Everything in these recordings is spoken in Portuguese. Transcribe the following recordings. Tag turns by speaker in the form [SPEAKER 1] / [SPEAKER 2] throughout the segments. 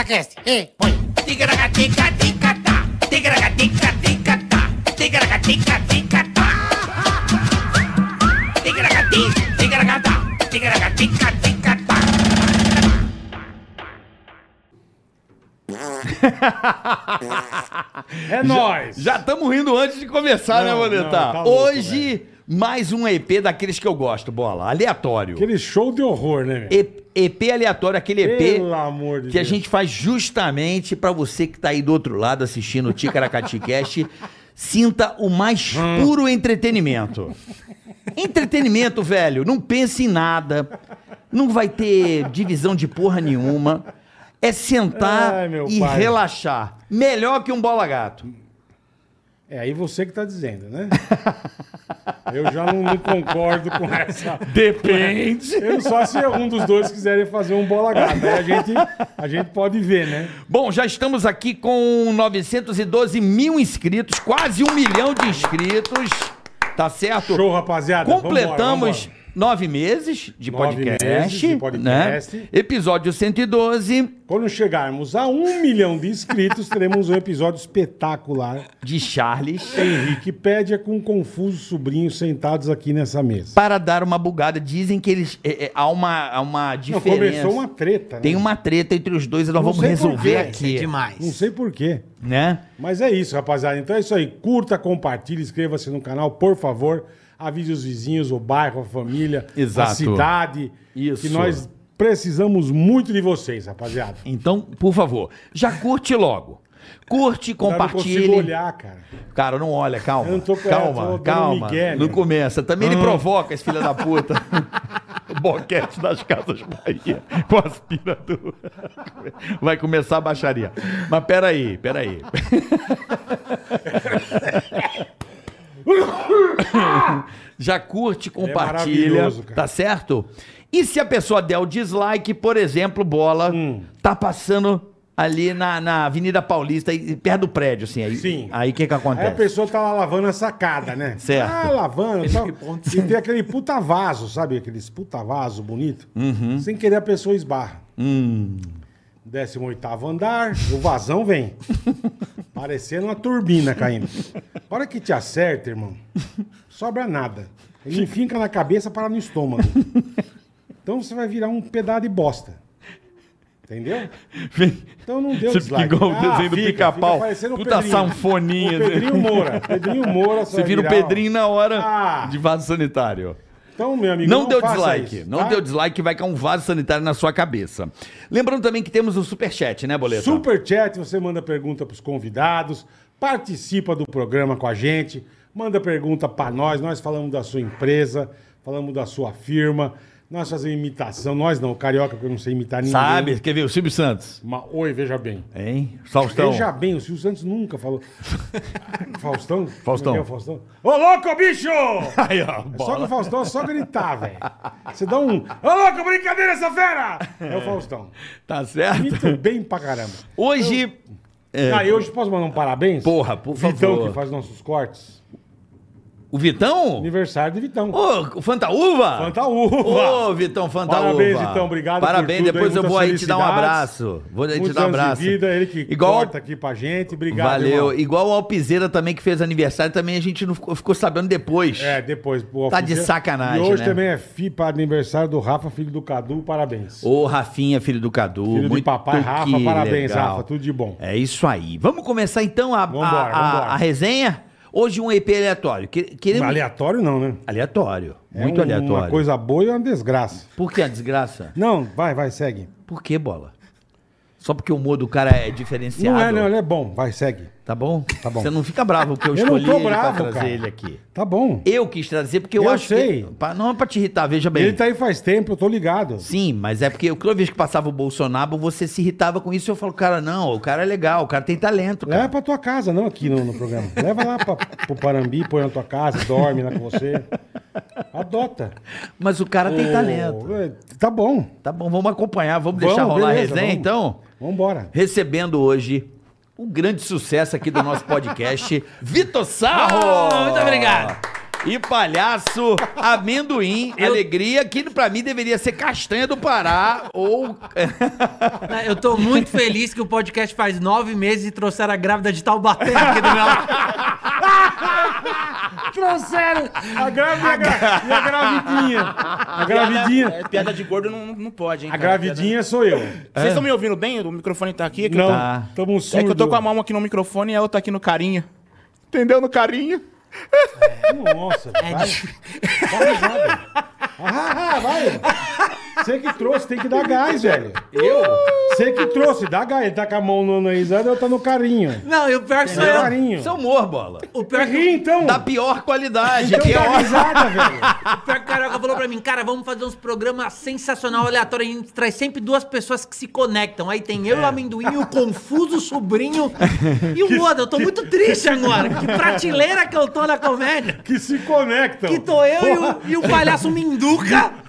[SPEAKER 1] Ticaracast. Ei, põe.
[SPEAKER 2] Ticaragatica-ticatá. Ticaragatica-ticatá. Ticaragatica-ticatá. Ticaragati, ticaragatá. Ticaragatica-ticatá.
[SPEAKER 3] É nóis.
[SPEAKER 4] Já estamos rindo antes de começar,
[SPEAKER 3] Não,
[SPEAKER 4] né, Boletar?
[SPEAKER 3] não, tá louco,
[SPEAKER 4] Hoje, mais um EP daqueles que eu gosto, bola. Aleatório.
[SPEAKER 3] Aquele show de horror, né, velho?
[SPEAKER 4] E- EP aleatório, aquele EP
[SPEAKER 3] Pelo amor de
[SPEAKER 4] que a
[SPEAKER 3] Deus.
[SPEAKER 4] gente faz justamente para você que tá aí do outro lado assistindo o Ticaracati Cast, sinta o mais
[SPEAKER 3] Hum.
[SPEAKER 4] puro entretenimento. Entretenimento, velho, não pense em nada, não vai ter divisão de porra nenhuma. É sentar
[SPEAKER 3] Ai, meu
[SPEAKER 4] e
[SPEAKER 3] pai.
[SPEAKER 4] relaxar. Melhor que um bola gato.
[SPEAKER 3] É aí você que tá dizendo, né? Eu já não, não concordo com essa.
[SPEAKER 4] Depende.
[SPEAKER 3] Eu só se um dos dois quiserem fazer um bola gata. Aí a gente, a gente pode ver, né?
[SPEAKER 4] Bom, já estamos aqui com 912 mil inscritos, quase um milhão de inscritos, tá certo?
[SPEAKER 3] Show, rapaziada.
[SPEAKER 4] Completamos
[SPEAKER 3] Vambora, vambora.
[SPEAKER 4] nove meses de
[SPEAKER 3] Nove
[SPEAKER 4] podcast,
[SPEAKER 3] meses de podcast.
[SPEAKER 4] né? Episódio 112
[SPEAKER 3] Quando chegarmos a um milhão de inscritos, teremos um episódio espetacular.
[SPEAKER 4] de Charles
[SPEAKER 3] Henriquepédia com um confuso sobrinho sentados aqui nessa mesa.
[SPEAKER 4] para dar uma bugada. Dizem que eles é, é, há uma há uma
[SPEAKER 3] Não,
[SPEAKER 4] diferença.
[SPEAKER 3] começou uma treta, né?
[SPEAKER 4] Tem uma treta entre os dois e nós
[SPEAKER 3] Não
[SPEAKER 4] vamos
[SPEAKER 3] sei
[SPEAKER 4] resolver
[SPEAKER 3] por quê.
[SPEAKER 4] aqui,
[SPEAKER 3] Não
[SPEAKER 2] é demais.
[SPEAKER 3] sei porquê.
[SPEAKER 4] né?
[SPEAKER 3] Mas é isso, rapaziada. Então é isso aí. Curta, compartilhe, inscreva-se no canal, por favor. Avise os vizinhos, o bairro, a família,
[SPEAKER 4] Exato.
[SPEAKER 3] a cidade.
[SPEAKER 4] Isso.
[SPEAKER 3] Que nós precisamos muito de vocês, rapaziada.
[SPEAKER 4] Então, por favor, já curte logo. Curte,
[SPEAKER 3] Eu não consigo
[SPEAKER 4] compartilha.
[SPEAKER 3] olhar, cara.
[SPEAKER 4] Cara, não olha, calma.
[SPEAKER 3] Eu não tô com-
[SPEAKER 4] calma,
[SPEAKER 3] eu tô dando
[SPEAKER 4] calma.
[SPEAKER 3] migué,
[SPEAKER 4] não
[SPEAKER 3] né?
[SPEAKER 4] começa. Também ele provoca esse filho da puta. Boquete das Casas Bahia com aspirador. Vai começar a baixaria. Mas peraí, peraí. Já curte, compartilha.
[SPEAKER 3] É maravilhoso, cara.
[SPEAKER 4] tá certo? E se a pessoa der o dislike, por exemplo, bola,
[SPEAKER 3] Hum.
[SPEAKER 4] tá passando ali na, na Avenida Paulista, e- perto do prédio, assim. Aí,
[SPEAKER 3] Sim.
[SPEAKER 4] Aí o que que
[SPEAKER 3] Aí
[SPEAKER 4] acontece?
[SPEAKER 3] a pessoa tá lá lavando a sacada, né?
[SPEAKER 4] Certo.
[SPEAKER 3] Ah, lavando e tal. E tem aquele puta vaso, sabe? Aqueles puta vaso bonito.
[SPEAKER 4] Uhum.
[SPEAKER 3] Sem querer a pessoa esbarra.
[SPEAKER 4] Hum.
[SPEAKER 3] Décimo oitavo andar, o vazão vem. Parecendo uma turbina caindo. A hora que te acerta, irmão, sobra nada. Ele enfinca na cabeça para no estômago. Então você vai virar um pedaço de bosta. Entendeu? Então não deu
[SPEAKER 4] Você fica
[SPEAKER 3] dislike.
[SPEAKER 4] igual o desenho do pica-pau.
[SPEAKER 3] parecendo o
[SPEAKER 4] Puta sanfoninha,
[SPEAKER 3] O
[SPEAKER 4] né?
[SPEAKER 3] Pedrinho Moura. Pedrinho Moura.
[SPEAKER 4] Você vira o
[SPEAKER 3] vai virar, ó.
[SPEAKER 4] Pedrinho na hora
[SPEAKER 3] Ah.
[SPEAKER 4] de vaso sanitário.
[SPEAKER 3] Então, meu amigo,
[SPEAKER 4] Não, deu
[SPEAKER 3] faça
[SPEAKER 4] dislike.
[SPEAKER 3] isso,
[SPEAKER 4] não
[SPEAKER 3] tá?
[SPEAKER 4] deu dislike, vai cair um vaso sanitário na sua cabeça. Lembrando também que temos o superchat, né, Boleta?
[SPEAKER 3] Super chat, você manda pergunta pros convidados, participa do programa com a gente, manda pergunta pra nós, nós falamos da sua empresa, falamos da sua firma, nós fazemos imitação, nós não, carioca, porque eu não sei imitar ninguém.
[SPEAKER 4] Sabe? Quer ver? O Silvio Santos.
[SPEAKER 3] Mas, oi, veja bem.
[SPEAKER 4] Hein? Faustão.
[SPEAKER 3] Veja bem, o Silvio Santos nunca falou. Faustão? Como é
[SPEAKER 4] Faustão.
[SPEAKER 3] que é o Faustão? Ô, louco, bicho!
[SPEAKER 4] Aí, ó.
[SPEAKER 3] É Só que o
[SPEAKER 4] Bola.
[SPEAKER 3] Faustão é só gritar, velho. Você dá um. Ô, louco, brincadeira essa fera! É o Faustão.
[SPEAKER 4] Tá certo?
[SPEAKER 3] Muito bem pra caramba.
[SPEAKER 4] Hoje. é,
[SPEAKER 3] Ah, e hoje posso mandar um parabéns?
[SPEAKER 4] Porra, por
[SPEAKER 3] Vitão
[SPEAKER 4] favor.
[SPEAKER 3] que faz nossos cortes.
[SPEAKER 4] O Vitão?
[SPEAKER 3] Aniversário de Vitão.
[SPEAKER 4] Ô, o Fantaúva!
[SPEAKER 3] Fantaúva!
[SPEAKER 4] Ô, Vitão Fantaúva!
[SPEAKER 3] Parabéns, Vitão, obrigado por
[SPEAKER 4] Parabéns,
[SPEAKER 3] tudo aí,
[SPEAKER 4] depois eu
[SPEAKER 3] muitas
[SPEAKER 4] vou aí te dar um
[SPEAKER 3] felicidades.
[SPEAKER 4] abraço. Vou aí te
[SPEAKER 3] Muitos
[SPEAKER 4] dar um
[SPEAKER 3] anos
[SPEAKER 4] abraço.
[SPEAKER 3] de vida, ele que
[SPEAKER 4] Igual
[SPEAKER 3] corta aqui pra gente. Obrigado,
[SPEAKER 4] Valeu.
[SPEAKER 3] irmão.
[SPEAKER 4] Igual a Alpizeira também, que fez aniversário, também a gente não ficou, ficou sabendo depois.
[SPEAKER 3] É, depois. pô,
[SPEAKER 4] Tá de
[SPEAKER 3] podia-
[SPEAKER 4] sacanagem,
[SPEAKER 3] E hoje
[SPEAKER 4] né?
[SPEAKER 3] também é FIPA, aniversário do Rafa, filho do Cadu, parabéns.
[SPEAKER 4] Ô, Rafinha, filho do Cadu.
[SPEAKER 3] filho
[SPEAKER 4] muito
[SPEAKER 3] de papai, Rafa,
[SPEAKER 4] que
[SPEAKER 3] parabéns,
[SPEAKER 4] legal.
[SPEAKER 3] Rafa, tudo de bom.
[SPEAKER 4] É isso aí. Vamos começar então a,
[SPEAKER 3] Vambora,
[SPEAKER 4] a, a-
[SPEAKER 3] vambora.
[SPEAKER 4] a resenha? Hoje um EP aleatório. Que- Queremos...
[SPEAKER 3] Aleatório não, né?
[SPEAKER 4] Aleatório. é Muito
[SPEAKER 3] é um-
[SPEAKER 4] aleatório.
[SPEAKER 3] Uma coisa boa e uma desgraça.
[SPEAKER 4] Por que a desgraça?
[SPEAKER 3] Não, vai, vai, segue.
[SPEAKER 4] Por que bola? Só porque o humor do cara é diferenciado.
[SPEAKER 3] Não é, não, ele é bom. Vai, segue.
[SPEAKER 4] Tá bom?
[SPEAKER 3] Tá bom.
[SPEAKER 4] Você não fica bravo porque eu,
[SPEAKER 3] Eu não
[SPEAKER 4] escolhi
[SPEAKER 3] tô
[SPEAKER 4] ele
[SPEAKER 3] bravo,
[SPEAKER 4] pra trazer
[SPEAKER 3] cara.
[SPEAKER 4] ele aqui.
[SPEAKER 3] Tá bom.
[SPEAKER 4] Eu quis trazer porque eu,
[SPEAKER 3] Eu
[SPEAKER 4] acho
[SPEAKER 3] sei.
[SPEAKER 4] que... pra- Não é pra te irritar, veja bem.
[SPEAKER 3] Ele tá aí faz tempo, eu tô ligado.
[SPEAKER 4] Sim, mas é porque toda vez que passava o Bolsonaro, você se irritava com isso. Eu falo, cara, não, o cara é legal, o cara tem talento, cara.
[SPEAKER 3] Leva pra tua casa, não aqui no, no programa. Leva lá pra, pro Parambi, põe na tua casa, dorme lá com você. Adota.
[SPEAKER 4] Mas o cara tem talento.
[SPEAKER 3] É? Ô, é, Tá bom.
[SPEAKER 4] Tá bom, vamos acompanhar, vamos, deixar
[SPEAKER 3] Vamos,
[SPEAKER 4] rolar
[SPEAKER 3] beleza,
[SPEAKER 4] a resenha,
[SPEAKER 3] vamos.
[SPEAKER 4] então.
[SPEAKER 3] Vambora.
[SPEAKER 4] Recebendo hoje um grande sucesso aqui do nosso podcast, Vitor Sarro!
[SPEAKER 2] Ah, muito obrigado.
[SPEAKER 4] E palhaço, amendoim, alegria, que pra mim deveria ser castanha do Pará ou. é,
[SPEAKER 1] Ah, Eu tô muito feliz que o podcast faz nove meses e trouxeram a grávida de Taubaté aqui do meu lado.
[SPEAKER 3] Trouxeram a grávida e a, gra- e a gravidinha. A
[SPEAKER 5] É,
[SPEAKER 3] gravidinha.
[SPEAKER 5] piada de gordo não, não pode, hein?
[SPEAKER 3] A
[SPEAKER 5] cara?
[SPEAKER 3] gravidinha sou eu.
[SPEAKER 5] Piada- Vocês estão me ouvindo bem? O microfone tá aqui? é que eu
[SPEAKER 3] Não,
[SPEAKER 5] tô-
[SPEAKER 4] Tá.
[SPEAKER 3] tamo surdo.
[SPEAKER 5] É que eu tô com a mão aqui no microfone e a outra aqui no carinha. Entendeu? No carinha.
[SPEAKER 3] Nossa,
[SPEAKER 1] É
[SPEAKER 3] vai. Vai, vai. Ah, vai. Você que trouxe, tem que dar gás, velho. Eu? Você que trouxe, dá gás. Ele tá com a mão no nariz, eu tá no carinho.
[SPEAKER 1] Não, e o pior que sou
[SPEAKER 3] No
[SPEAKER 1] eu.
[SPEAKER 3] carinho.
[SPEAKER 4] Seu humor, bola.
[SPEAKER 1] O pior que
[SPEAKER 3] Ri, então.
[SPEAKER 4] Da pior qualidade.
[SPEAKER 3] Então
[SPEAKER 4] que é
[SPEAKER 3] dá
[SPEAKER 4] ótimo.
[SPEAKER 3] risada, velho.
[SPEAKER 1] o pior que o Carioca falou pra mim, cara, vamos fazer uns programas sensacional, aleatório. A gente traz sempre duas pessoas que se conectam. Aí tem
[SPEAKER 3] É.
[SPEAKER 1] eu, o amendoim, o confuso sobrinho e o outro. Eu tô muito triste agora. Que prateleira que eu tô na comédia.
[SPEAKER 3] Que se conectam.
[SPEAKER 1] Que tô eu e o, e o palhaço Minduca.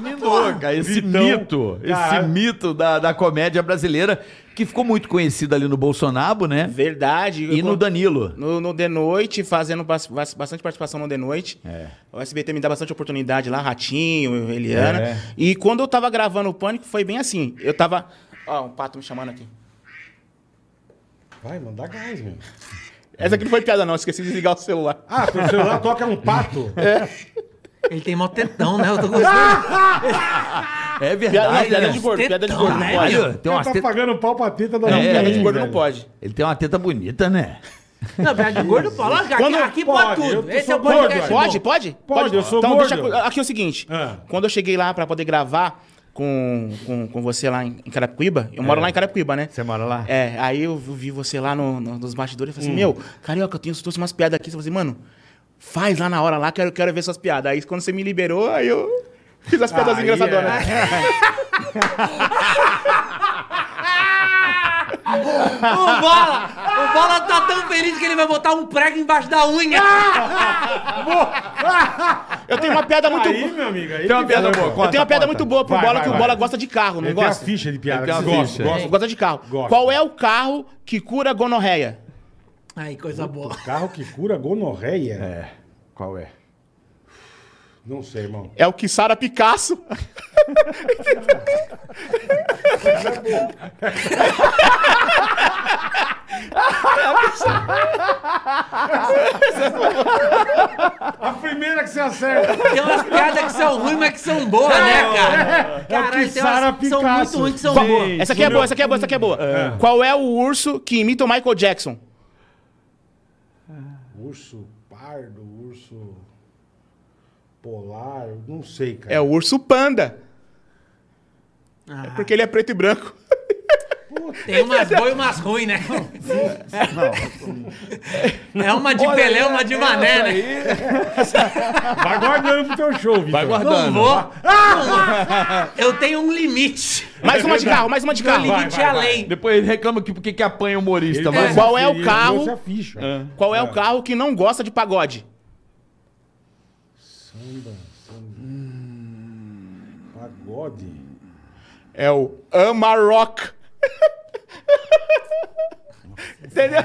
[SPEAKER 4] Minduca, esse
[SPEAKER 3] Então,
[SPEAKER 4] mito, esse
[SPEAKER 3] caralho.
[SPEAKER 4] mito da, da comédia brasileira que ficou muito conhecido ali no Bolsonaro, né?
[SPEAKER 5] Verdade.
[SPEAKER 4] E
[SPEAKER 5] Eu-
[SPEAKER 4] no Danilo.
[SPEAKER 5] No, no The Noite, fazendo bas- bas- bastante participação no The Noite. O SBT me dá bastante oportunidade lá, Ratinho, Eliana.
[SPEAKER 4] É.
[SPEAKER 5] E quando eu tava gravando o Pânico, foi bem assim. Eu tava... Ó, um pato me chamando aqui.
[SPEAKER 3] Vai, mano, dá gás, meu.
[SPEAKER 5] Essa aqui não foi piada não, esqueci de desligar o celular.
[SPEAKER 3] Ah, teu celular toca um pato.
[SPEAKER 5] É.
[SPEAKER 1] Ele tem mó tetão, né? Eu tô
[SPEAKER 3] Ah!
[SPEAKER 1] gostando.
[SPEAKER 4] É
[SPEAKER 5] Piada, não,
[SPEAKER 4] verdade,
[SPEAKER 5] piada
[SPEAKER 4] né?
[SPEAKER 5] de gordo, piada de gordo, não
[SPEAKER 1] Tetão,
[SPEAKER 5] pode.
[SPEAKER 4] Caralho, tem
[SPEAKER 3] Ele
[SPEAKER 4] umas
[SPEAKER 3] tá
[SPEAKER 4] teta-
[SPEAKER 3] pagando pau pra teta da né,
[SPEAKER 5] Não,
[SPEAKER 4] É,
[SPEAKER 5] piada de gordo
[SPEAKER 3] velho.
[SPEAKER 5] não pode.
[SPEAKER 4] Ele tem uma teta bonita, né?
[SPEAKER 1] Não, piada de gordo, pô. Lógico, aqui,
[SPEAKER 3] Quando
[SPEAKER 1] aqui pode,
[SPEAKER 3] pode, eu
[SPEAKER 1] tudo.
[SPEAKER 3] tô-
[SPEAKER 1] Esse é o
[SPEAKER 3] sou gordo,
[SPEAKER 1] podcast.
[SPEAKER 3] velho.
[SPEAKER 1] bom.
[SPEAKER 5] Pode, pode?
[SPEAKER 3] Pode, eu sou
[SPEAKER 5] então,
[SPEAKER 3] gordo.
[SPEAKER 5] Deixa, aqui é o seguinte,
[SPEAKER 3] Ah.
[SPEAKER 5] quando eu cheguei lá pra poder gravar com, com, com você lá em, em Carapicuíba, eu
[SPEAKER 3] É.
[SPEAKER 5] moro lá em Carapicuíba, né?
[SPEAKER 4] Você mora lá?
[SPEAKER 5] É, aí eu vi você lá no- no- nos bastidores e falei assim,
[SPEAKER 3] Hum.
[SPEAKER 5] meu, carioca, eu tenho, trouxe umas piadas aqui. Você falou assim, mano, faz lá na hora lá, quero, quero ver suas piadas. Aí quando você me liberou, aí eu fiz as piadas
[SPEAKER 3] Aí,
[SPEAKER 5] engraçadoras.
[SPEAKER 1] O Bola! O Bola tá tão feliz que ele vai botar um prego embaixo da unha.
[SPEAKER 3] Ah!
[SPEAKER 5] Eu tenho uma piada muito
[SPEAKER 3] Aí,
[SPEAKER 5] boa.
[SPEAKER 3] meu amigo, aí
[SPEAKER 4] Tem uma
[SPEAKER 3] que
[SPEAKER 4] piada
[SPEAKER 3] foi,
[SPEAKER 4] boa,
[SPEAKER 3] pô.
[SPEAKER 4] conta.
[SPEAKER 5] Eu tenho uma piada
[SPEAKER 4] conta.
[SPEAKER 5] muito boa pro
[SPEAKER 3] Vai,
[SPEAKER 5] Bola,
[SPEAKER 3] vai,
[SPEAKER 5] que o
[SPEAKER 3] vai.
[SPEAKER 5] Bola gosta de carro, não
[SPEAKER 3] Ele tem a
[SPEAKER 5] gosta?
[SPEAKER 3] ficha de piada.
[SPEAKER 4] Ele tem
[SPEAKER 3] que
[SPEAKER 4] uma
[SPEAKER 3] vocês
[SPEAKER 4] ficha.
[SPEAKER 3] gostam,
[SPEAKER 5] Gosta,
[SPEAKER 3] gostam.
[SPEAKER 5] gosta de carro.
[SPEAKER 3] Gosto.
[SPEAKER 5] Qual é o carro que cura gonorreia?
[SPEAKER 1] Ai, coisa boa.
[SPEAKER 3] Carro que cura gonorreia?
[SPEAKER 4] É. Qual é?
[SPEAKER 3] Não sei, irmão.
[SPEAKER 5] É o que Sara Picasso.
[SPEAKER 3] A primeira que você acerta.
[SPEAKER 1] Tem umas piadas que são ruins, mas que são boas, né, cara?
[SPEAKER 3] É o
[SPEAKER 1] Caralho,
[SPEAKER 3] que
[SPEAKER 1] tem
[SPEAKER 3] Sara
[SPEAKER 1] umas que são
[SPEAKER 3] Picasso.
[SPEAKER 1] muito ruins que são
[SPEAKER 5] Qual-
[SPEAKER 1] boas.
[SPEAKER 5] Essa aqui é boa, essa aqui é boa, essa aqui é boa. Qual é o urso que imita o Michael Jackson?
[SPEAKER 3] Urso pardo, urso polar, eu não sei, cara.
[SPEAKER 5] É o urso panda. É porque ele é preto e branco.
[SPEAKER 1] Tem umas boas e umas ruins, né? É uma de Pelé, uma de Mané, né?
[SPEAKER 3] Vai Tá guardando pro teu show, Vitor. Vai
[SPEAKER 1] Não vou. Não vou. Eu tenho um limite.
[SPEAKER 5] Mais uma de carro, mais uma de
[SPEAKER 1] Meu
[SPEAKER 5] carro.
[SPEAKER 3] Ah! Tá, vai,
[SPEAKER 1] limite é
[SPEAKER 3] vai, vai.
[SPEAKER 1] além.
[SPEAKER 4] Depois ele reclama que porque que apanha humorista, mas.
[SPEAKER 5] Qual
[SPEAKER 3] assim,
[SPEAKER 5] é o carro?
[SPEAKER 3] A ficha.
[SPEAKER 5] Qual é o carro que não gosta de pagode?
[SPEAKER 3] Samba, samba. Pagode.
[SPEAKER 5] É o Amarok. Entendeu?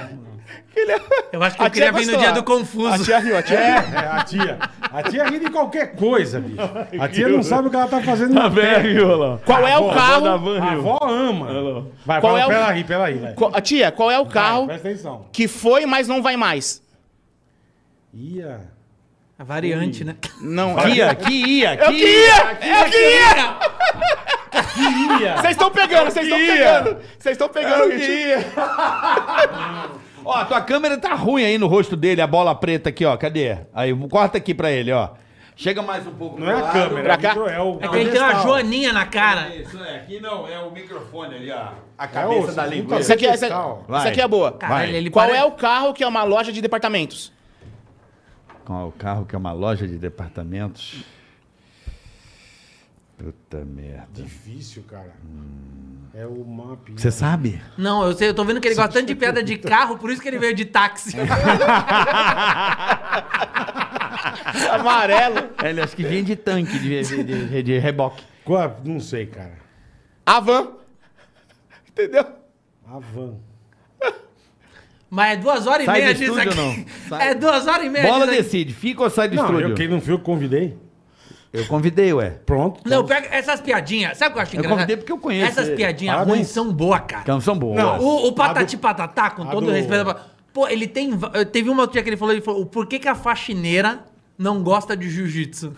[SPEAKER 5] Ele é-
[SPEAKER 1] Eu acho que eu
[SPEAKER 5] A tia
[SPEAKER 1] queria vir no
[SPEAKER 5] gostou,
[SPEAKER 1] dia
[SPEAKER 5] ó.
[SPEAKER 1] do
[SPEAKER 5] A
[SPEAKER 1] Confuso.
[SPEAKER 5] tia riu, a tia
[SPEAKER 3] É,
[SPEAKER 5] riu.
[SPEAKER 3] é, a tia. A tia ri de qualquer coisa, bicho. A tia não sabe o que ela tá fazendo na terra.
[SPEAKER 5] Qual é o carro?
[SPEAKER 3] A avó ama. Vai,
[SPEAKER 5] Qual
[SPEAKER 3] fala
[SPEAKER 5] é o-
[SPEAKER 3] pra ela rir, pra ela rir. vai.
[SPEAKER 5] Qual- a Tia, qual é o carro
[SPEAKER 3] Vai, Presta atenção.
[SPEAKER 5] que foi, mas não vai mais?
[SPEAKER 3] Ia.
[SPEAKER 1] A variante, né?
[SPEAKER 5] Não,
[SPEAKER 4] Que
[SPEAKER 5] é.
[SPEAKER 4] ia, que ia,
[SPEAKER 5] Eu
[SPEAKER 4] que ia.
[SPEAKER 3] É
[SPEAKER 5] queria! Eu queria!
[SPEAKER 3] Ia.
[SPEAKER 5] Vocês estão pegando, vocês estão pegando! Vocês estão pegando o ritmo.
[SPEAKER 4] Ó, tua câmera tá ruim aí no rosto dele, a bola preta aqui, ó. Cadê? Aí, corta aqui pra ele, ó. Chega mais um pouco.
[SPEAKER 3] Não
[SPEAKER 4] pro
[SPEAKER 3] é a
[SPEAKER 4] lado.
[SPEAKER 3] câmera, é
[SPEAKER 5] pra cá.
[SPEAKER 3] o micro- é o...
[SPEAKER 1] É que ele tem uma joaninha na cara.
[SPEAKER 4] Isso é, aqui não, é o microfone ali, ó. A
[SPEAKER 3] É
[SPEAKER 4] cabeça
[SPEAKER 3] o-
[SPEAKER 4] da língua.
[SPEAKER 5] Isso aqui, é- essa,
[SPEAKER 4] Vai.
[SPEAKER 5] essa aqui é boa.
[SPEAKER 1] Caralho, ele
[SPEAKER 5] Qual
[SPEAKER 1] pare-
[SPEAKER 5] é o carro que é uma loja de departamentos?
[SPEAKER 4] Qual o carro que é uma loja de departamentos? Puta merda.
[SPEAKER 3] Difícil, cara. É o mapa.
[SPEAKER 4] Você sabe?
[SPEAKER 1] Não, eu sei, eu tô vendo que ele gosta tanto de piada de carro, por isso que ele veio de táxi.
[SPEAKER 4] É.
[SPEAKER 5] Amarelo.
[SPEAKER 4] É, Ele acho que vem de tanque, de, de, de- de reboque.
[SPEAKER 3] Qual- Não sei, cara.
[SPEAKER 5] A van. Entendeu?
[SPEAKER 3] A van.
[SPEAKER 1] Mas é duas horas
[SPEAKER 4] Sai
[SPEAKER 1] e meia
[SPEAKER 4] do
[SPEAKER 1] disso
[SPEAKER 4] estúdio
[SPEAKER 1] aqui.
[SPEAKER 4] ou não? Sai.
[SPEAKER 1] É duas horas e meia
[SPEAKER 4] Bola
[SPEAKER 1] disso aqui.
[SPEAKER 4] decide, fica ou sai do
[SPEAKER 3] Não,
[SPEAKER 4] estúdio?
[SPEAKER 3] eu, quem não fui, eu convidei.
[SPEAKER 4] Eu convidei, ué.
[SPEAKER 3] Pronto.
[SPEAKER 1] Não, pega essas piadinhas. Sabe o que eu acho
[SPEAKER 4] Eu
[SPEAKER 1] engraçado?
[SPEAKER 4] convidei porque eu conheço
[SPEAKER 1] Essas
[SPEAKER 4] ele.
[SPEAKER 1] piadinhas
[SPEAKER 3] Parabéns.
[SPEAKER 1] ruins são boas, cara.
[SPEAKER 4] Canção boa.
[SPEAKER 3] Não,
[SPEAKER 1] O, o Patati
[SPEAKER 3] A do-
[SPEAKER 1] Patatá, com
[SPEAKER 3] a
[SPEAKER 1] todo
[SPEAKER 3] do-
[SPEAKER 1] respeito. Pô, ele tem. va- eu- Teve uma outro dia que ele falou: ele falou por que, que a faxineira não gosta de jiu-jitsu?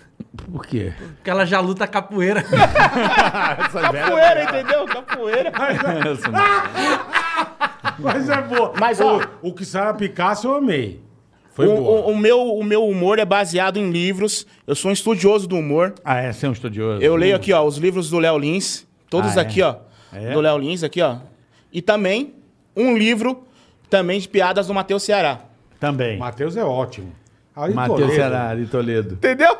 [SPEAKER 4] Por quê?
[SPEAKER 1] Porque ela já luta capoeira.
[SPEAKER 4] Tá
[SPEAKER 5] Capoeira, entendeu? Capoeira.
[SPEAKER 4] é-
[SPEAKER 3] Mas é boa.
[SPEAKER 5] Mas,
[SPEAKER 3] o,
[SPEAKER 5] ó-
[SPEAKER 3] o que Sara Picasso eu amei. Foi
[SPEAKER 5] o,
[SPEAKER 3] boa.
[SPEAKER 5] o- o meu, o meu humor é baseado em livros. Eu sou um estudioso do humor.
[SPEAKER 4] Ah, é, você é um estudioso.
[SPEAKER 5] Eu leio aqui, ó, os livros do Léo Lins. Todos
[SPEAKER 4] Ah, é?
[SPEAKER 5] aqui, ó.
[SPEAKER 4] É?
[SPEAKER 5] Do Léo Lins, aqui, ó. E também um livro também de piadas do Matheus Ceará.
[SPEAKER 4] Também.
[SPEAKER 3] Matheus é ótimo. Aí
[SPEAKER 4] Matheus
[SPEAKER 3] Toledo.
[SPEAKER 4] Ceará, de Toledo.
[SPEAKER 5] Entendeu?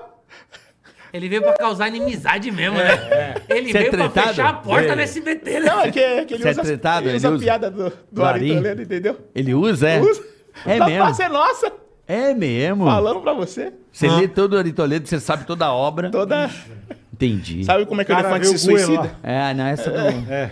[SPEAKER 1] ele veio pra causar inimizade mesmo, né? Ele
[SPEAKER 4] Você é
[SPEAKER 1] veio pra
[SPEAKER 4] tretado?
[SPEAKER 1] fechar a porta
[SPEAKER 4] Veio.
[SPEAKER 1] no SBT, né?
[SPEAKER 5] Não, é que, é que ele
[SPEAKER 4] Você é
[SPEAKER 5] usa,
[SPEAKER 4] tretado,
[SPEAKER 5] ele
[SPEAKER 4] ele
[SPEAKER 5] usa a
[SPEAKER 4] usa?
[SPEAKER 5] piada do, do
[SPEAKER 4] Larim.
[SPEAKER 5] Ari Toledo, entendeu?
[SPEAKER 4] Ele usa, é?
[SPEAKER 5] Usa.
[SPEAKER 4] É
[SPEAKER 5] da
[SPEAKER 4] mesmo.
[SPEAKER 5] face é nossa,
[SPEAKER 4] É mesmo.
[SPEAKER 5] falando pra você.
[SPEAKER 4] Você lê todo o Ari Toledo, você sabe toda a obra.
[SPEAKER 5] Toda.
[SPEAKER 4] Entendi.
[SPEAKER 5] Sabe como é
[SPEAKER 3] O
[SPEAKER 5] que o
[SPEAKER 3] cara
[SPEAKER 5] elefante
[SPEAKER 3] veio
[SPEAKER 5] se suicida?
[SPEAKER 4] É, não, essa não.
[SPEAKER 3] É,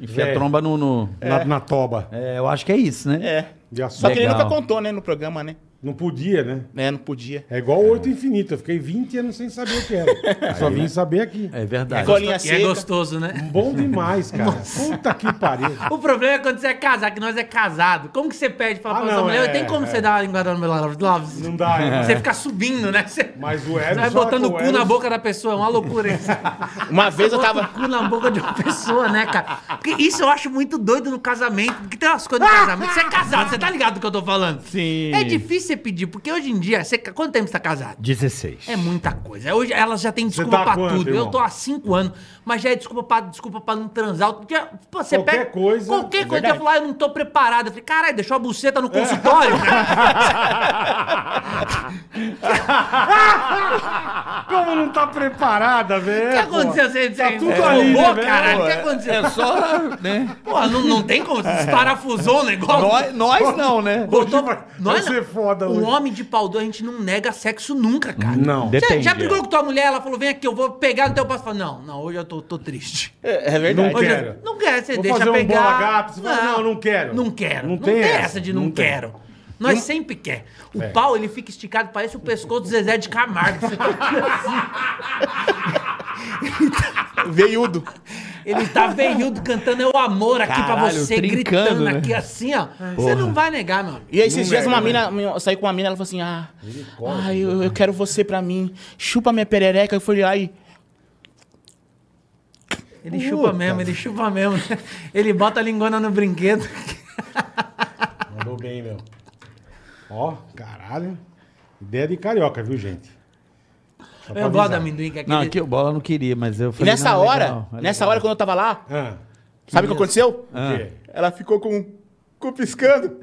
[SPEAKER 4] Enfia
[SPEAKER 3] É.
[SPEAKER 4] a tromba no. no-
[SPEAKER 3] Na, na toba.
[SPEAKER 4] É, eu acho que é isso, né?
[SPEAKER 5] É.
[SPEAKER 3] De
[SPEAKER 5] Só que ele
[SPEAKER 4] Legal.
[SPEAKER 5] nunca contou, né, no programa, né?
[SPEAKER 3] Não podia, né?
[SPEAKER 5] É, não podia.
[SPEAKER 3] É igual o oito infinito. Eu fiquei 20 anos sem saber o que era. Eu Só vim saber aqui.
[SPEAKER 4] É verdade.
[SPEAKER 5] Colinha
[SPEAKER 1] E é
[SPEAKER 5] seca.
[SPEAKER 1] gostoso, né?
[SPEAKER 3] Bom demais, cara. Puta que pariu.
[SPEAKER 1] O problema é quando você é casado, que nós é casado. Como que você pede pra,
[SPEAKER 3] Ah,
[SPEAKER 1] pra sua
[SPEAKER 3] não,
[SPEAKER 1] mulher?
[SPEAKER 3] é,
[SPEAKER 1] tem como
[SPEAKER 3] é.
[SPEAKER 1] você dar uma linguada no meu love?
[SPEAKER 3] Não dá, né?
[SPEAKER 1] Você fica subindo, né? Você
[SPEAKER 3] Mas o
[SPEAKER 1] você
[SPEAKER 3] Eros.
[SPEAKER 1] vai botando
[SPEAKER 3] só-
[SPEAKER 1] o cu
[SPEAKER 3] Eros-
[SPEAKER 1] na boca da pessoa, é uma loucura isso.
[SPEAKER 5] Uma vez eu
[SPEAKER 1] Bota o
[SPEAKER 5] tava.
[SPEAKER 1] cu na boca de uma pessoa, né, cara? Porque isso eu acho muito doido no casamento. Porque tem umas coisas no casamento. Você é casado, você tá ligado do que eu tô falando?
[SPEAKER 4] Sim.
[SPEAKER 1] É difícil você pedir, porque hoje em dia, você, quanto tempo você tá casado?
[SPEAKER 4] 16.
[SPEAKER 1] É muita coisa. Hoje elas já têm desculpa
[SPEAKER 3] tá
[SPEAKER 1] pra
[SPEAKER 3] quanto,
[SPEAKER 1] tudo.
[SPEAKER 3] irmão?
[SPEAKER 1] Eu tô há cinco anos, mas já é desculpa pra, desculpa pra não transar. Porque, pô, você
[SPEAKER 3] Qualquer
[SPEAKER 1] pega,
[SPEAKER 3] coisa,
[SPEAKER 1] Qualquer
[SPEAKER 3] é
[SPEAKER 1] coisa. Eu falo, ah, eu não tô preparado. Eu falei, caralho, deixou a buceta no consultório.
[SPEAKER 3] Como não tá preparada,
[SPEAKER 1] O
[SPEAKER 3] velho?
[SPEAKER 1] que aconteceu? Você,
[SPEAKER 3] Tá
[SPEAKER 1] você
[SPEAKER 3] tudo
[SPEAKER 1] você
[SPEAKER 3] ali, né,
[SPEAKER 1] roubou,
[SPEAKER 3] velho?
[SPEAKER 1] caralho? O que aconteceu?
[SPEAKER 4] É só, né?
[SPEAKER 1] Pô, não, não tem como desparafusou o negócio.
[SPEAKER 4] Nós, nós não, né?
[SPEAKER 1] Botou...
[SPEAKER 3] É. Hoje vai-
[SPEAKER 1] Nós-
[SPEAKER 3] vai ser foda hoje.
[SPEAKER 1] O homem de pau doce, a gente não nega sexo nunca, cara.
[SPEAKER 3] Não.
[SPEAKER 1] Já,
[SPEAKER 4] Depende,
[SPEAKER 1] já
[SPEAKER 4] é.
[SPEAKER 1] brigou com tua mulher, ela falou, vem aqui, eu vou pegar no teu passo. Fala, Não, não, hoje eu tô, tô triste.
[SPEAKER 5] É, é
[SPEAKER 3] Não
[SPEAKER 5] verdade.
[SPEAKER 1] Hoje eu-
[SPEAKER 3] quero.
[SPEAKER 1] não quer, você
[SPEAKER 3] Vou
[SPEAKER 1] deixa
[SPEAKER 3] fazer um
[SPEAKER 1] pegar.
[SPEAKER 3] bola gato, você fala, não, não quero.
[SPEAKER 1] Não quero.
[SPEAKER 3] Não
[SPEAKER 1] Não,
[SPEAKER 3] tem
[SPEAKER 1] tem,
[SPEAKER 3] essa,
[SPEAKER 1] essa de não,
[SPEAKER 3] não tem. É.
[SPEAKER 1] quero. Nós sempre quer. O pau, ele fica esticado, parece o pescoço do Zezé de Camargo. Você tá aqui assim.
[SPEAKER 5] Veiudo.
[SPEAKER 1] Ele tá veiudo cantando É o amor aqui pra
[SPEAKER 4] Caralho,
[SPEAKER 1] você,
[SPEAKER 4] trincando,
[SPEAKER 1] gritando
[SPEAKER 4] né?
[SPEAKER 1] aqui assim, ó. Você não vai negar, meu amigo.
[SPEAKER 5] E aí, esses
[SPEAKER 3] Não
[SPEAKER 5] dias,
[SPEAKER 3] é,
[SPEAKER 5] uma
[SPEAKER 3] não é.
[SPEAKER 5] mina, eu saí com uma mina, ela falou assim: Ah, ai, eu, eu quero você pra mim, chupa minha perereca. Eu fui lá e.
[SPEAKER 1] Ele chupa mesmo, ele chupa mesmo. né? Ele bota a lingona no brinquedo.
[SPEAKER 3] Mandou bem, meu. Ó, caralho. Ideia de carioca, viu, gente? Só pra
[SPEAKER 1] Eu gosto do
[SPEAKER 3] avisar.
[SPEAKER 1] amendoim, que é aquele...
[SPEAKER 4] Não, aqui o Bola não queria, mas eu
[SPEAKER 5] E
[SPEAKER 4] falei.
[SPEAKER 5] nessa
[SPEAKER 4] não, é
[SPEAKER 5] hora,
[SPEAKER 4] legal, é
[SPEAKER 5] nessa
[SPEAKER 4] legal.
[SPEAKER 5] hora, quando eu tava lá,
[SPEAKER 3] Ah,
[SPEAKER 5] sabe o que aconteceu? Ah.
[SPEAKER 3] o quê?
[SPEAKER 5] Ela ficou com o cu piscando.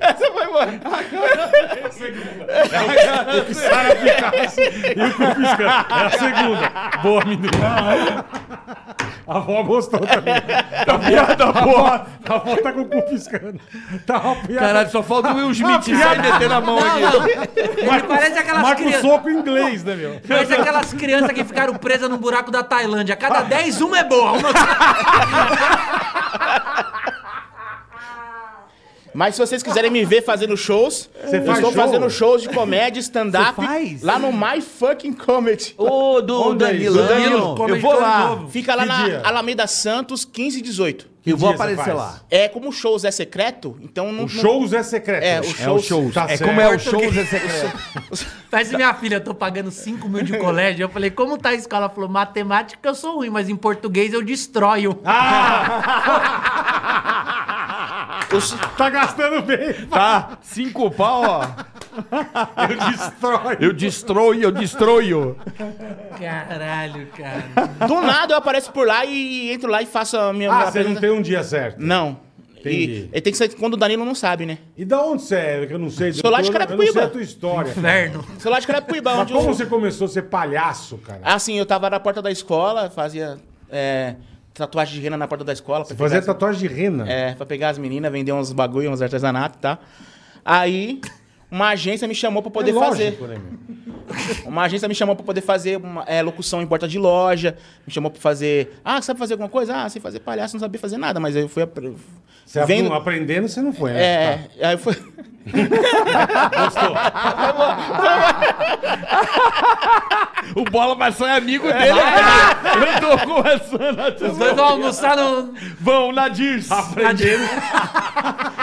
[SPEAKER 5] Essa foi boa.
[SPEAKER 3] É O que Sara Picasso e o cu piscando. É a segunda. Boa, menina. é. A avó gostou também. Tá piada boa. A avó tá com o cu piscando. Tá uma piada.
[SPEAKER 4] Caralho, só falta o Will Smith sair
[SPEAKER 3] piada.
[SPEAKER 4] metendo a mão aqui.
[SPEAKER 1] Não, não. Ele parece aquelas
[SPEAKER 3] Marca o
[SPEAKER 1] crianças.
[SPEAKER 3] soco em inglês, né, meu?
[SPEAKER 1] Parece aquelas crianças que ficaram presas num buraco da Tailândia.
[SPEAKER 3] Ah.
[SPEAKER 1] A Cada 10, uma é boa. Uma...
[SPEAKER 5] Mas se vocês quiserem me ver fazendo shows, eu
[SPEAKER 3] faz show?
[SPEAKER 5] estou fazendo shows de comédia, stand-up,
[SPEAKER 4] Você faz?
[SPEAKER 5] lá no My Fucking Comedy.
[SPEAKER 4] Ô, do
[SPEAKER 3] Onde é
[SPEAKER 4] Danilo,
[SPEAKER 3] isso?
[SPEAKER 4] Danilo, eu
[SPEAKER 1] Comedy
[SPEAKER 4] vou
[SPEAKER 1] Club
[SPEAKER 4] lá.
[SPEAKER 1] novo.
[SPEAKER 5] Fica lá
[SPEAKER 3] Que
[SPEAKER 5] na
[SPEAKER 3] dia?
[SPEAKER 5] Alameda Santos, 15 e 18.
[SPEAKER 4] Eu vou
[SPEAKER 3] dia você
[SPEAKER 4] aparecer
[SPEAKER 3] faz?
[SPEAKER 4] lá.
[SPEAKER 5] É, como o shows é secreto, então não.
[SPEAKER 3] O shows é secreto.
[SPEAKER 5] É, o
[SPEAKER 4] É o
[SPEAKER 5] shows.
[SPEAKER 4] show.
[SPEAKER 3] Tá
[SPEAKER 4] é
[SPEAKER 3] certo.
[SPEAKER 4] como é o show, é secreto.
[SPEAKER 1] Parece minha filha, eu tô pagando 5 mil de colégio. Eu falei, como tá a escola? Ela falou, matemática eu sou ruim, mas em português eu destroio.
[SPEAKER 3] Ah. Tá gastando bem.
[SPEAKER 4] Tá, cinco pau, ó.
[SPEAKER 3] Eu destrói.
[SPEAKER 4] Eu destroio, eu destroio.
[SPEAKER 1] Caralho, cara.
[SPEAKER 5] Do nada eu apareço por lá e entro lá e faço a minha.
[SPEAKER 3] Ah,
[SPEAKER 5] minha
[SPEAKER 3] você não
[SPEAKER 5] apresenta-
[SPEAKER 3] tem um dia certo.
[SPEAKER 5] Não.
[SPEAKER 3] Entendi.
[SPEAKER 5] E, e tem que ser quando o Danilo não sabe, né?
[SPEAKER 3] E da onde você é? Que eu não sei.
[SPEAKER 5] Sou lá de
[SPEAKER 3] Eu não- Eu não sei
[SPEAKER 5] Carapicuíba.
[SPEAKER 3] a tua história.
[SPEAKER 1] Inferno.
[SPEAKER 5] Sou lá de Carapicuíba,
[SPEAKER 3] Mas
[SPEAKER 5] onde eu...
[SPEAKER 3] como você começou a ser palhaço, cara?
[SPEAKER 5] Assim, eu tava na porta da escola, fazia é, tatuagem de rena na porta da escola. pra
[SPEAKER 3] Fazer
[SPEAKER 5] pegar as-
[SPEAKER 3] tatuagem de rena.
[SPEAKER 5] É, pra pegar as meninas, vender uns bagulho, uns artesanatos, tá? Aí, uma agência me chamou pra poder
[SPEAKER 3] É lógico,
[SPEAKER 5] fazer.
[SPEAKER 3] né, meu?
[SPEAKER 5] Uma agência me chamou pra poder fazer uma, é, locução em porta de loja, me chamou pra fazer. Ah, sabe fazer alguma coisa? Ah, sei fazer palhaço, não sabia fazer nada, mas eu fui. apre-
[SPEAKER 3] Você
[SPEAKER 5] vendo-
[SPEAKER 3] não- aprendendo, você não foi. né?
[SPEAKER 5] É, aí eu fui.
[SPEAKER 4] O Bola Maçã é amigo dele. né? Eu tô conversando. até-
[SPEAKER 1] Os dois vão almoçar no.
[SPEAKER 4] Vão na Dirce.
[SPEAKER 1] Aprendendo.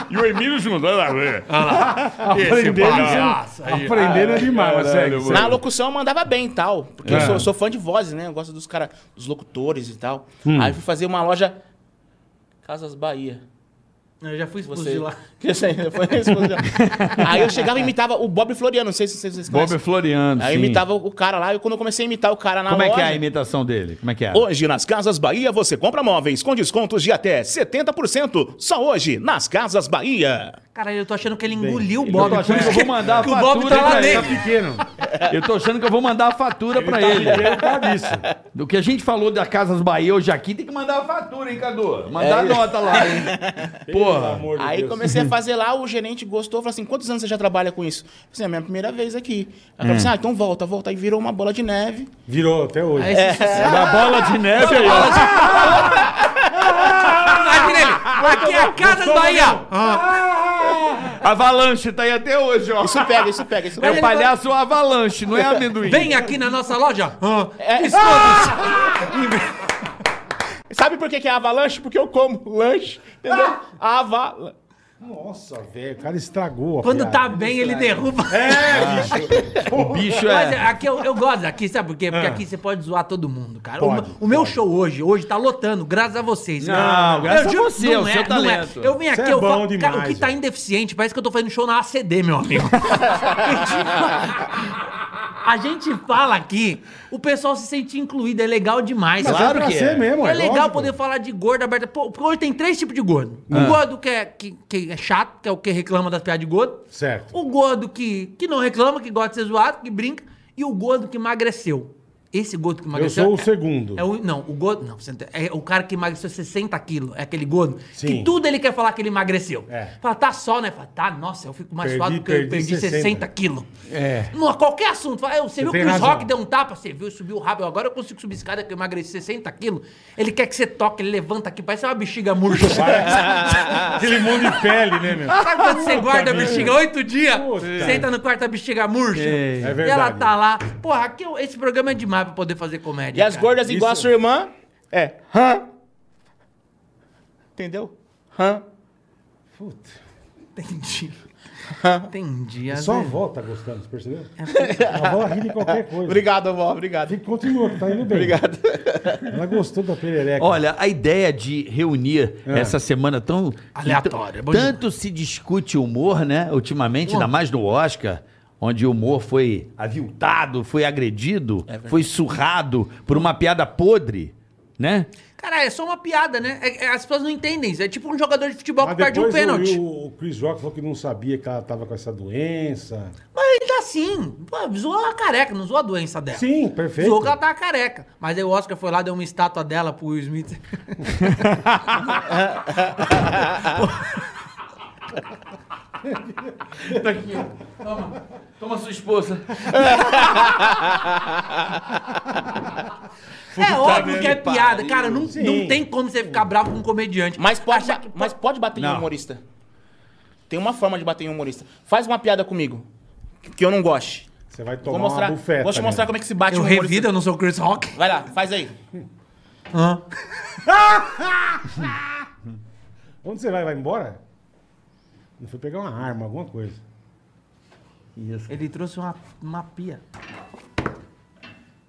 [SPEAKER 4] E o Emílio junto. Olha lá.
[SPEAKER 3] Aprendendo, você não- aprendendo é demais, mas
[SPEAKER 4] Caralho,
[SPEAKER 3] segue,
[SPEAKER 4] mano.
[SPEAKER 3] segue.
[SPEAKER 5] Na locução eu mandava bem e tal. Porque eu
[SPEAKER 3] É.
[SPEAKER 5] sou, sou fã de vozes, né? Eu gosto dos caras, dos locutores e tal.
[SPEAKER 4] Hum.
[SPEAKER 5] Aí eu fui fazer uma loja. Casas Bahia.
[SPEAKER 1] Eu já fui expulso
[SPEAKER 5] Você.
[SPEAKER 1] de lá.
[SPEAKER 5] Eu sei, eu fui expulso de lá. aí eu chegava e imitava o Bob Floriano, não sei se vocês
[SPEAKER 4] Bob
[SPEAKER 5] conhecem.
[SPEAKER 4] Floriano.
[SPEAKER 5] Aí eu
[SPEAKER 4] sim.
[SPEAKER 5] imitava o cara lá, e quando eu comecei a imitar o cara na
[SPEAKER 4] Como é
[SPEAKER 5] loja.
[SPEAKER 4] que é a imitação dele? Como é que é?
[SPEAKER 5] Hoje nas Casas Bahia você compra móveis com descontos de até 70%. Só hoje nas Casas Bahia.
[SPEAKER 1] Caralho, eu tô achando que ele engoliu o Bob.
[SPEAKER 4] eu tô achando que eu vou mandar a
[SPEAKER 1] que o Bob
[SPEAKER 4] fatura
[SPEAKER 1] tá lá
[SPEAKER 4] pra ele.
[SPEAKER 3] Tá
[SPEAKER 1] dentro.
[SPEAKER 3] pequeno.
[SPEAKER 4] Eu tô achando que eu vou mandar a fatura pra ele.
[SPEAKER 3] Pequeno tá disso.
[SPEAKER 4] Do que a gente falou da Casas Bahia hoje aqui, tem que mandar a fatura, hein, Cadu? Mandar a nota lá, hein? Porra.
[SPEAKER 3] amor de
[SPEAKER 5] Aí
[SPEAKER 3] Deus.
[SPEAKER 5] comecei a fazer lá, o gerente gostou, falou assim: quantos anos você já trabalha com isso? Eu falei assim, é a minha primeira vez aqui. Aí eu
[SPEAKER 3] Hum.
[SPEAKER 5] falei assim: ah, então volta, volta. Aí virou uma bola de neve.
[SPEAKER 3] Virou até hoje.
[SPEAKER 1] Aí esse
[SPEAKER 4] É da bola de neve aí, ó.
[SPEAKER 1] Imagina ele. Aqui é a Casa do Bahia. Ah,
[SPEAKER 4] Avalanche tá aí até hoje, ó.
[SPEAKER 5] Isso pega, isso pega, isso
[SPEAKER 4] É
[SPEAKER 5] pega.
[SPEAKER 4] o palhaço avalanche, não é amendoim.
[SPEAKER 1] Vem aqui na nossa loja. Ah,
[SPEAKER 5] É.
[SPEAKER 1] esconde-se.
[SPEAKER 5] Sabe por que, que é avalanche? Porque eu como lanche, entendeu?
[SPEAKER 3] Ah!
[SPEAKER 5] Avalanche.
[SPEAKER 3] Nossa, velho, o cara estragou. a
[SPEAKER 1] Quando tá
[SPEAKER 3] piada.
[SPEAKER 1] bem,
[SPEAKER 4] é
[SPEAKER 1] ele derruba.
[SPEAKER 4] O bicho
[SPEAKER 1] Mas
[SPEAKER 4] é.
[SPEAKER 1] aqui eu, eu gosto daqui, sabe por quê? Porque aqui você pode zoar todo mundo, cara. O-
[SPEAKER 3] Pode,
[SPEAKER 1] o, meu
[SPEAKER 3] pode.
[SPEAKER 1] show hoje, hoje tá lotando, graças a vocês.
[SPEAKER 4] Não,
[SPEAKER 1] cara.
[SPEAKER 4] graças a
[SPEAKER 1] juro-
[SPEAKER 4] você, é o seu talento.
[SPEAKER 1] Eu vim
[SPEAKER 3] Você
[SPEAKER 1] aqui,
[SPEAKER 3] é
[SPEAKER 1] eu
[SPEAKER 3] bom
[SPEAKER 1] falo,
[SPEAKER 3] demais,
[SPEAKER 1] cara, o que tá
[SPEAKER 3] velho.
[SPEAKER 1] indeficiente, parece que eu tô fazendo show na ACD, meu amigo. a gente fala aqui, o pessoal se sente incluído, é legal demais.
[SPEAKER 3] Mas
[SPEAKER 1] cara.
[SPEAKER 4] Claro
[SPEAKER 3] é pra
[SPEAKER 4] que
[SPEAKER 3] ser
[SPEAKER 4] é.
[SPEAKER 3] mesmo,
[SPEAKER 1] É legal
[SPEAKER 3] lógico. Ah.
[SPEAKER 1] poder falar de gordo aberto. Pô, porque hoje tem três tipos de gordo. O gordo que é, que, que é chato, que é o que reclama das piadas de gordo.
[SPEAKER 3] Certo.
[SPEAKER 1] O gordo que, que não reclama, que gosta de ser zoado, que brinca. E o gordo que emagreceu. Esse gordo que
[SPEAKER 3] Eu
[SPEAKER 1] emagreceu.
[SPEAKER 3] sou o
[SPEAKER 1] é-
[SPEAKER 3] segundo.
[SPEAKER 1] É o, não, o gordo. Não, você não tem- é o cara que emagreceu 60 quilos. É aquele gordo.
[SPEAKER 3] Sim.
[SPEAKER 1] Que tudo ele quer falar que ele emagreceu.
[SPEAKER 3] É.
[SPEAKER 1] Fala, tá só, né? Fala, tá, nossa, eu fico mais
[SPEAKER 3] Perdi-
[SPEAKER 1] suado porque
[SPEAKER 3] perdi
[SPEAKER 1] eu perdi 60,
[SPEAKER 3] 60
[SPEAKER 1] quilos.
[SPEAKER 3] É.
[SPEAKER 1] Não, qualquer assunto. Fala, "É, eu- você viu
[SPEAKER 3] tem
[SPEAKER 1] que o Chris
[SPEAKER 3] razão.
[SPEAKER 1] Rock deu um tapa? Você viu, subiu rápido. Agora eu consigo subir escada que eu emagreci 60 quilos. Ele quer que você toque, ele levanta aqui, parece uma bexiga murcha.
[SPEAKER 3] Aquele monte de pele, né, meu?
[SPEAKER 1] Sabe quando você guarda a
[SPEAKER 3] merda.
[SPEAKER 1] bexiga oito dias?
[SPEAKER 3] Puta.
[SPEAKER 1] Senta no quarto, a bexiga murcha.
[SPEAKER 4] Ei.
[SPEAKER 3] É
[SPEAKER 1] E ela
[SPEAKER 3] verdade.
[SPEAKER 1] tá lá. Porra, aqui, eu- esse programa é demais pra poder fazer comédia.
[SPEAKER 5] E as
[SPEAKER 1] cara.
[SPEAKER 5] gordas igual a
[SPEAKER 3] Isso-
[SPEAKER 5] sua irmã é hã? Entendeu? Hã?
[SPEAKER 3] Puta.
[SPEAKER 1] Entendi. Entendi. às
[SPEAKER 3] Só a
[SPEAKER 1] vezes.
[SPEAKER 3] avó tá gostando, você percebeu?
[SPEAKER 1] É
[SPEAKER 3] A avó ri de qualquer coisa.
[SPEAKER 5] Obrigado, avó, obrigado.
[SPEAKER 3] E Continua, que tá indo bem.
[SPEAKER 5] Obrigado.
[SPEAKER 3] Ela gostou da perereca.
[SPEAKER 4] Olha, a ideia de reunir essa semana tão.
[SPEAKER 1] Aleatória,
[SPEAKER 4] tão-
[SPEAKER 1] bom
[SPEAKER 4] Tanto se discute humor, né? Ultimamente, ainda mais no Oscar, onde o humor foi aviltado, foi agredido, foi surrado por uma piada podre, né?
[SPEAKER 1] Cara, é só uma piada, né? É- é- as pessoas não entendem. isso. É tipo um jogador de futebol
[SPEAKER 3] Mas
[SPEAKER 1] que perde um
[SPEAKER 3] depois eu vi
[SPEAKER 1] pênalti.
[SPEAKER 3] O, o Chris Rock falou que não sabia que ela tava com essa doença.
[SPEAKER 1] Mas ele tá assim. Pô, zoou a careca, não zoou a doença dela.
[SPEAKER 3] Sim, perfeito.
[SPEAKER 1] Zoou que ela tava careca. Mas aí o Oscar foi lá, deu uma estátua dela pro Will Smith.
[SPEAKER 4] Toma sua esposa.
[SPEAKER 1] é óbvio que é
[SPEAKER 4] que
[SPEAKER 1] piada.
[SPEAKER 4] pariu.
[SPEAKER 1] Cara, não,
[SPEAKER 3] Sim.
[SPEAKER 1] não tem como você ficar bravo com um comediante.
[SPEAKER 5] Mas pode,
[SPEAKER 1] Achar
[SPEAKER 5] ba-
[SPEAKER 1] que-
[SPEAKER 5] mas pode bater em
[SPEAKER 4] Não.
[SPEAKER 5] um humorista. Tem uma forma de bater em um humorista. Faz uma piada comigo que- que eu não goste.
[SPEAKER 3] Você vai tomar
[SPEAKER 5] Vou mostrar,
[SPEAKER 3] uma bufeta. né?
[SPEAKER 5] vou te mostrar como é que se bate
[SPEAKER 1] Eu
[SPEAKER 5] um humorista.
[SPEAKER 1] revido, eu não sou o Chris Rock.
[SPEAKER 5] Vai lá, faz aí.
[SPEAKER 1] é
[SPEAKER 3] que... Onde você vai? Vai embora? Não foi pegar uma arma, alguma coisa.
[SPEAKER 1] Ele trouxe uma, uma pia.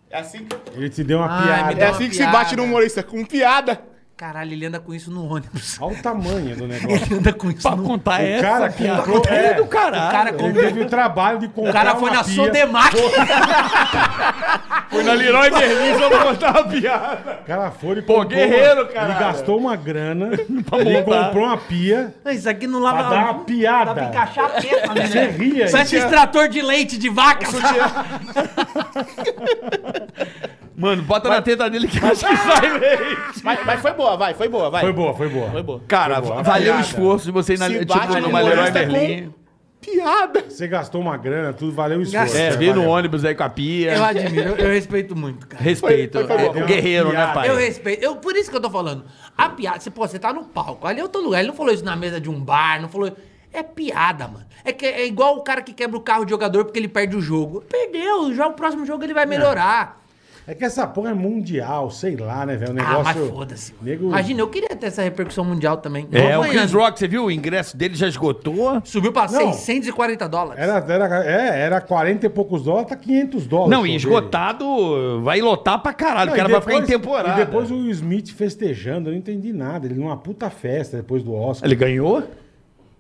[SPEAKER 5] É assim que,
[SPEAKER 3] Ele te deu uma
[SPEAKER 1] Ai, me
[SPEAKER 3] piada.
[SPEAKER 5] É
[SPEAKER 1] dá uma
[SPEAKER 5] assim
[SPEAKER 1] piada.
[SPEAKER 5] humorista, com piada.
[SPEAKER 1] Caralho, ele anda com isso no ônibus.
[SPEAKER 3] Olha o tamanho do negócio.
[SPEAKER 1] Ele anda com isso
[SPEAKER 4] Pra
[SPEAKER 1] no
[SPEAKER 4] contar
[SPEAKER 3] O
[SPEAKER 4] essa,
[SPEAKER 3] cara
[SPEAKER 4] piada.
[SPEAKER 3] comprou-
[SPEAKER 4] Tá
[SPEAKER 3] é.
[SPEAKER 4] do caralho.
[SPEAKER 1] O cara
[SPEAKER 3] Ele
[SPEAKER 1] comprou.
[SPEAKER 3] teve o trabalho de comprar
[SPEAKER 1] O cara foi
[SPEAKER 3] uma
[SPEAKER 1] na
[SPEAKER 3] pia.
[SPEAKER 1] Sodemac.
[SPEAKER 4] Foi na Leroy Merlin só pra contar uma piada.
[SPEAKER 3] O cara foi e
[SPEAKER 4] Pô, guerreiro,
[SPEAKER 3] Ele
[SPEAKER 4] caralho.
[SPEAKER 3] gastou uma grana, ele
[SPEAKER 4] montar.
[SPEAKER 3] comprou uma pia.
[SPEAKER 1] Não, Isso aqui não lava.
[SPEAKER 3] Pra dar uma piada.
[SPEAKER 1] Dá pra encaixar a teta, né?
[SPEAKER 3] Você ria.
[SPEAKER 1] Isso é esse extrator de leite de vaca.
[SPEAKER 4] Mano, bota na teta dele que eu acho que sai leite.
[SPEAKER 5] Mas, mas foi boa, vai, foi boa, vai.
[SPEAKER 3] Foi boa, foi boa.
[SPEAKER 5] Foi boa.
[SPEAKER 4] Cara,
[SPEAKER 3] boa.
[SPEAKER 4] valeu o
[SPEAKER 3] Piada.
[SPEAKER 4] esforço de você ir na,
[SPEAKER 5] Se
[SPEAKER 4] tipo,
[SPEAKER 5] bate no
[SPEAKER 4] numa Leroy
[SPEAKER 5] humorista com
[SPEAKER 4] Merlin.
[SPEAKER 5] piada.
[SPEAKER 3] Você gastou uma grana, tudo valeu o esforço.
[SPEAKER 1] Gastei.
[SPEAKER 4] É,
[SPEAKER 3] né?
[SPEAKER 4] vir no
[SPEAKER 3] Valeu.
[SPEAKER 4] ônibus aí com a pia.
[SPEAKER 1] Eu admiro, eu, eu respeito muito, cara.
[SPEAKER 4] Respeito.
[SPEAKER 5] Foi- foi- foi
[SPEAKER 4] É,
[SPEAKER 5] bom.
[SPEAKER 4] um guerreiro, né, pai?
[SPEAKER 1] Eu respeito. Eu, por isso que eu tô falando. A piada, você, pô, você tá no palco, ali é outro lugar. Ele não falou isso na mesa de um bar, não falou. É piada, mano. É, que, é igual o cara que quebra o carro de jogador porque ele perde o jogo. Perdeu, já o próximo jogo ele vai melhorar.
[SPEAKER 3] É que essa porra é mundial, sei lá, né, velho? O negócio.
[SPEAKER 1] ah, mas foda-se. mano.
[SPEAKER 3] Nego...
[SPEAKER 1] Imagina, eu queria ter essa repercussão mundial também.
[SPEAKER 4] É,
[SPEAKER 1] Não
[SPEAKER 4] o
[SPEAKER 1] apanhando.
[SPEAKER 4] Chris Rock, você viu? O ingresso dele já esgotou.
[SPEAKER 1] Subiu pra
[SPEAKER 3] Não.
[SPEAKER 1] 640 dólares.
[SPEAKER 3] Era, era, é, era 40 e poucos dólares, tá 500 dólares.
[SPEAKER 4] Não, e
[SPEAKER 3] o show dele.
[SPEAKER 4] esgotado vai lotar pra caralho.
[SPEAKER 3] Não,
[SPEAKER 4] o cara
[SPEAKER 3] e
[SPEAKER 4] vai ficar em
[SPEAKER 3] depois-
[SPEAKER 4] temporada.
[SPEAKER 3] E depois o Will Smith festejando, eu não entendi nada. Ele numa puta festa depois do Oscar.
[SPEAKER 4] Ele ganhou?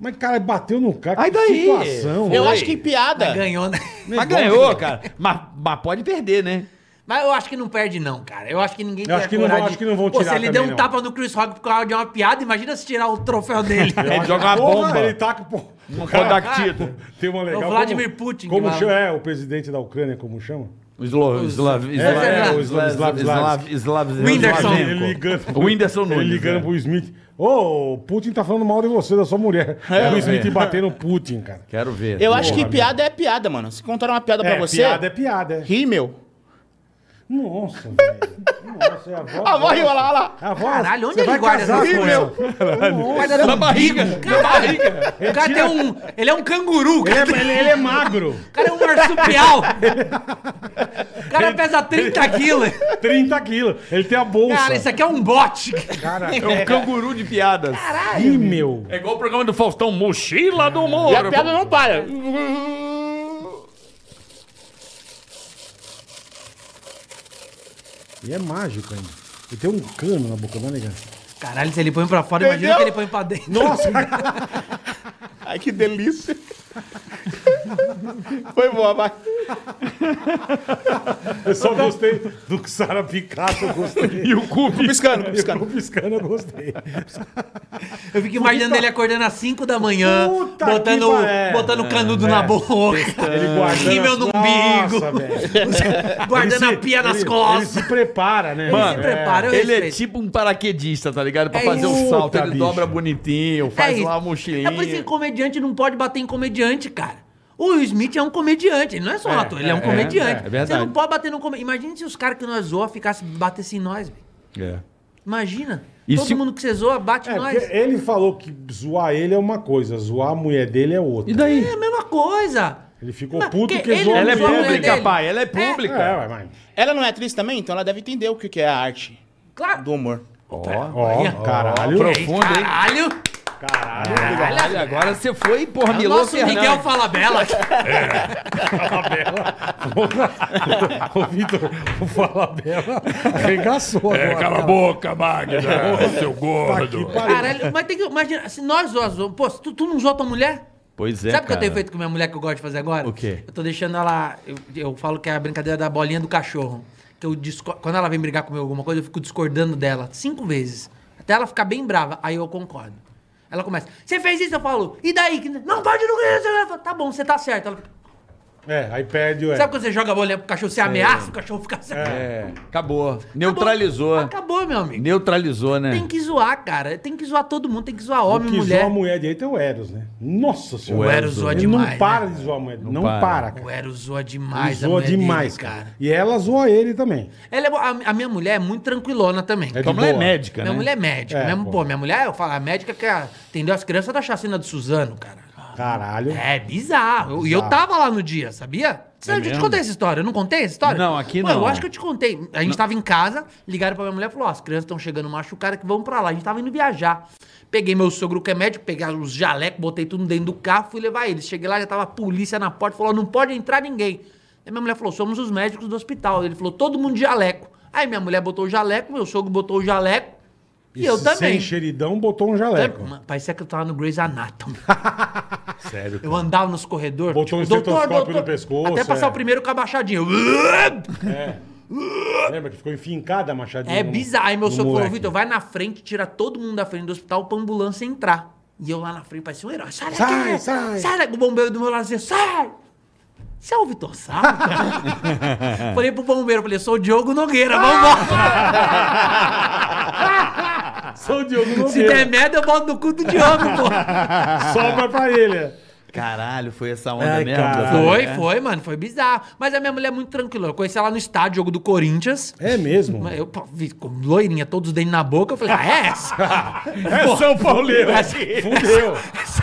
[SPEAKER 3] Mas, cara, bateu no cara.
[SPEAKER 4] Aí
[SPEAKER 3] que
[SPEAKER 4] daí,
[SPEAKER 3] situação. né?
[SPEAKER 4] foi.
[SPEAKER 5] Eu
[SPEAKER 3] velho.
[SPEAKER 5] acho que piada.
[SPEAKER 1] Ganhou, né?
[SPEAKER 4] Mas ganhou, cara. Mas, mas pode perder, né?
[SPEAKER 1] Mas eu acho que não perde, não, cara. Eu acho que ninguém
[SPEAKER 3] Eu acho que não vão-
[SPEAKER 1] coragem.
[SPEAKER 3] acho que não vão
[SPEAKER 1] Pô,
[SPEAKER 3] tirar
[SPEAKER 1] se ele der um
[SPEAKER 3] também, não.
[SPEAKER 1] tapa no Chris Rock por causa de uma piada, imagina se tirar o troféu dele.
[SPEAKER 3] Eu acho-
[SPEAKER 4] joga é uma
[SPEAKER 3] É Porra,
[SPEAKER 4] bomba.
[SPEAKER 3] Ele taca, pô.
[SPEAKER 4] Um
[SPEAKER 3] cara-
[SPEAKER 4] rodactito.
[SPEAKER 3] Tem uma legal.
[SPEAKER 1] É o Vladimir Putin que
[SPEAKER 3] Como
[SPEAKER 1] lá-
[SPEAKER 3] chama, é, o presidente da Ucrânia, como chama?
[SPEAKER 4] O Slav... Slav... Slav...
[SPEAKER 1] é,
[SPEAKER 4] Slav...
[SPEAKER 1] o
[SPEAKER 3] Slav-
[SPEAKER 4] Slav...
[SPEAKER 3] Slav-
[SPEAKER 4] Slav... Slav...
[SPEAKER 1] Whindersson.
[SPEAKER 4] Slavenko.
[SPEAKER 3] Ele ligando.
[SPEAKER 4] É, O Whindersson Nunes.
[SPEAKER 3] Ele ligando
[SPEAKER 4] né?
[SPEAKER 3] pro Smith. Ô, o Putin tá falando mal de você, da sua mulher. É, o Smith
[SPEAKER 4] é.
[SPEAKER 3] batendo no Putin, cara.
[SPEAKER 4] Quero ver.
[SPEAKER 5] Eu acho que
[SPEAKER 3] Porra,
[SPEAKER 5] piada é piada, mano. Se contaram uma piada pra você,
[SPEAKER 3] piada é piada. é.
[SPEAKER 5] rímel.
[SPEAKER 3] Nossa, velho. Nossa, é a avó.
[SPEAKER 5] A avó riu, Ah, olha lá, olha lá.
[SPEAKER 3] A avó,
[SPEAKER 1] Caralho, onde
[SPEAKER 3] você
[SPEAKER 1] ele
[SPEAKER 3] vai
[SPEAKER 1] guarda
[SPEAKER 3] casar
[SPEAKER 1] essas
[SPEAKER 3] com
[SPEAKER 1] coisas?
[SPEAKER 3] ela.
[SPEAKER 1] Guarda no
[SPEAKER 4] Na
[SPEAKER 1] umbigo.
[SPEAKER 4] barriga. Na barriga.
[SPEAKER 1] um O cara tem um. Ele é um canguru, o
[SPEAKER 3] Ele
[SPEAKER 1] cara.
[SPEAKER 3] é- ele- ele é magro.
[SPEAKER 1] O cara é um marsupial. o cara pesa 30 quilos.
[SPEAKER 3] 30 quilos. Ele tem a bolsa.
[SPEAKER 1] Cara, isso aqui é um bote.
[SPEAKER 3] Cara,
[SPEAKER 4] É um canguru de piadas.
[SPEAKER 3] rímel.
[SPEAKER 4] É igual o programa do Faustão, Mochila do Moro.
[SPEAKER 5] E a piada não para.
[SPEAKER 3] E é mágico ainda. Ele tem um cano na boca, vai negar.
[SPEAKER 1] Caralho, se ele põe pra fora, imagina que
[SPEAKER 5] Entendeu?
[SPEAKER 1] ele põe pra dentro.
[SPEAKER 3] Nossa,
[SPEAKER 5] Ai, que delícia. Foi boa, vai.
[SPEAKER 3] eu só gostei do que Sara Picasso, eu gostei.
[SPEAKER 4] E o Cubi.
[SPEAKER 5] Piscando,
[SPEAKER 3] Eu
[SPEAKER 5] piscando.
[SPEAKER 3] tô piscando, eu gostei.
[SPEAKER 1] Eu fico imaginando ele acordando às 5 da manhã,
[SPEAKER 3] Puta
[SPEAKER 1] botando,
[SPEAKER 3] que pariu.
[SPEAKER 1] botando canudo na boca,
[SPEAKER 3] Ele guardando.
[SPEAKER 1] Rímel
[SPEAKER 3] as-
[SPEAKER 1] no umbigo.
[SPEAKER 3] Nossa, velho.
[SPEAKER 1] guardando a pia nas
[SPEAKER 3] Ele-
[SPEAKER 1] costas.
[SPEAKER 3] Ele se prepara, né?
[SPEAKER 4] Mano,
[SPEAKER 1] se prepara, eu
[SPEAKER 4] ele é
[SPEAKER 1] respeito.
[SPEAKER 4] tipo um paraquedista, tá ligado? Pra
[SPEAKER 1] É
[SPEAKER 4] fazer o
[SPEAKER 3] isso.
[SPEAKER 4] salto, ele
[SPEAKER 3] Puta,
[SPEAKER 4] dobra
[SPEAKER 3] bicho.
[SPEAKER 4] bonitinho, faz
[SPEAKER 1] isso.
[SPEAKER 4] lá a mochilinha.
[SPEAKER 1] É por isso que comediante não pode bater em comediante, cara. O Will Smith é um comediante, ele não é só um
[SPEAKER 3] É,
[SPEAKER 1] ator, ele é um
[SPEAKER 3] é,
[SPEAKER 1] comediante.
[SPEAKER 4] é, é verdade.
[SPEAKER 1] Você não pode bater no comediante. Imagina se os caras que nós zoa ficassem batessem em nós, velho.
[SPEAKER 4] É.
[SPEAKER 1] Imagina.
[SPEAKER 4] E
[SPEAKER 1] Todo
[SPEAKER 4] se-
[SPEAKER 1] mundo que você zoa bate em
[SPEAKER 3] É,
[SPEAKER 1] nós.
[SPEAKER 3] porque ele falou que zoar ele é uma coisa, zoar a mulher dele é outra.
[SPEAKER 4] E daí?
[SPEAKER 1] É a mesma coisa.
[SPEAKER 3] Ele ficou
[SPEAKER 1] Mas
[SPEAKER 3] puto
[SPEAKER 1] que
[SPEAKER 3] que
[SPEAKER 1] ele
[SPEAKER 3] zoou
[SPEAKER 4] Ela é
[SPEAKER 1] zoa a mulher
[SPEAKER 4] pública,
[SPEAKER 1] dele.
[SPEAKER 4] pai, ela é pública.
[SPEAKER 3] É, vai, vai.
[SPEAKER 5] Ela não é atriz também, então ela deve entender o que que é a arte
[SPEAKER 1] Claro.
[SPEAKER 5] do humor.
[SPEAKER 4] Ó,
[SPEAKER 3] Ó,
[SPEAKER 1] Olha.
[SPEAKER 3] caralho.
[SPEAKER 4] profundo, hein?
[SPEAKER 1] Caralho!
[SPEAKER 3] Caralho.
[SPEAKER 4] Caralho, agora você foi, porra,
[SPEAKER 1] É o
[SPEAKER 4] Milô
[SPEAKER 1] nosso
[SPEAKER 4] Fernandes.
[SPEAKER 1] Miguel fala bela.
[SPEAKER 3] o Vitor, o Falabella arregaçou agora.
[SPEAKER 1] É,
[SPEAKER 6] É, Cala a boca, Magda,
[SPEAKER 4] É.
[SPEAKER 6] seu gordo.
[SPEAKER 1] Caralho, mas tem que. Imagina, se nós zoamos. Pô, se tu, tu não zoa tua mulher?
[SPEAKER 4] Pois é,
[SPEAKER 1] Sabe o que eu
[SPEAKER 4] cara.
[SPEAKER 1] tenho feito com minha mulher que eu gosto de fazer agora?
[SPEAKER 4] O quê?
[SPEAKER 1] Eu tô deixando ela. Eu, eu falo que é a brincadeira da bolinha do cachorro. Que eu disco- Quando ela vem brigar comigo alguma coisa, eu fico discordando dela cinco vezes. Até ela ficar bem brava. Aí eu concordo. Ela começa, você fez isso? Eu falo, e daí? Que- Não pode, não ganha. Eu falo, Tá bom, você tá certo. Ela,
[SPEAKER 3] É, aí perde o
[SPEAKER 1] Sabe quando você joga a bolinha pro cachorro, você ameaça, o cachorro fica certo.
[SPEAKER 4] É, acabou. Neutralizou.
[SPEAKER 1] Acabou, meu amigo.
[SPEAKER 4] Neutralizou, né?
[SPEAKER 1] Tem que zoar, cara. Tem que zoar todo mundo, tem que zoar
[SPEAKER 3] O
[SPEAKER 1] homem,
[SPEAKER 3] que zoa
[SPEAKER 1] mulher.
[SPEAKER 3] a mulher direita é o Eros, né? Nossa senhora.
[SPEAKER 1] Eros zoa
[SPEAKER 3] Ele
[SPEAKER 1] demais,
[SPEAKER 3] não para
[SPEAKER 1] né?
[SPEAKER 3] de zoar a mulher. Não,
[SPEAKER 4] para.
[SPEAKER 3] para. cara.
[SPEAKER 1] O Eros zoa
[SPEAKER 3] Ele
[SPEAKER 1] demais, a
[SPEAKER 3] zoa
[SPEAKER 1] mulher dele,
[SPEAKER 3] demais, cara. E ela zoa ele também.
[SPEAKER 1] Ela é bo- a, a minha mulher é muito tranquilona também.
[SPEAKER 3] É de
[SPEAKER 4] Tua mulher é
[SPEAKER 3] boa.
[SPEAKER 4] médica,
[SPEAKER 1] minha
[SPEAKER 4] né?
[SPEAKER 1] mulher é médica.
[SPEAKER 3] É,
[SPEAKER 1] minha, pô.
[SPEAKER 3] pô.
[SPEAKER 1] minha mulher, eu falo, a médica que a- atendeu as crianças da chacina do Suzano, cara.
[SPEAKER 3] Caralho.
[SPEAKER 1] É bizarro. Eu- E eu,
[SPEAKER 3] Bizarro.
[SPEAKER 1] tava lá no dia, sabia? Você- eu te
[SPEAKER 4] É mesmo?
[SPEAKER 1] contei essa história, eu não contei essa história?
[SPEAKER 4] Não, aqui
[SPEAKER 1] Pô,
[SPEAKER 4] não. é.
[SPEAKER 1] Eu acho que eu te contei. A gente tava em casa, ligaram pra minha mulher e falou: ó, as crianças estão chegando machucadas que vão pra lá. A gente tava indo viajar. Peguei meu sogro que é médico, peguei os jalecos, botei tudo dentro do carro, fui levar eles. Cheguei lá, já tava a polícia na porta, falou: não pode entrar ninguém. Aí minha mulher falou: somos os médicos do hospital. Ele falou: todo mundo de jaleco. Aí minha mulher botou o jaleco, meu sogro botou o jaleco. E, eu
[SPEAKER 3] se-
[SPEAKER 1] também.
[SPEAKER 3] Sem xeridão, botou um jaleco.
[SPEAKER 1] Mano, Parecia que eu tava no Grey's Anatomy.
[SPEAKER 3] Sério.
[SPEAKER 1] Eu andava nos corredores. tipo,
[SPEAKER 3] Botou um estetoscópio no pescoço,
[SPEAKER 1] Até passar
[SPEAKER 3] é.
[SPEAKER 1] o primeiro com a baixadinha.
[SPEAKER 3] Lembra que ficou enfincada a machadinha?
[SPEAKER 1] É
[SPEAKER 3] no-
[SPEAKER 1] bizarro. Aí meu
[SPEAKER 3] no
[SPEAKER 1] sogro falou,
[SPEAKER 3] Um moleque.
[SPEAKER 1] Vitor, vai na frente, tira todo mundo da frente do hospital pra ambulância entrar. E eu lá na frente parecia um herói. Sai daqui!
[SPEAKER 3] Sai, sai.
[SPEAKER 1] Sai daqui! O bombeiro do meu lado dizia, sai! Você é o Vitor Sá? falei pro bombeiro, falei, sou o Diogo Nogueira,
[SPEAKER 3] Ah!
[SPEAKER 1] vambora!
[SPEAKER 3] Só o Diogo não
[SPEAKER 1] Se der merda, eu boto no cu do Diogo, pô!
[SPEAKER 3] Sobra pra ele.
[SPEAKER 4] Caralho, foi essa onda
[SPEAKER 3] Ai,
[SPEAKER 4] mesmo?
[SPEAKER 3] caralho.
[SPEAKER 4] Foi.
[SPEAKER 1] Foi,
[SPEAKER 3] né?
[SPEAKER 1] foi, mano, foi bizarro. Mas a minha mulher é muito tranquila. Eu conheci ela no estádio, jogo do Corinthians.
[SPEAKER 3] É mesmo.
[SPEAKER 1] Mas Eu pô, vi com loirinha, todos os dentes na boca. Eu falei, ah, é essa?
[SPEAKER 6] É São Paulo.
[SPEAKER 1] essa,
[SPEAKER 3] Fudeu.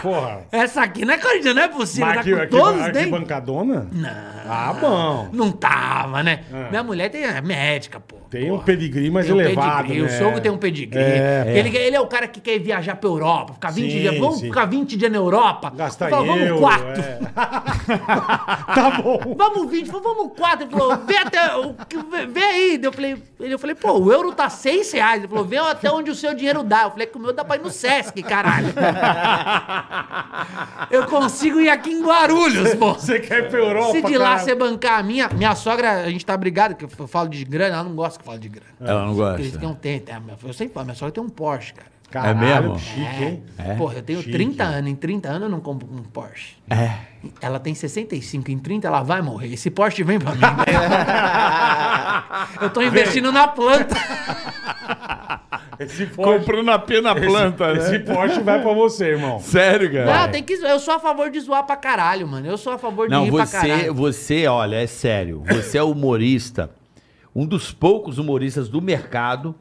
[SPEAKER 3] Porra.
[SPEAKER 1] essa aqui não é Corinthians, não é possível.
[SPEAKER 3] Mas
[SPEAKER 1] tá
[SPEAKER 3] aqui,
[SPEAKER 1] com
[SPEAKER 3] aqui,
[SPEAKER 1] todos os
[SPEAKER 3] aqui
[SPEAKER 1] dentes.
[SPEAKER 3] bancadona? Não. Ah, bom.
[SPEAKER 1] Não tava, né? Minha mulher tem, é médica, pô.
[SPEAKER 3] Ah. Tem
[SPEAKER 1] Porra.
[SPEAKER 3] um pedigree mais
[SPEAKER 1] Tem um
[SPEAKER 3] elevado, né?
[SPEAKER 1] pedigree, O sogro tem um pedigree.
[SPEAKER 3] É,
[SPEAKER 1] Ele, ele é o cara que quer viajar pra Europa, ficar 20
[SPEAKER 3] Sim,
[SPEAKER 1] dias. Vamos
[SPEAKER 3] sim.
[SPEAKER 1] ficar 20 dias na Europa?
[SPEAKER 3] Gastar
[SPEAKER 1] Eu falo,
[SPEAKER 3] em
[SPEAKER 1] vamos
[SPEAKER 3] euro.
[SPEAKER 1] quatro.
[SPEAKER 3] é. tá bom.
[SPEAKER 1] Vamos 20, eu falei, vamos 4. Ele falou, vê até. o que- vê- Vê aí. Eu falei, eu falei, pô, o euro tá 6 reais. Ele falou, vê até onde o seu dinheiro dá. Eu falei, "É que o meu dá pra ir no Sesc, caralho. Eu consigo ir aqui em Guarulhos, pô.
[SPEAKER 3] Você quer ir pra Europa,
[SPEAKER 1] Se de lá
[SPEAKER 3] caralho?
[SPEAKER 1] você bancar a minha, minha sogra, a gente tá brigado, que eu falo de grana, ela não gosta que eu falo de grana.
[SPEAKER 4] Ela não
[SPEAKER 1] Porque eles
[SPEAKER 4] gosta.
[SPEAKER 1] têm um tem, tem- eu sempre falo, minha sogra tem um Porsche, cara.
[SPEAKER 3] Caralho,
[SPEAKER 4] mesmo?
[SPEAKER 3] que
[SPEAKER 1] É.
[SPEAKER 3] Chique, hein?
[SPEAKER 1] Porra, eu tenho
[SPEAKER 3] Chique.
[SPEAKER 1] 30 anos, em 30 anos eu não compro um Porsche.
[SPEAKER 4] É.
[SPEAKER 1] Ela tem 65, em 30 ela vai morrer. Esse Porsche vem pra mim. eu tô investindo na planta.
[SPEAKER 3] Esse Porsche,
[SPEAKER 6] Comprou na pena planta,
[SPEAKER 3] esse
[SPEAKER 6] né?
[SPEAKER 3] é Porsche vai pra você, irmão.
[SPEAKER 6] Sério, cara?
[SPEAKER 1] Não, Ah, tem que, eu sou a favor de zoar pra caralho, mano. Eu sou a favor de
[SPEAKER 4] Não,
[SPEAKER 1] ir pra
[SPEAKER 4] você,
[SPEAKER 1] caralho.
[SPEAKER 4] você, olha, é sério. Você é humorista, um dos poucos humoristas do mercado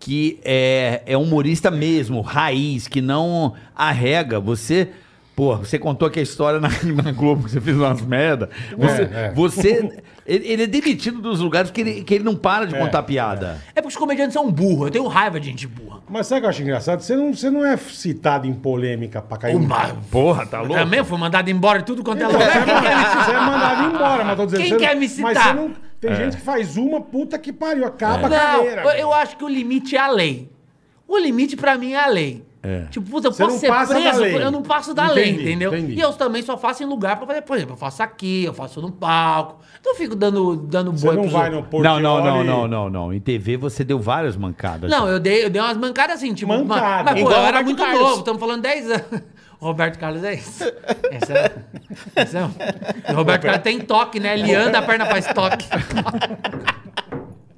[SPEAKER 4] que é, é humorista mesmo, raiz, que não arrega. Você, pô, você contou aqui a história na, na Globo que você fez umas merda. Você,
[SPEAKER 3] é.
[SPEAKER 4] você- ele, ele é demitido dos lugares que ele, que ele não para de contar piada.
[SPEAKER 1] É porque os comediantes são burros. Eu tenho raiva de gente burra.
[SPEAKER 3] Mas sabe o que eu acho engraçado? Você não, você não é citado em polêmica pra cair.
[SPEAKER 1] Uma-
[SPEAKER 6] Porra, tá louco?
[SPEAKER 1] Também fui mandado embora de tudo quanto é
[SPEAKER 3] Você é,
[SPEAKER 1] lugar. Quem quer me-
[SPEAKER 3] mandado, você é mandado embora, mas tô dizendo
[SPEAKER 1] Quem
[SPEAKER 3] você não-
[SPEAKER 1] quer me
[SPEAKER 3] Mas você
[SPEAKER 1] citar?
[SPEAKER 3] não,
[SPEAKER 4] É.
[SPEAKER 3] tem gente que faz uma puta que pariu, acaba a
[SPEAKER 1] Não,
[SPEAKER 3] carreira.
[SPEAKER 1] eu, eu acho que o limite é a lei. O limite pra mim é a lei. Tipo, puta, eu
[SPEAKER 3] Você não
[SPEAKER 1] posso ser
[SPEAKER 3] passa da
[SPEAKER 1] preso,
[SPEAKER 3] lei.
[SPEAKER 1] eu não passo da
[SPEAKER 3] Entendi,
[SPEAKER 1] lei, entendeu?
[SPEAKER 3] entendi.
[SPEAKER 1] E eu também só faço em lugar pra fazer, por exemplo, eu faço aqui, eu faço no palco. Então eu fico dando, dando
[SPEAKER 3] Você
[SPEAKER 1] boi
[SPEAKER 3] não
[SPEAKER 1] pros
[SPEAKER 3] vai
[SPEAKER 1] outros.
[SPEAKER 3] no
[SPEAKER 4] Não,
[SPEAKER 3] Portioli...
[SPEAKER 4] não, não, não, não, não. Em TV você deu várias mancadas.
[SPEAKER 1] Não, eu dei, eu dei umas mancadas assim, tipo, uma-
[SPEAKER 3] Mancada.
[SPEAKER 1] mas pô,
[SPEAKER 5] tá? Igual
[SPEAKER 1] eu era
[SPEAKER 5] Roberto
[SPEAKER 1] muito
[SPEAKER 5] Carlos.
[SPEAKER 1] novo, estamos falando 10 anos. Roberto Carlos é isso. Esse é, esse é um. E Roberto Carlos tem toque, né? Ele anda, a perna faz toque.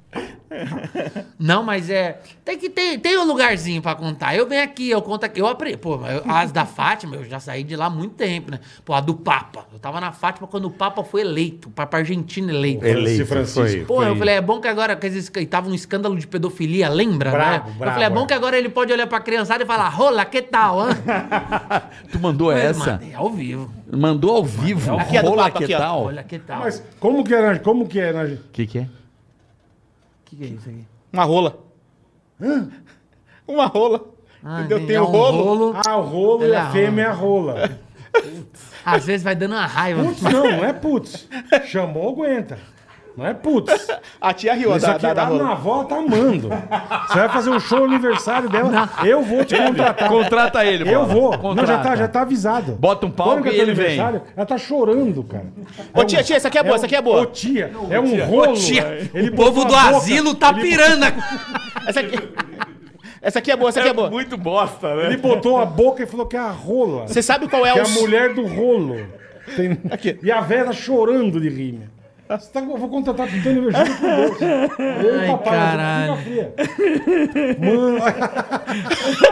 [SPEAKER 1] Não, mas é. Tem que ter tem um lugarzinho pra contar. Eu venho aqui, eu conto aqui. Eu aprendi. Pô, eu- as da Fátima, eu já saí de lá há muito tempo, né? Pô, a do Papa. Eu tava na Fátima quando o Papa foi eleito. O Papa argentino eleito.
[SPEAKER 3] Eleito,
[SPEAKER 6] Eleito,
[SPEAKER 3] Francisco.
[SPEAKER 6] foi.
[SPEAKER 1] Pô, eu falei, é bom que agora, que eles- que tava um escândalo de pedofilia, lembra,
[SPEAKER 3] Brabo,
[SPEAKER 1] né?
[SPEAKER 3] brabo,
[SPEAKER 1] eu falei, é
[SPEAKER 3] é.
[SPEAKER 1] bom que agora ele pode olhar pra criançada e falar, rola, que tal, hã?
[SPEAKER 4] Tu mandou
[SPEAKER 1] Eu
[SPEAKER 4] essa?
[SPEAKER 1] mandei ao vivo.
[SPEAKER 4] Mandou ao vivo.
[SPEAKER 5] Aqui, ó, do
[SPEAKER 4] Rola
[SPEAKER 5] papo,
[SPEAKER 4] que
[SPEAKER 5] aqui, ó.
[SPEAKER 4] tal?
[SPEAKER 1] Olha, que tal?
[SPEAKER 3] Mas como que é, na- como que é na...
[SPEAKER 4] O que que é?
[SPEAKER 1] O que, que é isso aqui?
[SPEAKER 5] Uma rola. Uma rola. Entendeu?
[SPEAKER 1] entendi.
[SPEAKER 5] Tem
[SPEAKER 1] É
[SPEAKER 5] o
[SPEAKER 1] um
[SPEAKER 5] rolo.
[SPEAKER 3] Ah, o rolo e
[SPEAKER 1] Ele é
[SPEAKER 3] a
[SPEAKER 1] a
[SPEAKER 3] fêmea é a rola.
[SPEAKER 1] Às vezes vai dando uma raiva.
[SPEAKER 3] Ah. Putz, não, não é putz. Chamou, aguenta. Não é putz.
[SPEAKER 5] A tia riu
[SPEAKER 3] Isso
[SPEAKER 5] da,
[SPEAKER 3] aqui
[SPEAKER 5] da, é da
[SPEAKER 3] lá
[SPEAKER 5] rola.
[SPEAKER 3] na avó tá amando. Você vai fazer o show aniversário dela, eu vou te contratar.
[SPEAKER 4] Contrata ele,
[SPEAKER 3] Eu
[SPEAKER 4] Bola.
[SPEAKER 3] vou. Não, já
[SPEAKER 4] Contrata.
[SPEAKER 3] tá, já tá avisado.
[SPEAKER 4] Bota um palco
[SPEAKER 3] Quando que é
[SPEAKER 4] e
[SPEAKER 3] teu
[SPEAKER 4] ele vem.
[SPEAKER 3] aniversário? Ela tá chorando, cara.
[SPEAKER 5] Ô, tia, tia, essa aqui é boa,
[SPEAKER 3] um-
[SPEAKER 5] essa aqui é boa.
[SPEAKER 3] Ô, tia, é um rolo.
[SPEAKER 1] Tia,
[SPEAKER 3] Ele
[SPEAKER 1] o povo
[SPEAKER 3] botou
[SPEAKER 1] do
[SPEAKER 3] a boca,
[SPEAKER 1] asilo tá
[SPEAKER 3] ele-
[SPEAKER 1] pirando.
[SPEAKER 5] Essa aqui... essa aqui é boa, essa aqui é
[SPEAKER 3] tá.
[SPEAKER 5] boa.
[SPEAKER 6] Muito bosta, né?
[SPEAKER 3] Ele botou a boca e falou que é a rola.
[SPEAKER 5] Você sabe qual é
[SPEAKER 3] que é
[SPEAKER 5] o...
[SPEAKER 3] a mulher do rolo. Tem-
[SPEAKER 5] Aqui.
[SPEAKER 3] E a velha chorando de rima. Você tá- eu vou contratar pro teu aniversário com doce. Eu e
[SPEAKER 1] Ai,
[SPEAKER 3] papai,
[SPEAKER 1] caralho.
[SPEAKER 3] mas fica fria. Mano, né?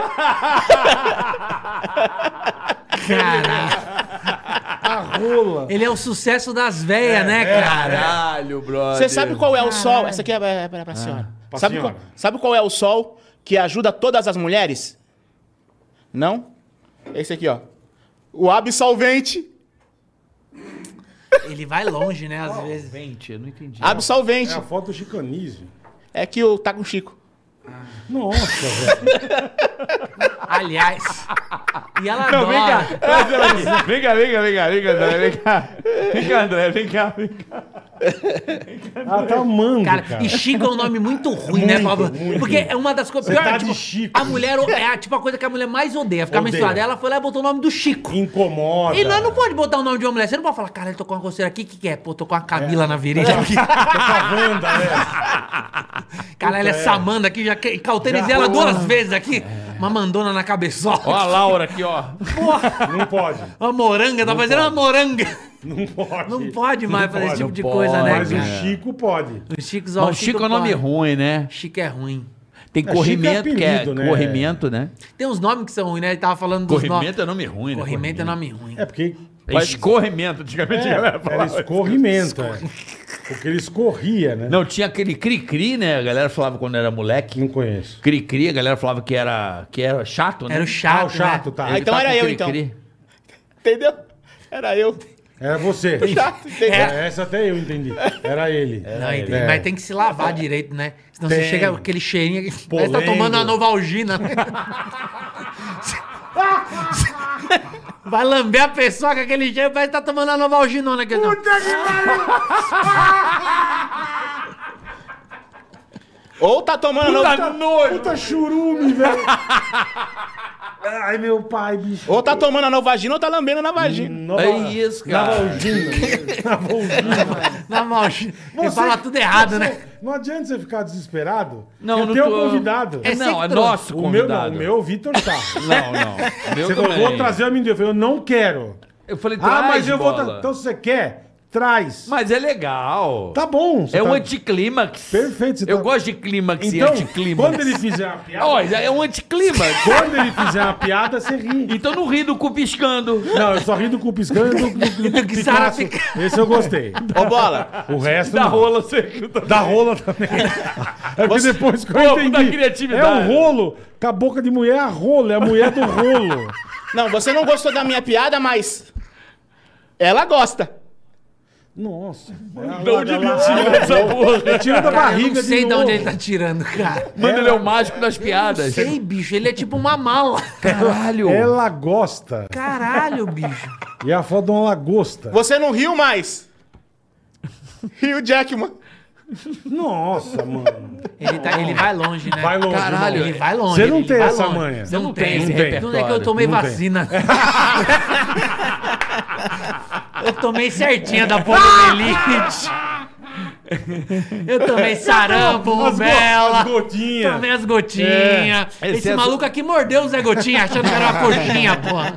[SPEAKER 1] Caralho.
[SPEAKER 3] a rola.
[SPEAKER 1] Ele é o sucesso das
[SPEAKER 3] É,
[SPEAKER 1] velhas, né, cara?
[SPEAKER 4] Caralho, brother.
[SPEAKER 5] Você sabe qual é o sol? Essa aqui é pra, pra, pra senhora.
[SPEAKER 3] Ah, pra
[SPEAKER 5] sabe,
[SPEAKER 3] senhora.
[SPEAKER 5] Qual, sabe qual é o sol que ajuda todas as mulheres? Não? Esse aqui, ó. O absolvente.
[SPEAKER 1] Ele vai longe, né, às vezes.
[SPEAKER 4] Gente, eu não entendi.
[SPEAKER 3] É
[SPEAKER 5] Absolvente.
[SPEAKER 3] a foto do chicanismo.
[SPEAKER 5] É que o tá com o Chico.
[SPEAKER 3] Nossa, velho.
[SPEAKER 1] Aliás. E ela
[SPEAKER 6] Não, vem cá.
[SPEAKER 1] adora.
[SPEAKER 6] Vem cá, vem cá, vem cá, vem cá, André, vem cá. Vem cá, André, vem cá, vem cá.
[SPEAKER 3] Ela tá amando, cara.
[SPEAKER 1] Cara, e Chico é um nome muito ruim, né,
[SPEAKER 3] Muito,
[SPEAKER 1] Pablo?
[SPEAKER 3] muito.
[SPEAKER 1] Porque é uma das coisas.
[SPEAKER 3] Você
[SPEAKER 1] pior,
[SPEAKER 3] tá de
[SPEAKER 1] tipo,
[SPEAKER 3] Chico.
[SPEAKER 1] A mulher o- é a, tipo a coisa que a mulher mais odeia, ficar
[SPEAKER 3] Odeia.
[SPEAKER 1] menstruada. Ela foi lá e botou o nome do Chico.
[SPEAKER 3] Incomoda.
[SPEAKER 1] E nós não pode botar o nome de uma mulher. Você não pode falar, cara, ele tô com uma coceira aqui, o que, que é? Pô, tô com uma Camila na virilha aqui.
[SPEAKER 3] Anda, né?
[SPEAKER 1] Caralho, essa Amanda aqui, já que- cauterizei ela duas vezes aqui. Uma mandona na cabeçola.
[SPEAKER 4] Ó a Laura aqui, ó.
[SPEAKER 1] Porra,
[SPEAKER 3] Não pode.
[SPEAKER 1] uma moranga, tá fazendo uma moranga.
[SPEAKER 3] Não pode.
[SPEAKER 1] Não pode mais fazer esse tipo
[SPEAKER 4] não
[SPEAKER 1] de coisa,
[SPEAKER 4] pode,
[SPEAKER 1] né,
[SPEAKER 3] Mas o
[SPEAKER 1] cara?
[SPEAKER 3] Chico pode.
[SPEAKER 1] O Chico,
[SPEAKER 4] Mas
[SPEAKER 1] só,
[SPEAKER 4] o Chico é um nome
[SPEAKER 1] pode.
[SPEAKER 4] ruim, né?
[SPEAKER 1] Chico é ruim.
[SPEAKER 4] Tem
[SPEAKER 3] É,
[SPEAKER 4] corrimento,
[SPEAKER 3] Chico é
[SPEAKER 4] que é
[SPEAKER 3] apelido, né?
[SPEAKER 4] corrimento, né?
[SPEAKER 1] Tem uns nomes que são ruins, né? Ele tava falando dos nomes.
[SPEAKER 4] Corrimento é nome ruim, né?
[SPEAKER 1] Corrimento é nome ruim.
[SPEAKER 3] É porque
[SPEAKER 4] É Escorrimento, antigamente
[SPEAKER 3] é, era
[SPEAKER 4] galera falava.
[SPEAKER 3] escorrimento. é. Porque ele escorria, né?
[SPEAKER 4] Não, tinha aquele cri-cri, né? A galera falava quando era moleque.
[SPEAKER 3] Não conheço.
[SPEAKER 4] Cri-cri, a galera falava que era, que era chato, né?
[SPEAKER 1] Era o chato.
[SPEAKER 3] Ah, o chato,
[SPEAKER 1] né?
[SPEAKER 3] tá.
[SPEAKER 5] Ah, então
[SPEAKER 4] Tá
[SPEAKER 5] era
[SPEAKER 4] com
[SPEAKER 5] eu, então.
[SPEAKER 4] cri-cri.
[SPEAKER 5] Entendeu? Era eu.
[SPEAKER 3] Era É você.
[SPEAKER 5] Chato, entendeu?
[SPEAKER 3] Era essa até eu entendi. Era ele.
[SPEAKER 1] Não, entendi.
[SPEAKER 3] É.
[SPEAKER 1] Mas tem que se lavar direito, né? Senão você
[SPEAKER 3] Tem.
[SPEAKER 1] chega com aquele cheirinho. que Parece que tá
[SPEAKER 3] Polengo.
[SPEAKER 1] tomando uma novalgina. né? Vai lamber a pessoa com aquele cheiro, parece que tá tomando a novalginona aqui. Não.
[SPEAKER 5] Ou tá tomando novo,
[SPEAKER 3] Puta churume, velho. Ai, meu pai, bicho.
[SPEAKER 5] ou tá tomando a nova vagina ou tá lambendo na vagina.
[SPEAKER 3] Nova,
[SPEAKER 4] É isso, cara.
[SPEAKER 3] Nova algina. Nova algina.
[SPEAKER 1] Novalgina. Ele
[SPEAKER 3] Você-
[SPEAKER 1] fala tudo errado,
[SPEAKER 3] você-
[SPEAKER 1] né?
[SPEAKER 3] Não adianta você ficar desesperado.
[SPEAKER 4] Não,
[SPEAKER 3] Não,
[SPEAKER 4] não
[SPEAKER 3] o teu
[SPEAKER 4] tô-
[SPEAKER 3] um convidado.
[SPEAKER 1] É
[SPEAKER 4] Não, é
[SPEAKER 1] sempre trouxe.
[SPEAKER 4] nosso
[SPEAKER 3] O meu não,
[SPEAKER 4] convidado.
[SPEAKER 3] o meu o Vitor tá.
[SPEAKER 4] Não, não. O meu
[SPEAKER 3] Você falou, vou
[SPEAKER 4] também.
[SPEAKER 3] trazer o amendoim. Eu falei, eu não quero.
[SPEAKER 4] Eu falei,
[SPEAKER 3] Ah,
[SPEAKER 4] traz,
[SPEAKER 3] mas eu vou.
[SPEAKER 4] bola.
[SPEAKER 3] tra- Então se você quer, traz.
[SPEAKER 4] Mas é legal.
[SPEAKER 3] Tá bom. você
[SPEAKER 4] é um
[SPEAKER 3] tá-
[SPEAKER 4] anticlímax.
[SPEAKER 3] Perfeito, você
[SPEAKER 4] Eu
[SPEAKER 3] tá-
[SPEAKER 4] gosto de clímax
[SPEAKER 3] Então,
[SPEAKER 4] e anticlímax.
[SPEAKER 3] quando ele fizer uma piada.
[SPEAKER 4] Ó, é um anticlímax.
[SPEAKER 3] Quando ele fizer uma piada, você ri.
[SPEAKER 4] então não ri do cu piscando.
[SPEAKER 3] Não, eu só ri do cu piscando e do, do, do,
[SPEAKER 1] que Sara
[SPEAKER 3] Picasso. Esse eu gostei.
[SPEAKER 5] Ô, bola.
[SPEAKER 3] O resto.
[SPEAKER 4] Da
[SPEAKER 3] não.
[SPEAKER 4] rola seca.
[SPEAKER 3] Da rola também. É porque depois que eu
[SPEAKER 4] Pouco
[SPEAKER 3] entendi,
[SPEAKER 4] da criatividade.
[SPEAKER 3] É o rolo. Com a boca de mulher é a rola, é a mulher do rolo.
[SPEAKER 5] Não, você não gostou da minha piada, mas. Ela gosta.
[SPEAKER 3] Nossa.
[SPEAKER 4] De onde ele tira essa porra?
[SPEAKER 3] Tira da
[SPEAKER 1] Cara, eu
[SPEAKER 3] barriga
[SPEAKER 1] não sei de
[SPEAKER 3] é novo.
[SPEAKER 1] onde ele tá tirando, cara.
[SPEAKER 4] Mano, ele é o mágico das piadas.
[SPEAKER 1] Sei, bicho. Ele é tipo uma mala.
[SPEAKER 4] Caralho.
[SPEAKER 3] Ela gosta.
[SPEAKER 1] Caralho, bicho.
[SPEAKER 3] E a foto de uma lagosta.
[SPEAKER 5] Você não riu mais. Rio Jackman.
[SPEAKER 3] Nossa, mano.
[SPEAKER 1] Ele, tá- ele vai longe, né?
[SPEAKER 3] Vai longe,
[SPEAKER 4] Caralho,
[SPEAKER 3] irmão.
[SPEAKER 1] Ele vai longe.
[SPEAKER 3] Você não
[SPEAKER 1] ele
[SPEAKER 3] tem
[SPEAKER 1] vai
[SPEAKER 3] essa
[SPEAKER 1] longe.
[SPEAKER 3] manha.
[SPEAKER 1] Você não tem
[SPEAKER 4] tem
[SPEAKER 1] esse
[SPEAKER 4] esse
[SPEAKER 1] repertório. Não é que eu
[SPEAKER 4] repertório.
[SPEAKER 1] tomei
[SPEAKER 3] Não tem.
[SPEAKER 1] vacina. eu tomei certinha da poliomielite. Eu tomei
[SPEAKER 3] Tá
[SPEAKER 1] sarampo,
[SPEAKER 3] As go- as
[SPEAKER 1] rubela.
[SPEAKER 3] gotinhas.
[SPEAKER 1] Tomei as gotinhas.
[SPEAKER 4] É.
[SPEAKER 1] Esse
[SPEAKER 4] Excesso-
[SPEAKER 1] maluco aqui mordeu o Zé Gotinha, achando que era uma coxinha, porra.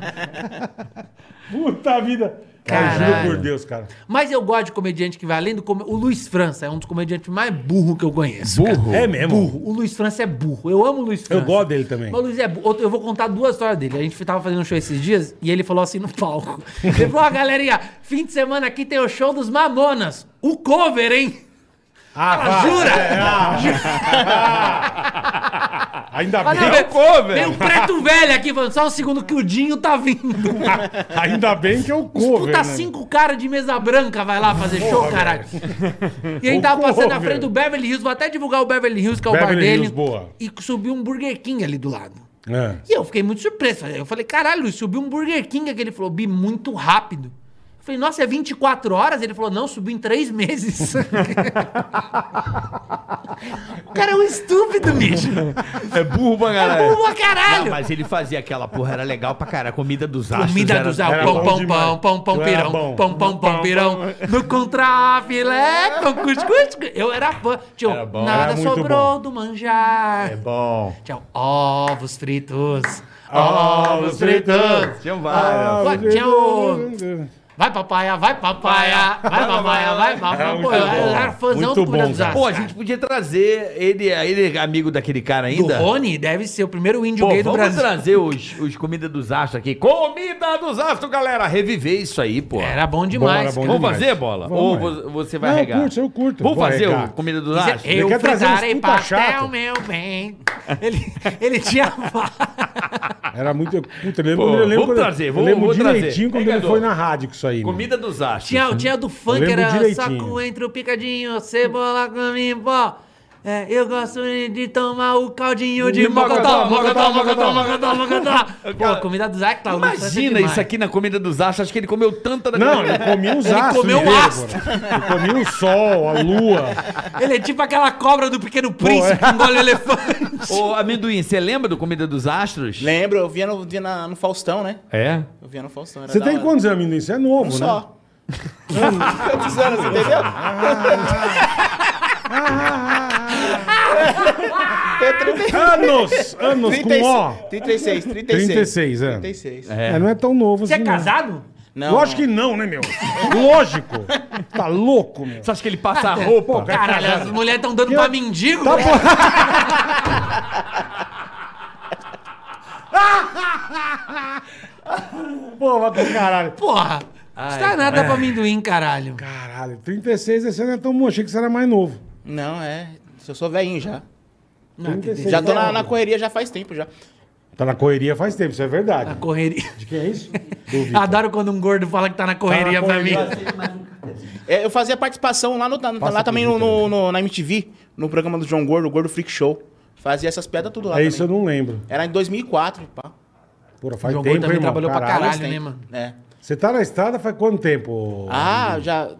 [SPEAKER 3] Puta vida. Cara,
[SPEAKER 1] Caralho.
[SPEAKER 3] juro por Deus, cara.
[SPEAKER 1] Mas eu gosto de comediante que vai além do... come- O Luiz França é um dos comediantes mais burros que eu conheço.
[SPEAKER 4] Burro.
[SPEAKER 3] É mesmo?
[SPEAKER 1] burro. O Luiz França é burro. Eu amo o Luiz
[SPEAKER 3] Eu
[SPEAKER 1] França.
[SPEAKER 3] gosto dele também.
[SPEAKER 1] Mas o Luiz é burro. Outro- Eu vou contar duas histórias dele. A gente tava fazendo um show esses dias e ele falou assim no palco. Ele falou, ó, galerinha, fim de semana aqui tem o show dos Mamonas. O cover, hein?
[SPEAKER 3] Ah,
[SPEAKER 1] Ah,
[SPEAKER 3] vai.
[SPEAKER 1] jura?
[SPEAKER 3] É, ah. Ainda
[SPEAKER 1] Ah, não,
[SPEAKER 3] bem,
[SPEAKER 1] é- Tem um preto velho aqui falando, só um segundo que o Dinho tá vindo.
[SPEAKER 3] ainda bem que é o cover,
[SPEAKER 1] Puta
[SPEAKER 3] né?
[SPEAKER 1] cinco cara de mesa branca vai lá fazer show, caralho. E aí
[SPEAKER 3] O
[SPEAKER 1] tava passando na
[SPEAKER 3] cover.
[SPEAKER 1] frente do Beverly Hills, vou até divulgar o Beverly Hills, que é o bar
[SPEAKER 3] Beverly
[SPEAKER 1] dele.
[SPEAKER 3] Hills, boa.
[SPEAKER 1] E subiu um Burger King ali do lado.
[SPEAKER 3] É.
[SPEAKER 1] E eu fiquei muito surpreso. Eu falei, caralho, Luiz, subiu um Burger King aqui. Ele falou, Bi, muito rápido. Eu falei, nossa, é 24 horas? Ele falou, não, subiu em 3 meses. o cara é um estúpido, bicho.
[SPEAKER 4] É burro pra
[SPEAKER 1] É burro
[SPEAKER 4] caralho. Ah,
[SPEAKER 1] pra caralho.
[SPEAKER 4] Mas ele fazia aquela porra, era legal pra caralho. Comida dos astros.
[SPEAKER 1] Comida
[SPEAKER 4] era-
[SPEAKER 1] do Zé,
[SPEAKER 3] era
[SPEAKER 1] pão,
[SPEAKER 3] bom
[SPEAKER 1] pão,
[SPEAKER 3] demais.
[SPEAKER 1] pão, pão, pão,
[SPEAKER 3] Era
[SPEAKER 1] pirão,
[SPEAKER 3] bom.
[SPEAKER 1] pão, pão, pão, pirão, no contra filé, com cuscuz, cus- eu era fã, tio,
[SPEAKER 4] Era bom.
[SPEAKER 1] nada
[SPEAKER 3] Era muito
[SPEAKER 1] sobrou
[SPEAKER 3] bom.
[SPEAKER 1] do manjar,
[SPEAKER 4] É bom.
[SPEAKER 1] tchau, ovos fritos, ovos fritos,
[SPEAKER 4] Tinha várias.
[SPEAKER 3] Ah,
[SPEAKER 1] Ué, tinha o- Vai papaya, vai papaya, vai papaya, vai
[SPEAKER 3] Era
[SPEAKER 1] papaya.
[SPEAKER 3] muito
[SPEAKER 1] Pô, eu
[SPEAKER 3] bom.
[SPEAKER 1] era fãzão
[SPEAKER 3] Muito
[SPEAKER 1] do Comida
[SPEAKER 3] bom,
[SPEAKER 1] dos
[SPEAKER 3] cara.
[SPEAKER 4] Pô, a
[SPEAKER 1] Astros.
[SPEAKER 4] gente podia trazer ele, ele é amigo daquele cara
[SPEAKER 1] Do
[SPEAKER 4] ainda.
[SPEAKER 1] Rony deve ser o primeiro índio
[SPEAKER 4] Pô,
[SPEAKER 1] gay do
[SPEAKER 4] vamos
[SPEAKER 1] Brasil.
[SPEAKER 4] trazer os, os Comida dos Astros aqui. Comida dos Astros, galera! Reviver isso aí, pô.
[SPEAKER 1] Era bom
[SPEAKER 3] Bom,
[SPEAKER 1] demais.
[SPEAKER 3] era bom
[SPEAKER 1] cara. é-
[SPEAKER 4] Vamos
[SPEAKER 3] demais.
[SPEAKER 4] fazer, bola?
[SPEAKER 3] Vamos,
[SPEAKER 4] Ou
[SPEAKER 3] mãe.
[SPEAKER 4] vo- você vai
[SPEAKER 3] Não, eu
[SPEAKER 4] regar?
[SPEAKER 3] curto, eu curto.
[SPEAKER 4] Vamos
[SPEAKER 3] Vou
[SPEAKER 4] fazer
[SPEAKER 3] regar.
[SPEAKER 4] o Comida dos Astros?
[SPEAKER 1] é Eu
[SPEAKER 3] quer trazer uns
[SPEAKER 1] fritarei
[SPEAKER 3] puta
[SPEAKER 1] pastel,
[SPEAKER 3] chato.
[SPEAKER 1] meu bem. Ele, ele tinha
[SPEAKER 3] Ah. Era muito. Puta, eu lembro,
[SPEAKER 4] Pô,
[SPEAKER 3] eu lembro,
[SPEAKER 4] vamos
[SPEAKER 3] quando-
[SPEAKER 4] trazer,
[SPEAKER 3] eu
[SPEAKER 4] vamos-
[SPEAKER 3] lembro
[SPEAKER 4] vamos trazer.
[SPEAKER 3] direitinho quando
[SPEAKER 4] Vem,
[SPEAKER 3] ele
[SPEAKER 4] Gadu.
[SPEAKER 3] foi na rádio com isso aí. né? mano.
[SPEAKER 4] Comida dos Astros.
[SPEAKER 1] Tinha, tinha do funk,
[SPEAKER 3] lembro
[SPEAKER 1] era
[SPEAKER 3] direitinho.
[SPEAKER 1] saco entre o picadinho, cebola com pó. É, eu gosto de- de tomar o caldinho de
[SPEAKER 4] De mocotó,
[SPEAKER 1] mocotó, mocotó, mocotó,
[SPEAKER 4] mocotó,
[SPEAKER 1] mocotó, mocotó. Pô,
[SPEAKER 4] Cara,
[SPEAKER 1] comida do Zac, Claudio. é
[SPEAKER 4] Imagina isso aqui na Comida dos Astros. Acho que ele comeu tanta da
[SPEAKER 3] Não, ele comia os
[SPEAKER 1] Ele
[SPEAKER 3] astros.
[SPEAKER 1] comeu o
[SPEAKER 3] inteiro,
[SPEAKER 1] astro.
[SPEAKER 3] pô. Ele comia o sol, a lua.
[SPEAKER 1] Ele é tipo aquela cobra do Pequeno Príncipe que engole o elefante.
[SPEAKER 4] Ô, amendoim, você lembra do Comida dos Astros?
[SPEAKER 5] Lembro, eu via no, via na- no Faustão, né?
[SPEAKER 4] É.
[SPEAKER 5] Eu via no Faustão. era
[SPEAKER 3] Você
[SPEAKER 5] da
[SPEAKER 3] tem
[SPEAKER 5] hora.
[SPEAKER 3] quantos anos, menino? Isso é
[SPEAKER 5] Um
[SPEAKER 3] novo, né?
[SPEAKER 5] só. Quantos anos, entendeu? Tem 30
[SPEAKER 3] Anos! Anos com um O.
[SPEAKER 5] 36, 36, 36.
[SPEAKER 3] 36 anos.
[SPEAKER 5] 36.
[SPEAKER 3] É, não é tão novo
[SPEAKER 1] Você é
[SPEAKER 3] assim, não.
[SPEAKER 1] casado?
[SPEAKER 5] Não,
[SPEAKER 3] Lógico que não, né, meu? Lógico. Tá louco, meu.
[SPEAKER 6] Você acha que ele passa a roupa?
[SPEAKER 1] Caralho, as mulheres estão dando pra mendigo.
[SPEAKER 3] Tá
[SPEAKER 1] velho.
[SPEAKER 3] bom. Pô, vai pro caralho.
[SPEAKER 1] Porra. Isso tá nada pra amendoim, caralho.
[SPEAKER 3] Caralho, 36 esse ano é tão bom. Achei que você era mais novo.
[SPEAKER 5] Não, é. Eu sou velhinho já.
[SPEAKER 1] Não,
[SPEAKER 3] 36
[SPEAKER 5] Já tô na,
[SPEAKER 3] é-
[SPEAKER 5] na correria já faz tempo já.
[SPEAKER 3] Tá na correria faz tempo, isso é
[SPEAKER 1] A
[SPEAKER 5] Ah,
[SPEAKER 3] verdade.
[SPEAKER 1] correria.
[SPEAKER 3] De quem é isso? Do Vitor.
[SPEAKER 1] Adoro quando um gordo fala que tá na correria pra mim.
[SPEAKER 5] É, eu fazia participação lá, no, na-
[SPEAKER 3] Passa
[SPEAKER 5] lá
[SPEAKER 3] pro
[SPEAKER 5] também no,
[SPEAKER 3] Vitor,
[SPEAKER 5] no- no- na MTV, no programa do João Gordo, o Gordo Freak Show. Fazia essas pedras tudo lá.
[SPEAKER 3] É isso, eu
[SPEAKER 5] também.
[SPEAKER 3] não lembro.
[SPEAKER 5] Era em 2004, pá.
[SPEAKER 3] Porra, faz
[SPEAKER 1] João Gordo
[SPEAKER 3] tempo,
[SPEAKER 1] também
[SPEAKER 3] irmão.
[SPEAKER 1] trabalhou pra
[SPEAKER 3] caralho.
[SPEAKER 1] caralho.
[SPEAKER 5] Faz tempo.
[SPEAKER 1] né, mano?
[SPEAKER 5] É.
[SPEAKER 3] Você tá na estrada faz quanto tempo?
[SPEAKER 5] Ah, já.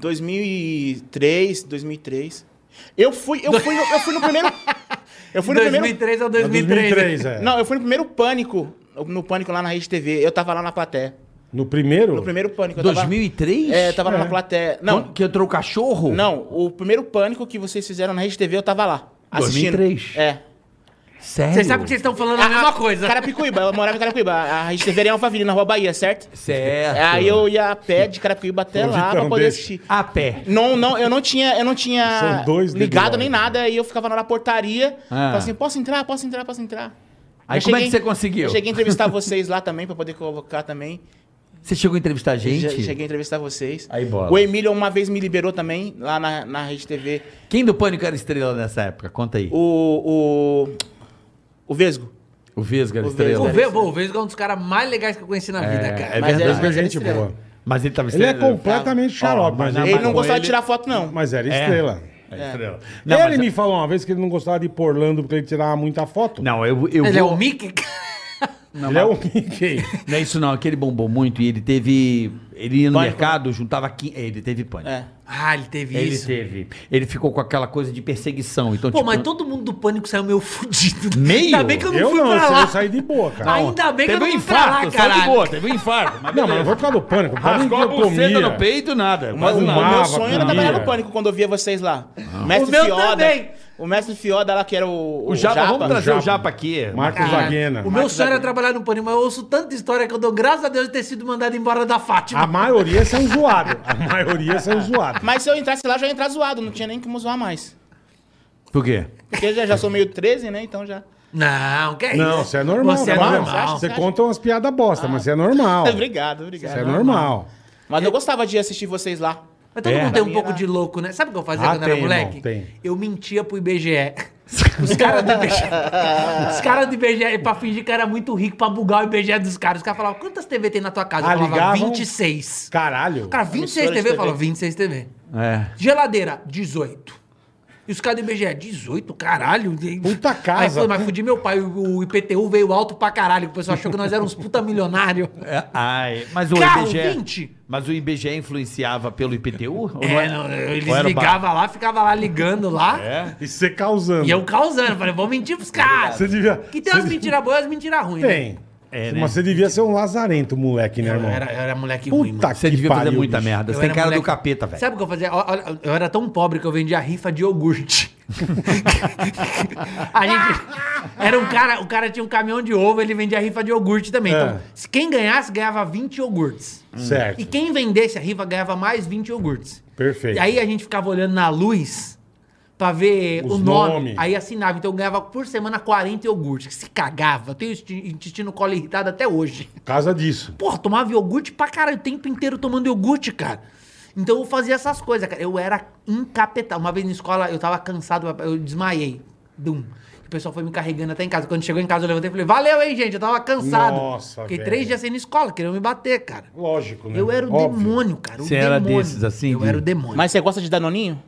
[SPEAKER 5] 2003, 2003. Eu fui, eu fui, no- eu fui no primeiro. Eu fui no primeiro.
[SPEAKER 1] 2003 ao 2003.
[SPEAKER 3] é.
[SPEAKER 5] Não, eu fui no primeiro pânico. No pânico lá na Rede TV. Eu tava lá na plateia.
[SPEAKER 3] No primeiro?
[SPEAKER 5] No primeiro pânico. Eu tava,
[SPEAKER 4] 2003?
[SPEAKER 5] É, eu tava lá
[SPEAKER 3] É.
[SPEAKER 5] na plateia. Não,
[SPEAKER 4] Quando- Que entrou o cachorro?
[SPEAKER 5] não. O primeiro pânico que vocês fizeram na Rede TV, eu tava lá. Assistindo.
[SPEAKER 4] 2003.
[SPEAKER 5] É. Ah,
[SPEAKER 4] Sério?
[SPEAKER 1] Vocês sabem que vocês estão falando
[SPEAKER 4] Ah,
[SPEAKER 1] a mesma coisa.
[SPEAKER 5] Carapicuíba, eu morava em Carapicuíba. A Rede TV era em é Alphaville, na Rua Bahia, certo?
[SPEAKER 4] Certo.
[SPEAKER 5] É, Aí eu ia a pé de Carapicuíba até
[SPEAKER 3] Ô,
[SPEAKER 5] lá
[SPEAKER 3] Vitão,
[SPEAKER 5] pra poder
[SPEAKER 3] deixa.
[SPEAKER 5] assistir.
[SPEAKER 4] A pé.
[SPEAKER 5] Não, não, eu não tinha, eu não
[SPEAKER 3] São
[SPEAKER 5] tinha
[SPEAKER 3] dois
[SPEAKER 5] ligado
[SPEAKER 3] debilóides.
[SPEAKER 5] nem nada, aí eu ficava lá na portaria, falava assim, posso entrar, posso entrar, posso entrar.
[SPEAKER 4] Ah. Aí
[SPEAKER 5] Eu
[SPEAKER 4] como é que você conseguiu?
[SPEAKER 5] Eu cheguei a entrevistar vocês lá também, pra poder colocar também.
[SPEAKER 4] Você chegou a entrevistar a gente?
[SPEAKER 5] Já- cheguei a entrevistar vocês.
[SPEAKER 4] Aí, bola.
[SPEAKER 5] O Emílio uma vez me liberou também, lá na, na Rede TV.
[SPEAKER 4] Quem do Pânico era estrela nessa época? Conta aí.
[SPEAKER 5] O, o, o Vesgo.
[SPEAKER 4] O Vesga era
[SPEAKER 5] o
[SPEAKER 4] estrela.
[SPEAKER 5] Vesga.
[SPEAKER 1] O Vesgo o Vesgo é um dos caras mais legais que eu conheci na vida,
[SPEAKER 4] É
[SPEAKER 1] cara.
[SPEAKER 5] Mas
[SPEAKER 4] verdade.
[SPEAKER 5] era-
[SPEAKER 3] Mas
[SPEAKER 5] mas era
[SPEAKER 3] gente
[SPEAKER 5] estrela.
[SPEAKER 3] boa.
[SPEAKER 4] Mas ele tava
[SPEAKER 3] Ele é
[SPEAKER 4] estrela.
[SPEAKER 3] completamente xarope,
[SPEAKER 4] Ó,
[SPEAKER 3] mas,
[SPEAKER 4] mas na
[SPEAKER 5] Ele não
[SPEAKER 4] com
[SPEAKER 5] gostava
[SPEAKER 4] ele-
[SPEAKER 5] de tirar foto, não.
[SPEAKER 3] mas era estrela.
[SPEAKER 4] É estrela.
[SPEAKER 3] Não, é-
[SPEAKER 4] Não,
[SPEAKER 3] ele
[SPEAKER 4] mas-
[SPEAKER 3] me falou uma vez que ele não gostava de ir por Orlando porque ele tirava muita foto.
[SPEAKER 4] Não, eu, eu
[SPEAKER 1] Ele é
[SPEAKER 4] vou-
[SPEAKER 1] o Mickey?
[SPEAKER 3] ele é o Mickey.
[SPEAKER 4] um- Não é isso não, é que ele bombou muito e ele teve... Ele ia no
[SPEAKER 5] Pânico.
[SPEAKER 4] mercado, juntava... Quin... Ele teve pânico.
[SPEAKER 5] É.
[SPEAKER 1] Ah, ele teve
[SPEAKER 4] Ele
[SPEAKER 1] isso.
[SPEAKER 4] teve. Ele ficou com aquela coisa de perseguição. Então,
[SPEAKER 1] Pô,
[SPEAKER 4] tipo,
[SPEAKER 1] mas todo mundo do pânico saiu meio fudido.
[SPEAKER 4] Meio?
[SPEAKER 1] Ainda bem que eu não
[SPEAKER 3] Eu
[SPEAKER 1] fui
[SPEAKER 3] não, Ah,
[SPEAKER 1] pra
[SPEAKER 3] eu
[SPEAKER 1] lá.
[SPEAKER 3] saí de boa, cara.
[SPEAKER 1] Ainda bem que eu
[SPEAKER 4] teve
[SPEAKER 1] não
[SPEAKER 4] um
[SPEAKER 1] fui pra lá,
[SPEAKER 4] infarto, só de
[SPEAKER 1] caralho.
[SPEAKER 4] boa, teve um infarto. Mas
[SPEAKER 3] Não, mas
[SPEAKER 4] beleza.
[SPEAKER 3] não foi por causa do pânico. por causa
[SPEAKER 4] Rasgou a
[SPEAKER 3] que eu
[SPEAKER 4] buceta
[SPEAKER 3] comia.
[SPEAKER 4] no peito, nada.
[SPEAKER 5] Mas o
[SPEAKER 4] Quase
[SPEAKER 5] meu
[SPEAKER 4] nada.
[SPEAKER 3] Fumava,
[SPEAKER 5] sonho era
[SPEAKER 3] comia.
[SPEAKER 5] trabalhar no pânico quando eu via vocês lá. O
[SPEAKER 1] O
[SPEAKER 5] mestre
[SPEAKER 1] meu
[SPEAKER 5] Fioda.
[SPEAKER 1] também.
[SPEAKER 5] O mestre Fioda lá, que era o.
[SPEAKER 4] O Japa, vamos trazer
[SPEAKER 3] Japa.
[SPEAKER 4] o Japa aqui.
[SPEAKER 3] Marcos
[SPEAKER 1] Caralho.
[SPEAKER 3] Zaguena.
[SPEAKER 1] O meu sonho era trabalhar no Pânico, mas eu ouço tanta história que eu dou graças a Deus de ter sido mandado embora da Fátima.
[SPEAKER 3] A maioria são zoados. A maioria são zoados.
[SPEAKER 5] Mas se eu entrasse lá, eu já ia entrar zoado, não tinha nem como zoar mais.
[SPEAKER 4] Por quê?
[SPEAKER 5] Porque eu já, já sou meio 13, né? Então já.
[SPEAKER 1] Não, que é isso?
[SPEAKER 3] Não, você é normal.
[SPEAKER 1] Você é
[SPEAKER 3] tá vendo?
[SPEAKER 1] normal.
[SPEAKER 3] Você conta umas piadas bosta, mas você é normal. Você
[SPEAKER 5] obrigado, obrigado.
[SPEAKER 3] é normal.
[SPEAKER 5] Mas eu gostava de assistir vocês lá.
[SPEAKER 1] Mas todo
[SPEAKER 4] É.
[SPEAKER 1] mundo tem
[SPEAKER 5] Pra
[SPEAKER 1] um
[SPEAKER 5] mim
[SPEAKER 1] pouco
[SPEAKER 5] era-
[SPEAKER 1] de louco, né? Sabe o que eu fazia
[SPEAKER 3] Ah,
[SPEAKER 1] quando era
[SPEAKER 3] tem,
[SPEAKER 1] moleque?
[SPEAKER 3] irmão, tem.
[SPEAKER 1] Eu mentia pro IBGE. Os caras do IBGE. Os caras do IBGE, pra fingir que era muito rico, pra bugar o IBGE dos caras. Os caras falavam, quantas TV tem na tua casa?
[SPEAKER 3] Ah,
[SPEAKER 1] eu falava,
[SPEAKER 3] ligavam?
[SPEAKER 1] 26.
[SPEAKER 3] Caralho.
[SPEAKER 1] O cara, 26
[SPEAKER 5] Emissora de
[SPEAKER 1] TV? Eu
[SPEAKER 5] TV.
[SPEAKER 1] falava, 26 TV.
[SPEAKER 4] É.
[SPEAKER 1] Geladeira, 18. E os caras do IBGE, 18, caralho.
[SPEAKER 3] Puta casa.
[SPEAKER 1] Aí foi, mas fudi meu pai. O o IPTU veio alto pra caralho. O pessoal achou que nós éramos puta milionário.
[SPEAKER 4] É, Ai, mas o
[SPEAKER 1] Carro,
[SPEAKER 4] IBGE.
[SPEAKER 1] 20.
[SPEAKER 4] Mas o IBGE influenciava pelo IPTU? Ou
[SPEAKER 1] É,
[SPEAKER 4] era-
[SPEAKER 1] não,
[SPEAKER 4] ou
[SPEAKER 1] eles
[SPEAKER 4] era o
[SPEAKER 1] ligavam lá, ficava lá ligando lá.
[SPEAKER 4] É?
[SPEAKER 3] E você causando.
[SPEAKER 1] E eu causando, falei, vou mentir pros caras.
[SPEAKER 3] Você devia.
[SPEAKER 1] Que tem umas
[SPEAKER 3] você-
[SPEAKER 1] mentiras boas e as mentiras ruins. né?
[SPEAKER 3] Tem.
[SPEAKER 4] É, né?
[SPEAKER 3] Mas você devia ser um lazarento, moleque, né,
[SPEAKER 1] Eu
[SPEAKER 3] irmão?
[SPEAKER 1] era, eu era moleque ruim, mano.
[SPEAKER 3] Puta
[SPEAKER 4] Você devia fazer
[SPEAKER 3] pariu,
[SPEAKER 4] muita
[SPEAKER 3] bicho.
[SPEAKER 4] merda. Você
[SPEAKER 1] Eu
[SPEAKER 4] tem
[SPEAKER 1] era
[SPEAKER 4] cara do
[SPEAKER 1] moleque-
[SPEAKER 4] capeta, velho.
[SPEAKER 1] Sabe o que eu fazia? Ó- olha, Eu era tão pobre que eu vendia rifa de iogurte. a gente. Era um cara, o cara tinha um caminhão de ovo, ele vendia rifa de iogurte também. Então,
[SPEAKER 3] É.
[SPEAKER 1] se quem ganhasse, ganhava 20 iogurtes.
[SPEAKER 3] Certo.
[SPEAKER 1] E quem vendesse a rifa ganhava mais 20 iogurtes.
[SPEAKER 3] Perfeito.
[SPEAKER 1] E aí a gente ficava olhando na luz pra ver
[SPEAKER 3] Os
[SPEAKER 1] o nome.
[SPEAKER 3] nome.
[SPEAKER 1] Aí assinava. Então eu ganhava por semana 40 iogurtes. Que se cagava. Eu tenho insti- intestino colo irritado até hoje.
[SPEAKER 3] Por causa disso.
[SPEAKER 1] Porra, tomava iogurte pra caralho, o tempo inteiro tomando iogurte, cara. Então eu fazia essas coisas, cara. Eu era encapetado. Uma vez na escola, eu tava cansado, eu desmaiei. Dum. O pessoal foi me carregando até em casa. Quando chegou em casa, eu levantei e falei, valeu, hein, gente? Eu tava cansado.
[SPEAKER 3] Nossa,
[SPEAKER 1] Fiquei
[SPEAKER 3] velho.
[SPEAKER 1] três dias sem ir na escola, queriam me bater, cara.
[SPEAKER 3] Lógico, né?
[SPEAKER 1] Eu era o
[SPEAKER 3] Óbvio.
[SPEAKER 1] demônio, cara. o
[SPEAKER 4] Você era
[SPEAKER 1] demônio.
[SPEAKER 4] desses, assim,
[SPEAKER 1] Eu
[SPEAKER 4] de-
[SPEAKER 1] era o demônio.
[SPEAKER 5] Mas você gosta de Danoninho?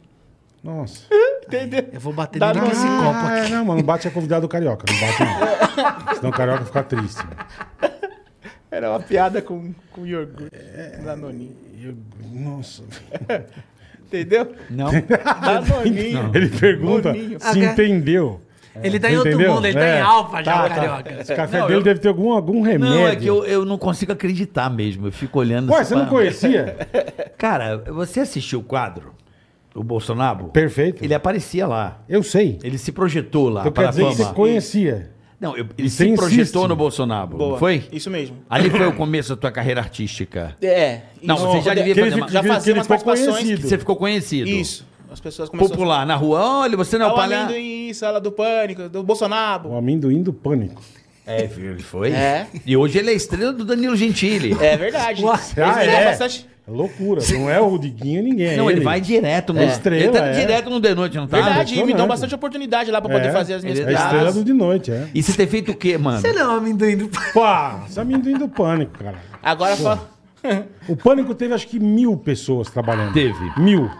[SPEAKER 3] Nossa.
[SPEAKER 5] Entendeu?
[SPEAKER 1] Eu vou bater
[SPEAKER 5] Dá
[SPEAKER 1] dentro
[SPEAKER 5] no-
[SPEAKER 1] desse copo
[SPEAKER 3] Ah,
[SPEAKER 1] aqui.
[SPEAKER 3] é, não, mano, bate é convidado do carioca. Não bate não. Senão o carioca fica triste.
[SPEAKER 5] Era uma piada com, com iogurte. Danoninho.
[SPEAKER 3] Eu- Nossa.
[SPEAKER 5] Entendeu?
[SPEAKER 4] Não.
[SPEAKER 5] Danoninho.
[SPEAKER 3] Ele pergunta
[SPEAKER 5] Boninho.
[SPEAKER 3] se
[SPEAKER 1] Ah,
[SPEAKER 3] entendeu.
[SPEAKER 1] Ele tá em outro
[SPEAKER 3] Entendeu?
[SPEAKER 1] mundo, ele tá
[SPEAKER 3] É.
[SPEAKER 1] em alfa já,
[SPEAKER 3] Tá,
[SPEAKER 1] o
[SPEAKER 3] tá.
[SPEAKER 1] carioca.
[SPEAKER 3] Esse café
[SPEAKER 4] Não,
[SPEAKER 3] dele
[SPEAKER 4] eu-
[SPEAKER 3] deve ter algum, algum remédio.
[SPEAKER 4] Não, é que eu, eu não consigo acreditar mesmo. Eu fico olhando.
[SPEAKER 3] Ué,
[SPEAKER 4] assim,
[SPEAKER 3] você não
[SPEAKER 4] pá.
[SPEAKER 3] conhecia?
[SPEAKER 4] Cara, você assistiu o quadro? O Bolsonaro?
[SPEAKER 3] Perfeito.
[SPEAKER 4] Ele aparecia lá.
[SPEAKER 3] Eu sei.
[SPEAKER 4] Ele se projetou lá
[SPEAKER 3] Então
[SPEAKER 4] para
[SPEAKER 3] quer
[SPEAKER 4] a
[SPEAKER 1] Ah,
[SPEAKER 3] dizer que
[SPEAKER 4] fama.
[SPEAKER 3] você conhecia.
[SPEAKER 4] Não, eu- ele
[SPEAKER 3] Você
[SPEAKER 4] se
[SPEAKER 3] insiste.
[SPEAKER 4] projetou no Bolsonaro. não
[SPEAKER 5] Boa.
[SPEAKER 4] Foi?
[SPEAKER 5] Isso mesmo.
[SPEAKER 4] Ali foi o começo da tua carreira artística.
[SPEAKER 5] É.
[SPEAKER 4] Não,
[SPEAKER 5] isso.
[SPEAKER 4] você já devia
[SPEAKER 3] Que ele
[SPEAKER 4] fazer uma...
[SPEAKER 3] fica-
[SPEAKER 5] Já
[SPEAKER 3] que ele
[SPEAKER 5] fazia umas
[SPEAKER 3] ficou
[SPEAKER 5] participações.
[SPEAKER 3] conhecido.
[SPEAKER 4] Você ficou conhecido.
[SPEAKER 5] Isso. As pessoas começaram a
[SPEAKER 4] Popular na rua. Olha, você não é
[SPEAKER 5] falar.
[SPEAKER 4] o
[SPEAKER 5] "Ah, O
[SPEAKER 4] palhaço.
[SPEAKER 5] amendoim, sala do pânico, do Bolsonaro.
[SPEAKER 3] O amendoim do pânico.
[SPEAKER 4] É, ele foi.
[SPEAKER 5] É.
[SPEAKER 4] E hoje ele é estrela do Danilo Gentili.
[SPEAKER 5] É verdade.
[SPEAKER 1] Ué,
[SPEAKER 5] Eles
[SPEAKER 3] Ah,
[SPEAKER 5] fizeram
[SPEAKER 3] é.
[SPEAKER 5] bastante-
[SPEAKER 3] É Loucura. Não é o Diguinho, ninguém. é
[SPEAKER 4] Não, ele vai direto no...
[SPEAKER 3] É estrela,
[SPEAKER 4] ele tá
[SPEAKER 3] é.
[SPEAKER 4] direto no The Noite, não tá?
[SPEAKER 5] Verdade, e me dão
[SPEAKER 3] impressionante.
[SPEAKER 5] bastante oportunidade lá pra poder
[SPEAKER 3] né? É.
[SPEAKER 5] fazer as minhas
[SPEAKER 4] Ele
[SPEAKER 3] É a estrela do de noite, é.
[SPEAKER 4] E você ter feito o quê, mano?
[SPEAKER 1] Você não é um amendoim do
[SPEAKER 3] Pá, esse amendoim do pânico, cara.
[SPEAKER 5] Agora só.
[SPEAKER 3] O pânico teve acho que mil pessoas trabalhando.
[SPEAKER 4] Teve.
[SPEAKER 3] Mil.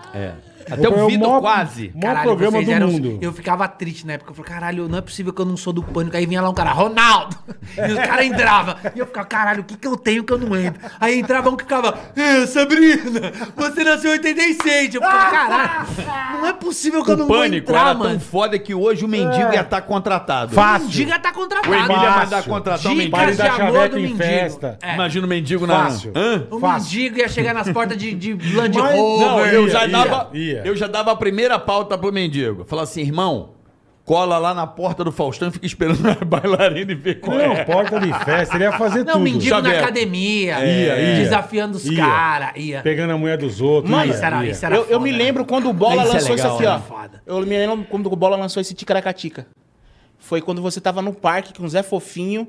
[SPEAKER 4] Até
[SPEAKER 3] É
[SPEAKER 4] o Vitor
[SPEAKER 3] maior-
[SPEAKER 4] quase.
[SPEAKER 3] maior programa
[SPEAKER 1] vocês
[SPEAKER 3] do
[SPEAKER 1] eram-
[SPEAKER 3] mundo.
[SPEAKER 1] Eu ficava triste na época. Eu falei, caralho, não é possível que eu não sou do pânico. Aí vinha lá um cara, Ronaldo! E os caras entravam. E eu ficava, caralho, o que, que eu tenho que eu não entro? Aí entrava um que ficava, "Ê, Sabrina, você nasceu em 86. Eu ficava, caralho, não é possível que eu não
[SPEAKER 4] O pânico
[SPEAKER 1] vou entrar,
[SPEAKER 4] era tão
[SPEAKER 1] mano. É.
[SPEAKER 4] foda que hoje o mendigo ia estar contratado.
[SPEAKER 3] Fácil. é
[SPEAKER 1] Diga tá
[SPEAKER 4] O
[SPEAKER 1] contratado.
[SPEAKER 4] Emília vai dar
[SPEAKER 3] Fácil.
[SPEAKER 4] contratar o mendigo.
[SPEAKER 1] Dicas de
[SPEAKER 3] Dá
[SPEAKER 1] amor
[SPEAKER 3] chaveco
[SPEAKER 1] do
[SPEAKER 3] em
[SPEAKER 1] mendigo.
[SPEAKER 3] festa.
[SPEAKER 1] É.
[SPEAKER 4] Imagina o mendigo na.
[SPEAKER 3] Fácil.
[SPEAKER 4] Hã?
[SPEAKER 1] O
[SPEAKER 3] Fácil.
[SPEAKER 1] mendigo ia chegar nas portas de, de Land
[SPEAKER 3] Mas-
[SPEAKER 1] Rover.
[SPEAKER 4] Não, eu já,
[SPEAKER 3] ia,
[SPEAKER 4] dava,
[SPEAKER 3] ia.
[SPEAKER 4] eu já dava a primeira pauta pro mendigo. Falar assim, irmão, cola lá na porta do Faustão e fica esperando a bailarina e ver qual é.
[SPEAKER 3] Não, porta de festa. Ele ia fazer
[SPEAKER 1] Não,
[SPEAKER 3] tudo. É,
[SPEAKER 1] mendigo na
[SPEAKER 4] Xavier.
[SPEAKER 1] academia.
[SPEAKER 3] Ia, ia.
[SPEAKER 1] desafiando os
[SPEAKER 3] Ia.
[SPEAKER 1] caras. Ia.
[SPEAKER 3] Pegando a mulher dos outros.
[SPEAKER 1] Mano,
[SPEAKER 3] ia,
[SPEAKER 1] isso era,
[SPEAKER 3] ia.
[SPEAKER 1] isso era
[SPEAKER 5] Eu, eu
[SPEAKER 1] foda,
[SPEAKER 5] me
[SPEAKER 1] né?
[SPEAKER 5] lembro quando o Bola
[SPEAKER 4] Isso é
[SPEAKER 5] lançou
[SPEAKER 4] legal,
[SPEAKER 5] isso
[SPEAKER 4] né?
[SPEAKER 5] aqui, ó.
[SPEAKER 1] Foda.
[SPEAKER 5] Eu me lembro quando o Bola lançou esse Ticaracatica. Foi quando você tava no parque com o Zé Fofinho,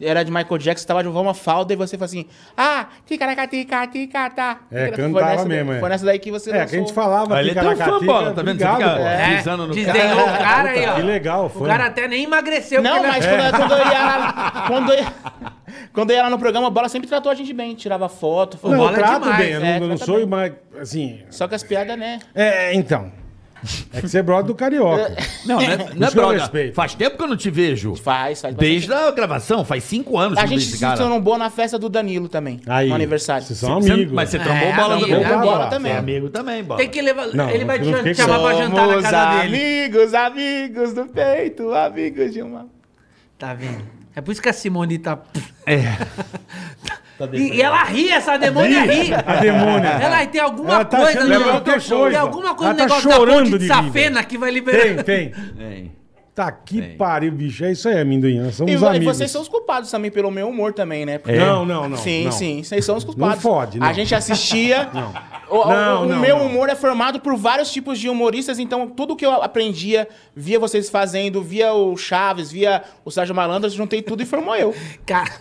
[SPEAKER 5] era de Michael Jackson, tava de uma falda e você falou assim: Ah, Ticaracatica, Ticatá.
[SPEAKER 3] É,
[SPEAKER 5] Ticaracatica.
[SPEAKER 3] cantava
[SPEAKER 5] Foi nessa-
[SPEAKER 3] mesmo, é.
[SPEAKER 5] Foi nessa daí que você
[SPEAKER 3] É, que a gente falava
[SPEAKER 4] Ele é teu
[SPEAKER 3] ticaracatica,
[SPEAKER 4] fã, bola, tá vendo? Você
[SPEAKER 3] obrigado,
[SPEAKER 4] fica-
[SPEAKER 3] pô.
[SPEAKER 4] É. Pisando
[SPEAKER 1] É,
[SPEAKER 4] no
[SPEAKER 1] desdenhou o cara aí, ó.
[SPEAKER 3] Que legal,
[SPEAKER 1] O
[SPEAKER 3] foi.
[SPEAKER 1] cara até nem emagreceu.
[SPEAKER 5] Não,
[SPEAKER 3] é, né?
[SPEAKER 1] porque ele-
[SPEAKER 5] mas quando, quando eu ia lá, quando eu, ia- quando eu ia lá no programa, o Bola sempre tratou a gente bem, tirava foto. Foi...
[SPEAKER 3] Não,
[SPEAKER 1] bola
[SPEAKER 3] eu
[SPEAKER 1] é
[SPEAKER 3] trato
[SPEAKER 1] demais,
[SPEAKER 3] bem. Eu não,
[SPEAKER 5] é,
[SPEAKER 3] eu não
[SPEAKER 5] trata
[SPEAKER 3] sou,
[SPEAKER 5] bem.
[SPEAKER 3] mas assim...
[SPEAKER 5] Só que as piadas, né?
[SPEAKER 3] É, então. É que você é brother do carioca.
[SPEAKER 4] Não, não é, não é
[SPEAKER 3] Isso eu
[SPEAKER 4] brother.
[SPEAKER 3] respeito.
[SPEAKER 4] Faz tempo que eu não te vejo.
[SPEAKER 5] Faz, faz. bastante.
[SPEAKER 4] Desde a gravação, faz cinco anos
[SPEAKER 5] A
[SPEAKER 4] que eu não
[SPEAKER 5] gente
[SPEAKER 4] vejo
[SPEAKER 5] se
[SPEAKER 4] esse cara.
[SPEAKER 5] tornou boa na festa do Danilo também,
[SPEAKER 3] Aí,
[SPEAKER 5] no aniversário.
[SPEAKER 3] Vocês são
[SPEAKER 4] Você-
[SPEAKER 3] amigos.
[SPEAKER 4] Mas você tá- trombou
[SPEAKER 1] É,
[SPEAKER 4] bola
[SPEAKER 1] amigo,
[SPEAKER 4] também.
[SPEAKER 5] E a
[SPEAKER 3] Bola,
[SPEAKER 5] bola também.
[SPEAKER 3] é
[SPEAKER 4] Amigo também, bola.
[SPEAKER 1] Tem que levar.
[SPEAKER 3] Não,
[SPEAKER 1] ele vai
[SPEAKER 3] eu não
[SPEAKER 1] te
[SPEAKER 3] fiquei
[SPEAKER 1] chamar
[SPEAKER 3] com
[SPEAKER 1] pra jantar na
[SPEAKER 5] Somos
[SPEAKER 1] casa dele.
[SPEAKER 5] amigos, amigos do peito, amigos de uma.
[SPEAKER 1] Tá vendo? É por isso que a Simone tá.
[SPEAKER 4] É.
[SPEAKER 1] E, e ela ri, essa demônia ri.
[SPEAKER 3] A demônia.
[SPEAKER 1] Ela tem alguma
[SPEAKER 3] Ela tá
[SPEAKER 1] coisa.
[SPEAKER 3] achando
[SPEAKER 1] no-
[SPEAKER 3] que ela tem coisa.
[SPEAKER 1] alguma coisa
[SPEAKER 3] Ela
[SPEAKER 1] no
[SPEAKER 3] tá
[SPEAKER 1] negócio da
[SPEAKER 3] chorando
[SPEAKER 1] ponte de
[SPEAKER 3] de
[SPEAKER 1] safena que vai liberar.
[SPEAKER 3] Tem, tem. Tá que pariu, bicho. É isso aí, amendoim. Nós somos
[SPEAKER 5] E, vo- e
[SPEAKER 3] amigos.
[SPEAKER 5] vocês são os culpados também pelo meu humor também, né? Porque-
[SPEAKER 3] Não, não, não.
[SPEAKER 5] sim,
[SPEAKER 3] não.
[SPEAKER 5] sim, vocês são os culpados.
[SPEAKER 3] fode, não.
[SPEAKER 5] A gente assistia. O, o-
[SPEAKER 3] Não,
[SPEAKER 5] o
[SPEAKER 3] não,
[SPEAKER 5] meu
[SPEAKER 3] não.
[SPEAKER 5] humor é formado por vários tipos de humoristas, então tudo que eu aprendia, via vocês fazendo, via o Chaves, via o Sérgio Malandro, eu juntei tudo e formou eu.
[SPEAKER 1] Cara,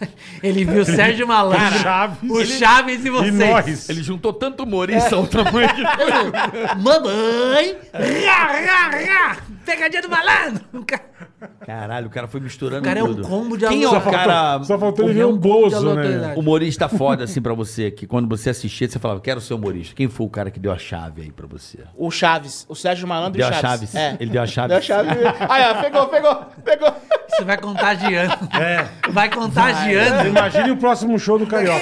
[SPEAKER 1] ele viu o Sérgio Malandro,
[SPEAKER 3] o Chaves.
[SPEAKER 1] o Chaves e vocês.
[SPEAKER 3] E nós.
[SPEAKER 4] Ele juntou tanto humorista ao tamanho que.
[SPEAKER 1] Mamãe! Rá, rá, rá! Pegadinha do malandro!
[SPEAKER 4] Caralho, o cara foi misturando
[SPEAKER 1] O cara é um
[SPEAKER 4] tudo.
[SPEAKER 1] combo de
[SPEAKER 4] Quem é
[SPEAKER 1] aluno.
[SPEAKER 4] o cara
[SPEAKER 3] Só faltou ele
[SPEAKER 1] o
[SPEAKER 3] ver um
[SPEAKER 1] meu combo de
[SPEAKER 3] bozo, né?
[SPEAKER 1] autoridade.
[SPEAKER 4] humorista foda assim pra você que quando você assistia você falava quero ser humorista. Quem foi o cara que deu a chave aí pra você?
[SPEAKER 5] O Chaves, o Sérgio Malandro
[SPEAKER 4] Deu
[SPEAKER 5] e
[SPEAKER 4] a
[SPEAKER 5] o Chaves. É.
[SPEAKER 4] Chaves.
[SPEAKER 1] É.
[SPEAKER 4] Ele deu a Chaves.
[SPEAKER 5] Deu a chave. Aí, ó, pegou, pegou, pegou.
[SPEAKER 1] Você vai contagiando.
[SPEAKER 3] É.
[SPEAKER 1] Vai contagiando.
[SPEAKER 3] Imagine o próximo show do Carioca.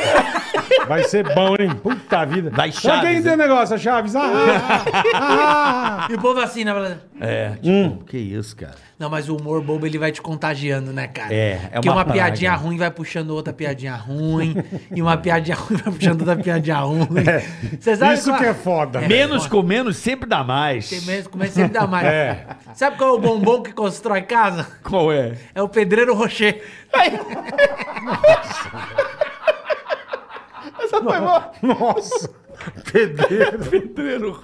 [SPEAKER 3] Vai ser bom, hein? Puta vida.
[SPEAKER 4] Vai,
[SPEAKER 3] Sabe
[SPEAKER 4] Chaves,
[SPEAKER 3] quem tem
[SPEAKER 4] hein?
[SPEAKER 3] negócio, a Chaves. Ah, ah, ah, ah, ah.
[SPEAKER 1] E o povo assim, né? falando,
[SPEAKER 4] É, tipo,
[SPEAKER 1] Hum.
[SPEAKER 4] que isso, cara.
[SPEAKER 1] Não, mas o humor bobo ele vai te contagiando, né, cara?
[SPEAKER 4] É, é
[SPEAKER 1] Porque
[SPEAKER 4] uma
[SPEAKER 1] uma piadinha
[SPEAKER 4] praga.
[SPEAKER 1] ruim vai puxando outra piadinha ruim. e uma piadinha ruim vai puxando outra piadinha ruim. Você sabe
[SPEAKER 3] Isso que é foda.
[SPEAKER 1] É.
[SPEAKER 4] Menos com menos sempre dá mais.
[SPEAKER 1] Tem menos, começa sempre dá mais.
[SPEAKER 3] É.
[SPEAKER 1] Sabe qual é o bombom que constrói casa?
[SPEAKER 4] Qual é?
[SPEAKER 1] É o pedreiro Rocher.
[SPEAKER 5] Essa foi boa.
[SPEAKER 3] Nossa. Pedreiro.
[SPEAKER 4] Pedreiro.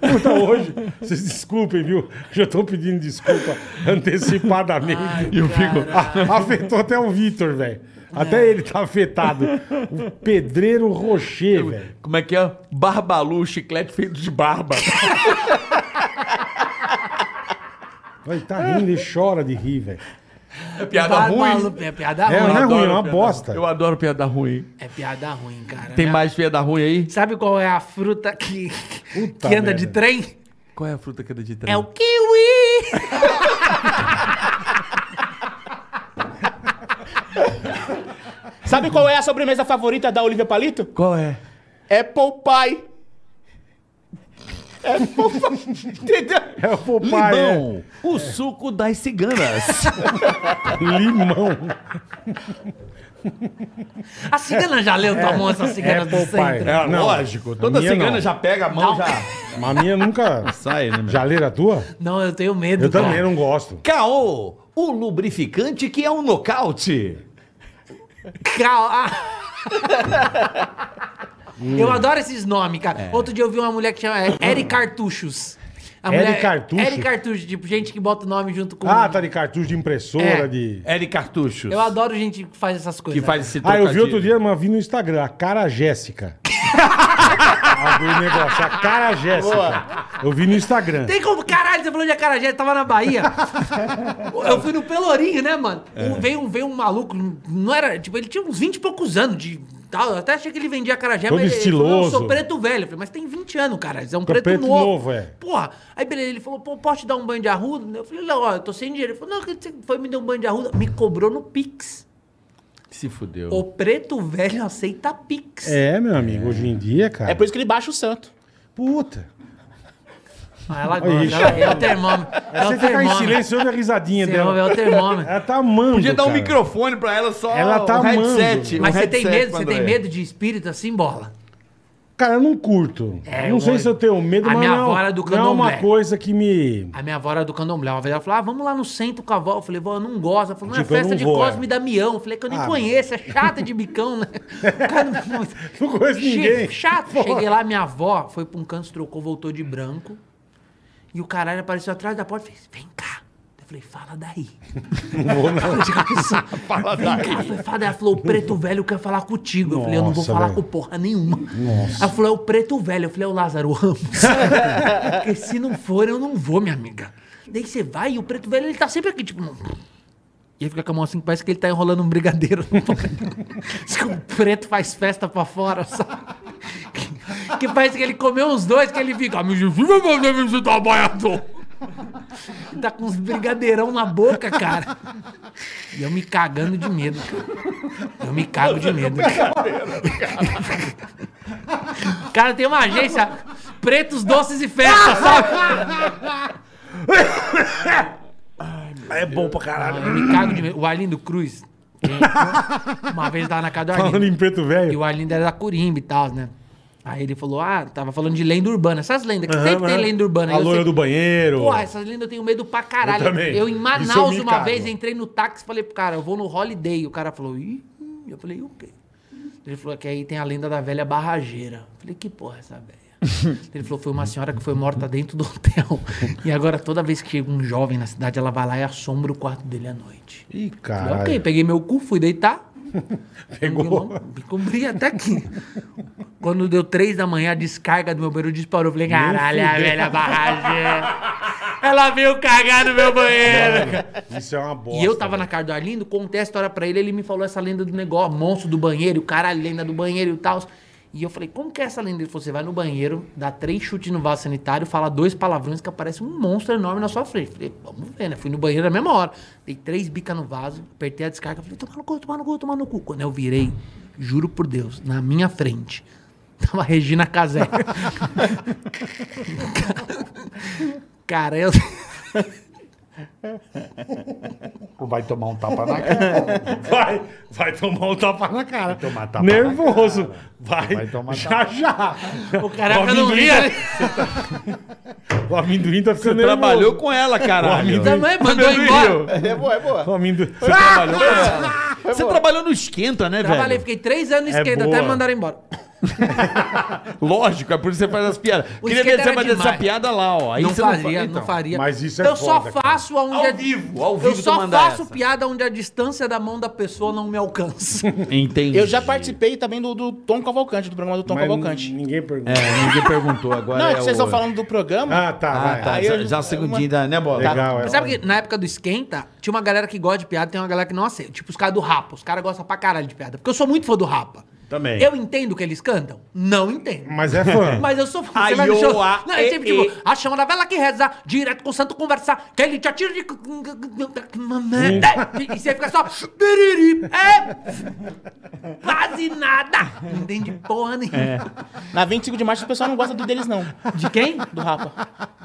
[SPEAKER 3] Puta, hoje. Vocês desculpem, viu? Já tô pedindo desculpa antecipadamente.
[SPEAKER 4] Eu fico.
[SPEAKER 3] Afetou até o Vitor, velho. Até ele tá afetado. O pedreiro Rocher, velho.
[SPEAKER 4] Como é que é? Barbalu, chiclete feito de barba.
[SPEAKER 3] Ele tá rindo e chora de rir, velho.
[SPEAKER 4] É piada ruim.
[SPEAKER 1] É piada
[SPEAKER 3] É,
[SPEAKER 1] ruim.
[SPEAKER 3] não é ruim, é uma
[SPEAKER 4] piada-
[SPEAKER 3] bosta.
[SPEAKER 4] Eu adoro piada ruim.
[SPEAKER 1] É piada ruim, cara.
[SPEAKER 4] Tem
[SPEAKER 1] Né?
[SPEAKER 4] mais piada ruim aí?
[SPEAKER 1] Sabe qual é a fruta que,
[SPEAKER 3] Puta
[SPEAKER 1] que anda de
[SPEAKER 3] merda.
[SPEAKER 1] trem?
[SPEAKER 4] Qual é a fruta que é de trem?
[SPEAKER 1] É o kiwi!
[SPEAKER 5] Sabe qual é a sobremesa favorita da Olivia Palito?
[SPEAKER 4] Qual é?
[SPEAKER 5] Apple Pie. Apple Pie. Entendeu?
[SPEAKER 3] É o Popeye. é.
[SPEAKER 4] Limão, o suco das ciganas.
[SPEAKER 3] Limão.
[SPEAKER 1] A cigana já leu tua mão, essa cigana
[SPEAKER 3] é
[SPEAKER 1] do
[SPEAKER 3] Popeye.
[SPEAKER 1] centro.
[SPEAKER 4] É,
[SPEAKER 3] Não,
[SPEAKER 4] lógico.
[SPEAKER 3] a
[SPEAKER 4] Toda
[SPEAKER 3] minha
[SPEAKER 4] cigana
[SPEAKER 3] não.
[SPEAKER 4] já pega a mão,
[SPEAKER 1] Não.
[SPEAKER 4] já
[SPEAKER 3] Mas a minha nunca.
[SPEAKER 4] sai, né? meu?
[SPEAKER 3] Já leram a tua?
[SPEAKER 1] Não, eu tenho medo.
[SPEAKER 3] Eu
[SPEAKER 1] cara.
[SPEAKER 3] também não gosto.
[SPEAKER 4] Caô, o lubrificante que é um nocaute.
[SPEAKER 1] Cal- Ah. Eu adoro esses nomes,
[SPEAKER 3] É.
[SPEAKER 1] cara. Outro dia eu vi uma mulher que chama Eric Cartuchos. A
[SPEAKER 3] Eri Cartucho?
[SPEAKER 1] Eri Cartucho, tipo, gente que bota o nome junto com...
[SPEAKER 3] Ah, tá de cartucho de impressora,
[SPEAKER 1] É.
[SPEAKER 3] de.
[SPEAKER 4] Eric Cartuchos.
[SPEAKER 1] Eu adoro gente que faz essas coisas.
[SPEAKER 4] Que faz esse
[SPEAKER 3] Ah, eu vi
[SPEAKER 4] trocadilho.
[SPEAKER 3] outro dia, mas vi no Instagram, a cara Jéssica. Abriu o negócio, a cara Jéssica. Eu vi no Instagram.
[SPEAKER 1] Tem como, caralho, você falou de acarajé, eu tava na Bahia. eu fui no Pelourinho, né, mano?
[SPEAKER 3] É.
[SPEAKER 1] Um- veio, um, veio um maluco, não era, tipo, ele tinha uns 20 e poucos anos de tal. Eu até achei que ele vendia acarajé,
[SPEAKER 3] Todo
[SPEAKER 1] ele- ele falou, eu
[SPEAKER 3] estiloso.
[SPEAKER 1] sou preto velho. Eu falei, mas tem 20 anos, cara, é um
[SPEAKER 3] Tá
[SPEAKER 1] preto,
[SPEAKER 3] preto
[SPEAKER 1] novo.
[SPEAKER 3] novo, é.
[SPEAKER 1] Porra, aí beleza, ele falou, pô, posso te dar um banho de arruda? Eu falei, não, ó, eu tô sem dinheiro. Ele falou, não, que você foi me deu um banho de arruda. Me cobrou no Pix.
[SPEAKER 4] Se fudeu.
[SPEAKER 1] O preto velho aceita Pix.
[SPEAKER 3] É, meu amigo, hoje em dia, cara.
[SPEAKER 5] É por isso que ele baixa o santo.
[SPEAKER 3] Puta.
[SPEAKER 1] Ah, ela
[SPEAKER 3] Ixi.
[SPEAKER 1] gosta, ela- é o termômetro. É
[SPEAKER 3] Você
[SPEAKER 1] o
[SPEAKER 3] ficar em
[SPEAKER 1] termômetro.
[SPEAKER 3] silêncio, ouve a risadinha
[SPEAKER 1] Você ouve,
[SPEAKER 3] dela.
[SPEAKER 1] É o termômetro.
[SPEAKER 3] Ela tá amando.
[SPEAKER 4] Podia dar um
[SPEAKER 3] cara.
[SPEAKER 4] microfone pra ela só.
[SPEAKER 3] Ela tá
[SPEAKER 4] um headset.
[SPEAKER 3] amando.
[SPEAKER 4] um
[SPEAKER 1] Mas você tem
[SPEAKER 4] headset
[SPEAKER 1] medo,
[SPEAKER 4] pro
[SPEAKER 1] você tem
[SPEAKER 3] é.
[SPEAKER 4] André.
[SPEAKER 1] medo de espírito assim, bola?
[SPEAKER 3] Cara, eu não curto.
[SPEAKER 1] É,
[SPEAKER 3] Eu não
[SPEAKER 1] eu
[SPEAKER 3] sei
[SPEAKER 1] gosto.
[SPEAKER 3] se eu tenho medo,
[SPEAKER 1] A
[SPEAKER 3] mas
[SPEAKER 1] minha
[SPEAKER 3] não,
[SPEAKER 1] avó era do
[SPEAKER 3] não é uma
[SPEAKER 1] candomblé.
[SPEAKER 3] coisa que me...
[SPEAKER 1] A minha avó era do candomblé. Uma vez ela falou, ah, vamos lá no centro com a avó. Eu falei, vó, eu não gosto. Ela falou, não,
[SPEAKER 3] Tipo, eu
[SPEAKER 1] é festa
[SPEAKER 3] não
[SPEAKER 1] de
[SPEAKER 3] vou,
[SPEAKER 1] Cosme
[SPEAKER 3] é.
[SPEAKER 1] e Damião. Eu falei, que eu nem
[SPEAKER 3] Ah,
[SPEAKER 1] conheço, é chata de bicão, né? O cara não,
[SPEAKER 3] Não conheço
[SPEAKER 1] Che-
[SPEAKER 3] ninguém.
[SPEAKER 1] Chato.
[SPEAKER 3] Pô.
[SPEAKER 1] Cheguei lá, minha avó foi pra um canto, trocou, voltou de branco. E o caralho apareceu atrás da porta e fez, vem cá. Eu falei, fala daí.
[SPEAKER 3] Não vou, não.
[SPEAKER 1] fala daí. Cá. Eu falei, fala daí. Ela falou, o preto velho quer falar contigo. eu falei, eu não vou
[SPEAKER 3] Nossa,
[SPEAKER 1] falar
[SPEAKER 3] velho.
[SPEAKER 1] com porra nenhuma.
[SPEAKER 3] Nossa.
[SPEAKER 1] Ela falou, é o preto velho. Eu falei, é o Lázaro Ramos. Porque se não for, eu não vou, minha amiga. Daí você vai e o preto velho, ele tá sempre aqui, tipo... E ele fica com a mão assim, parece que ele tá enrolando um brigadeiro. no papel. Diz que o preto faz festa pra fora, sabe? Que parece que ele comeu uns dois, que ele fica... "Me desculpa, você me dá trabalhador." Tá com uns brigadeirão na boca, cara. E eu me cagando de medo, cara. Eu me cago de medo. Cara, tem uma agência Pretos, Doces e Festas, sabe?
[SPEAKER 3] É bom pra caralho.
[SPEAKER 1] Eu me cago de medo. O Arlindo Cruz, quem- uma vez lá na casa do
[SPEAKER 3] Falando
[SPEAKER 1] Arlindo.
[SPEAKER 3] em preto velho.
[SPEAKER 1] E o Arlindo era da Corimba e tal, né? Aí ele falou, ah, tava falando de lenda urbana. Essas lendas, que
[SPEAKER 3] Aham,
[SPEAKER 1] sempre tem
[SPEAKER 3] aham.
[SPEAKER 1] lenda urbana.
[SPEAKER 3] A
[SPEAKER 1] Aí eu
[SPEAKER 3] loira
[SPEAKER 1] sempre-
[SPEAKER 3] do banheiro.
[SPEAKER 1] Porra, essas lendas eu tenho medo pra caralho.
[SPEAKER 3] Eu também.
[SPEAKER 1] em
[SPEAKER 3] Isso eu
[SPEAKER 1] Manaus,
[SPEAKER 3] me
[SPEAKER 1] uma
[SPEAKER 3] cago.
[SPEAKER 1] vez, entrei no táxi e falei pro cara, eu vou no Holiday. O cara falou, ih, hum." eu falei, o quê? Ele falou "É que aí tem a lenda da velha barrageira. Eu falei, que porra é essa velha? Ele falou, foi uma senhora que foi morta dentro do hotel. E agora, toda vez que chega um jovem na cidade, ela vai lá e assombra o quarto dele à noite.
[SPEAKER 3] Ih,
[SPEAKER 1] Eu
[SPEAKER 3] caralho.
[SPEAKER 1] Falei, ok, peguei meu cu, fui deitar.
[SPEAKER 3] Pegou.
[SPEAKER 1] Me cobri até aqui. Quando deu três da manhã, a descarga do meu banheiro disparou. Eu Falei, caralho, a
[SPEAKER 3] fudeu."
[SPEAKER 1] velha barragem. Ela veio cagar no meu banheiro.
[SPEAKER 3] Isso é uma bosta.
[SPEAKER 1] E eu tava na casa do Arlindo, contei a história pra ele, ele me falou essa lenda do negócio, monstro do banheiro, o caralho, lenda do banheiro e tal. E eu falei, como que é essa lenda? Ele falou, você vai no banheiro, dá três chutes no vaso sanitário, fala dois palavrões que aparece um monstro enorme na sua frente. Falei, vamos ver, né? Fui no banheiro na mesma hora. Dei três bicas no vaso, apertei a descarga, falei, toma no cu, toma no cu, toma no cu. Quando eu virei, juro por Deus, na minha frente, tava a Regina Casé. Cara, eu...
[SPEAKER 4] Vai tomar um tapa na cara.
[SPEAKER 3] Vai, vai tomar um tapa na cara.
[SPEAKER 4] Vai tomar tapa
[SPEAKER 3] Nervoso. Vai,
[SPEAKER 4] Vai tomar
[SPEAKER 3] já,
[SPEAKER 4] tapa.
[SPEAKER 3] já.
[SPEAKER 1] O caraca não
[SPEAKER 3] amendoim
[SPEAKER 1] ria,
[SPEAKER 3] tá-
[SPEAKER 1] né?
[SPEAKER 3] O amendoim tá ficando nervoso.
[SPEAKER 4] Trabalhou com ela, caralho.
[SPEAKER 1] Também mandou embora.
[SPEAKER 5] É boa, é boa.
[SPEAKER 3] O amendoim...
[SPEAKER 4] Trabalhou com ela. Você trabalhou no esquenta, né,
[SPEAKER 1] Trabalhei,
[SPEAKER 4] velho?
[SPEAKER 1] fiquei três anos no
[SPEAKER 3] É
[SPEAKER 1] esquerda
[SPEAKER 3] boa.
[SPEAKER 1] até me mandaram embora.
[SPEAKER 4] Lógico, é por isso que você faz as piadas.
[SPEAKER 1] O
[SPEAKER 4] Queria ver
[SPEAKER 1] esquenta
[SPEAKER 4] você
[SPEAKER 1] era
[SPEAKER 4] fazer essa
[SPEAKER 1] demais.
[SPEAKER 4] piada lá, ó. Aí
[SPEAKER 1] não
[SPEAKER 4] você
[SPEAKER 1] faria,
[SPEAKER 4] fa-
[SPEAKER 1] não,
[SPEAKER 4] então.
[SPEAKER 1] faria.
[SPEAKER 3] Mas isso é
[SPEAKER 1] eu
[SPEAKER 3] foda,
[SPEAKER 1] só
[SPEAKER 3] cara.
[SPEAKER 1] faço aonde
[SPEAKER 4] Ao
[SPEAKER 1] a-
[SPEAKER 4] vivo, ao
[SPEAKER 1] Eu
[SPEAKER 4] vivo tu
[SPEAKER 1] só
[SPEAKER 4] mandar
[SPEAKER 1] faço
[SPEAKER 4] essa.
[SPEAKER 1] piada onde a distância da mão da pessoa não me alcança.
[SPEAKER 4] Entendi.
[SPEAKER 5] Eu já participei também do, do Tom Cavalcante, do programa do Tom
[SPEAKER 3] Mas
[SPEAKER 5] Cavalcante.
[SPEAKER 3] Ninguém pergunta.
[SPEAKER 4] É, ninguém perguntou agora.
[SPEAKER 5] Não, é
[SPEAKER 4] é
[SPEAKER 5] que vocês estão
[SPEAKER 4] o-
[SPEAKER 5] falando do programa.
[SPEAKER 3] Ah, tá,
[SPEAKER 4] Ah,
[SPEAKER 3] vai.
[SPEAKER 4] tá.
[SPEAKER 5] Aí eu-
[SPEAKER 4] Já, já o segundinho da, né, Bola?
[SPEAKER 3] Legal. é.
[SPEAKER 1] Mas sabe que na época do esquenta, tinha uma galera que gosta de piada, tem uma galera que não aceita. Tipo os caras do Rapa. Os caras gostam pra caralho de piada. Porque eu sou muito fã do Rapa.
[SPEAKER 4] Também.
[SPEAKER 1] Eu entendo o que eles cantam? Não entendo.
[SPEAKER 3] Mas é fã.
[SPEAKER 1] Mas eu sou fã.
[SPEAKER 4] Ai,
[SPEAKER 1] Você vai no
[SPEAKER 4] ô,
[SPEAKER 1] show.
[SPEAKER 4] a,
[SPEAKER 1] Não, é
[SPEAKER 4] e,
[SPEAKER 1] sempre tipo,
[SPEAKER 4] e.
[SPEAKER 1] a chama da vela que reza, direto com o santo conversar, que ele te atira de. E você fica só. "Tiriri", É. Quase nada. Não entende porra nenhuma.
[SPEAKER 5] É.
[SPEAKER 3] Ah.
[SPEAKER 5] Na 25 de março o pessoal não gosta do deles, não.
[SPEAKER 1] De quem?
[SPEAKER 5] Do Rapa.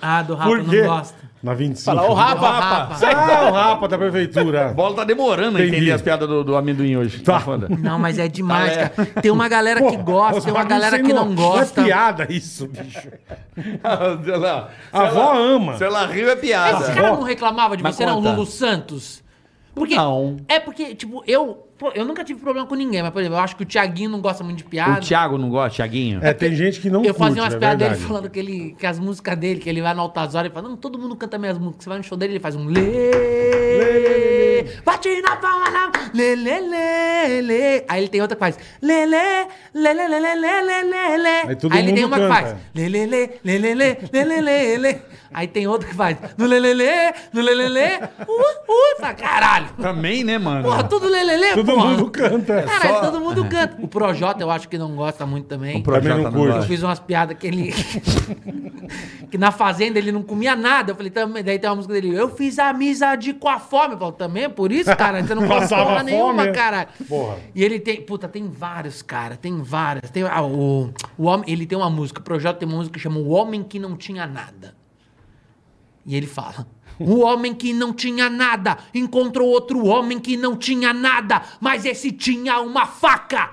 [SPEAKER 1] Ah, do Rafa
[SPEAKER 3] Por quê?
[SPEAKER 1] não gosta.
[SPEAKER 3] Na 25.
[SPEAKER 5] Fala, ô Rafa, Rafa.
[SPEAKER 3] Ah, o Rapa da prefeitura.
[SPEAKER 6] Bola tá demorando
[SPEAKER 3] Entendi.
[SPEAKER 6] a entender as piadas do, do amendoim hoje. Tá. foda.
[SPEAKER 1] Não, mas é demais, cara. Tem uma galera que
[SPEAKER 3] Pô,
[SPEAKER 1] gosta,
[SPEAKER 3] os
[SPEAKER 1] tem uma galera que
[SPEAKER 3] bagunceiros
[SPEAKER 1] não gosta.
[SPEAKER 3] É piada isso, bicho.
[SPEAKER 6] Sei lá.
[SPEAKER 3] A avó ama.
[SPEAKER 6] Se ela riu, é piada.
[SPEAKER 1] Esse cara não reclamava de
[SPEAKER 4] Mas
[SPEAKER 1] você, não,
[SPEAKER 4] conta.
[SPEAKER 1] Lulu Santos? Porque,
[SPEAKER 4] Não.
[SPEAKER 1] É porque, tipo, eu, pô, eu nunca tive problema com ninguém, mas, por exemplo, eu acho que o Thiaguinho não gosta muito de piada.
[SPEAKER 4] O Thiago não gosta, Thiaguinho?
[SPEAKER 3] É, tem gente que não
[SPEAKER 1] Eu
[SPEAKER 3] curte,
[SPEAKER 1] fazia umas
[SPEAKER 3] é
[SPEAKER 1] piadas dele
[SPEAKER 3] verdade.
[SPEAKER 1] falando que, ele, que as músicas dele, que ele vai no Altas Horas e fala, não, todo mundo canta minhas músicas. Você vai no show dele, ele faz um lê, lê, bate na palma, na... lê, lê, lê, lê. Aí ele tem outra que faz lê, lê, lê, lê, lê, lê, lê, lê, lê, lê.
[SPEAKER 3] Aí todo
[SPEAKER 1] Aí ele tem
[SPEAKER 3] mundo
[SPEAKER 1] uma que
[SPEAKER 3] canta.
[SPEAKER 1] faz lê, lê, lê, lê, lê, lê, lê, lê, lê, lê. Aí tem outra que faz no lê, lê, lê, no lê, lê, lê, uh, uh, fala, caralho.
[SPEAKER 4] Também, né, mano?
[SPEAKER 1] Porra, tudo lê, lê, lê,
[SPEAKER 3] Todo
[SPEAKER 1] porra.
[SPEAKER 3] mundo canta.
[SPEAKER 1] Caralho, todo mundo canta. O Projota eu acho que não gosta muito também.
[SPEAKER 3] Também não curto.
[SPEAKER 1] Eu fiz umas piadas que ele. que na fazenda ele não comia nada. Eu falei, também. Daí tem uma música dele. Eu fiz amizade com a fome. Eu falo, também é por isso, cara? Você não passa
[SPEAKER 3] Passava
[SPEAKER 1] porra nenhuma,
[SPEAKER 3] fome, é?
[SPEAKER 1] caralho.
[SPEAKER 3] Porra.
[SPEAKER 1] E ele tem. Puta, tem vários, cara. Tem várias. Tem, ah, o, o homem, ele tem uma música. O Projota tem uma música que chama O Homem Que Não Tinha Nada. E ele fala. O homem que não tinha nada encontrou outro homem que não tinha nada, mas esse tinha uma faca.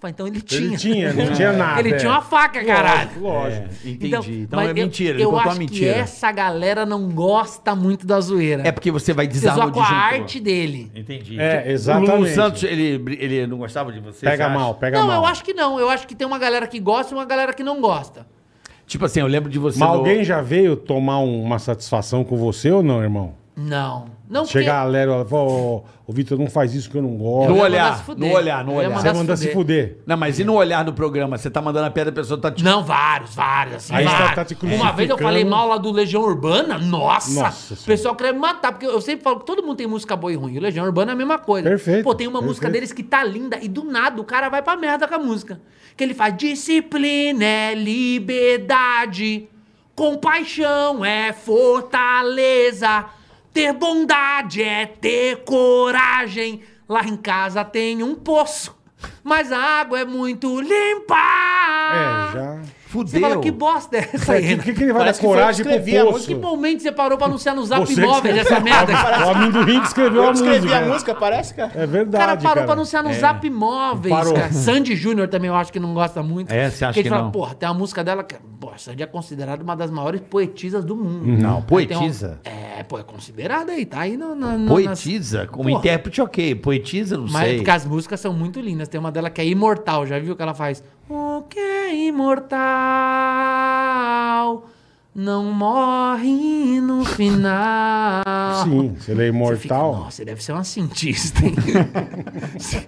[SPEAKER 1] Fala, Então ele tinha.
[SPEAKER 3] Ele tinha, não tinha nada.
[SPEAKER 1] Ele
[SPEAKER 3] é.
[SPEAKER 1] tinha uma faca, caralho.
[SPEAKER 3] Lógico, lógico.
[SPEAKER 4] Entendi. Então,
[SPEAKER 1] Então, mas
[SPEAKER 4] é mentira,
[SPEAKER 1] eu,
[SPEAKER 4] ele
[SPEAKER 1] eu
[SPEAKER 4] contou
[SPEAKER 1] acho
[SPEAKER 4] uma mentira.
[SPEAKER 1] que essa galera não gosta muito da zoeira.
[SPEAKER 4] É porque você vai
[SPEAKER 1] Você
[SPEAKER 4] desarmar
[SPEAKER 1] zoa
[SPEAKER 4] o
[SPEAKER 1] com a
[SPEAKER 4] disjuntor.
[SPEAKER 1] arte dele.
[SPEAKER 4] Entendi.
[SPEAKER 3] É, exatamente.
[SPEAKER 4] O Lulu Santos, ele, ele não gostava de você?
[SPEAKER 3] Pega
[SPEAKER 4] você acha?
[SPEAKER 3] mal, pega
[SPEAKER 1] Não,
[SPEAKER 3] mal.
[SPEAKER 1] eu acho que não. Eu acho que tem uma galera que gosta e uma galera que não gosta.
[SPEAKER 4] Tipo assim, eu lembro de você.
[SPEAKER 3] Mas
[SPEAKER 4] no-
[SPEAKER 3] alguém já veio tomar um- uma satisfação com você ou não, irmão?
[SPEAKER 1] Não. Não porque-
[SPEAKER 3] Chegar a Lero e falar, "Ô, o Vitor não faz isso que eu não gosto.
[SPEAKER 4] No
[SPEAKER 1] ia
[SPEAKER 4] olhar,
[SPEAKER 1] mandar se fuder.
[SPEAKER 4] no olhar, no
[SPEAKER 1] Eu ia
[SPEAKER 4] olhar.
[SPEAKER 1] mandar
[SPEAKER 3] Você manda se fuder.
[SPEAKER 4] Não, mas e no olhar do programa? Você tá mandando a pedra, a pessoa tá te.
[SPEAKER 1] Não, vários, vários. Assim,
[SPEAKER 3] Aí você
[SPEAKER 1] vários.
[SPEAKER 3] tá te
[SPEAKER 1] Uma vez eu
[SPEAKER 3] crucificando.
[SPEAKER 1] falei mal lá do Legião Urbana, nossa,
[SPEAKER 3] Nossa
[SPEAKER 1] o pessoal queria me matar, porque eu sempre falo que todo mundo tem música boa e ruim. E o Legião Urbana é a mesma coisa.
[SPEAKER 3] Perfeito,
[SPEAKER 1] Pô, tem uma
[SPEAKER 3] perfeito.
[SPEAKER 1] música deles que tá linda e do nada o cara vai pra merda com a música. Que ele faz disciplina é liberdade, compaixão é fortaleza, ter bondade é ter coragem. Lá em casa tem um poço, mas a água é muito limpa.
[SPEAKER 3] É, já.
[SPEAKER 4] Fudeu.
[SPEAKER 1] Você fala, que bosta é essa aí?
[SPEAKER 3] O que, que ele vai
[SPEAKER 5] Parece
[SPEAKER 3] dar
[SPEAKER 5] que foi eu que
[SPEAKER 3] coragem pro
[SPEAKER 5] escrevi a
[SPEAKER 3] poço?
[SPEAKER 1] Que momento você parou pra anunciar no Zap
[SPEAKER 3] Você que
[SPEAKER 4] tá
[SPEAKER 1] Imóveis
[SPEAKER 3] escreveu.
[SPEAKER 1] essa merda? cara?
[SPEAKER 3] O amendoim que escreveu
[SPEAKER 5] Eu
[SPEAKER 3] a música. né?
[SPEAKER 5] escrevi a música, parece, cara.
[SPEAKER 3] É
[SPEAKER 1] O cara
[SPEAKER 3] verdade,
[SPEAKER 1] parou pra anunciar
[SPEAKER 4] É.
[SPEAKER 1] no Zap Imóveis,
[SPEAKER 3] Parou.
[SPEAKER 1] cara. Sandy Júnior também eu acho que não gosta muito.
[SPEAKER 4] É, você acha
[SPEAKER 1] Porque ele
[SPEAKER 4] que não?
[SPEAKER 1] porra, tem uma música dela que... Pô, a Sandy é considerada uma das maiores poetisas do mundo.
[SPEAKER 4] Não,
[SPEAKER 1] Aí
[SPEAKER 4] poetisa?
[SPEAKER 1] tem uma- É, pô, é considerada aí, tá aí no... na- na-
[SPEAKER 4] Poetisa? Como
[SPEAKER 1] Porra.
[SPEAKER 4] intérprete, ok. Poetisa, não
[SPEAKER 1] Mas
[SPEAKER 4] sei.
[SPEAKER 1] porque as músicas são muito lindas. Tem uma dela que é imortal, já viu que ela faz? O que é imortal não morre no final.
[SPEAKER 3] Sim, se ele é
[SPEAKER 1] Você fica,
[SPEAKER 3] imortal.
[SPEAKER 1] Nossa, você deve ser uma cientista, hein? você,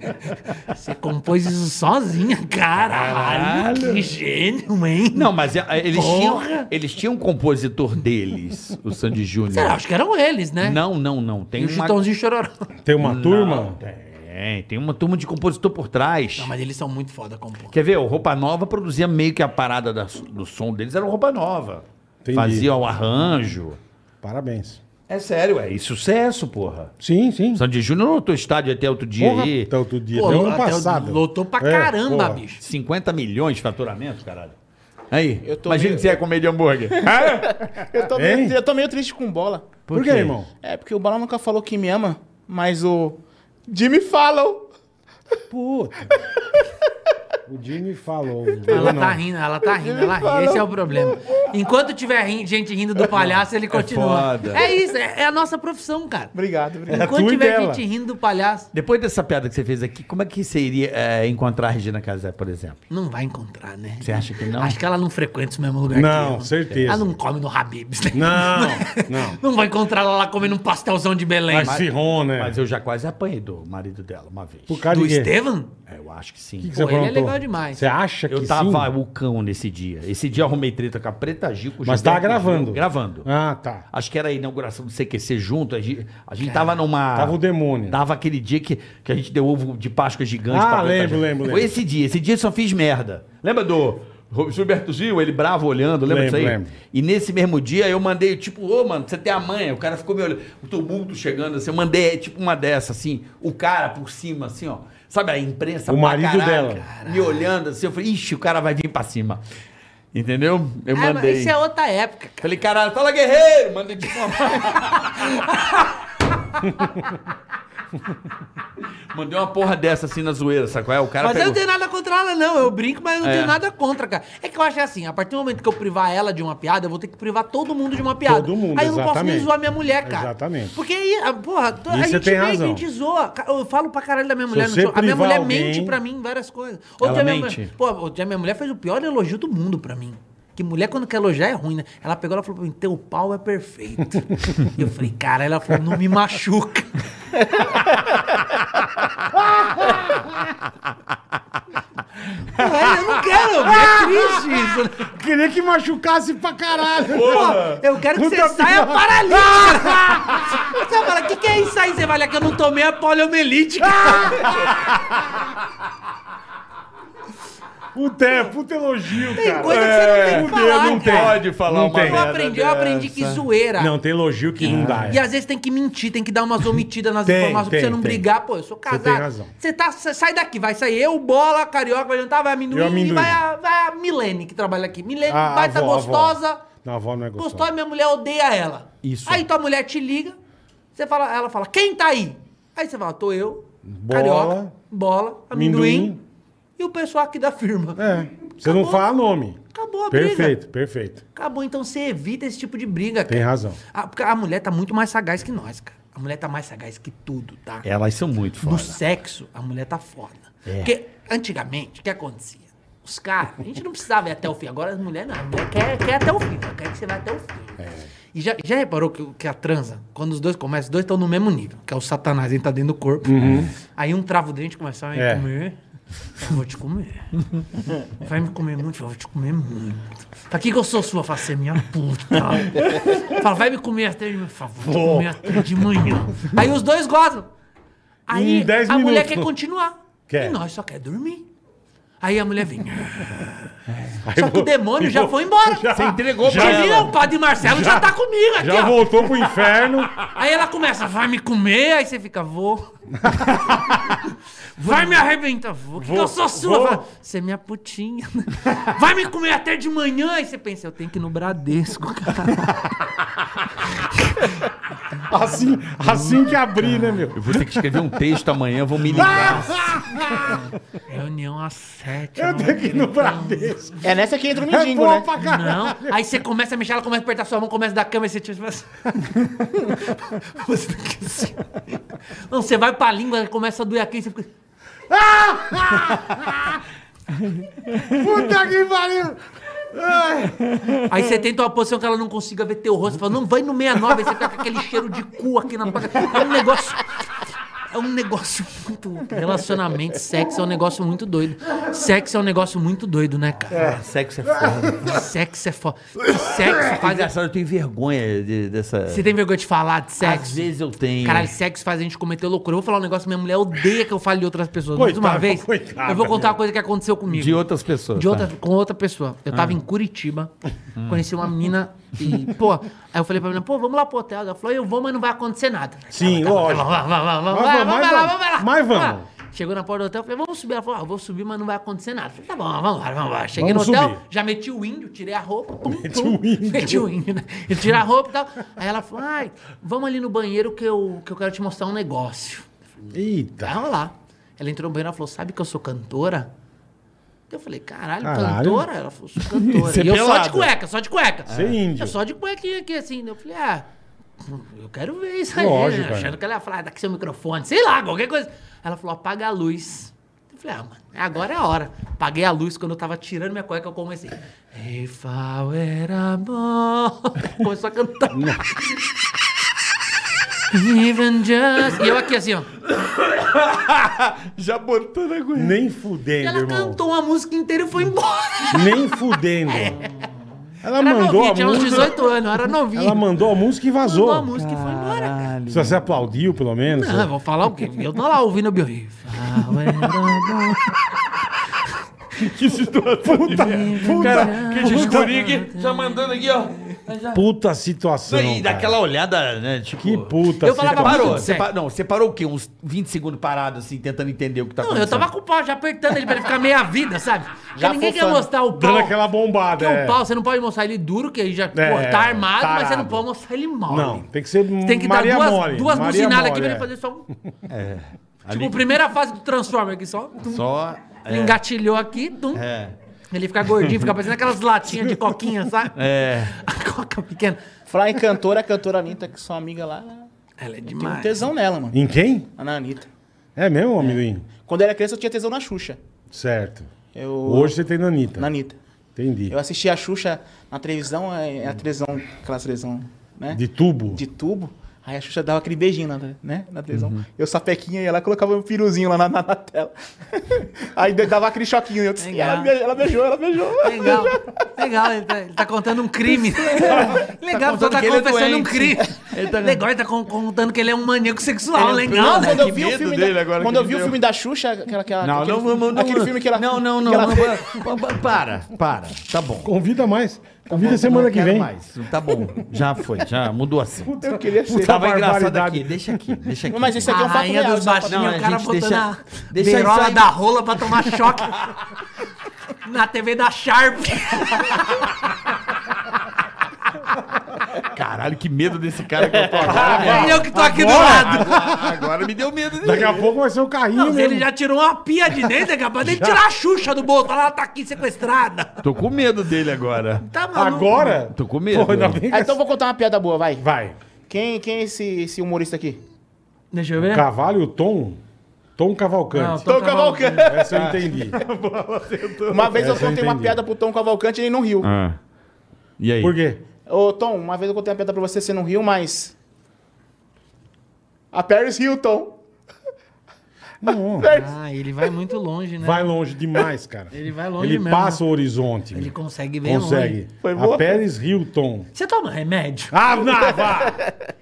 [SPEAKER 1] você compôs isso sozinha, caralho. Que gênio, hein?
[SPEAKER 4] Não, mas é- é- eles tinham,
[SPEAKER 1] Porra.
[SPEAKER 4] eles tinham um compositor deles, o Sandy Júnior.
[SPEAKER 1] Será? Acho que eram eles, né?
[SPEAKER 4] Não, não, não. Tem
[SPEAKER 1] E o
[SPEAKER 4] uma...
[SPEAKER 1] Chitãozinho Chororó.
[SPEAKER 3] Tem uma turma?
[SPEAKER 4] Tem, tem uma turma de compositor por trás.
[SPEAKER 1] Não, mas eles são muito foda compor.
[SPEAKER 4] Quer ver? O Roupa Nova produzia meio que a parada da- do som deles, era o Roupa Nova.
[SPEAKER 3] Entendi.
[SPEAKER 4] Fazia o arranjo.
[SPEAKER 3] Parabéns.
[SPEAKER 4] É sério, é. E sucesso, porra.
[SPEAKER 3] Sim, sim.
[SPEAKER 4] Sandy Júnior lotou estádio até outro dia
[SPEAKER 3] Porra, então.
[SPEAKER 4] aí.
[SPEAKER 3] até outro dia.
[SPEAKER 1] Pô,
[SPEAKER 3] até ano
[SPEAKER 1] até o-
[SPEAKER 3] passado.
[SPEAKER 1] Lotou pra
[SPEAKER 3] É,
[SPEAKER 1] caramba,
[SPEAKER 3] porra.
[SPEAKER 1] bicho.
[SPEAKER 4] 50 milhões de faturamento, caralho. Aí,
[SPEAKER 5] Eu tô
[SPEAKER 4] imagina
[SPEAKER 5] meio-
[SPEAKER 4] que você ia comer de hambúrguer.
[SPEAKER 1] É?
[SPEAKER 5] Eu tô,
[SPEAKER 3] Hein?
[SPEAKER 5] meio, eu tô meio triste com bola.
[SPEAKER 3] Por, quê, irmão?
[SPEAKER 5] É, porque o Bola nunca falou que me ama, mas o Jimmy Fallon.
[SPEAKER 3] Puta. O Jimmy falou.
[SPEAKER 1] Ela
[SPEAKER 3] Eu não.
[SPEAKER 1] tá rindo, ela tá rindo, ela ri. Esse é o problema. Enquanto tiver ri- gente rindo
[SPEAKER 3] É
[SPEAKER 1] do palhaço, ele continua.
[SPEAKER 4] foda.
[SPEAKER 1] É, isso, é, é a nossa profissão, cara.
[SPEAKER 5] Obrigado, obrigado.
[SPEAKER 3] É
[SPEAKER 1] Enquanto
[SPEAKER 3] tua e
[SPEAKER 1] tiver
[SPEAKER 3] dela.
[SPEAKER 1] gente rindo do palhaço,
[SPEAKER 4] Depois dessa piada que você fez aqui, como é que você iria eh, encontrar a Regina Casé, por exemplo?
[SPEAKER 1] não vai encontrar, né?
[SPEAKER 4] Você acha que não?
[SPEAKER 1] Acho que ela não frequenta o mesmo lugar que eu.
[SPEAKER 3] Não, certeza.
[SPEAKER 1] Ela não come no Habib's, né?
[SPEAKER 3] Não, não.
[SPEAKER 1] Não vai encontrar ela lá comendo um pastelzão de Belém.
[SPEAKER 3] Mas Firrona, né?
[SPEAKER 4] Mas eu já quase apanhei do marido dela uma vez.
[SPEAKER 3] Por causa
[SPEAKER 1] Do
[SPEAKER 3] de quê?
[SPEAKER 1] Estevam?
[SPEAKER 4] É, Eu acho que sim.
[SPEAKER 3] O que que
[SPEAKER 1] Pô, ele é
[SPEAKER 3] aprontou?
[SPEAKER 1] legal demais.
[SPEAKER 3] Você acha que
[SPEAKER 4] Eu tava
[SPEAKER 3] sim?
[SPEAKER 4] o cão nesse dia. Esse dia eu arrumei treta com a Preta Gil, com o
[SPEAKER 3] Mas
[SPEAKER 4] Gilberto
[SPEAKER 3] tava gravando.
[SPEAKER 4] Gil. Gravando.
[SPEAKER 3] Ah, tá.
[SPEAKER 4] Acho que era a inauguração do CQC junto. A gente, a gente tava numa.
[SPEAKER 3] Tava o demônio.
[SPEAKER 4] Tava aquele dia que, que a gente deu ovo de Páscoa gigante
[SPEAKER 3] Ah,
[SPEAKER 4] pra Preta
[SPEAKER 3] lembro,
[SPEAKER 4] Gil.
[SPEAKER 3] lembro,
[SPEAKER 4] Foi
[SPEAKER 3] lembro.
[SPEAKER 4] esse dia. Esse dia eu só fiz merda. Lembra do. Ro- Gilberto Gil, ele bravo olhando,
[SPEAKER 3] Lembro,
[SPEAKER 4] lembra disso aí?
[SPEAKER 3] lembro.
[SPEAKER 4] E nesse mesmo dia eu mandei, tipo, ô mano, você tem a manha, o cara ficou me olhando, o tumulto chegando, assim, eu mandei, tipo, uma dessa, assim, o cara por cima, assim, ó, sabe, a imprensa
[SPEAKER 3] O
[SPEAKER 4] pra
[SPEAKER 3] marido dela.
[SPEAKER 4] cara, me olhando, assim, eu falei, ixi, o cara vai vir pra cima.
[SPEAKER 6] Entendeu? Eu
[SPEAKER 1] É, mas
[SPEAKER 6] mandei.
[SPEAKER 1] isso é outra época.
[SPEAKER 4] Falei, caralho, fala guerreiro! Mandei de
[SPEAKER 6] Mandei uma porra dessa assim na zoeira, sabe qual é? O cara
[SPEAKER 1] Mas eu
[SPEAKER 6] pegou.
[SPEAKER 1] não tenho nada contra ela, não. Eu brinco, mas eu não
[SPEAKER 6] É.
[SPEAKER 1] tenho nada contra, cara. É que eu acho assim, a partir do momento que eu privar ela de uma piada, eu vou ter que privar todo mundo de uma piada.
[SPEAKER 3] Todo mundo,
[SPEAKER 1] Aí eu não posso nem
[SPEAKER 3] exatamente.
[SPEAKER 1] zoar minha mulher, cara.
[SPEAKER 3] Exatamente.
[SPEAKER 1] Porque aí, a- porra, to-
[SPEAKER 3] E
[SPEAKER 1] a
[SPEAKER 3] você
[SPEAKER 1] gente
[SPEAKER 3] tem
[SPEAKER 1] vem,
[SPEAKER 3] razão.
[SPEAKER 1] a gente zoa. Ca- Eu falo pra caralho da minha mulher. no
[SPEAKER 3] você
[SPEAKER 1] show. a minha
[SPEAKER 3] privar
[SPEAKER 1] mulher
[SPEAKER 3] alguém-
[SPEAKER 1] mente pra mim várias coisas.
[SPEAKER 6] Ela
[SPEAKER 1] dia minha
[SPEAKER 6] mente?
[SPEAKER 1] mulher- pô, outro dia minha mulher fez o pior elogio do mundo pra mim. Que mulher, quando quer elogiar, é ruim, né? Ela pegou ela falou pra mim, teu pau é perfeito. E eu falei, cara, ela falou, não me machuca. Porra, eu não quero, é triste isso. né?
[SPEAKER 3] Queria que machucasse pra caralho.
[SPEAKER 1] Pô, eu quero que
[SPEAKER 3] Puta
[SPEAKER 1] você saia
[SPEAKER 3] pior.
[SPEAKER 1] paralítica. Você fala, o que, que é isso aí? Você vai olhar que eu não tomei a poliomielite.
[SPEAKER 3] Puta, é, puta elogio, cara.
[SPEAKER 1] Tem coisa que você não tem que
[SPEAKER 3] fudeu,
[SPEAKER 1] falar,
[SPEAKER 3] não
[SPEAKER 1] cara.
[SPEAKER 6] Pode falar
[SPEAKER 3] Não
[SPEAKER 6] uma
[SPEAKER 3] tem.
[SPEAKER 1] Eu
[SPEAKER 6] merda
[SPEAKER 1] aprendi, eu aprendi que
[SPEAKER 6] dessa.
[SPEAKER 1] zoeira.
[SPEAKER 3] Não, tem elogio que não dá. é.
[SPEAKER 1] E às vezes tem que mentir, tem que dar umas omitidas nas
[SPEAKER 3] Tem,
[SPEAKER 1] informações pra
[SPEAKER 3] tem,
[SPEAKER 1] você não
[SPEAKER 3] tem.
[SPEAKER 1] brigar. Pô, eu sou casado.
[SPEAKER 3] tem razão.
[SPEAKER 1] Você tá, cê- sai daqui, vai sair eu, bola, carioca, vai jantar, vai amendoim,
[SPEAKER 3] Eu, amendoim. Ah,
[SPEAKER 1] e vai a, vai a Milene que trabalha aqui. Milene,
[SPEAKER 3] A- a
[SPEAKER 1] vai tá
[SPEAKER 3] avó, a avó.
[SPEAKER 1] gostosa.
[SPEAKER 3] Não, a avó não é gostosa.
[SPEAKER 1] Gostosa, minha mulher odeia ela.
[SPEAKER 3] Isso.
[SPEAKER 1] Aí tua mulher te liga, você fala, ela fala, quem tá aí? Aí você fala, tô eu,
[SPEAKER 3] Bola.
[SPEAKER 1] carioca, bola, amendoim,
[SPEAKER 3] Amendoim.
[SPEAKER 1] e o pessoal aqui da firma.
[SPEAKER 3] É, você não
[SPEAKER 1] Acabou.
[SPEAKER 3] fala nome.
[SPEAKER 1] Acabou a briga.
[SPEAKER 3] Perfeito, perfeito.
[SPEAKER 1] Acabou, então você evita esse tipo de briga, cara.
[SPEAKER 3] Tem razão.
[SPEAKER 1] A, porque a mulher tá muito mais sagaz que nós, cara. A mulher tá mais sagaz que tudo, tá?
[SPEAKER 4] É, Elas são muito
[SPEAKER 1] No
[SPEAKER 4] fodas.
[SPEAKER 1] sexo, a mulher tá foda. Porque antigamente, o que acontecia? Os caras, a gente não precisava ir até o fim. Agora as mulheres não. A mulher quer, quer até o fim. Ela quer que você vá até o fim. E já, já reparou que, o- que a transa, quando os dois começam, os dois estão no mesmo nível. Que é o satanás, ele tá dentro do corpo. Aí um trava o dente e começa a me
[SPEAKER 3] É.
[SPEAKER 1] comer. Eu vou te comer. Vai me comer muito? Eu vou te comer muito. Pra Tá, que, que eu sou sua? Fala, você é minha puta. Fala, vai me comer até de manhã. Fala, vou te comer até de manhã. Aí os dois gozam. Aí
[SPEAKER 3] Em 10
[SPEAKER 1] a mulher
[SPEAKER 3] minutos.
[SPEAKER 1] quer continuar.
[SPEAKER 3] Quer.
[SPEAKER 1] E nós só quer dormir. Aí a mulher vem.
[SPEAKER 3] Aí
[SPEAKER 1] Só que
[SPEAKER 3] vou-
[SPEAKER 1] o demônio
[SPEAKER 3] eu
[SPEAKER 1] já
[SPEAKER 3] vou-
[SPEAKER 1] foi embora.
[SPEAKER 6] Você entregou
[SPEAKER 1] Já
[SPEAKER 6] pra
[SPEAKER 1] vira,
[SPEAKER 6] ela.
[SPEAKER 1] o padre Marcelo já, tá comigo aqui,
[SPEAKER 3] Já
[SPEAKER 1] ó.
[SPEAKER 3] voltou pro inferno.
[SPEAKER 1] Aí ela começa, vai me comer, aí você fica, vou. vai me arrebentar, vou. Que, que
[SPEAKER 3] Vou,
[SPEAKER 1] eu sou sua?
[SPEAKER 3] vou.
[SPEAKER 1] Fala, Você é minha putinha. vai me comer até de manhã. Aí você pensa, eu tenho que ir no Bradesco, cara.
[SPEAKER 3] Assim, assim que abrir, né, meu?
[SPEAKER 6] Eu vou ter que escrever um texto amanhã, vou me ligar.
[SPEAKER 3] Assim
[SPEAKER 1] Reunião às sete.
[SPEAKER 3] Eu
[SPEAKER 1] não
[SPEAKER 3] tenho que ir no Bradesco.
[SPEAKER 5] É nessa que entra o
[SPEAKER 3] É
[SPEAKER 5] mendigo,
[SPEAKER 3] boa
[SPEAKER 5] né?
[SPEAKER 3] pra caralho.
[SPEAKER 1] Não. Aí você começa a mexer, ela começa a apertar sua mão, começa a dar câmera e você tipo assim. Você fica assim. Não, você vai pra língua, começa a doer aqui, você fica.
[SPEAKER 3] Puta que pariu.
[SPEAKER 1] Aí você tenta uma posição que ela não consiga ver teu rosto. Você fala, não, vai no 69, aí você fica com aquele cheiro de cu aqui na placa. É um negócio. É um negócio muito. Relacionamento, sexo é um negócio muito doido. Sexo é um negócio muito doido, né, cara?
[SPEAKER 4] Sexo é foda.
[SPEAKER 1] Sexo é foda. Sexo faz. a-
[SPEAKER 4] Engraçado, eu tenho vergonha de- dessa.
[SPEAKER 1] Você tem vergonha de falar de
[SPEAKER 4] Às
[SPEAKER 1] sexo?
[SPEAKER 4] vezes eu tenho.
[SPEAKER 1] Caralho, sexo faz a gente cometer loucura. Eu vou falar um negócio, minha mulher odeia que eu fale de outras pessoas. Mas uma
[SPEAKER 3] Coitada,
[SPEAKER 1] vez,
[SPEAKER 3] coitada,
[SPEAKER 1] eu vou contar
[SPEAKER 3] meu.
[SPEAKER 1] uma coisa que aconteceu comigo.
[SPEAKER 4] de outras pessoas.
[SPEAKER 1] De outra,
[SPEAKER 4] tá?
[SPEAKER 1] com outra pessoa. Eu
[SPEAKER 3] Ah.
[SPEAKER 1] tava em Curitiba,
[SPEAKER 3] Hum.
[SPEAKER 1] conheci uma menina e, pô, aí eu falei pra menina, pô, vamos lá pro hotel. Ela falou, eu vou, mas não vai acontecer nada.
[SPEAKER 3] Sim, lógico.
[SPEAKER 1] Vamos lá, vamos lá, vamos
[SPEAKER 3] Mas vamos, mas
[SPEAKER 1] lá, vamos lá,
[SPEAKER 3] vamos.
[SPEAKER 1] vamos lá.
[SPEAKER 3] Mas vamos.
[SPEAKER 1] lá. Chegou na porta do hotel, eu falei, vamos subir. Ela falou, ah, eu vou subir, mas não vai acontecer nada. Eu falei, tá bom, vamos lá, vamos lá. Cheguei
[SPEAKER 3] Vamos
[SPEAKER 1] no hotel,
[SPEAKER 3] subir.
[SPEAKER 1] já meti o índio, tirei a roupa, pum,
[SPEAKER 3] Meti
[SPEAKER 1] pum.
[SPEAKER 3] o índio.
[SPEAKER 1] Meti o índio, né? Eu tirei a roupa e tal. Aí ela falou, ai, vamos ali no banheiro que eu, que eu quero te mostrar um negócio. Vai
[SPEAKER 3] Eita.
[SPEAKER 1] rolar. Ela entrou no banheiro e falou: Sabe que eu sou cantora? Eu falei: Caralho,
[SPEAKER 3] Caralho.
[SPEAKER 1] cantora? Ela falou: Sou cantora.
[SPEAKER 5] Você é
[SPEAKER 1] e eu só de
[SPEAKER 5] pelada.
[SPEAKER 1] cueca, só de cueca.
[SPEAKER 3] Você é índio.
[SPEAKER 1] Eu só de cuequinha aqui, assim. Eu falei: Ah, eu quero ver isso aí.
[SPEAKER 3] Lógico,
[SPEAKER 1] né?
[SPEAKER 3] cara.
[SPEAKER 1] Achando que ela ia falar: "Ah, Dá aqui seu microfone, sei lá, qualquer coisa. Ela falou: Apaga a luz. Eu falei: Ah, mano, agora é a hora. Apaguei a luz quando eu tava tirando minha cueca. Eu comecei: If I were a boy." Começou a cantar. Even just. E eu aqui assim, ó.
[SPEAKER 6] Já botando a goela.
[SPEAKER 3] Nem
[SPEAKER 1] E
[SPEAKER 3] fudendo,
[SPEAKER 1] ela
[SPEAKER 3] irmão. Hum.
[SPEAKER 1] cantou a música inteira e foi embora.
[SPEAKER 3] Nem fudendo. Ela
[SPEAKER 1] Era
[SPEAKER 3] mandou
[SPEAKER 1] novinha,
[SPEAKER 3] a
[SPEAKER 1] tinha uns
[SPEAKER 3] música.
[SPEAKER 1] 18 anos, era novinha.
[SPEAKER 3] Ela mandou a música e
[SPEAKER 1] Cantou a
[SPEAKER 3] vazou.
[SPEAKER 1] música e foi embora, cara.
[SPEAKER 3] Se você aplaudiu, pelo menos.
[SPEAKER 1] Ah, vou falar o quê? Eu tô lá ouvindo o Bill Riff.
[SPEAKER 6] Que situação.
[SPEAKER 3] Puta, puta.
[SPEAKER 6] Que descurinha aqui, já mandando aqui, ó.
[SPEAKER 3] Puta situação.
[SPEAKER 4] E
[SPEAKER 3] cara.
[SPEAKER 4] daquela olhada, né? Tipo,
[SPEAKER 3] Que puta
[SPEAKER 1] Eu
[SPEAKER 3] situação.
[SPEAKER 1] falava muito
[SPEAKER 4] Parou,
[SPEAKER 1] de
[SPEAKER 4] você
[SPEAKER 1] sexo.
[SPEAKER 4] pa- não, você parou o quê? Uns 20 segundos parado, assim, tentando entender o que tá
[SPEAKER 1] Não, eu
[SPEAKER 4] acontecendo.
[SPEAKER 1] tava com o pau já apertando ele pra ele ficar meia vida, sabe? Já
[SPEAKER 5] Já
[SPEAKER 1] ninguém quer
[SPEAKER 5] fofando.
[SPEAKER 1] mostrar o pau.
[SPEAKER 3] Dando aquela bombada.
[SPEAKER 1] Porque
[SPEAKER 3] é.
[SPEAKER 1] o pau, você não pode mostrar ele duro, que aí já pô,
[SPEAKER 3] É,
[SPEAKER 1] tá armado, mas você
[SPEAKER 3] tarado.
[SPEAKER 1] não pode mostrar ele mole.
[SPEAKER 3] Não, tem que ser
[SPEAKER 1] Tem que
[SPEAKER 3] Maria
[SPEAKER 1] dar duas,
[SPEAKER 3] Mole.
[SPEAKER 1] duas
[SPEAKER 3] Maria
[SPEAKER 1] bucinadas
[SPEAKER 3] Mole,
[SPEAKER 1] aqui pra
[SPEAKER 3] é.
[SPEAKER 1] ele fazer só um. Tipo, primeira fase do Transformer aqui, só. tum,
[SPEAKER 4] Só.
[SPEAKER 3] É.
[SPEAKER 1] ele Engatilhou aqui, tum.
[SPEAKER 4] É.
[SPEAKER 1] Ele fica gordinho, fica parecendo aquelas latinhas de coquinha, sabe?
[SPEAKER 4] É.
[SPEAKER 1] A coca pequena.
[SPEAKER 5] Falar em cantora, a cantora Anitta, que sua amiga lá,
[SPEAKER 1] Ela é
[SPEAKER 5] tem um
[SPEAKER 1] demais.
[SPEAKER 5] tesão nela, mano.
[SPEAKER 3] Em quem?
[SPEAKER 5] Na Anitta.
[SPEAKER 3] É mesmo, amigo?
[SPEAKER 5] Quando eu era criança, eu tinha tesão na Xuxa.
[SPEAKER 3] Certo.
[SPEAKER 5] Eu...
[SPEAKER 3] Hoje você tem na Anitta.
[SPEAKER 5] Na Anitta.
[SPEAKER 3] Entendi.
[SPEAKER 5] Eu assisti a Xuxa na televisão, é, a televisão, aquela televisão, né?
[SPEAKER 3] De tubo?
[SPEAKER 5] de tubo. Aí a Xuxa dava aquele beijinho na, né, na televisão.
[SPEAKER 4] Uhum.
[SPEAKER 5] Eu sapequinha e ela colocava um piruzinho lá na, na- na tela. aí dava aquele choquinho. Eu disse,
[SPEAKER 1] Legal.
[SPEAKER 5] ela, be- ela beijou, ela beijou.
[SPEAKER 1] Legal, legal, ele tá, ele tá contando um crime. legal,
[SPEAKER 4] contando
[SPEAKER 1] só tá
[SPEAKER 4] que ele é
[SPEAKER 1] confessando um
[SPEAKER 4] doente.
[SPEAKER 1] crime.
[SPEAKER 4] Ele tá-
[SPEAKER 1] Legal, ele tá con- contando que ele é um maníaco sexual,
[SPEAKER 4] Ele é preso,
[SPEAKER 1] legal, né?
[SPEAKER 5] Quando eu
[SPEAKER 4] que
[SPEAKER 5] vi o
[SPEAKER 4] medo
[SPEAKER 5] filme
[SPEAKER 6] dele
[SPEAKER 5] da,
[SPEAKER 6] agora
[SPEAKER 5] quando
[SPEAKER 6] que
[SPEAKER 5] eu vi
[SPEAKER 6] deu.
[SPEAKER 5] o filme da Xuxa, aquela, aquela,
[SPEAKER 4] Não,
[SPEAKER 5] aquele,
[SPEAKER 4] não, não, não.
[SPEAKER 5] aquele filme que ela
[SPEAKER 4] Não, não, não.
[SPEAKER 5] que ela
[SPEAKER 4] não,
[SPEAKER 5] fez.
[SPEAKER 4] pa- pa- Para, para. Tá bom.
[SPEAKER 3] Convida mais. Convida
[SPEAKER 4] Não
[SPEAKER 3] semana que
[SPEAKER 4] quero
[SPEAKER 3] vem.
[SPEAKER 4] mais. Tá bom. Já foi, já mudou assim.
[SPEAKER 5] Eu queria ser.
[SPEAKER 3] Puta
[SPEAKER 4] Tava engraçado
[SPEAKER 3] barbaridade.
[SPEAKER 4] aqui. Deixa aqui, deixa aqui.
[SPEAKER 5] Mas esse
[SPEAKER 1] A
[SPEAKER 5] aqui é um fato
[SPEAKER 1] rainha
[SPEAKER 5] real.
[SPEAKER 1] dos
[SPEAKER 5] isso é um fato
[SPEAKER 1] baixinhos,
[SPEAKER 4] Não, a
[SPEAKER 1] o cara
[SPEAKER 4] gente
[SPEAKER 1] botando
[SPEAKER 4] deixa-
[SPEAKER 1] a
[SPEAKER 4] deixa isso
[SPEAKER 1] beirola
[SPEAKER 4] aí.
[SPEAKER 1] da rola pra tomar choque. Na TV da Sharp.
[SPEAKER 4] Caralho, que medo desse cara que eu tô
[SPEAKER 5] Ah,
[SPEAKER 4] agora.
[SPEAKER 1] E eu que tô aqui do lado.
[SPEAKER 4] agora me deu medo dele.
[SPEAKER 3] Daqui a pouco vai ser o carrinho
[SPEAKER 1] Não, se
[SPEAKER 3] mesmo.
[SPEAKER 1] ele já tirou uma pia de dentro, é capaz dele tirar a Xuxa do bolso. Ela tá aqui sequestrada.
[SPEAKER 4] Tô com medo dele agora.
[SPEAKER 1] Tá maluco.
[SPEAKER 3] Agora?
[SPEAKER 4] Tô com medo.
[SPEAKER 3] Pô, ainda bem que- é assim.
[SPEAKER 5] Ah, então vou contar uma piada boa, vai.
[SPEAKER 3] Vai.
[SPEAKER 5] Quem, quem é esse, esse humorista aqui?
[SPEAKER 1] Deixa eu ver.
[SPEAKER 3] Cavalho, Tom. Tom Cavalcante.
[SPEAKER 5] Então
[SPEAKER 1] Tom Cavalcante.
[SPEAKER 3] Essa eu entendi.
[SPEAKER 5] Uma vez eu
[SPEAKER 3] Essa eu
[SPEAKER 5] contei uma
[SPEAKER 3] é, entendi.
[SPEAKER 5] piada pro Tom Cavalcante e ele não riu.
[SPEAKER 4] Ah. E aí?
[SPEAKER 3] Por quê?
[SPEAKER 5] Ô, Tom, uma vez eu contei uma piada pra você, você não riu, mas. A Paris Hilton.
[SPEAKER 3] Não.
[SPEAKER 1] Ah, ele vai muito longe, né?
[SPEAKER 3] Vai longe demais, cara.
[SPEAKER 1] Ele vai longe
[SPEAKER 3] Ele
[SPEAKER 1] mesmo,
[SPEAKER 3] passa o horizonte.
[SPEAKER 1] Ele consegue ver
[SPEAKER 3] consegue.
[SPEAKER 1] longe.
[SPEAKER 5] Foi
[SPEAKER 3] a
[SPEAKER 5] boa?
[SPEAKER 3] Pérez Hilton.
[SPEAKER 1] Você toma remédio?
[SPEAKER 3] Ah, não, vá.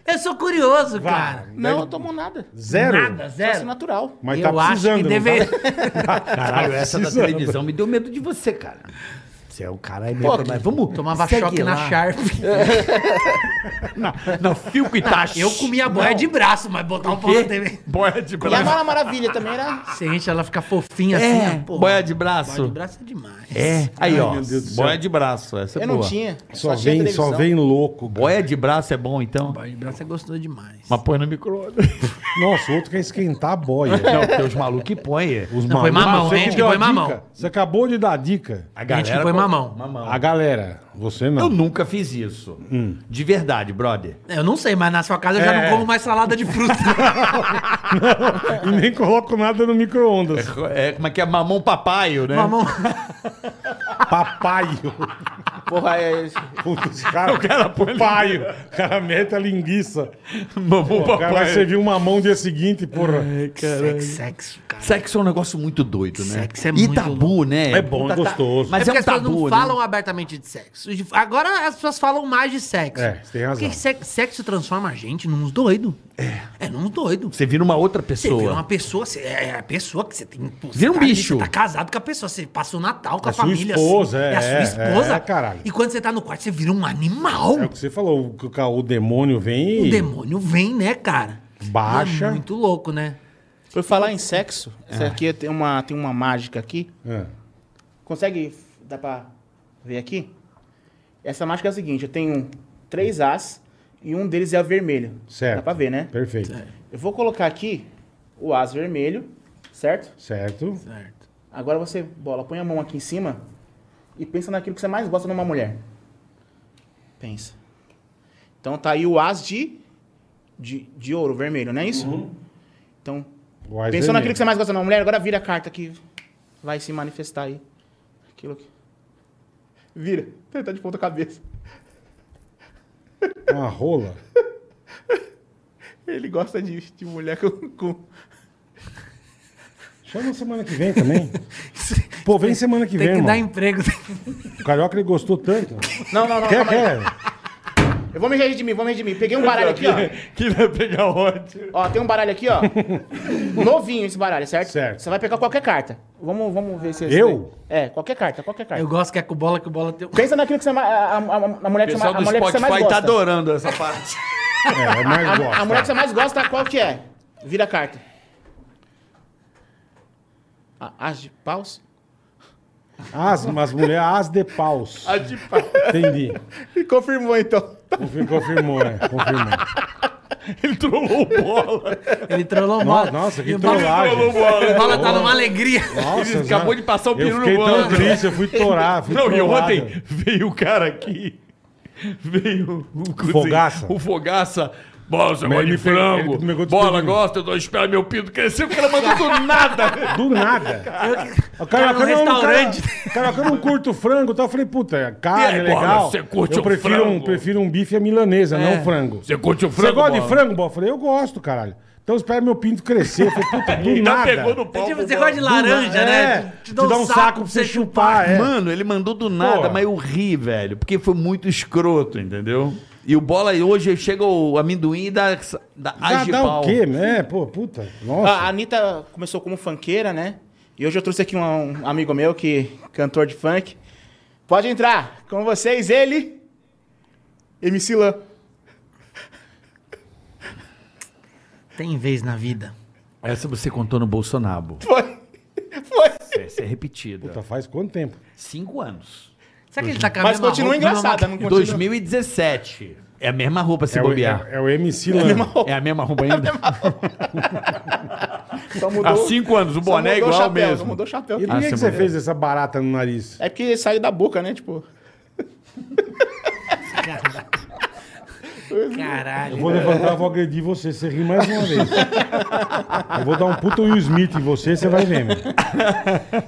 [SPEAKER 1] Eu sou curioso,
[SPEAKER 3] Vá.
[SPEAKER 1] cara.
[SPEAKER 5] Não, eu tomo nada.
[SPEAKER 3] Zero.
[SPEAKER 1] Nada,
[SPEAKER 5] Zero.
[SPEAKER 1] zero.
[SPEAKER 5] natural.
[SPEAKER 3] Mas
[SPEAKER 1] eu
[SPEAKER 3] tá precisando.
[SPEAKER 1] acho que
[SPEAKER 3] não tá?
[SPEAKER 1] deveria.
[SPEAKER 4] Caralho, essa da
[SPEAKER 3] precisando.
[SPEAKER 4] televisão me deu medo de você, cara. Você é o cara aí
[SPEAKER 5] Pô,
[SPEAKER 4] mesmo, mas vamos.
[SPEAKER 1] Tomava
[SPEAKER 4] segue
[SPEAKER 1] choque na
[SPEAKER 4] lá.
[SPEAKER 1] Sharp.
[SPEAKER 4] Não, não, Filco e Tacho.
[SPEAKER 1] Eu comia boia de braço, mas botar um pau na TV.
[SPEAKER 4] Boia de
[SPEAKER 5] E a
[SPEAKER 4] braço.
[SPEAKER 5] Mara Maravilha também né? era.
[SPEAKER 1] Você enche, ela fica fofinha assim,
[SPEAKER 4] É,
[SPEAKER 1] ó, pô.
[SPEAKER 4] boia de braço.
[SPEAKER 1] Boia de braço é demais.
[SPEAKER 4] É, aí
[SPEAKER 3] Ai,
[SPEAKER 4] ó,
[SPEAKER 3] meu Deus do céu.
[SPEAKER 4] boia de braço, essa é
[SPEAKER 5] Eu não
[SPEAKER 4] boa.
[SPEAKER 5] tinha.
[SPEAKER 3] Só,
[SPEAKER 5] tinha
[SPEAKER 3] vem, só
[SPEAKER 5] televisão.
[SPEAKER 3] vem louco. cara.
[SPEAKER 4] Boia de braço é bom então?
[SPEAKER 1] Boia de braço é gostoso demais.
[SPEAKER 4] Mas põe no micro-ondas.
[SPEAKER 3] Nossa, o outro quer esquentar a boia.
[SPEAKER 4] Não, porque os malucos que põem. é.
[SPEAKER 3] Os
[SPEAKER 1] Não, foi
[SPEAKER 3] malucos-
[SPEAKER 1] mamão,
[SPEAKER 3] Você
[SPEAKER 1] hein?
[SPEAKER 3] que
[SPEAKER 1] Que
[SPEAKER 3] deu a
[SPEAKER 1] foi mamão.
[SPEAKER 3] dica. Você acabou de dar a dica.
[SPEAKER 4] A
[SPEAKER 1] gente que põe mamão.
[SPEAKER 3] A galera, você
[SPEAKER 4] Eu
[SPEAKER 3] não.
[SPEAKER 4] nunca fiz isso. De verdade, brother.
[SPEAKER 1] Eu não sei, mas na sua casa eu já
[SPEAKER 3] É.
[SPEAKER 1] não como mais salada de fruta.
[SPEAKER 3] E nem coloco nada no micro-ondas.
[SPEAKER 4] É, como é que é? Mamão papaio, né?
[SPEAKER 1] Mamão.
[SPEAKER 3] Papaio.
[SPEAKER 5] Porra, é.
[SPEAKER 3] Puta, os caras.
[SPEAKER 4] O cara põe
[SPEAKER 3] Papaio. O cara mete a linguiça.
[SPEAKER 4] Mamão
[SPEAKER 3] O cara vai servir uma mão dia seguinte, porra.
[SPEAKER 1] Sexo, sexo, cara.
[SPEAKER 4] Sexo é um negócio muito doido, né?
[SPEAKER 1] Sexo é
[SPEAKER 4] E
[SPEAKER 1] muito
[SPEAKER 4] tabu, né?
[SPEAKER 3] É bom, é gostoso.
[SPEAKER 1] É
[SPEAKER 4] Mas é,
[SPEAKER 1] porque
[SPEAKER 4] um
[SPEAKER 1] as pessoas
[SPEAKER 4] tabu,
[SPEAKER 1] não
[SPEAKER 4] né?
[SPEAKER 1] falam abertamente de sexo. De- Agora as pessoas falam mais de sexo.
[SPEAKER 3] É, você tem razão.
[SPEAKER 1] Porque se- sexo transforma a gente num doido. É. É num doido.
[SPEAKER 4] Você vira uma outra
[SPEAKER 1] Você vira uma
[SPEAKER 4] pessoa.
[SPEAKER 1] pessoa, você é a pessoa que você tem. pô, você
[SPEAKER 4] Vira um
[SPEAKER 1] tá ali,
[SPEAKER 4] bicho.
[SPEAKER 1] Você tá casado com a pessoa, você passa o Natal com
[SPEAKER 3] É
[SPEAKER 1] a
[SPEAKER 3] sua
[SPEAKER 1] família.
[SPEAKER 3] esposa, é,
[SPEAKER 1] é a
[SPEAKER 3] é,
[SPEAKER 1] sua esposa.
[SPEAKER 3] é, caralho.
[SPEAKER 1] E quando você tá no quarto, você vira um animal.
[SPEAKER 3] É o que você falou, o, ca- o demônio vem
[SPEAKER 1] O
[SPEAKER 3] e
[SPEAKER 1] demônio vem, né, cara?
[SPEAKER 3] baixa.
[SPEAKER 1] É muito louco, né?
[SPEAKER 5] Por falar em sexo, isso aqui tem uma, tem uma mágica aqui.
[SPEAKER 3] É.
[SPEAKER 5] Consegue. Dá pra ver aqui? Essa mágica é a seguinte: eu tenho três As e um deles é o vermelho.
[SPEAKER 3] Certo.
[SPEAKER 5] Dá pra ver, né?
[SPEAKER 3] Perfeito.
[SPEAKER 5] Eu vou colocar aqui o As vermelho, certo?
[SPEAKER 3] Certo.
[SPEAKER 1] Certo.
[SPEAKER 5] Agora você, bola, põe a mão aqui em cima e pensa naquilo que você mais gosta numa mulher. Pensa. Então tá aí o as de, de, de ouro, vermelho, não é isso? Então,
[SPEAKER 3] O ar
[SPEAKER 5] pensou
[SPEAKER 3] vermelho.
[SPEAKER 5] naquilo que você mais gosta numa mulher, agora vira a carta que vai se manifestar aí. Aquilo que... Vira. Tá de ponta cabeça.
[SPEAKER 3] é Uma rola.
[SPEAKER 5] Ele gosta de, de mulher com... com...
[SPEAKER 3] Chama semana que vem também. Pô, vem semana que
[SPEAKER 1] Tem
[SPEAKER 3] vem,
[SPEAKER 1] que
[SPEAKER 3] mano.
[SPEAKER 1] dar emprego.
[SPEAKER 3] O Carioca ele gostou tanto.
[SPEAKER 5] Não, não, não.
[SPEAKER 3] quer,
[SPEAKER 5] calma aí.
[SPEAKER 3] quer?
[SPEAKER 5] Eu vou me redimir, vou me redimir. Peguei um baralho aqui, ó.
[SPEAKER 6] Que vai pegar
[SPEAKER 1] é
[SPEAKER 6] onde?
[SPEAKER 5] Ó, tem um baralho aqui, ó. Novinho esse baralho, certo?
[SPEAKER 3] Certo.
[SPEAKER 5] Você vai pegar qualquer carta. Vamos, vamos ver se... é esse
[SPEAKER 3] Eu?
[SPEAKER 5] daí. É, qualquer carta, qualquer carta.
[SPEAKER 1] Eu gosto que é com bola, que bola tem.
[SPEAKER 5] Pensa naquilo que você... mais- A, a, a, a mulher
[SPEAKER 6] O
[SPEAKER 5] que você,
[SPEAKER 6] pessoal
[SPEAKER 5] mais- a
[SPEAKER 6] do
[SPEAKER 5] mulher que você mais
[SPEAKER 6] Spotify
[SPEAKER 5] gosta.
[SPEAKER 6] tá adorando essa parte.
[SPEAKER 3] É, eu mais gosto.
[SPEAKER 5] A mulher que você mais gosta, qual que é? Vira a carta. A- As de paus?
[SPEAKER 3] As, mas mulher, as de paus.
[SPEAKER 6] A de pau.
[SPEAKER 3] Entendi.
[SPEAKER 5] E confirmou, então.
[SPEAKER 3] Confir- Confirmou, é. Confirmou.
[SPEAKER 6] Ele trollou o bola.
[SPEAKER 1] Ele trollou
[SPEAKER 3] Nossa,
[SPEAKER 1] mal.
[SPEAKER 3] nossa, que
[SPEAKER 1] E o Bola-
[SPEAKER 6] Trollou o
[SPEAKER 3] trollagem.
[SPEAKER 1] O
[SPEAKER 6] bola.
[SPEAKER 1] bola tá numa alegria.
[SPEAKER 3] Nossa,
[SPEAKER 6] Ele acabou de passar o peru
[SPEAKER 3] Eu
[SPEAKER 6] no
[SPEAKER 3] fiquei tão
[SPEAKER 6] bola.
[SPEAKER 3] triste, eu fui torar. Fui
[SPEAKER 6] Não, e
[SPEAKER 3] trollado.
[SPEAKER 6] ontem veio o cara aqui. Veio o cozinheiro,
[SPEAKER 3] Fogaça.
[SPEAKER 6] O Fogaça. Bola, você
[SPEAKER 3] Mas
[SPEAKER 6] gosta
[SPEAKER 3] ele
[SPEAKER 6] de
[SPEAKER 3] pegou-
[SPEAKER 6] frango.
[SPEAKER 3] ele pegou de
[SPEAKER 6] Bola,
[SPEAKER 3] tudo.
[SPEAKER 6] gosta, eu dou espera meu pinto cresceu. O cara mandou do nada.
[SPEAKER 3] Do nada. O cara,
[SPEAKER 1] Cara,
[SPEAKER 3] eu
[SPEAKER 1] no
[SPEAKER 3] não-
[SPEAKER 1] restaurante.
[SPEAKER 3] Cara, cara, eu não curto frango e tal. Eu falei, puta, carne é
[SPEAKER 6] E aí, bola,
[SPEAKER 3] legal.
[SPEAKER 6] você curte
[SPEAKER 3] eu
[SPEAKER 6] o
[SPEAKER 3] prefiro um,
[SPEAKER 6] frango?
[SPEAKER 3] prefiro um bife à milanesa, não frango.
[SPEAKER 6] Você curte o
[SPEAKER 3] Você
[SPEAKER 6] frango?
[SPEAKER 3] gosta de
[SPEAKER 6] Bola?
[SPEAKER 3] frango, bola? Eu falei, eu gosto, caralho. Então espera meu pinto crescer. Eu falei, puta, do
[SPEAKER 6] Ainda
[SPEAKER 3] nada.
[SPEAKER 6] pegou no
[SPEAKER 1] É
[SPEAKER 6] pau.
[SPEAKER 1] tipo,
[SPEAKER 6] pro
[SPEAKER 1] Você
[SPEAKER 6] bola.
[SPEAKER 1] gosta de laranja,
[SPEAKER 3] É,
[SPEAKER 1] né?
[SPEAKER 3] Te, dá um saco, pra você chupar, é.
[SPEAKER 4] Mano, ele mandou do nada,
[SPEAKER 3] Porra.
[SPEAKER 4] mas eu ri, velho. Porque foi muito escroto, entendeu? E o bola hoje chega o amendoim e dá, dá
[SPEAKER 3] Dá, Ah, dá
[SPEAKER 4] agipau.
[SPEAKER 3] o quê? É, pô, puta.
[SPEAKER 5] A
[SPEAKER 3] Nossa.
[SPEAKER 5] Anitta começou como funkeira, né? E hoje eu trouxe aqui um, um amigo meu que cantor de funk. Pode entrar com vocês, ele. MC Lan.
[SPEAKER 1] Tem vez na vida.
[SPEAKER 4] Essa você contou no Bolsonaro.
[SPEAKER 5] Foi. Foi.
[SPEAKER 1] Tá
[SPEAKER 4] Essa é repetida.
[SPEAKER 3] Puta, faz quanto tempo?
[SPEAKER 4] Cinco anos.
[SPEAKER 1] Será que ele tá com a
[SPEAKER 5] Mas
[SPEAKER 1] mesma
[SPEAKER 5] continua
[SPEAKER 1] roupa, mesma
[SPEAKER 5] engraçada, não
[SPEAKER 4] Em
[SPEAKER 5] continua.
[SPEAKER 4] 2017. É a mesma roupa se
[SPEAKER 3] É o,
[SPEAKER 4] bobear.
[SPEAKER 3] é, é o MC Lan.
[SPEAKER 4] É a mesma roupa ainda?
[SPEAKER 5] Só mudou,
[SPEAKER 6] Há cinco anos, o
[SPEAKER 5] só
[SPEAKER 6] boné é
[SPEAKER 5] mudou o
[SPEAKER 6] igual
[SPEAKER 5] chapéu,
[SPEAKER 6] mesmo.
[SPEAKER 5] só mudou o chapéu.
[SPEAKER 3] E por
[SPEAKER 4] Ah,
[SPEAKER 3] que,
[SPEAKER 4] você
[SPEAKER 3] que você
[SPEAKER 4] mudou.
[SPEAKER 3] fez essa barata no nariz?
[SPEAKER 5] É porque saiu da boca, né? Tipo, né?
[SPEAKER 1] roupa? Caralho.
[SPEAKER 3] Eu vou levantar, eu vou agredir você. Você ri mais uma vez. Eu vou dar um puta Will Smith em você, você vai ver, meu.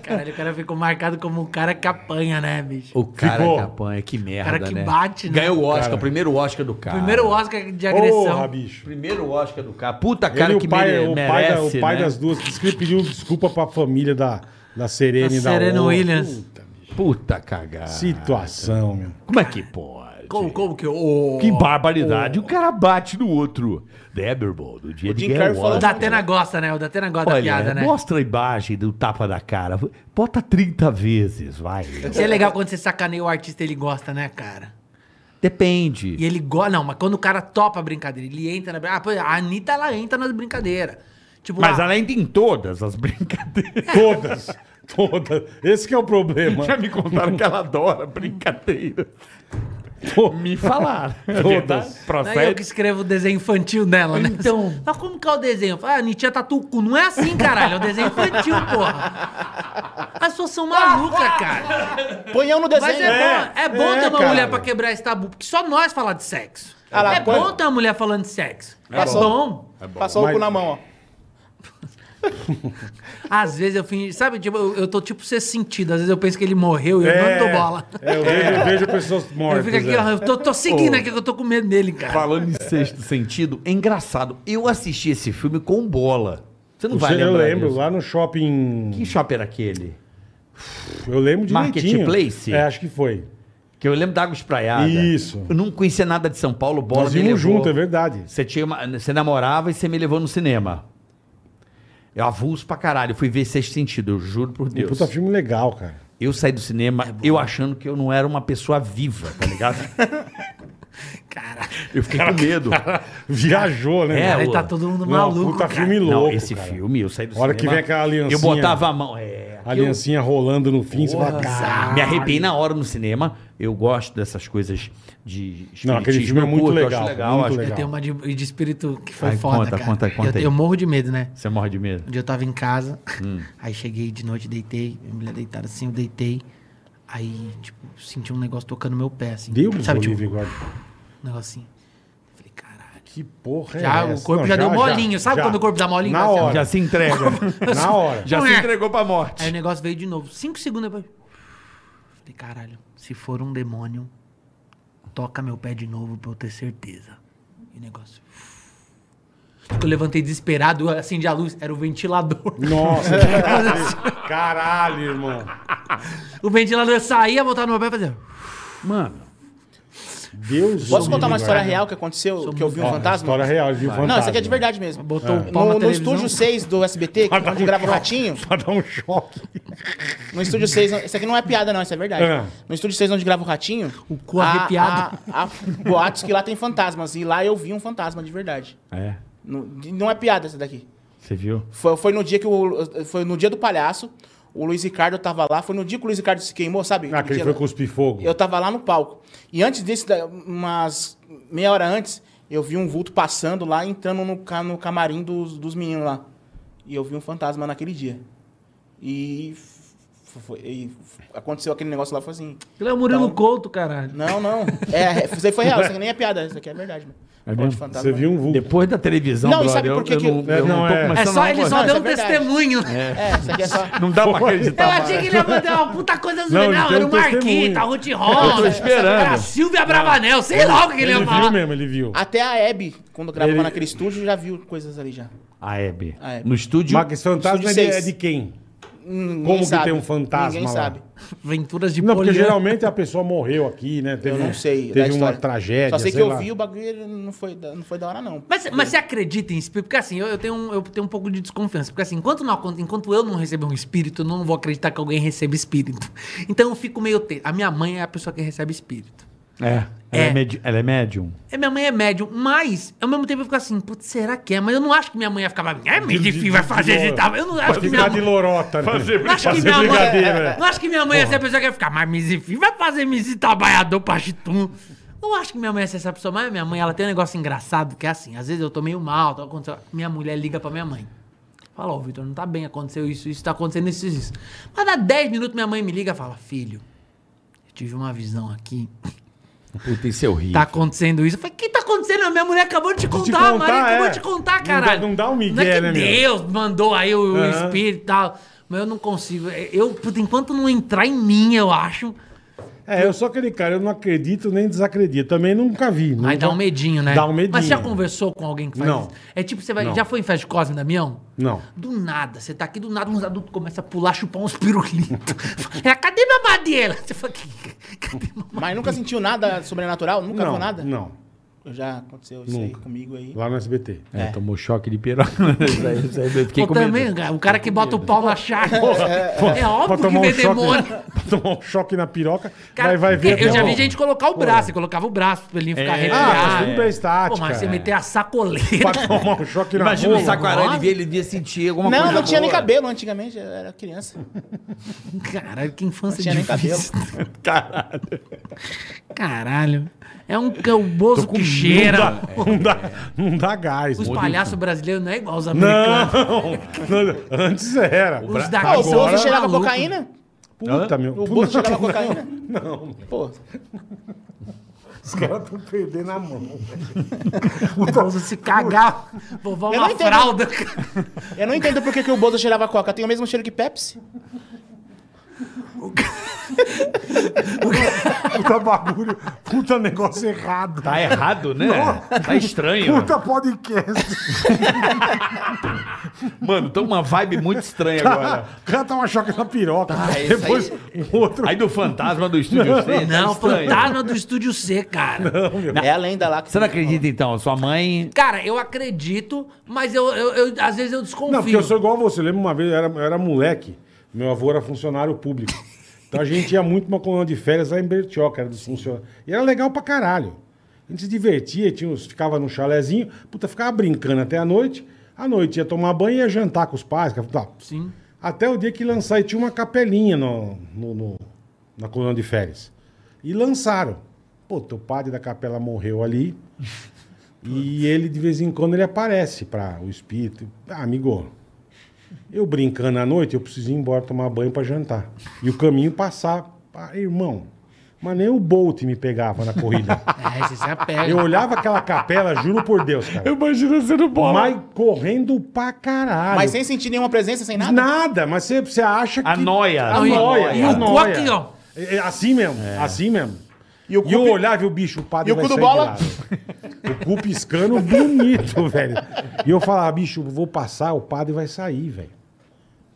[SPEAKER 1] Caralho, o cara ficou marcado como um cara que apanha, né, bicho?
[SPEAKER 4] O cara
[SPEAKER 3] Ficou.
[SPEAKER 4] capanha, que merda,
[SPEAKER 1] Cara que
[SPEAKER 4] né?
[SPEAKER 1] bate, né?
[SPEAKER 4] Ganhou o Oscar,
[SPEAKER 3] Cara.
[SPEAKER 4] o primeiro Oscar do cara.
[SPEAKER 1] Primeiro Oscar de agressão.
[SPEAKER 3] Porra, bicho.
[SPEAKER 4] Primeiro Oscar do cara. Puta
[SPEAKER 3] Ele
[SPEAKER 4] cara
[SPEAKER 3] e
[SPEAKER 4] que
[SPEAKER 3] o pai,
[SPEAKER 4] mere-
[SPEAKER 3] o pai,
[SPEAKER 4] merece,
[SPEAKER 3] da- o pai
[SPEAKER 4] né?
[SPEAKER 3] das duas, diz que ele pediu desculpa pra família da, da Serena
[SPEAKER 1] Da
[SPEAKER 3] e da
[SPEAKER 1] Serena
[SPEAKER 3] outra.
[SPEAKER 1] Williams.
[SPEAKER 3] Puta, bicho.
[SPEAKER 4] Puta cagada.
[SPEAKER 3] Situação, meu.
[SPEAKER 4] Como é que pode?
[SPEAKER 1] como, como que o.
[SPEAKER 4] Que barbaridade. O cara bate no outro. Deberbol, do dia
[SPEAKER 5] O
[SPEAKER 4] de
[SPEAKER 5] Jim
[SPEAKER 4] ganhar
[SPEAKER 5] Carrey
[SPEAKER 4] o
[SPEAKER 5] falou
[SPEAKER 1] O
[SPEAKER 4] Oscar.
[SPEAKER 1] Datena gosta, né? O Datena gosta da
[SPEAKER 4] Olha,
[SPEAKER 1] piada, né?
[SPEAKER 4] mostra a imagem do tapa da cara. Bota 30 vezes, vai.
[SPEAKER 1] Isso é legal quando você sacaneia o artista, ele gosta, né, cara?
[SPEAKER 4] Depende.
[SPEAKER 1] E ele gosta. Não, mas quando o cara topa a brincadeira, ele entra na brincadeira. Ah, pô, a Anitta, ela entra nas brincadeiras. Tipo,
[SPEAKER 4] Mas
[SPEAKER 1] ah,
[SPEAKER 4] ela entra em todas as brincadeiras.
[SPEAKER 3] Todas. Todas. Esse que é o problema.
[SPEAKER 4] Já me contaram que ela adora brincadeira.
[SPEAKER 3] Pô,
[SPEAKER 4] Me falaram.
[SPEAKER 3] Todas.
[SPEAKER 1] Não é eu que escrevo o desenho infantil dela, né?
[SPEAKER 4] Então.
[SPEAKER 1] Mas como que é o desenho? Eu falo, Ah, Anitta tatu cu. Não é assim, caralho. É um desenho infantil, porra. As pessoas são malucas, cara.
[SPEAKER 5] põe eu no desenho. né?
[SPEAKER 1] Mas é, bom, é bom
[SPEAKER 3] Ah, é,
[SPEAKER 1] ter uma
[SPEAKER 3] cara.
[SPEAKER 1] mulher pra quebrar esse tabu, porque só nós falar de sexo.
[SPEAKER 5] Ah lá,
[SPEAKER 1] é
[SPEAKER 5] põe-
[SPEAKER 1] bom ter uma mulher falando de sexo. É,
[SPEAKER 5] Passou.
[SPEAKER 1] bom.
[SPEAKER 5] Passou
[SPEAKER 3] Mas-
[SPEAKER 5] Tá o cu na mão, ó.
[SPEAKER 1] Às vezes eu fingi, sabe, tipo, eu, eu tô tipo ser sentido. Às vezes eu penso que ele morreu e eu não dou bola.
[SPEAKER 3] É, eu vejo, eu vejo pessoas
[SPEAKER 1] Eu
[SPEAKER 3] mortas.
[SPEAKER 1] fico aqui,
[SPEAKER 3] é.
[SPEAKER 1] ó, eu tô, tô seguindo aqui que eu tô com medo dele, cara.
[SPEAKER 4] tá Falando em sexto sentido, é engraçado. Eu assisti esse filme com bola. Você não
[SPEAKER 3] Não
[SPEAKER 4] vai
[SPEAKER 3] sei, eu
[SPEAKER 4] lembrar
[SPEAKER 3] lembro,
[SPEAKER 4] disso.
[SPEAKER 3] lá no shopping.
[SPEAKER 4] Que shopping era aquele?
[SPEAKER 3] Eu lembro de
[SPEAKER 4] Marketplace?
[SPEAKER 3] É, acho que foi.
[SPEAKER 4] Que eu lembro da Água Espraiada.
[SPEAKER 3] Isso.
[SPEAKER 4] Eu não conhecia nada de São Paulo, bola
[SPEAKER 3] Nós
[SPEAKER 4] me
[SPEAKER 3] íamos
[SPEAKER 4] levou.
[SPEAKER 3] junto, é verdade.
[SPEAKER 4] Você, tinha uma- você namorava e você me levou no cinema. Eu avulso pra caralho. Eu fui ver Sexto Sentido, eu juro por
[SPEAKER 3] Um
[SPEAKER 4] Deus.
[SPEAKER 3] puta filme legal, cara.
[SPEAKER 4] Eu saí do cinema, eu achando que eu não era uma pessoa viva, tá ligado?
[SPEAKER 1] Cara,
[SPEAKER 4] Eu fiquei com medo.
[SPEAKER 3] Viajou, né?
[SPEAKER 4] É,
[SPEAKER 3] meu?
[SPEAKER 1] cara,
[SPEAKER 4] o-
[SPEAKER 1] tá todo mundo
[SPEAKER 3] Não,
[SPEAKER 1] maluco,
[SPEAKER 3] puta
[SPEAKER 1] cara.
[SPEAKER 3] filme louco.
[SPEAKER 4] não, esse
[SPEAKER 3] cara.
[SPEAKER 4] filme, eu saí do
[SPEAKER 3] A hora que
[SPEAKER 4] cinema.
[SPEAKER 3] vem aquela aliancinha.
[SPEAKER 4] Eu botava a mão.
[SPEAKER 3] A
[SPEAKER 4] É, aquilo-
[SPEAKER 3] aliancinha rolando no fim, você fala,
[SPEAKER 4] Porra,
[SPEAKER 3] cara.
[SPEAKER 4] me arrepiei na hora no cinema. Eu gosto dessas coisas de espiritismo.
[SPEAKER 3] Não, aquele filme é
[SPEAKER 4] eu
[SPEAKER 3] muito
[SPEAKER 4] curto, eu
[SPEAKER 3] legal,
[SPEAKER 4] acho legal.
[SPEAKER 3] muito
[SPEAKER 4] acho-
[SPEAKER 3] legal.
[SPEAKER 1] Eu tenho uma de, de espírito que foi
[SPEAKER 4] Ai,
[SPEAKER 1] foda,
[SPEAKER 4] conta,
[SPEAKER 1] cara.
[SPEAKER 4] conta, conta
[SPEAKER 1] eu,
[SPEAKER 4] aí. Hum.
[SPEAKER 1] eu morro de medo, né?
[SPEAKER 4] Você morre de medo?
[SPEAKER 1] Um dia eu tava em casa, aí cheguei de noite, deitei, minha mulher deitada assim, eu deitei. Aí, tipo, senti um negócio tocando meu pé, assim.
[SPEAKER 3] Deus
[SPEAKER 1] sabe,
[SPEAKER 3] Bolívia,
[SPEAKER 1] tipo,
[SPEAKER 3] guarda.
[SPEAKER 1] um negocinho. Eu Falei, caralho.
[SPEAKER 3] Que porra
[SPEAKER 1] Já,
[SPEAKER 3] é
[SPEAKER 1] o
[SPEAKER 3] essa?
[SPEAKER 1] corpo já deu molinho. Sabe
[SPEAKER 3] já.
[SPEAKER 1] quando o corpo dá molinho?
[SPEAKER 3] Na
[SPEAKER 5] assim,
[SPEAKER 1] Marcelo?
[SPEAKER 3] hora.
[SPEAKER 4] Já se entrega.
[SPEAKER 3] Na hora.
[SPEAKER 4] Já
[SPEAKER 1] Não
[SPEAKER 4] se
[SPEAKER 1] é.
[SPEAKER 4] entregou pra morte.
[SPEAKER 1] Aí o negócio veio de novo. Cinco segundos depois. Falei, caralho, se for um demônio, toca meu pé de novo pra eu ter certeza. E o negócio. Eu levantei desesperado, eu acendi a luz, era o ventilador.
[SPEAKER 3] Nossa. Caralho, irmão.
[SPEAKER 1] O ventilador saía, voltava no meu pé e fazia.
[SPEAKER 4] Mano,
[SPEAKER 3] Deus
[SPEAKER 5] Posso
[SPEAKER 3] me
[SPEAKER 5] contar uma
[SPEAKER 3] livre,
[SPEAKER 5] história
[SPEAKER 3] né?
[SPEAKER 5] real que aconteceu, que eu vi um
[SPEAKER 3] Ó,
[SPEAKER 5] fantasma?
[SPEAKER 3] História real, ele viu fantasma.
[SPEAKER 5] Não, isso aqui é de verdade mesmo.
[SPEAKER 1] Botou o pau na
[SPEAKER 5] No, no
[SPEAKER 1] televisão.
[SPEAKER 5] estúdio 6 do SBT, que
[SPEAKER 3] Vai dar
[SPEAKER 5] onde
[SPEAKER 3] um
[SPEAKER 5] grava o
[SPEAKER 3] choque.
[SPEAKER 5] Ratinho,
[SPEAKER 3] Pra dar um choque.
[SPEAKER 5] no estúdio 6, não- isso aqui não é piada não, isso é verdade.
[SPEAKER 3] É.
[SPEAKER 5] No estúdio 6 onde grava o Ratinho,
[SPEAKER 1] O cu
[SPEAKER 5] há-
[SPEAKER 1] arrepiado.
[SPEAKER 5] há- há boatos que lá tem fantasmas, e lá eu vi um fantasma de verdade.
[SPEAKER 6] É,
[SPEAKER 5] Não, não é piada essa daqui.
[SPEAKER 6] você viu?
[SPEAKER 5] Foi, foi no dia que o, foi no dia do palhaço, o Luiz Ricardo tava lá, foi no dia que o Luiz Ricardo se queimou, sabe?
[SPEAKER 3] Ah, que ele
[SPEAKER 5] Dia-
[SPEAKER 3] foi cuspir fogo.
[SPEAKER 5] Eu tava lá no palco. E antes disso, da- umas meia hora antes, eu vi um vulto passando lá, entrando no, ca- no camarim dos, dos meninos lá. E eu vi um fantasma naquele dia. E, f- foi- e f- aconteceu aquele negócio lá, foi assim...
[SPEAKER 1] Ele é
[SPEAKER 3] Então,
[SPEAKER 1] o Murilo
[SPEAKER 5] Não.
[SPEAKER 1] Couto, caralho.
[SPEAKER 5] Não, não. É, isso aí foi real, isso aqui nem é piada, isso aqui é verdade. Mano.
[SPEAKER 6] É
[SPEAKER 5] Falou de
[SPEAKER 6] mesmo?
[SPEAKER 5] fantasma.
[SPEAKER 3] Você viu um vulto.
[SPEAKER 6] Depois da televisão,
[SPEAKER 5] Não, e
[SPEAKER 6] brother,
[SPEAKER 5] sabe por que
[SPEAKER 6] eu,
[SPEAKER 5] que-
[SPEAKER 6] eu não,
[SPEAKER 3] É,
[SPEAKER 6] eu
[SPEAKER 3] não,
[SPEAKER 6] não tô
[SPEAKER 3] é.
[SPEAKER 1] É
[SPEAKER 6] começando
[SPEAKER 1] só,
[SPEAKER 6] a
[SPEAKER 1] ele só
[SPEAKER 5] Não,
[SPEAKER 6] gostar.
[SPEAKER 5] isso
[SPEAKER 1] deu
[SPEAKER 5] é
[SPEAKER 1] um
[SPEAKER 5] verdade.
[SPEAKER 1] testemunho.
[SPEAKER 5] É, isso aqui é só...
[SPEAKER 6] Não dá pra
[SPEAKER 1] Eu
[SPEAKER 6] acreditar. mais.
[SPEAKER 1] achei que ele ia mandar uma puta coisa zoeira.
[SPEAKER 3] Não, ele
[SPEAKER 1] Não,
[SPEAKER 3] deu
[SPEAKER 1] era
[SPEAKER 3] um
[SPEAKER 1] o
[SPEAKER 3] testemunho.
[SPEAKER 1] Marquita, a Ruth
[SPEAKER 6] Eu tô
[SPEAKER 1] Rosa,
[SPEAKER 6] esperando.
[SPEAKER 1] a Silvia Bravanel, sei lá o que ele
[SPEAKER 3] Ele
[SPEAKER 1] ia
[SPEAKER 3] viu
[SPEAKER 1] falar.
[SPEAKER 3] mesmo, ele viu.
[SPEAKER 5] Até a Hebe, quando gravava
[SPEAKER 3] Ele-
[SPEAKER 5] naquele estúdio, já viu coisas ali já.
[SPEAKER 6] A Hebe.
[SPEAKER 5] A Hebe.
[SPEAKER 4] No estúdio.
[SPEAKER 3] Mas esse fantasma é de,
[SPEAKER 5] Estúdio
[SPEAKER 3] é
[SPEAKER 5] um seis.
[SPEAKER 3] de quem?
[SPEAKER 5] Ninguém
[SPEAKER 3] Como que tem um fantasma
[SPEAKER 5] Ninguém
[SPEAKER 3] lá?
[SPEAKER 5] sabe.
[SPEAKER 1] Aventuras de
[SPEAKER 3] Não, porque
[SPEAKER 1] Poliana.
[SPEAKER 3] geralmente a pessoa morreu aqui, né? Teve
[SPEAKER 5] Eu
[SPEAKER 3] um-
[SPEAKER 5] não sei. da
[SPEAKER 3] Teve uma
[SPEAKER 5] história.
[SPEAKER 3] tragédia.
[SPEAKER 5] Só sei que
[SPEAKER 3] sei
[SPEAKER 5] eu
[SPEAKER 3] lá.
[SPEAKER 5] vi o bagulho e ele não foi, da- não foi da hora, não.
[SPEAKER 1] Mas, mas você acredita em espírito? Porque assim, eu, eu tenho um, eu tenho um pouco de desconfiança. Porque assim, enquanto, não, acon- enquanto eu não receber um espírito, eu não vou acreditar que alguém receba espírito. Então eu fico meio... Te... A minha mãe é a pessoa que recebe espírito.
[SPEAKER 6] É. Ela é,
[SPEAKER 1] É.
[SPEAKER 6] medi- ela é médium.
[SPEAKER 1] É, minha mãe é médium, mas ao mesmo tempo eu fico assim, putz, será que é? Mas eu não acho que minha mãe ia ficar brava. É, mas
[SPEAKER 3] De- de-
[SPEAKER 1] enfim, vai
[SPEAKER 3] de
[SPEAKER 1] fazer
[SPEAKER 3] loro.
[SPEAKER 1] de tal. Eu não acho
[SPEAKER 3] Pra
[SPEAKER 1] que minha
[SPEAKER 3] ficar de
[SPEAKER 1] mãe...
[SPEAKER 3] lorota, né?
[SPEAKER 1] Não acho, que
[SPEAKER 3] fazer
[SPEAKER 1] minha
[SPEAKER 3] brincadeira,
[SPEAKER 1] mãe,
[SPEAKER 3] é.
[SPEAKER 1] não acho que minha mãe ia ser a pessoa que ia ficar, mas mas enfim, vai fazer misi trabalhador pra chitum. Não acho que minha mãe ia ser essa pessoa, mas minha mãe, ela tem um negócio engraçado, que é assim, às vezes eu tô meio mal, tá acontecendo- minha mulher liga pra minha mãe. Fala, ô Vitor, não tá bem, aconteceu isso, isso, tá acontecendo isso, isso, isso. Mas dá 10 minutos minha mãe me liga e fala, filho, eu tive uma visão aqui,
[SPEAKER 4] Puta, isso é eu ri.
[SPEAKER 1] tá acontecendo isso. Eu falei, o que tá acontecendo? A minha mulher acabou de te contar,
[SPEAKER 3] contar,
[SPEAKER 1] a Maria acabou
[SPEAKER 3] é.
[SPEAKER 1] de te contar,
[SPEAKER 3] Não
[SPEAKER 1] caralho.
[SPEAKER 3] dá- não dá um migué,
[SPEAKER 1] Não é que
[SPEAKER 3] né, meu?
[SPEAKER 1] Deus mandou aí o, o
[SPEAKER 3] Aham.
[SPEAKER 1] espírito e tal. Mas eu não consigo. Eu, puta, enquanto não entrar em mim, eu acho,
[SPEAKER 3] É, eu sou aquele cara, eu não acredito nem desacredito. Também nunca vi.
[SPEAKER 1] aí
[SPEAKER 3] nunca-
[SPEAKER 1] dá um medinho, né?
[SPEAKER 3] Dá um medinho.
[SPEAKER 1] Mas você já conversou com alguém que faz
[SPEAKER 3] Não.
[SPEAKER 1] isso? É tipo, você vai,
[SPEAKER 3] Não.
[SPEAKER 1] já foi em festa de Cosme, Damião?
[SPEAKER 3] Não.
[SPEAKER 1] Do nada, você tá aqui, do nada uns adultos começam a pular, chupar uns pirulitos. Fala, Cadê minha madeira? Você fala, "Que- cadê minha
[SPEAKER 5] Mas nunca sentiu nada sobrenatural? Nunca
[SPEAKER 3] Não,
[SPEAKER 5] viu nada?
[SPEAKER 3] não.
[SPEAKER 5] Eu Já aconteceu isso aí comigo aí.
[SPEAKER 3] Lá no SBT.
[SPEAKER 6] É, tomou choque de piroca. né? Isso aí, isso aí, eu fiquei
[SPEAKER 1] Pô,
[SPEAKER 6] com medo.
[SPEAKER 1] também, cara, o cara que bota o pau na chácara. É
[SPEAKER 3] Pra
[SPEAKER 1] óbvio que
[SPEAKER 3] tomar, um
[SPEAKER 1] vem
[SPEAKER 3] choque,
[SPEAKER 1] demônio.
[SPEAKER 3] pra tomar um choque na piroca,
[SPEAKER 1] Cara,
[SPEAKER 3] aí vai ver.
[SPEAKER 1] eu já
[SPEAKER 3] até
[SPEAKER 1] vi
[SPEAKER 3] o-
[SPEAKER 1] gente colocar o braço, você colocava o braço pra ele ficar
[SPEAKER 3] Ah, mas
[SPEAKER 1] arrepiado.
[SPEAKER 3] tudo bem, estática.
[SPEAKER 1] Pô, mas você
[SPEAKER 3] é.
[SPEAKER 1] meter a sacoleira.
[SPEAKER 3] Pra tomar um choque na
[SPEAKER 4] Imagina o
[SPEAKER 3] rola.
[SPEAKER 4] saco-aranha,
[SPEAKER 1] Nossa.
[SPEAKER 4] ele via, ele via sentir alguma
[SPEAKER 5] Não,
[SPEAKER 4] coisa.
[SPEAKER 5] não tinha nem
[SPEAKER 4] boa.
[SPEAKER 5] cabelo antigamente, eu era criança. Não
[SPEAKER 1] Caralho, que infância
[SPEAKER 5] tinha nem cabelo.
[SPEAKER 1] difícil. Caralho. É um é o bozo que cheira.
[SPEAKER 3] Não dá, não dá gás.
[SPEAKER 1] Os
[SPEAKER 3] né?
[SPEAKER 1] palhaços brasileiros não é igual os americanos.
[SPEAKER 3] Não, não, antes era.
[SPEAKER 1] Os daqui
[SPEAKER 5] Ah, o
[SPEAKER 1] são
[SPEAKER 5] Bozo
[SPEAKER 3] é
[SPEAKER 5] cheirava
[SPEAKER 3] tá
[SPEAKER 1] malucos.
[SPEAKER 5] cocaína?
[SPEAKER 3] Puta, meu.
[SPEAKER 5] O
[SPEAKER 3] Puta,
[SPEAKER 5] Bozo cheirava cocaína?
[SPEAKER 3] Não,
[SPEAKER 5] Pô,
[SPEAKER 3] os caras estão perdendo a mão.
[SPEAKER 1] O Bozo se cagar, vovó
[SPEAKER 5] Eu não
[SPEAKER 1] uma
[SPEAKER 5] entendo.
[SPEAKER 1] fralda.
[SPEAKER 5] eu não entendo por que, que o Bozo cheirava coca. Tem o mesmo cheiro que Pepsi?
[SPEAKER 3] Puta bagulho. Puta negócio errado.
[SPEAKER 6] Tá errado, né? Tá estranho.
[SPEAKER 3] Puta podcast.
[SPEAKER 6] Mano, tá uma vibe muito estranha agora.
[SPEAKER 3] O cara toma choque na piroca.
[SPEAKER 4] Ah, isso aí-
[SPEAKER 3] Depois um outro.
[SPEAKER 6] Aí do fantasma do estúdio tá 6.
[SPEAKER 1] Não, fantasma do Estúdio C, cara.
[SPEAKER 5] É a lenda lá. Que
[SPEAKER 4] Você não acredita então? Sua mãe.
[SPEAKER 1] Cara, eu acredito, mas eu, eu- eu- às vezes eu desconfio.
[SPEAKER 3] Não, porque eu sou igual a você. Lembra uma vez, eu era, eu era moleque. Meu avô era funcionário público. Então a gente ia muito pra uma coluna de férias lá em Bertioca, era dos funcionários. E era legal pra caralho. A gente se divertia, tinha uns, ficava num chalezinho, puta, ficava brincando até a noite. À noite ia tomar banho e ia jantar com os pais. que- Tá.
[SPEAKER 1] Sim.
[SPEAKER 3] Até o dia que lançaram, e tinha uma capelinha no, no- no- na coluna de férias. E lançaram. Pô, o padre da capela morreu ali. E ele, de vez em quando, ele aparece para o espírito. Ah, amigo, eu brincando à noite, eu preciso ir embora tomar banho para jantar. E o caminho passar. Ah, irmão, mas nem o Bolt me pegava na corrida.
[SPEAKER 1] É, você se apega.
[SPEAKER 3] Eu olhava aquela capela, juro por Deus, cara.
[SPEAKER 6] Imagina sendo
[SPEAKER 3] Mas correndo pra caralho.
[SPEAKER 5] Mas sem sentir nenhuma presença, sem nada?
[SPEAKER 3] Nada, mas você, você acha que.
[SPEAKER 6] A noia.
[SPEAKER 3] A
[SPEAKER 1] Não, e-
[SPEAKER 3] noia.
[SPEAKER 1] e
[SPEAKER 3] a
[SPEAKER 1] o cu
[SPEAKER 3] noia.
[SPEAKER 1] aqui, ó.
[SPEAKER 3] É, é Assim mesmo, assim mesmo.
[SPEAKER 5] E o
[SPEAKER 3] E eu
[SPEAKER 5] cu-
[SPEAKER 3] olhava e o bicho, o padre
[SPEAKER 5] E o
[SPEAKER 3] vai
[SPEAKER 5] cu do
[SPEAKER 3] sair de
[SPEAKER 5] bola?
[SPEAKER 3] lá. O cu piscando bonito, velho. E eu falava, bicho, vou passar, o padre vai sair, velho.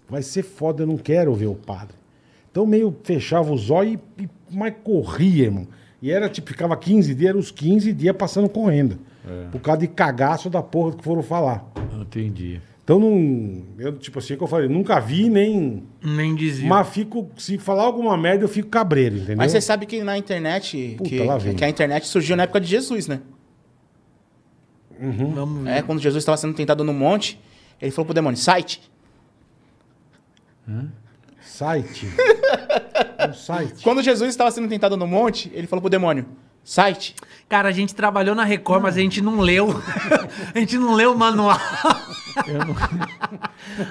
[SPEAKER 3] Vai ser foda, eu não quero ver o padre. Então meio fechava os olhos e, e mas corria, irmão. E era tipo, ficava 15 dias, era os 15 dias passando correndo. Por causa de cagaço da porra que foram falar.
[SPEAKER 6] Entendi.
[SPEAKER 3] Então não. Eu, tipo assim, que eu falei, nunca vi nem.
[SPEAKER 1] Nem dizia.
[SPEAKER 3] Mas fico. Se falar alguma merda, eu fico cabreiro, entendeu?
[SPEAKER 5] Mas você sabe que na internet.
[SPEAKER 3] Puta,
[SPEAKER 5] que,
[SPEAKER 3] lá
[SPEAKER 5] que-
[SPEAKER 3] vem.
[SPEAKER 5] que a internet surgiu na época de Jesus, né?
[SPEAKER 1] Vamos ver.
[SPEAKER 5] É, quando Jesus estava sendo tentado no monte, ele falou pro demônio: site.
[SPEAKER 3] Site. um site.
[SPEAKER 5] Quando Jesus estava sendo tentado no monte, ele falou pro demônio: site.
[SPEAKER 1] Cara, a gente trabalhou na Record, mas a gente não leu. a gente não leu o manual.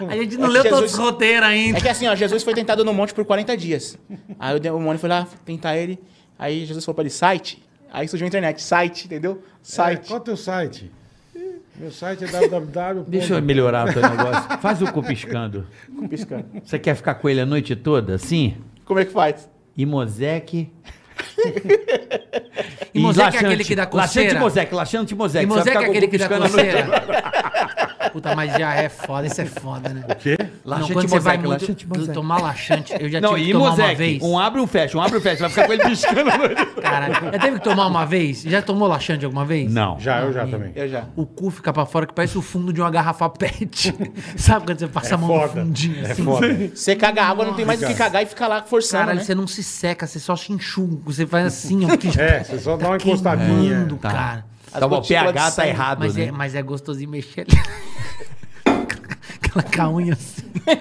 [SPEAKER 1] a gente não
[SPEAKER 5] É que
[SPEAKER 1] leu
[SPEAKER 5] Jesus-
[SPEAKER 1] todos os roteiros ainda.
[SPEAKER 5] É que assim, ó, Jesus foi tentado no monte por 40 dias. Aí o demônio foi lá tentar ele. Aí Jesus falou pra ele: site. Aí surgiu a internet: site, entendeu?
[SPEAKER 3] É,
[SPEAKER 5] Site.
[SPEAKER 3] qual é o teu site? Meu site é www.
[SPEAKER 6] Deixa eu melhorar o teu negócio. Faz o cu piscando.
[SPEAKER 5] Piscando.
[SPEAKER 4] Você quer ficar com ele a noite toda, assim?
[SPEAKER 5] Como é que faz?
[SPEAKER 4] Imosec.
[SPEAKER 1] E Mosaic é aquele que dá
[SPEAKER 4] Laxante
[SPEAKER 1] coceira?
[SPEAKER 4] Mosec, Laxante Mosec.
[SPEAKER 1] E Mosaic é aquele que dá
[SPEAKER 4] coceira.
[SPEAKER 1] coceira. Puta, mas já é foda, isso é foda, né? O
[SPEAKER 3] quê?
[SPEAKER 1] Não,
[SPEAKER 4] Laxante
[SPEAKER 1] quando você vai
[SPEAKER 4] Mosaic,
[SPEAKER 1] muito
[SPEAKER 4] laxante Mosaic.
[SPEAKER 1] tomar laxante, eu já
[SPEAKER 4] Não,
[SPEAKER 1] tive
[SPEAKER 4] e
[SPEAKER 1] que tomar uma
[SPEAKER 4] Mosec.
[SPEAKER 1] vez.
[SPEAKER 4] Um abre e um fecha, um abre e um fecha. Vai ficar com ele piscando a noite toda.
[SPEAKER 1] Cara, já teve que tomar uma vez? Já tomou laxante alguma vez?
[SPEAKER 4] Não.
[SPEAKER 3] Já, eu já também.
[SPEAKER 5] Eu É já.
[SPEAKER 1] O cu fica pra fora que parece o fundo de uma garrafa pet. Sabe quando você passa a mão no
[SPEAKER 3] Foda.
[SPEAKER 1] fundinho
[SPEAKER 3] É
[SPEAKER 1] assim?
[SPEAKER 3] foda.
[SPEAKER 5] Você caga água, não tem mais o que cagar e fica lá forçando.
[SPEAKER 1] Caralho,
[SPEAKER 5] né?
[SPEAKER 1] você não se seca, você só se enxuga. Você faz assim, ó. Porque
[SPEAKER 3] É, você só dá uma encostadinha.
[SPEAKER 1] queimando,
[SPEAKER 4] Tá.
[SPEAKER 1] cara.
[SPEAKER 4] Então, o
[SPEAKER 5] gotículas
[SPEAKER 4] pH
[SPEAKER 5] de
[SPEAKER 4] tá
[SPEAKER 5] sangue,
[SPEAKER 4] errado,
[SPEAKER 1] Mas,
[SPEAKER 4] né?
[SPEAKER 1] é, mas é gostosinho mexer ali. Aquela caunha assim.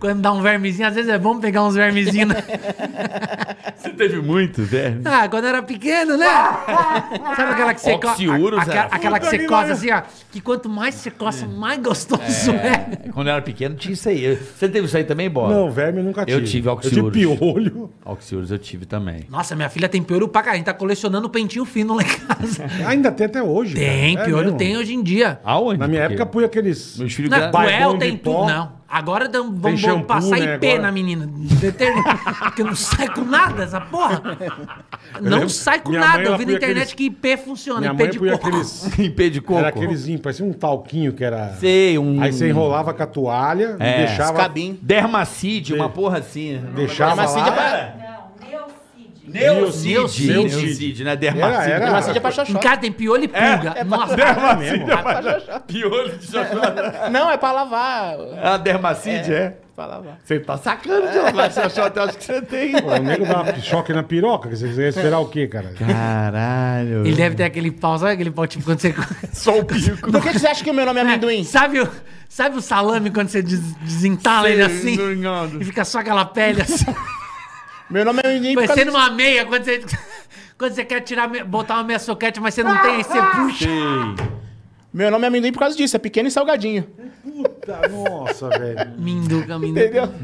[SPEAKER 1] Quando dá um vermezinho, às vezes é bom pegar uns vermezinhos. né?
[SPEAKER 6] Você teve muito, né? velho.
[SPEAKER 1] Ah, quando era pequeno, né? Sabe aquela que você co-
[SPEAKER 6] Oxiurus,
[SPEAKER 1] a- aque-
[SPEAKER 6] era
[SPEAKER 1] Aquela que
[SPEAKER 3] puta
[SPEAKER 1] você
[SPEAKER 3] que
[SPEAKER 1] coça
[SPEAKER 3] pariu.
[SPEAKER 1] assim, ó. Que quanto mais você coça, mais gostoso é.
[SPEAKER 4] É, Quando eu era pequeno tinha isso aí. Você teve isso aí também, Bola?
[SPEAKER 3] Não, verme eu nunca tive.
[SPEAKER 4] Eu tive
[SPEAKER 3] Eu tive
[SPEAKER 4] oxiúrus.
[SPEAKER 3] piolho.
[SPEAKER 4] Oxiuros eu tive também.
[SPEAKER 1] Nossa, minha filha tem piolho pra caralho. A gente tá colecionando pentinho fino lá em casa.
[SPEAKER 3] Ainda tem até hoje.
[SPEAKER 1] Tem,
[SPEAKER 3] cara. É
[SPEAKER 1] piolho
[SPEAKER 3] mesmo.
[SPEAKER 1] tem hoje em dia.
[SPEAKER 6] Aonde?
[SPEAKER 3] Na minha
[SPEAKER 6] Porque
[SPEAKER 3] época punha aqueles.
[SPEAKER 6] Meus filhos
[SPEAKER 1] Não,
[SPEAKER 6] gra...
[SPEAKER 1] o
[SPEAKER 3] Vai,
[SPEAKER 1] El
[SPEAKER 3] bom de
[SPEAKER 1] tem
[SPEAKER 3] pó.
[SPEAKER 1] tudo, não. Agora dão- vamos
[SPEAKER 3] shampoo,
[SPEAKER 1] passar
[SPEAKER 3] né,
[SPEAKER 1] IP
[SPEAKER 3] agora?
[SPEAKER 1] na menina. Detergente. Porque não sai com nada essa porra. não
[SPEAKER 3] lembro-
[SPEAKER 1] sai com
[SPEAKER 3] minha
[SPEAKER 1] nada.
[SPEAKER 3] mãe,
[SPEAKER 1] Eu
[SPEAKER 3] ela
[SPEAKER 1] vi na
[SPEAKER 3] punha
[SPEAKER 1] internet
[SPEAKER 3] aqueles-
[SPEAKER 1] que IP funciona,
[SPEAKER 3] Minha
[SPEAKER 1] IP
[SPEAKER 3] mãe
[SPEAKER 1] de
[SPEAKER 3] punha
[SPEAKER 1] coco.
[SPEAKER 3] aqueles.
[SPEAKER 4] Em pé de coco.
[SPEAKER 3] Era aqueles ímpios, parecia um talquinho que era.
[SPEAKER 4] Sei, um-
[SPEAKER 3] Aí você enrolava com a toalha
[SPEAKER 4] É,
[SPEAKER 3] e deixava.
[SPEAKER 5] Cabim.
[SPEAKER 4] Dermacide, uma porra assim.
[SPEAKER 3] Deixava
[SPEAKER 5] Dermacide é
[SPEAKER 3] lá.
[SPEAKER 5] pra-
[SPEAKER 7] Não, Neucid.
[SPEAKER 4] Neocid.
[SPEAKER 1] Neocid.
[SPEAKER 4] Neocid, né? Dermacide.
[SPEAKER 3] Era,
[SPEAKER 5] Mas
[SPEAKER 3] era.
[SPEAKER 5] é pra
[SPEAKER 1] Em
[SPEAKER 5] xoxota.
[SPEAKER 1] casa tem piolho e
[SPEAKER 3] É,
[SPEAKER 1] pulga. Nossa,
[SPEAKER 4] Piolho de xoxota.
[SPEAKER 5] Não, é pra lavar.
[SPEAKER 4] A dermacide, é.
[SPEAKER 5] Pra lavar.
[SPEAKER 4] Você tá sacando de lavar xoxota, eu acho que você tem.
[SPEAKER 3] Pô, o nego dava choque na piroca. que Você ia esperar o quê, cara?
[SPEAKER 4] Caralho.
[SPEAKER 1] Ele deve ter aquele pau, sabe aquele pau tipo quando você.
[SPEAKER 4] Só o pico.
[SPEAKER 5] Por que que você acha que o meu nome é amendoim?
[SPEAKER 1] sabe, o, sabe o salame quando você des- desentala ele assim? E fica só aquela pele assim.
[SPEAKER 5] Meu nome é amendoim por causa
[SPEAKER 1] Parecendo uma meia quando você. Quando você quer tirar, me- botar uma meia soquete, mas você não tem, aí você puxa.
[SPEAKER 5] Meu nome é amendoim por causa disso, é pequeno e salgadinho.
[SPEAKER 3] Puta, nossa, velho.
[SPEAKER 1] Minduca, minduca.
[SPEAKER 5] Entendeu?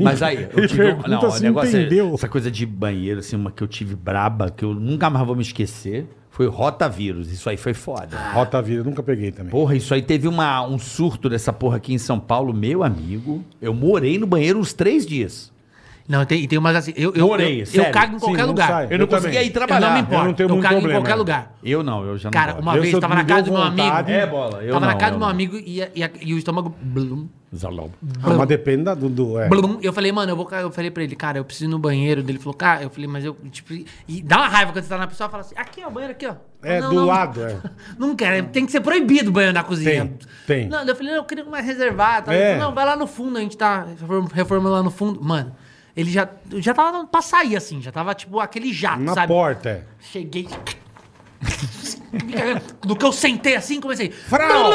[SPEAKER 4] Mas aí, eu
[SPEAKER 3] Ele
[SPEAKER 4] tive um,
[SPEAKER 3] pergunta
[SPEAKER 4] não, o
[SPEAKER 3] se
[SPEAKER 4] negócio é-
[SPEAKER 3] entendeu.
[SPEAKER 4] essa coisa de banheiro, assim, uma que eu tive braba, que eu nunca mais vou me esquecer, foi rotavírus. Isso aí foi foda.
[SPEAKER 3] Rota vira, nunca peguei também.
[SPEAKER 4] Porra, isso aí teve uma, um surto dessa porra aqui em São Paulo, meu amigo. Eu morei no banheiro uns três dias.
[SPEAKER 1] Não, e tem, e tem umas assim. Eu, eu,
[SPEAKER 4] Morei,
[SPEAKER 1] eu, eu
[SPEAKER 4] sério.
[SPEAKER 1] cago em qualquer
[SPEAKER 3] não
[SPEAKER 1] lugar.
[SPEAKER 3] sai.
[SPEAKER 1] Eu
[SPEAKER 4] Eu não
[SPEAKER 3] também.
[SPEAKER 4] conseguia ir
[SPEAKER 1] não
[SPEAKER 4] trabalhar.
[SPEAKER 1] me
[SPEAKER 4] Eu não,
[SPEAKER 1] importo.
[SPEAKER 3] não tenho
[SPEAKER 1] Eu,
[SPEAKER 3] muito
[SPEAKER 1] cago
[SPEAKER 3] problema.
[SPEAKER 1] em qualquer lugar.
[SPEAKER 4] eu já
[SPEAKER 1] Cara,
[SPEAKER 4] não
[SPEAKER 1] uma
[SPEAKER 3] Eu
[SPEAKER 1] vez
[SPEAKER 3] sou-
[SPEAKER 1] eu tava
[SPEAKER 3] me
[SPEAKER 1] na casa
[SPEAKER 3] deu
[SPEAKER 1] do meu
[SPEAKER 3] vontade.
[SPEAKER 1] amigo.
[SPEAKER 4] É, bola, eu
[SPEAKER 1] tava
[SPEAKER 4] não,
[SPEAKER 1] na casa
[SPEAKER 4] eu
[SPEAKER 1] do meu
[SPEAKER 4] não.
[SPEAKER 1] amigo e, a- e a- e o estômago. Blum,
[SPEAKER 4] Zalobo.
[SPEAKER 3] Ah, mas depende da- do. do é.
[SPEAKER 1] blum. Eu falei, mano, eu vou. ca- Eu falei pra ele, cara, eu preciso ir no banheiro. Ele falou, cara, eu falei, mas eu. Tipo, e dá uma raiva quando você tá na pessoa e fala assim: aqui, ó, o banheiro aqui, ó.
[SPEAKER 3] É,
[SPEAKER 1] Não,
[SPEAKER 3] do
[SPEAKER 1] não,
[SPEAKER 3] lado, é.
[SPEAKER 1] Não quero, tem que ser proibido o banheiro na cozinha.
[SPEAKER 3] Tem, tem.
[SPEAKER 1] Não, eu falei, não, eu queria mais reservado. Tá? Ele
[SPEAKER 3] É.
[SPEAKER 1] falou, não, vai lá no fundo, a gente tá reform- reformando lá no fundo. Mano, ele já, já tava pra sair, assim, já tava tipo aquele jato,
[SPEAKER 3] Na
[SPEAKER 1] sabe?
[SPEAKER 3] porta, é.
[SPEAKER 1] Cheguei. Me cagando. Do que eu sentei assim, comecei.
[SPEAKER 3] Frau!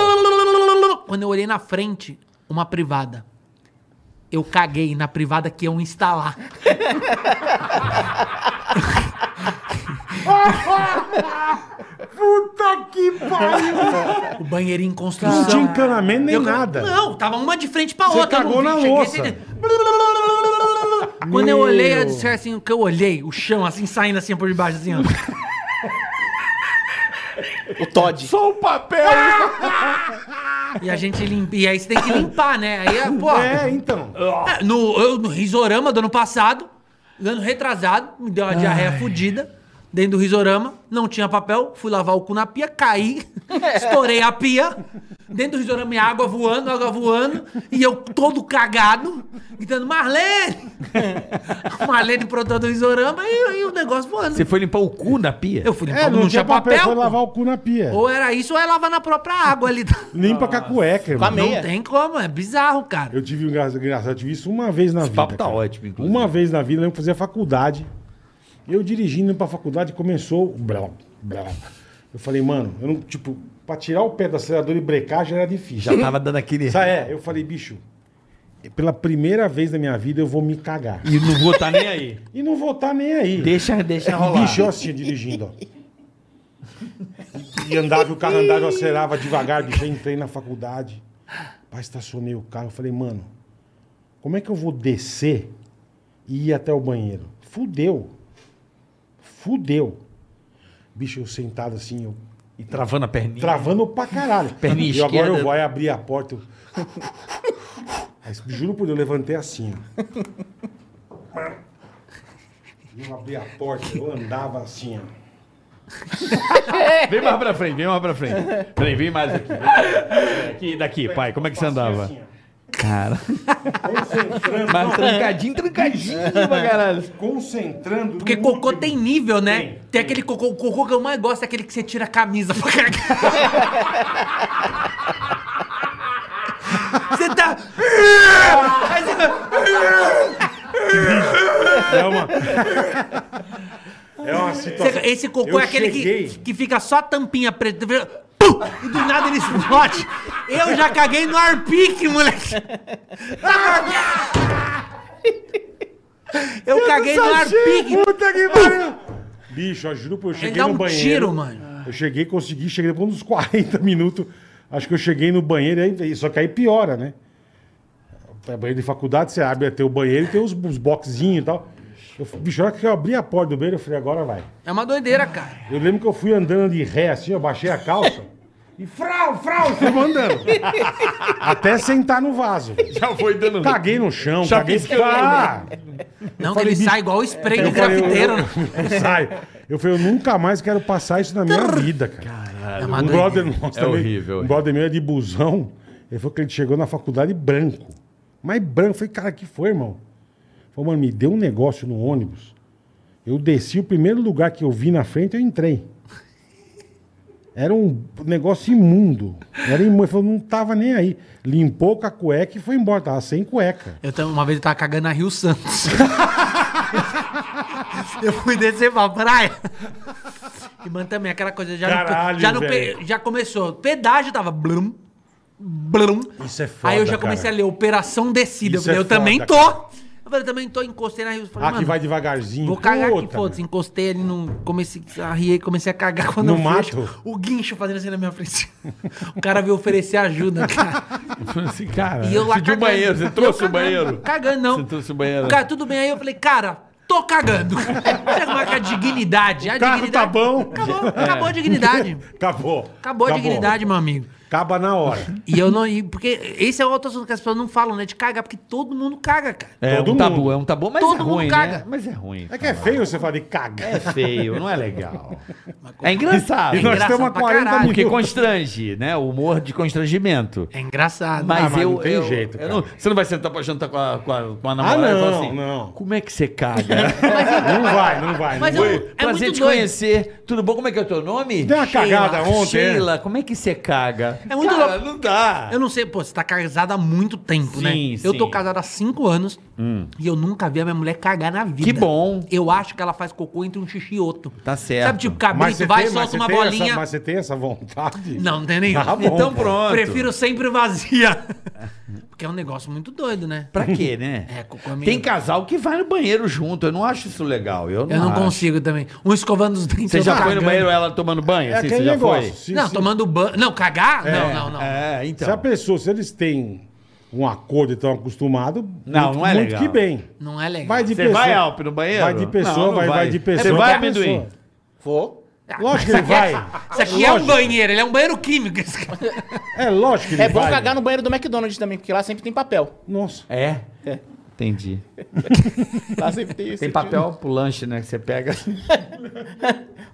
[SPEAKER 1] Quando eu olhei na frente, uma privada. Eu caguei na privada que iam instalar.
[SPEAKER 3] Puta que pariu!
[SPEAKER 1] O banheirinho em
[SPEAKER 3] Não tinha
[SPEAKER 1] construção.
[SPEAKER 3] encanamento nem
[SPEAKER 1] Eu-
[SPEAKER 3] nada.
[SPEAKER 1] Não, tava uma de frente pra
[SPEAKER 3] Você
[SPEAKER 1] outra. eu não
[SPEAKER 3] cagou
[SPEAKER 1] vi,
[SPEAKER 3] na
[SPEAKER 1] cheguei
[SPEAKER 3] louça.
[SPEAKER 1] sem- Quando eu
[SPEAKER 3] Meu.
[SPEAKER 1] olhei, eu disse assim, o que eu olhei, o chão assim, saindo assim por debaixo, assim, ó.
[SPEAKER 5] O Todd.
[SPEAKER 6] Só o papel.
[SPEAKER 1] E a gente limpa. E aí você tem que limpar, né? Aí, pô.
[SPEAKER 3] É, então.
[SPEAKER 1] É, No, eu, no Risorama do ano passado, ano retrasado, me deu uma diarreia fodida. Dentro do Risorama, não tinha papel, fui lavar o cu na pia, caí, estourei a pia. dentro do risorama e água voando, água voando, e eu todo cagado, gritando, Marlene! Marlene produtor do risorama e, e o negócio voando.
[SPEAKER 4] Você foi limpar o cu na pia?
[SPEAKER 1] Eu fui limpar,
[SPEAKER 3] É,
[SPEAKER 1] não,
[SPEAKER 3] não
[SPEAKER 1] tinha
[SPEAKER 3] tinha papel,
[SPEAKER 1] papel.
[SPEAKER 3] foi lavar o cu na pia.
[SPEAKER 1] Ou era isso, ou é lavar na própria água ali.
[SPEAKER 3] Limpa com a cueca,
[SPEAKER 5] Com a
[SPEAKER 3] irmão.
[SPEAKER 5] meia.
[SPEAKER 1] Não tem como, é bizarro, cara.
[SPEAKER 3] Eu tive um engra- engraçado, eu tive isso uma vez na
[SPEAKER 4] Esse
[SPEAKER 3] vida.
[SPEAKER 4] papo tá ótimo, inclusive.
[SPEAKER 3] Uma vez na vida, eu lembro que fazia faculdade. Eu dirigindo pra faculdade, começou. o Blá, blá. Eu falei, mano, eu não, tipo, pra tirar o pé do acelerador e brecar já era difícil.
[SPEAKER 4] Já tava dando aquele.
[SPEAKER 3] Sabe, é, eu falei, bicho, pela primeira vez na minha vida eu vou me cagar.
[SPEAKER 4] E não vou tá nem aí.
[SPEAKER 3] E não vou estar nem aí.
[SPEAKER 4] Deixa, deixa rolar.
[SPEAKER 3] Bicho, eu assim, dirigindo, ó. E andava, e o carro andava, eu acelerava devagar, bicho. Eu entrei na faculdade. Pai, estacionei o carro. Eu falei, mano, como é que eu vou descer e ir até o banheiro? Fudeu. Fudeu. Bicho, eu sentado assim, eu
[SPEAKER 4] E travando a perninha.
[SPEAKER 3] travando pra caralho.
[SPEAKER 4] Perninha
[SPEAKER 3] e agora
[SPEAKER 4] esquerda.
[SPEAKER 3] eu vou aí abrir a porta. Eu... Aí, juro por Deus, eu levantei assim. ó. Eu abri a porta, eu andava assim, ó.
[SPEAKER 6] Vem mais pra frente, vem mais pra frente. Peraí, vem mais aqui. Aqui, daqui, pai, como é que você andava?
[SPEAKER 3] Assim,
[SPEAKER 4] Cara.
[SPEAKER 3] ó. Concentrando,
[SPEAKER 4] Mas
[SPEAKER 3] não,
[SPEAKER 4] trancadinho, trancadinho pra caralho.
[SPEAKER 3] concentrando.
[SPEAKER 1] Porque
[SPEAKER 3] no
[SPEAKER 1] cocô
[SPEAKER 3] último.
[SPEAKER 1] tem nível, né?
[SPEAKER 3] Tem,
[SPEAKER 1] Tem, aquele cocô, o cocô que eu mais gosto é aquele que você tira a camisa pra cagar. você tá. Aí você tá-
[SPEAKER 3] É uma... é uma situação...
[SPEAKER 1] Esse cocô
[SPEAKER 3] Eu
[SPEAKER 1] é aquele que,
[SPEAKER 3] cheguei-
[SPEAKER 1] que fica só a tampinha preta. vira- Pum! E do nada ele explode. Eu já caguei no arpique, moleque. Eu, caguei no arpique.
[SPEAKER 3] Puta que pariu! Bicho, eu juro, pô, eu cheguei
[SPEAKER 1] dá
[SPEAKER 3] no
[SPEAKER 1] um
[SPEAKER 3] banheiro.
[SPEAKER 1] tiro, mano.
[SPEAKER 3] Eu cheguei, consegui, cheguei depois uns 40 minutos. Acho que eu cheguei no banheiro, aí, só que aí piora, né? É banheiro de faculdade, você abre até o banheiro e tem os, os boxinhos e tal. Eu, bicho, a hora que eu abri a porta do banheiro, eu falei, agora vai.
[SPEAKER 1] É uma doideira, cara.
[SPEAKER 3] Eu lembro que eu fui andando de ré assim, eu baixei a calça e frau, frau, fui andando. Até sentar no vaso.
[SPEAKER 6] Já foi dando.
[SPEAKER 3] Caguei no chão,
[SPEAKER 6] Já
[SPEAKER 3] caguei.
[SPEAKER 6] pisquei o
[SPEAKER 3] Ah!
[SPEAKER 1] Não, que ele
[SPEAKER 3] "Bicho, é,
[SPEAKER 1] sai igual o spray do
[SPEAKER 3] Eu falei, eu-
[SPEAKER 1] grafiteiro. né?
[SPEAKER 3] eu- eu saio. Eu falei, eu nunca mais quero passar isso na minha vida, cara.
[SPEAKER 1] É uma
[SPEAKER 3] Um
[SPEAKER 1] doideira.
[SPEAKER 3] brother nosso
[SPEAKER 6] É
[SPEAKER 3] também,
[SPEAKER 6] horrível, é.
[SPEAKER 3] Um brother meu é de busão. Ele falou que ele chegou na faculdade branco. Mas branco. Eu falei, cara, que foi, irmão? Ele Falou, mano, me deu um negócio no ônibus. Eu desci, o primeiro lugar que eu vi na frente, eu entrei. Era um negócio imundo. Era imundo. Ele falou, não tava nem aí. Limpou com a cueca e foi embora. Tava sem cueca.
[SPEAKER 1] Eu tam- uma vez eu tava cagando na Rio Santos. eu fui descer pra praia. E, mano, também aquela coisa já no pe-
[SPEAKER 3] Caralho,
[SPEAKER 1] já no pe-
[SPEAKER 3] velho.
[SPEAKER 1] já começou. Pedágio tava blum, blum.
[SPEAKER 3] Isso é foda,
[SPEAKER 1] Aí eu já comecei
[SPEAKER 3] cara.
[SPEAKER 1] a ler Operação Descida.
[SPEAKER 3] Isso
[SPEAKER 1] eu falei,
[SPEAKER 3] é
[SPEAKER 1] eu também
[SPEAKER 3] foda,
[SPEAKER 1] tô.
[SPEAKER 3] cara.
[SPEAKER 1] Eu falei, eu também tô, encostei na Rio Santos. Falei,
[SPEAKER 3] Ah, que
[SPEAKER 1] mano,
[SPEAKER 3] vai devagarzinho.
[SPEAKER 1] Vou cagar aqui,
[SPEAKER 3] Puta,
[SPEAKER 1] foda-se.
[SPEAKER 3] meu.
[SPEAKER 1] Encostei ali, no, comecei a rir, comecei a cagar quando
[SPEAKER 3] No
[SPEAKER 1] eu vejo
[SPEAKER 3] mato?
[SPEAKER 1] O guincho fazendo assim na minha frente. O cara veio oferecer ajuda, cara.
[SPEAKER 6] Esse cara.
[SPEAKER 1] E eu lá
[SPEAKER 6] Pediu o
[SPEAKER 1] cagando.
[SPEAKER 6] banheiro,
[SPEAKER 1] E
[SPEAKER 6] você
[SPEAKER 1] eu
[SPEAKER 6] trouxe o
[SPEAKER 1] cagando,
[SPEAKER 6] banheiro.
[SPEAKER 1] Cagando, não.
[SPEAKER 6] Você trouxe o banheiro.
[SPEAKER 1] Cara, tudo bem. Aí eu falei, cara, tô cagando. Você marca a dignidade.
[SPEAKER 3] carro
[SPEAKER 1] A
[SPEAKER 3] tá
[SPEAKER 1] dignidade.
[SPEAKER 3] bom. Tá
[SPEAKER 1] Acabou, acabou a dignidade.
[SPEAKER 3] Acabou.
[SPEAKER 1] Acabou a dignidade, meu amigo.
[SPEAKER 3] Acaba na hora.
[SPEAKER 1] E eu não. e- porque esse é outro assunto que as pessoas não falam, né? De cagar, porque todo mundo caga, cara.
[SPEAKER 4] É
[SPEAKER 3] Todo
[SPEAKER 4] um tabu,
[SPEAKER 3] mundo.
[SPEAKER 4] é um tabu, mas
[SPEAKER 1] Todo
[SPEAKER 4] é
[SPEAKER 1] mundo
[SPEAKER 4] ruim, né?
[SPEAKER 1] caga.
[SPEAKER 4] Mas é ruim.
[SPEAKER 3] É que é feio você falar de cagar.
[SPEAKER 4] É feio, não é legal. É
[SPEAKER 3] E nós
[SPEAKER 4] engraçado.
[SPEAKER 3] um
[SPEAKER 1] engraçado
[SPEAKER 3] estamos a
[SPEAKER 1] pra
[SPEAKER 3] 40
[SPEAKER 1] caralho.
[SPEAKER 4] Porque
[SPEAKER 3] minutos.
[SPEAKER 4] constrange, né? O humor de constrangimento.
[SPEAKER 1] É engraçado.
[SPEAKER 4] Mas,
[SPEAKER 3] mas
[SPEAKER 4] eu.
[SPEAKER 3] não tem
[SPEAKER 4] eu-
[SPEAKER 3] jeito,
[SPEAKER 4] eu não-
[SPEAKER 3] cara. Ah,
[SPEAKER 4] você não vai sentar pra jantar com a, com a, com a namorada e falar
[SPEAKER 3] não,
[SPEAKER 4] assim:
[SPEAKER 3] não.
[SPEAKER 4] Como é que você caga?
[SPEAKER 3] Não vai, não vai.
[SPEAKER 1] Mas
[SPEAKER 3] não
[SPEAKER 1] eu-
[SPEAKER 3] vai.
[SPEAKER 1] é
[SPEAKER 4] Prazer
[SPEAKER 1] muito
[SPEAKER 4] te
[SPEAKER 1] doido.
[SPEAKER 4] conhecer. Tudo bom? Como é que é o teu nome?
[SPEAKER 3] Deu uma cagada ontem. né?
[SPEAKER 4] Sheila, como é que você caga?
[SPEAKER 1] É muito
[SPEAKER 4] Cara,
[SPEAKER 1] louco.
[SPEAKER 4] não dá.
[SPEAKER 1] Eu não sei, pô, você tá casada há muito tempo, né?
[SPEAKER 4] Sim,
[SPEAKER 1] Eu tô
[SPEAKER 4] sim.
[SPEAKER 1] casada há cinco anos
[SPEAKER 3] Hum.
[SPEAKER 1] e eu nunca vi a minha mulher cagar na vida.
[SPEAKER 4] Que bom.
[SPEAKER 1] Eu acho que ela faz cocô entre um xixi e outro.
[SPEAKER 4] Tá certo.
[SPEAKER 1] Sabe, tipo,
[SPEAKER 3] Mas
[SPEAKER 1] cabrito,
[SPEAKER 3] você
[SPEAKER 1] vai,
[SPEAKER 3] tem- mas
[SPEAKER 1] solta
[SPEAKER 3] você
[SPEAKER 1] uma
[SPEAKER 3] tem essa-
[SPEAKER 1] bolinha.
[SPEAKER 3] mas você tem essa vontade?
[SPEAKER 1] Não, não tem nenhum.
[SPEAKER 3] Tá bom,
[SPEAKER 4] Então
[SPEAKER 3] cara.
[SPEAKER 4] pronto.
[SPEAKER 1] Prefiro sempre vazia. Porque é um negócio muito doido, né?
[SPEAKER 4] Pra quê, né?
[SPEAKER 1] É, cocô é meio-
[SPEAKER 4] Tem casal que vai no banheiro junto. Eu não acho isso legal. Eu não,
[SPEAKER 1] Eu não
[SPEAKER 4] acho.
[SPEAKER 1] consigo também. Um escovando os dentes.
[SPEAKER 4] Você
[SPEAKER 1] eu
[SPEAKER 4] já
[SPEAKER 1] tô
[SPEAKER 4] foi no
[SPEAKER 1] cagando.
[SPEAKER 4] banheiro ela tomando banho?
[SPEAKER 3] É
[SPEAKER 4] assim,
[SPEAKER 3] aquele
[SPEAKER 4] você já
[SPEAKER 3] negócio.
[SPEAKER 4] foi?
[SPEAKER 3] Se,
[SPEAKER 1] não,
[SPEAKER 3] se-
[SPEAKER 1] tomando banho. Não, cagar? não, não, não.
[SPEAKER 4] É, então.
[SPEAKER 3] se a pessoa, se eles têm um acordo e estão acostumados,
[SPEAKER 4] Não,
[SPEAKER 3] muito,
[SPEAKER 4] não é
[SPEAKER 3] muito
[SPEAKER 4] legal.
[SPEAKER 3] que bem.
[SPEAKER 1] Não é legal.
[SPEAKER 3] Vai de
[SPEAKER 6] Você vai, Alpe, no banheiro?
[SPEAKER 3] Vai de pessoa,
[SPEAKER 6] Não, não
[SPEAKER 3] vai, vai.
[SPEAKER 6] vai.
[SPEAKER 3] de pessoa.
[SPEAKER 6] Você vai,
[SPEAKER 3] pra pessoa.
[SPEAKER 6] amendoim?
[SPEAKER 5] Vou.
[SPEAKER 3] Lógico que ele vai.
[SPEAKER 1] Ah, Isso aqui é um banheiro, ele é um banheiro químico. esse cara.
[SPEAKER 3] É lógico que ele
[SPEAKER 5] É
[SPEAKER 3] vai.
[SPEAKER 5] bom cagar no banheiro do McDonald's também, porque lá sempre tem papel.
[SPEAKER 3] Nossa.
[SPEAKER 4] É. Entendi.
[SPEAKER 5] Lá sempre tem tipo isso.
[SPEAKER 4] Tem papel pro lanche, né? Que você pega.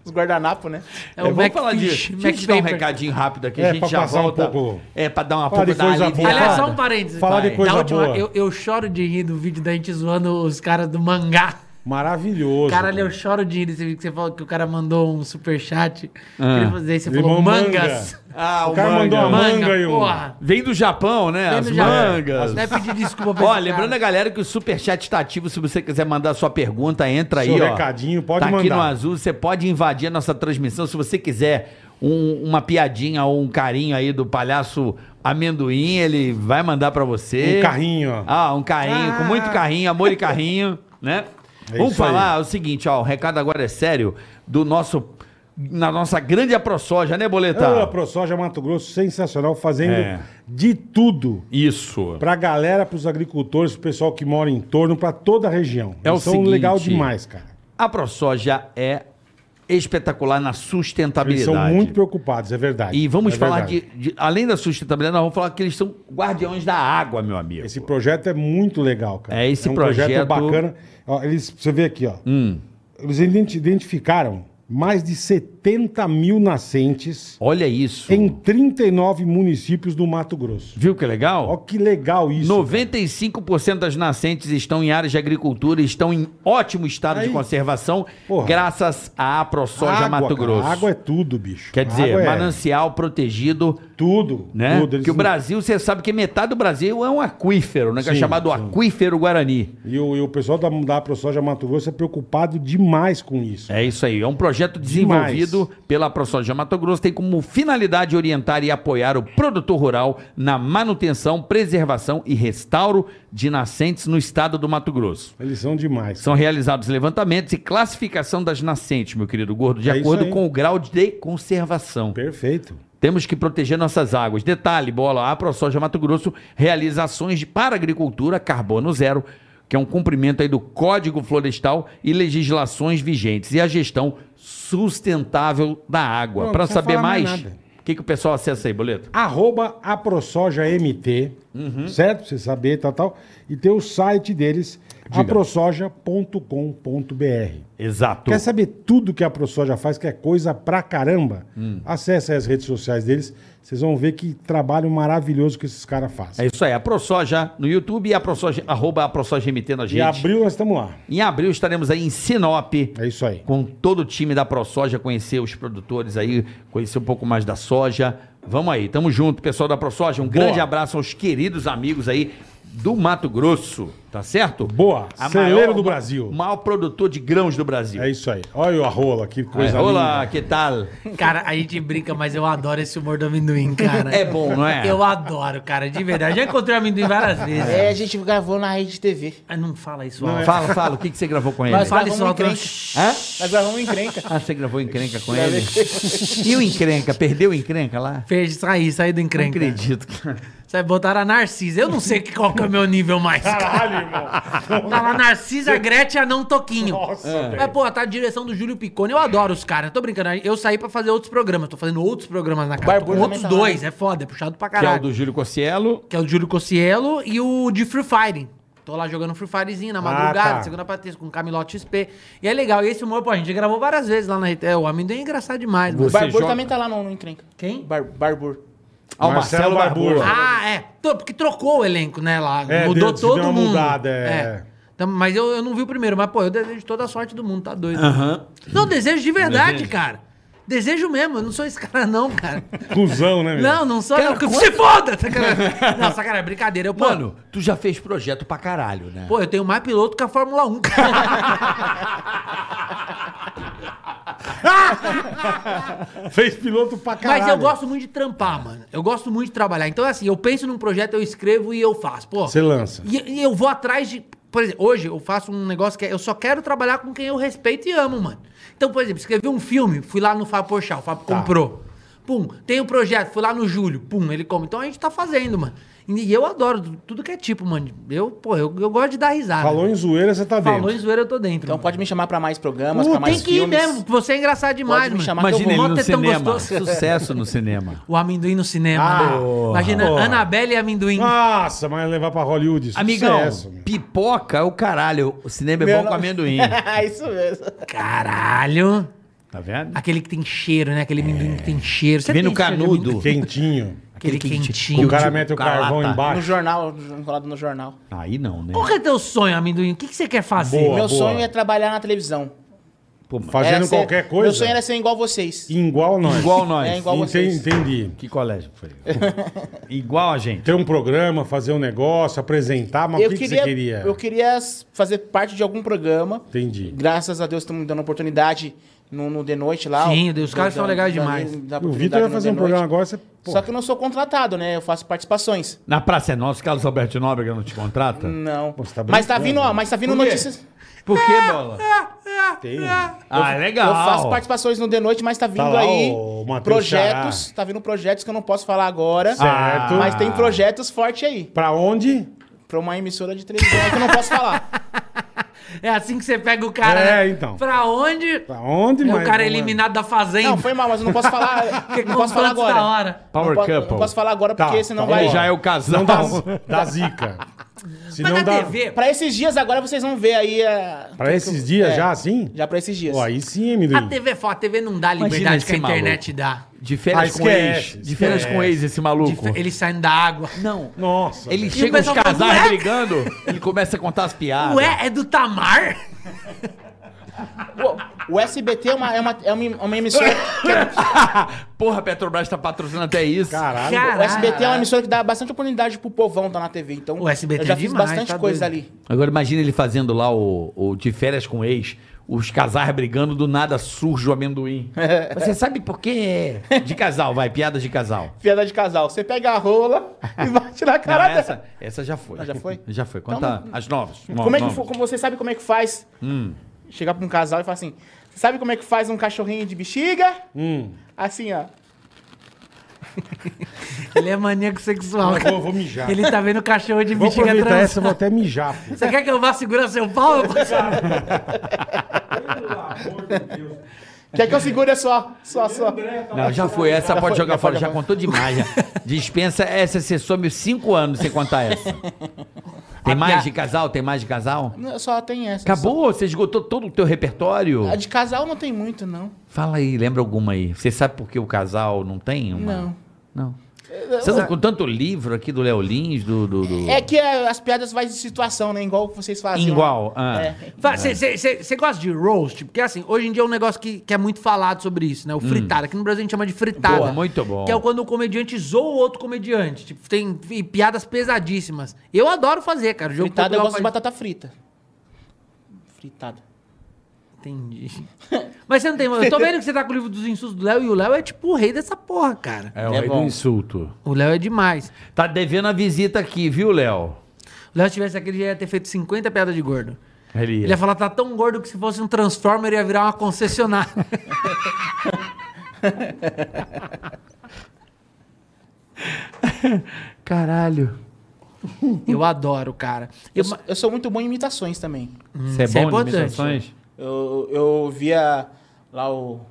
[SPEAKER 5] Os guardanapos, né?
[SPEAKER 1] É
[SPEAKER 4] É,
[SPEAKER 1] o
[SPEAKER 4] vamos falar
[SPEAKER 1] Macfish,
[SPEAKER 4] disso. Deixa eu te dar um
[SPEAKER 1] Macpaper.
[SPEAKER 4] recadinho rápido aqui.
[SPEAKER 3] É,
[SPEAKER 4] a gente
[SPEAKER 3] pra
[SPEAKER 4] já
[SPEAKER 3] passar um
[SPEAKER 4] volta.
[SPEAKER 3] pouco-
[SPEAKER 4] É, pra dar uma Ah,
[SPEAKER 3] Falar de
[SPEAKER 4] pouco da
[SPEAKER 3] coisa boa.
[SPEAKER 4] aliviada.
[SPEAKER 1] Aliás, só um parênteses.
[SPEAKER 3] Falar de
[SPEAKER 1] pai.
[SPEAKER 3] coisa
[SPEAKER 1] da última,
[SPEAKER 3] boa.
[SPEAKER 1] Eu, eu choro de rir do vídeo da gente zoando os caras do mangá.
[SPEAKER 3] Maravilhoso.
[SPEAKER 1] Caralho, eu choro de rir desse vídeo que você falou que o cara mandou um superchat.
[SPEAKER 4] Ah.
[SPEAKER 1] Ele falou- daí você
[SPEAKER 3] Ele
[SPEAKER 1] falou
[SPEAKER 3] mandou manga.
[SPEAKER 1] mangas.
[SPEAKER 4] Ah,
[SPEAKER 3] O cara mandou uma manga,
[SPEAKER 1] Manga,
[SPEAKER 3] e um...
[SPEAKER 1] porra.
[SPEAKER 4] Vem do Japão, né?
[SPEAKER 1] Vem
[SPEAKER 4] As
[SPEAKER 1] do Japão.
[SPEAKER 4] mangas.
[SPEAKER 1] Deve é pedir desculpa pra
[SPEAKER 4] Ó,
[SPEAKER 1] esse
[SPEAKER 4] lembrando a
[SPEAKER 1] cara.
[SPEAKER 4] galera que o Superchat está ativo. Se você quiser mandar sua pergunta, entra aí,
[SPEAKER 3] Seu
[SPEAKER 4] ó.
[SPEAKER 3] recadinho, pode
[SPEAKER 4] tá aqui
[SPEAKER 3] mandar.
[SPEAKER 4] no azul, você pode invadir a nossa transmissão. Se você quiser um- uma piadinha ou um carinho aí do palhaço amendoim, ele vai mandar pra você.
[SPEAKER 3] Um carrinho, ó.
[SPEAKER 4] Ah, um carrinho, com muito carrinho, amor e carrinho, né?
[SPEAKER 3] É
[SPEAKER 4] Vamos
[SPEAKER 3] isso aí.
[SPEAKER 4] falar o seguinte, ó, o recado agora é sério do nosso na nossa grande AproSoja, né,
[SPEAKER 3] Ah,
[SPEAKER 4] Boleta?
[SPEAKER 3] ProSoja Mato Grosso, sensacional, fazendo
[SPEAKER 4] É.
[SPEAKER 3] de tudo.
[SPEAKER 4] Isso.
[SPEAKER 3] Pra galera, pros agricultores, pro pessoal que mora em torno, pra toda a região.
[SPEAKER 4] É o
[SPEAKER 3] são um
[SPEAKER 4] seguinte,
[SPEAKER 3] legal demais, cara.
[SPEAKER 4] A ProSoja é espetacular na
[SPEAKER 3] Eles
[SPEAKER 4] sustentabilidade.
[SPEAKER 3] são muito preocupados, é verdade.
[SPEAKER 4] E vamos
[SPEAKER 3] É
[SPEAKER 4] falar de,
[SPEAKER 3] verdade.
[SPEAKER 4] de- além da sustentabilidade, nós vamos falar que eles são guardiões da água, meu amigo.
[SPEAKER 3] Esse projeto é muito legal, cara.
[SPEAKER 4] É, esse
[SPEAKER 3] um
[SPEAKER 4] projeto- Hum.
[SPEAKER 3] bacana. Ó, eles, você vê aqui, ó. Eles identi- identificaram mais de 70 mil nascentes
[SPEAKER 4] Olha isso.
[SPEAKER 3] em 39 municípios do Mato Grosso.
[SPEAKER 4] Viu que legal?
[SPEAKER 3] Ó, que legal isso. cara.
[SPEAKER 4] 95% das nascentes estão em áreas de agricultura, estão em ótimo estado
[SPEAKER 3] Aí.
[SPEAKER 4] de conservação,
[SPEAKER 3] Porra.
[SPEAKER 4] graças à ProSoja
[SPEAKER 3] Água, cara,
[SPEAKER 4] Mato Grosso.
[SPEAKER 3] Água é tudo, bicho.
[SPEAKER 4] Quer dizer,
[SPEAKER 3] Água é
[SPEAKER 4] manancial protegido,
[SPEAKER 3] tudo,
[SPEAKER 4] né?
[SPEAKER 3] tudo. Eles
[SPEAKER 4] que o
[SPEAKER 3] não-
[SPEAKER 4] Brasil, você sabe que metade do Brasil é um aquífero, né? Que é
[SPEAKER 3] Sim,
[SPEAKER 4] chamado
[SPEAKER 3] sim.
[SPEAKER 4] aquífero Guarani.
[SPEAKER 3] E o, e o pessoal da, da ProSoja Mato Grosso é preocupado demais com isso.
[SPEAKER 4] É isso aí. É um projeto desenvolvido pela ProSoja Mato Grosso. Tem como finalidade orientar e apoiar o produtor rural na manutenção, preservação e restauro de nascentes no estado do Mato Grosso.
[SPEAKER 3] Eles são demais.
[SPEAKER 4] São realizados levantamentos e classificação das nascentes, meu querido gordo, de
[SPEAKER 3] É isso
[SPEAKER 4] acordo
[SPEAKER 3] aí.
[SPEAKER 4] com o grau de conservação.
[SPEAKER 3] Perfeito.
[SPEAKER 4] Temos que proteger nossas águas. Detalhe, bola, a ProSoja Mato Grosso realiza ações de- para agricultura carbono zero, que é um cumprimento aí do Código Florestal e legislações vigentes e a gestão sustentável da água.
[SPEAKER 3] Não,
[SPEAKER 4] Para
[SPEAKER 3] não precisa
[SPEAKER 4] saber
[SPEAKER 3] falar mais
[SPEAKER 4] mais,
[SPEAKER 3] nada.
[SPEAKER 4] o que, que o pessoal acessa aí, boleto?
[SPEAKER 3] Arroba AproSojaMT,
[SPEAKER 4] Uhum.
[SPEAKER 3] certo? Pra você saber, tal, tal. E tem o site deles, aprosoja.com.br.
[SPEAKER 4] Exato.
[SPEAKER 3] Quer saber tudo que a ProSoja faz, que é coisa pra caramba?
[SPEAKER 4] Hum.
[SPEAKER 3] Acesse aí as redes sociais deles, vocês vão ver que trabalho maravilhoso que esses caras
[SPEAKER 4] É
[SPEAKER 3] fazem.
[SPEAKER 4] isso aí, a ProSoja no YouTube e a ProSoja, arroba a ProSoja MT na gente.
[SPEAKER 3] e abril nós estamos lá.
[SPEAKER 4] Em abril estaremos aí em Sinop,
[SPEAKER 3] É isso aí.
[SPEAKER 4] com todo o time da ProSoja, conhecer os produtores aí, conhecer um pouco mais da soja. Vamos aí, tamo junto, pessoal da ProSoja. Um grande abraço aos queridos amigos aí do Mato Grosso, tá certo?
[SPEAKER 3] Boa, celeiro do Brasil.
[SPEAKER 4] O maior produtor de grãos do Brasil.
[SPEAKER 3] É isso aí. Olha a rola, que coisa
[SPEAKER 4] É, Olá,
[SPEAKER 3] linda.
[SPEAKER 4] que tal?
[SPEAKER 1] Cara, a gente brinca, mas eu adoro esse humor do amendoim, cara.
[SPEAKER 4] É bom, não é?
[SPEAKER 1] Eu adoro, cara, de verdade. Já encontrei o amendoim várias vezes.
[SPEAKER 5] É, a gente gravou na rede TV.
[SPEAKER 1] Ah, Não fala isso,
[SPEAKER 4] Fala,
[SPEAKER 1] alto.
[SPEAKER 4] Fala, é. fala, o que, que você gravou com ele?
[SPEAKER 1] Mas fala
[SPEAKER 5] Nós
[SPEAKER 1] isso,
[SPEAKER 5] gravamos
[SPEAKER 1] alto.
[SPEAKER 5] encrenca.
[SPEAKER 4] Hã?
[SPEAKER 5] Nós gravamos encrenca.
[SPEAKER 4] Ah, você gravou encrenca com ele? E o encrenca? Perdeu o encrenca lá?
[SPEAKER 1] Fez sair, sair do
[SPEAKER 4] Não
[SPEAKER 1] encrenca.
[SPEAKER 4] acredito. cara.
[SPEAKER 1] Sai botar a Narcisa. Eu não sei que- qual que é o meu nível mais. Caralho, irmão. Tá lá Narcisa, Gretchen, Anão, Toquinho.
[SPEAKER 3] Nossa,
[SPEAKER 1] Mas, pô, tá a direção do Júlio Picone. Eu adoro os caras. Tô brincando. Eu saí pra fazer outros programas. Tô fazendo outros programas na casa. Tô
[SPEAKER 5] Barbudo
[SPEAKER 1] com outros
[SPEAKER 5] também tá lá,
[SPEAKER 1] dois. É foda, é puxado pra
[SPEAKER 4] Que é
[SPEAKER 1] caralho.
[SPEAKER 4] o do Júlio Cossielo.
[SPEAKER 1] é Júlio Cossielo e o de Free Fire. Tô lá jogando Free Firezinho na madrugada,
[SPEAKER 3] tá.
[SPEAKER 1] segunda pra terça, com Camilote XP. E é legal. E esse humor, pô, a gente gravou várias vezes lá na RT. É, O amendoim é engraçado demais, mano.
[SPEAKER 5] O Barbur
[SPEAKER 4] joga-
[SPEAKER 5] também tá lá no, no encrenca.
[SPEAKER 1] Quem?
[SPEAKER 5] Bar- Barbur.
[SPEAKER 4] Ah, o
[SPEAKER 3] Marcelo
[SPEAKER 4] Marcelo, Barbosa.
[SPEAKER 3] Barbosa.
[SPEAKER 1] Ah, é. Tô- porque trocou o elenco, né? Lá.
[SPEAKER 3] É,
[SPEAKER 1] Mudou
[SPEAKER 3] deu- se
[SPEAKER 1] todo
[SPEAKER 3] deu uma
[SPEAKER 1] mundo.
[SPEAKER 3] mudada, é.
[SPEAKER 1] Então, mas eu, eu não vi o primeiro, mas, pô, eu desejo toda a sorte do mundo, tá doido. Não, desejo de verdade, cara. Desejo mesmo, eu não sou esse cara, não, cara.
[SPEAKER 3] Cusão, né, meu?
[SPEAKER 1] Não, não sou.
[SPEAKER 4] Cara,
[SPEAKER 1] eu, Se foda! Sacanagem. Não, sacanagem, brincadeira. Eu, pô,
[SPEAKER 4] Mano, tu já fez projeto pra caralho, né?
[SPEAKER 1] Pô, eu tenho mais piloto que a Fórmula 1, cara.
[SPEAKER 3] Fez piloto pra caralho. É.
[SPEAKER 1] Mas eu gosto muito de trampar, mano. Eu gosto muito de trabalhar. Então, assim, eu penso num projeto, eu escrevo e eu faço. Pô,
[SPEAKER 3] Você lança.
[SPEAKER 1] E, e eu vou atrás de. Por exemplo, hoje eu faço um negócio que é, eu só quero trabalhar
[SPEAKER 3] Tá.
[SPEAKER 1] com quem eu respeito e amo, mano. Então, por exemplo, escrevi um filme, fui lá no Fábio Porchat, o Fábio comprou. pum. Tem o projeto, fui lá no Júlio, pum, ele come. Então a gente tá fazendo, mano. E eu adoro tu- tudo que é tipo, mano. Eu, pô, eu, eu gosto de dar risada.
[SPEAKER 3] Falou em zoeira, você tá dentro.
[SPEAKER 1] Falou em zoeira, eu tô dentro.
[SPEAKER 5] Então
[SPEAKER 1] mano.
[SPEAKER 5] pode me chamar pra mais programas,
[SPEAKER 1] Pô,
[SPEAKER 5] pra mais
[SPEAKER 1] tem que ir
[SPEAKER 5] filmes.
[SPEAKER 1] mesmo, você é engraçado demais,
[SPEAKER 5] me
[SPEAKER 1] mano.
[SPEAKER 5] chamar que
[SPEAKER 1] Mas
[SPEAKER 5] eu
[SPEAKER 1] eu
[SPEAKER 5] vou.
[SPEAKER 4] Imagina ele
[SPEAKER 1] vou
[SPEAKER 4] no
[SPEAKER 1] ter tão
[SPEAKER 4] cinema.
[SPEAKER 1] gostoso.
[SPEAKER 4] Sucesso no cinema.
[SPEAKER 1] O amendoim no cinema.
[SPEAKER 3] Ah,
[SPEAKER 1] né? Imagina,
[SPEAKER 3] porra. Ah.
[SPEAKER 1] Anabelle e amendoim.
[SPEAKER 3] Nossa, mas é levar pra Hollywood. sucesso,
[SPEAKER 4] Amigão,
[SPEAKER 3] meu.
[SPEAKER 4] pipoca é o caralho. O cinema é
[SPEAKER 5] Meu
[SPEAKER 4] bom com
[SPEAKER 5] nome-
[SPEAKER 4] amendoim.
[SPEAKER 5] É isso mesmo.
[SPEAKER 1] Caralho.
[SPEAKER 4] Tá vendo?
[SPEAKER 1] Aquele que tem cheiro, né? Aquele amendoim que tem cheiro. Você
[SPEAKER 4] Vem no
[SPEAKER 1] tem cheiro de
[SPEAKER 4] canudo.
[SPEAKER 3] Quentinho.
[SPEAKER 1] Aquele
[SPEAKER 4] Aquele que-
[SPEAKER 1] quentinho.
[SPEAKER 3] o cara mete o
[SPEAKER 4] Calata.
[SPEAKER 3] carvão
[SPEAKER 5] No
[SPEAKER 3] embaixo.
[SPEAKER 5] jornal, enrolado no jornal.
[SPEAKER 4] Aí não, né?
[SPEAKER 1] Qual que é teu sonho, amendoim? O que, que você quer fazer?
[SPEAKER 3] Boa.
[SPEAKER 5] Meu sonho é trabalhar na televisão.
[SPEAKER 4] Pô, mano.
[SPEAKER 3] Fazendo
[SPEAKER 5] Era ser-
[SPEAKER 3] qualquer coisa.
[SPEAKER 5] É, Meu sonho era ser igual vocês.
[SPEAKER 3] Igual nós.
[SPEAKER 4] Igual nós.
[SPEAKER 5] É, igual
[SPEAKER 3] Enten-
[SPEAKER 5] vocês.
[SPEAKER 3] Entendi.
[SPEAKER 4] Que colégio foi? Igual a gente.
[SPEAKER 3] Ter um programa, fazer um negócio, apresentar, mas o
[SPEAKER 5] Eu
[SPEAKER 3] que, que
[SPEAKER 5] queria,
[SPEAKER 3] você queria?
[SPEAKER 5] eu queria s- fazer parte de algum programa.
[SPEAKER 3] Entendi.
[SPEAKER 5] Graças a Deus estão me dando oportunidade no, no The Noite lá.
[SPEAKER 1] Sim,
[SPEAKER 5] O-
[SPEAKER 1] Deus, os caras
[SPEAKER 5] da-
[SPEAKER 1] são legais
[SPEAKER 5] da-
[SPEAKER 1] demais.
[SPEAKER 5] da
[SPEAKER 3] O
[SPEAKER 5] oportunidade
[SPEAKER 3] Vitor vai
[SPEAKER 5] no
[SPEAKER 3] fazer
[SPEAKER 5] The
[SPEAKER 3] um programa
[SPEAKER 5] Noite.
[SPEAKER 3] agora, você. pô,
[SPEAKER 5] Só que eu não sou contratado, né? Eu faço participações.
[SPEAKER 4] Na Praça é Nossa, Carlos Alberto Nóbrega não te contrata?
[SPEAKER 5] Não.
[SPEAKER 3] Pô, você tá
[SPEAKER 5] mas tá
[SPEAKER 3] brincando,
[SPEAKER 5] vindo, ó,
[SPEAKER 3] né?
[SPEAKER 5] mas tá vindo notícias.
[SPEAKER 4] Hum. Por que, Bola?
[SPEAKER 3] tem.
[SPEAKER 4] Ah, legal.
[SPEAKER 5] Eu faço participações no The Noite, mas tá vindo
[SPEAKER 3] lá
[SPEAKER 5] aí
[SPEAKER 3] o Matheus
[SPEAKER 5] projetos.
[SPEAKER 3] Ceará.
[SPEAKER 5] Tá vindo projetos que eu não posso falar agora.
[SPEAKER 3] Certo.
[SPEAKER 5] Mas tem projetos fortes aí.
[SPEAKER 3] Pra onde?
[SPEAKER 5] Pra uma emissora de televisão que eu não posso falar.
[SPEAKER 1] É assim que você pega o cara.
[SPEAKER 3] É,
[SPEAKER 1] né?
[SPEAKER 3] então.
[SPEAKER 1] Pra onde?
[SPEAKER 3] Pra onde,
[SPEAKER 1] é
[SPEAKER 3] mas.
[SPEAKER 1] o cara
[SPEAKER 3] não é-
[SPEAKER 1] eliminado da fazenda.
[SPEAKER 5] Não, foi mal, mas eu não posso falar.
[SPEAKER 1] Porque tá
[SPEAKER 5] não posso falar
[SPEAKER 1] confrontos
[SPEAKER 5] agora.
[SPEAKER 1] da hora.
[SPEAKER 4] Power
[SPEAKER 5] não, po-
[SPEAKER 4] couple.
[SPEAKER 5] não posso falar agora porque
[SPEAKER 3] Tá,
[SPEAKER 5] senão
[SPEAKER 3] tá
[SPEAKER 5] vai.
[SPEAKER 4] Ele já é o casal.
[SPEAKER 3] Não dá, dá zica. Se
[SPEAKER 1] Mas
[SPEAKER 3] não
[SPEAKER 1] na
[SPEAKER 3] dá.
[SPEAKER 1] TV,
[SPEAKER 5] Pra esses dias agora vocês vão ver aí. a-
[SPEAKER 3] Pra esses dias já assim?
[SPEAKER 5] Já pra esses dias.
[SPEAKER 3] Pô, aí sim, hein, menino.
[SPEAKER 1] a TV é foda, a TV não dá a
[SPEAKER 4] Imagina
[SPEAKER 1] liberdade
[SPEAKER 4] esse
[SPEAKER 1] que a internet dá.
[SPEAKER 4] De férias
[SPEAKER 3] Ah,
[SPEAKER 4] com
[SPEAKER 3] esquece,
[SPEAKER 4] ex. De férias
[SPEAKER 3] esquece.
[SPEAKER 4] com ex, esse
[SPEAKER 1] De
[SPEAKER 4] maluco.
[SPEAKER 1] fe- Ele saindo da água.
[SPEAKER 4] Não.
[SPEAKER 3] Nossa.
[SPEAKER 4] Ele
[SPEAKER 3] velho.
[SPEAKER 1] o
[SPEAKER 4] chega os
[SPEAKER 1] pessoal falando,
[SPEAKER 4] casais
[SPEAKER 1] "Ué?"
[SPEAKER 4] brigando, ele começa a contar as piadas.
[SPEAKER 1] Ué, é do Tamar?
[SPEAKER 5] O, o SBT é uma, é uma, é uma, uma emissora.
[SPEAKER 4] Porra, a Petrobras tá patrocinando até isso.
[SPEAKER 3] Caralho.
[SPEAKER 1] Cara.
[SPEAKER 5] o SBT é uma emissora que dá bastante oportunidade pro povão tá na TV. Então,
[SPEAKER 1] O SBT
[SPEAKER 5] eu já
[SPEAKER 1] é
[SPEAKER 5] fiz
[SPEAKER 1] demais,
[SPEAKER 5] bastante
[SPEAKER 1] tá
[SPEAKER 5] coisa
[SPEAKER 1] doido.
[SPEAKER 5] ali.
[SPEAKER 4] Agora imagina ele fazendo lá o, o de férias com ex, os casais brigando, do nada surge o amendoim. Você sabe por quê? De casal, vai, piadas de casal.
[SPEAKER 5] Piada de casal. Você pega a rola e bate na cara
[SPEAKER 4] Não,
[SPEAKER 5] dela.
[SPEAKER 4] essa, essa já foi.
[SPEAKER 5] Ah, já foi?
[SPEAKER 4] Já foi. Conta as novas. no-
[SPEAKER 5] Como é que
[SPEAKER 4] novas.
[SPEAKER 5] fo- como você sabe como é que faz? Chegar pra um casal e falar assim: Você sabe como é que faz um cachorrinho de bexiga? Assim, ó.
[SPEAKER 1] Ele é maníaco sexual.
[SPEAKER 3] Eu vou, vou mijar.
[SPEAKER 1] Ele tá vendo o cachorro de
[SPEAKER 3] Vou
[SPEAKER 1] bexiga
[SPEAKER 3] aproveitar essa, eu
[SPEAKER 1] transando.
[SPEAKER 3] vou até mijar. pô.
[SPEAKER 1] Você quer que eu vá segurar seu pau?
[SPEAKER 5] Quer que eu segure a sua. sua, sua.
[SPEAKER 4] Não, já foi. Essa
[SPEAKER 5] Já
[SPEAKER 4] pode
[SPEAKER 5] foi,
[SPEAKER 4] jogar
[SPEAKER 5] já
[SPEAKER 4] fora.
[SPEAKER 5] foi,
[SPEAKER 4] Já
[SPEAKER 5] já foi.
[SPEAKER 4] contou demais. Já. Dispensa essa. Você some os cinco anos sem contar essa. Tem mais de casal? Tem mais de casal?
[SPEAKER 5] Não, Só tem essa.
[SPEAKER 4] Acabou? Você esgotou todo o teu repertório?
[SPEAKER 5] A de casal não tem muito, não.
[SPEAKER 4] Fala aí, lembra alguma aí. Você sabe por que o casal não tem uma?
[SPEAKER 5] Não.
[SPEAKER 4] Não. Você não, com tanto livro aqui do Léo Lins, do... do, do...
[SPEAKER 5] É que é, as piadas vai de situação, né? Igual vocês fazem.
[SPEAKER 4] Igual. ah.
[SPEAKER 5] É.
[SPEAKER 1] Você gosta de roast? Porque assim, hoje em dia é um negócio que, que é muito falado sobre isso, né? O fritada. Aqui no Brasil a gente chama de fritada.
[SPEAKER 4] Hum. Boa, muito bom.
[SPEAKER 1] Que é quando o comediante zoa o outro comediante. Tipo, tem e piadas pesadíssimas. Eu adoro fazer, cara.
[SPEAKER 4] Então,
[SPEAKER 1] O jogo
[SPEAKER 5] Fritada, eu
[SPEAKER 1] popular
[SPEAKER 5] gosto de
[SPEAKER 1] faz-
[SPEAKER 5] batata frita. Fritada.
[SPEAKER 1] Entendi. Mas você não tem... Eu tô vendo que você tá com o livro dos insultos do Léo e o Léo é tipo o rei dessa porra, cara.
[SPEAKER 4] É o
[SPEAKER 5] É
[SPEAKER 4] rei do
[SPEAKER 5] bom.
[SPEAKER 4] insulto.
[SPEAKER 1] O Léo é demais.
[SPEAKER 4] Tá devendo a visita aqui, viu, Léo?
[SPEAKER 1] O Léo se tivesse aqui, ele já ia ter feito 50 piadas de gordo.
[SPEAKER 4] Ele
[SPEAKER 1] Ele ia falar, tá tão gordo que se fosse um Transformer ia virar uma concessionária.
[SPEAKER 4] é. Caralho.
[SPEAKER 1] Eu adoro, cara.
[SPEAKER 5] Eu,
[SPEAKER 1] Eu,
[SPEAKER 5] sou- eu sou muito bom em imitações também.
[SPEAKER 4] Você é
[SPEAKER 1] isso é
[SPEAKER 4] bom de
[SPEAKER 1] importante.
[SPEAKER 5] né?
[SPEAKER 4] imitações?
[SPEAKER 5] Eu, eu via lá o,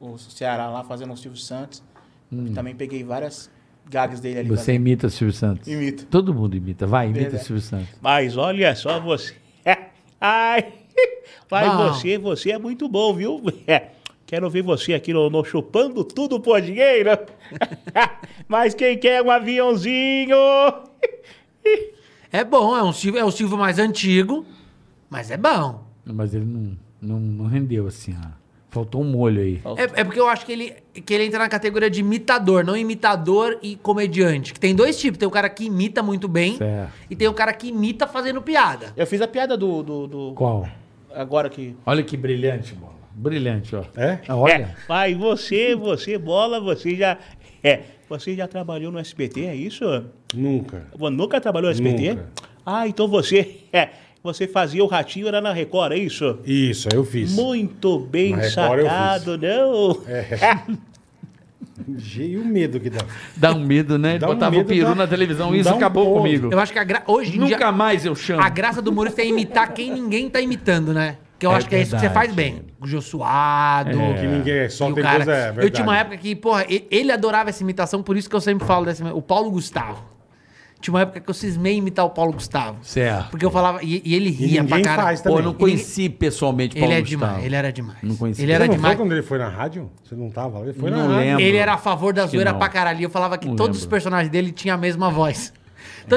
[SPEAKER 5] o Ceará lá fazendo o Silvio Santos. E também peguei várias gags dele ali.
[SPEAKER 4] Hum. Você imita o Silvio Santos?
[SPEAKER 5] Imito.
[SPEAKER 4] Todo mundo imita. Vai, imita o
[SPEAKER 5] Verdade.
[SPEAKER 4] Silvio Santos.
[SPEAKER 7] Mas olha só você. Ai, mas
[SPEAKER 1] Bom.
[SPEAKER 7] você, você é muito bom, viu? É, Quero ver você aqui no, no Chupando Tudo por Dinheiro. mas quem quer um aviãozinho?
[SPEAKER 1] É bom, é, um Silvio, é o Silvio mais antigo, mas é bom.
[SPEAKER 4] Mas ele não, não, não rendeu assim, ó. Faltou um molho aí.
[SPEAKER 1] É, é porque eu acho que ele, que ele entra na categoria de imitador, não imitador e comediante. Que tem dois tipos. Tem o cara que imita muito bem
[SPEAKER 4] Certo.
[SPEAKER 1] e tem o cara que imita fazendo piada.
[SPEAKER 5] Eu fiz a piada do. do, do-
[SPEAKER 4] Qual?
[SPEAKER 5] agora que.
[SPEAKER 4] Olha que brilhante, bola. Brilhante, ó.
[SPEAKER 3] É?
[SPEAKER 4] Ah, Olha.
[SPEAKER 7] Mas você, você, bola, você já. É, você já trabalhou no SBT, é isso?
[SPEAKER 3] Nunca.
[SPEAKER 7] Você nunca trabalhou no SBT?
[SPEAKER 3] Nunca.
[SPEAKER 7] Ah, então você. é, você fazia o ratinho era na Record, é isso?
[SPEAKER 3] Isso, aí eu fiz. É.
[SPEAKER 7] Muito bem
[SPEAKER 3] Na Record eu
[SPEAKER 7] sacado, não?
[SPEAKER 3] E o medo que dá.
[SPEAKER 6] Dá um medo, né?
[SPEAKER 3] Dá um
[SPEAKER 6] Botava o
[SPEAKER 3] medo,
[SPEAKER 6] peru
[SPEAKER 3] dá-
[SPEAKER 6] na televisão. Isso
[SPEAKER 3] dá um
[SPEAKER 6] acabou
[SPEAKER 3] ponto.
[SPEAKER 6] comigo.
[SPEAKER 1] Eu acho que a gra- hoje em
[SPEAKER 6] Nunca
[SPEAKER 1] dia,
[SPEAKER 6] mais eu chamo.
[SPEAKER 1] a graça do humorista é imitar quem ninguém tá imitando, né? Que eu
[SPEAKER 6] É
[SPEAKER 1] acho que é isso que você
[SPEAKER 6] verdade. É.
[SPEAKER 1] faz bem. O Jô Suado.
[SPEAKER 3] Que ninguém só
[SPEAKER 1] e o
[SPEAKER 3] tem
[SPEAKER 1] cara-
[SPEAKER 3] coisa. É,
[SPEAKER 1] eu
[SPEAKER 3] verdade.
[SPEAKER 1] tinha uma época que, porra, e- ele adorava essa imitação, por isso que eu sempre falo dessa. O Paulo Gustavo. Tinha uma época que eu cismei imitar o Paulo Gustavo.
[SPEAKER 6] Certo.
[SPEAKER 1] Porque eu falava. E, e ele ria pra
[SPEAKER 3] ninguém
[SPEAKER 1] cara.
[SPEAKER 3] faz
[SPEAKER 6] Pô,
[SPEAKER 3] também.
[SPEAKER 6] eu não conheci pessoalmente
[SPEAKER 1] Ele
[SPEAKER 6] Paulo
[SPEAKER 1] é
[SPEAKER 6] Gustavo.
[SPEAKER 1] demais, ele era demais.
[SPEAKER 6] Não conhecia.
[SPEAKER 1] Ele era
[SPEAKER 3] Você não foi
[SPEAKER 1] demais.
[SPEAKER 3] quando ele foi na rádio? Você não tava? Ele foi
[SPEAKER 6] Não
[SPEAKER 3] na rádio.
[SPEAKER 6] lembro.
[SPEAKER 1] Ele era a favor da zoeira
[SPEAKER 6] não.
[SPEAKER 1] pra caralho. E Eu falava que
[SPEAKER 6] Não
[SPEAKER 1] todos
[SPEAKER 6] lembro.
[SPEAKER 1] os personagens dele tinham a mesma voz. Então,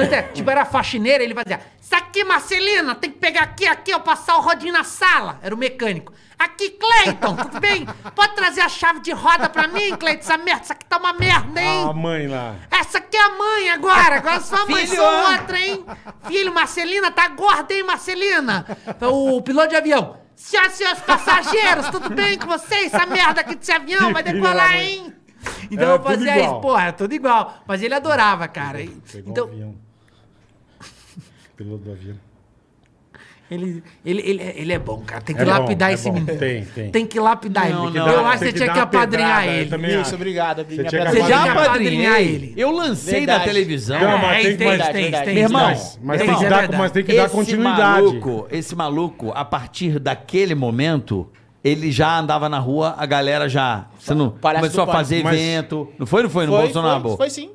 [SPEAKER 1] até, tipo, era faxineira, ele fazia. Isso aqui, Marcelina, tem que pegar aqui, aqui, eu passar o rodinho na sala. Era o mecânico. Aqui, Cleiton, tudo bem? Pode trazer a chave de roda pra mim, Cleiton? Essa merda, isso aqui tá uma merda, hein?
[SPEAKER 3] Ah, A mãe lá.
[SPEAKER 1] Essa aqui é a mãe agora, agora sua mãe
[SPEAKER 6] Filho!
[SPEAKER 3] é.
[SPEAKER 1] sou outra, hein? Filho, Marcelina, tá gorda, hein, Marcelina? Então, O piloto de avião. Senhoras e senhores passageiros, tudo bem com vocês? Essa merda aqui desse avião vai decolar, hein? Então
[SPEAKER 3] Era
[SPEAKER 1] eu fazia
[SPEAKER 3] É, tudo
[SPEAKER 1] isso,
[SPEAKER 3] igual.
[SPEAKER 1] porra, tudo igual. Mas ele adorava, cara. E-
[SPEAKER 3] Pegou o
[SPEAKER 1] Então,
[SPEAKER 3] avião. Piloto do avião.
[SPEAKER 1] ele, ele, ele, ele é bom, cara. Tem que
[SPEAKER 3] É bom,
[SPEAKER 1] lapidar
[SPEAKER 3] é
[SPEAKER 1] esse
[SPEAKER 3] bom.
[SPEAKER 1] menino.
[SPEAKER 3] Tem, tem.
[SPEAKER 1] Tem que lapidar
[SPEAKER 6] Não,
[SPEAKER 1] ele.
[SPEAKER 6] não.
[SPEAKER 1] eu
[SPEAKER 6] Tem
[SPEAKER 1] acho que
[SPEAKER 3] que
[SPEAKER 1] você tinha
[SPEAKER 3] dar
[SPEAKER 1] que
[SPEAKER 3] uma
[SPEAKER 1] apadrinhar
[SPEAKER 3] pedrada, eu
[SPEAKER 1] ele.
[SPEAKER 3] também
[SPEAKER 5] Isso,
[SPEAKER 3] acho.
[SPEAKER 5] obrigado.
[SPEAKER 3] Você
[SPEAKER 5] Minha
[SPEAKER 3] tinha que
[SPEAKER 5] abraçada.
[SPEAKER 1] Você
[SPEAKER 3] Tem
[SPEAKER 1] já
[SPEAKER 3] que
[SPEAKER 1] apadrinhar é ele.
[SPEAKER 6] Eu lancei na
[SPEAKER 5] Verdade.
[SPEAKER 6] televisão.
[SPEAKER 3] Não, mas
[SPEAKER 1] É,
[SPEAKER 3] tem que- mas-
[SPEAKER 1] tem.
[SPEAKER 5] Meu
[SPEAKER 1] irmão.
[SPEAKER 3] Mas, mas
[SPEAKER 1] Tem,
[SPEAKER 3] tem que
[SPEAKER 1] é
[SPEAKER 3] dar,
[SPEAKER 1] verdade.
[SPEAKER 3] mas tem que dar continuidade.
[SPEAKER 6] Maluco,
[SPEAKER 4] Esse maluco, a partir daquele momento, ele já andava na rua, a galera já você não,
[SPEAKER 5] Parece
[SPEAKER 4] começou a
[SPEAKER 5] do Pânico,
[SPEAKER 4] fazer
[SPEAKER 3] mas-
[SPEAKER 4] evento. Não foi, não foi no
[SPEAKER 5] Foi,
[SPEAKER 4] Bolsonaro?
[SPEAKER 5] foi, foi sim.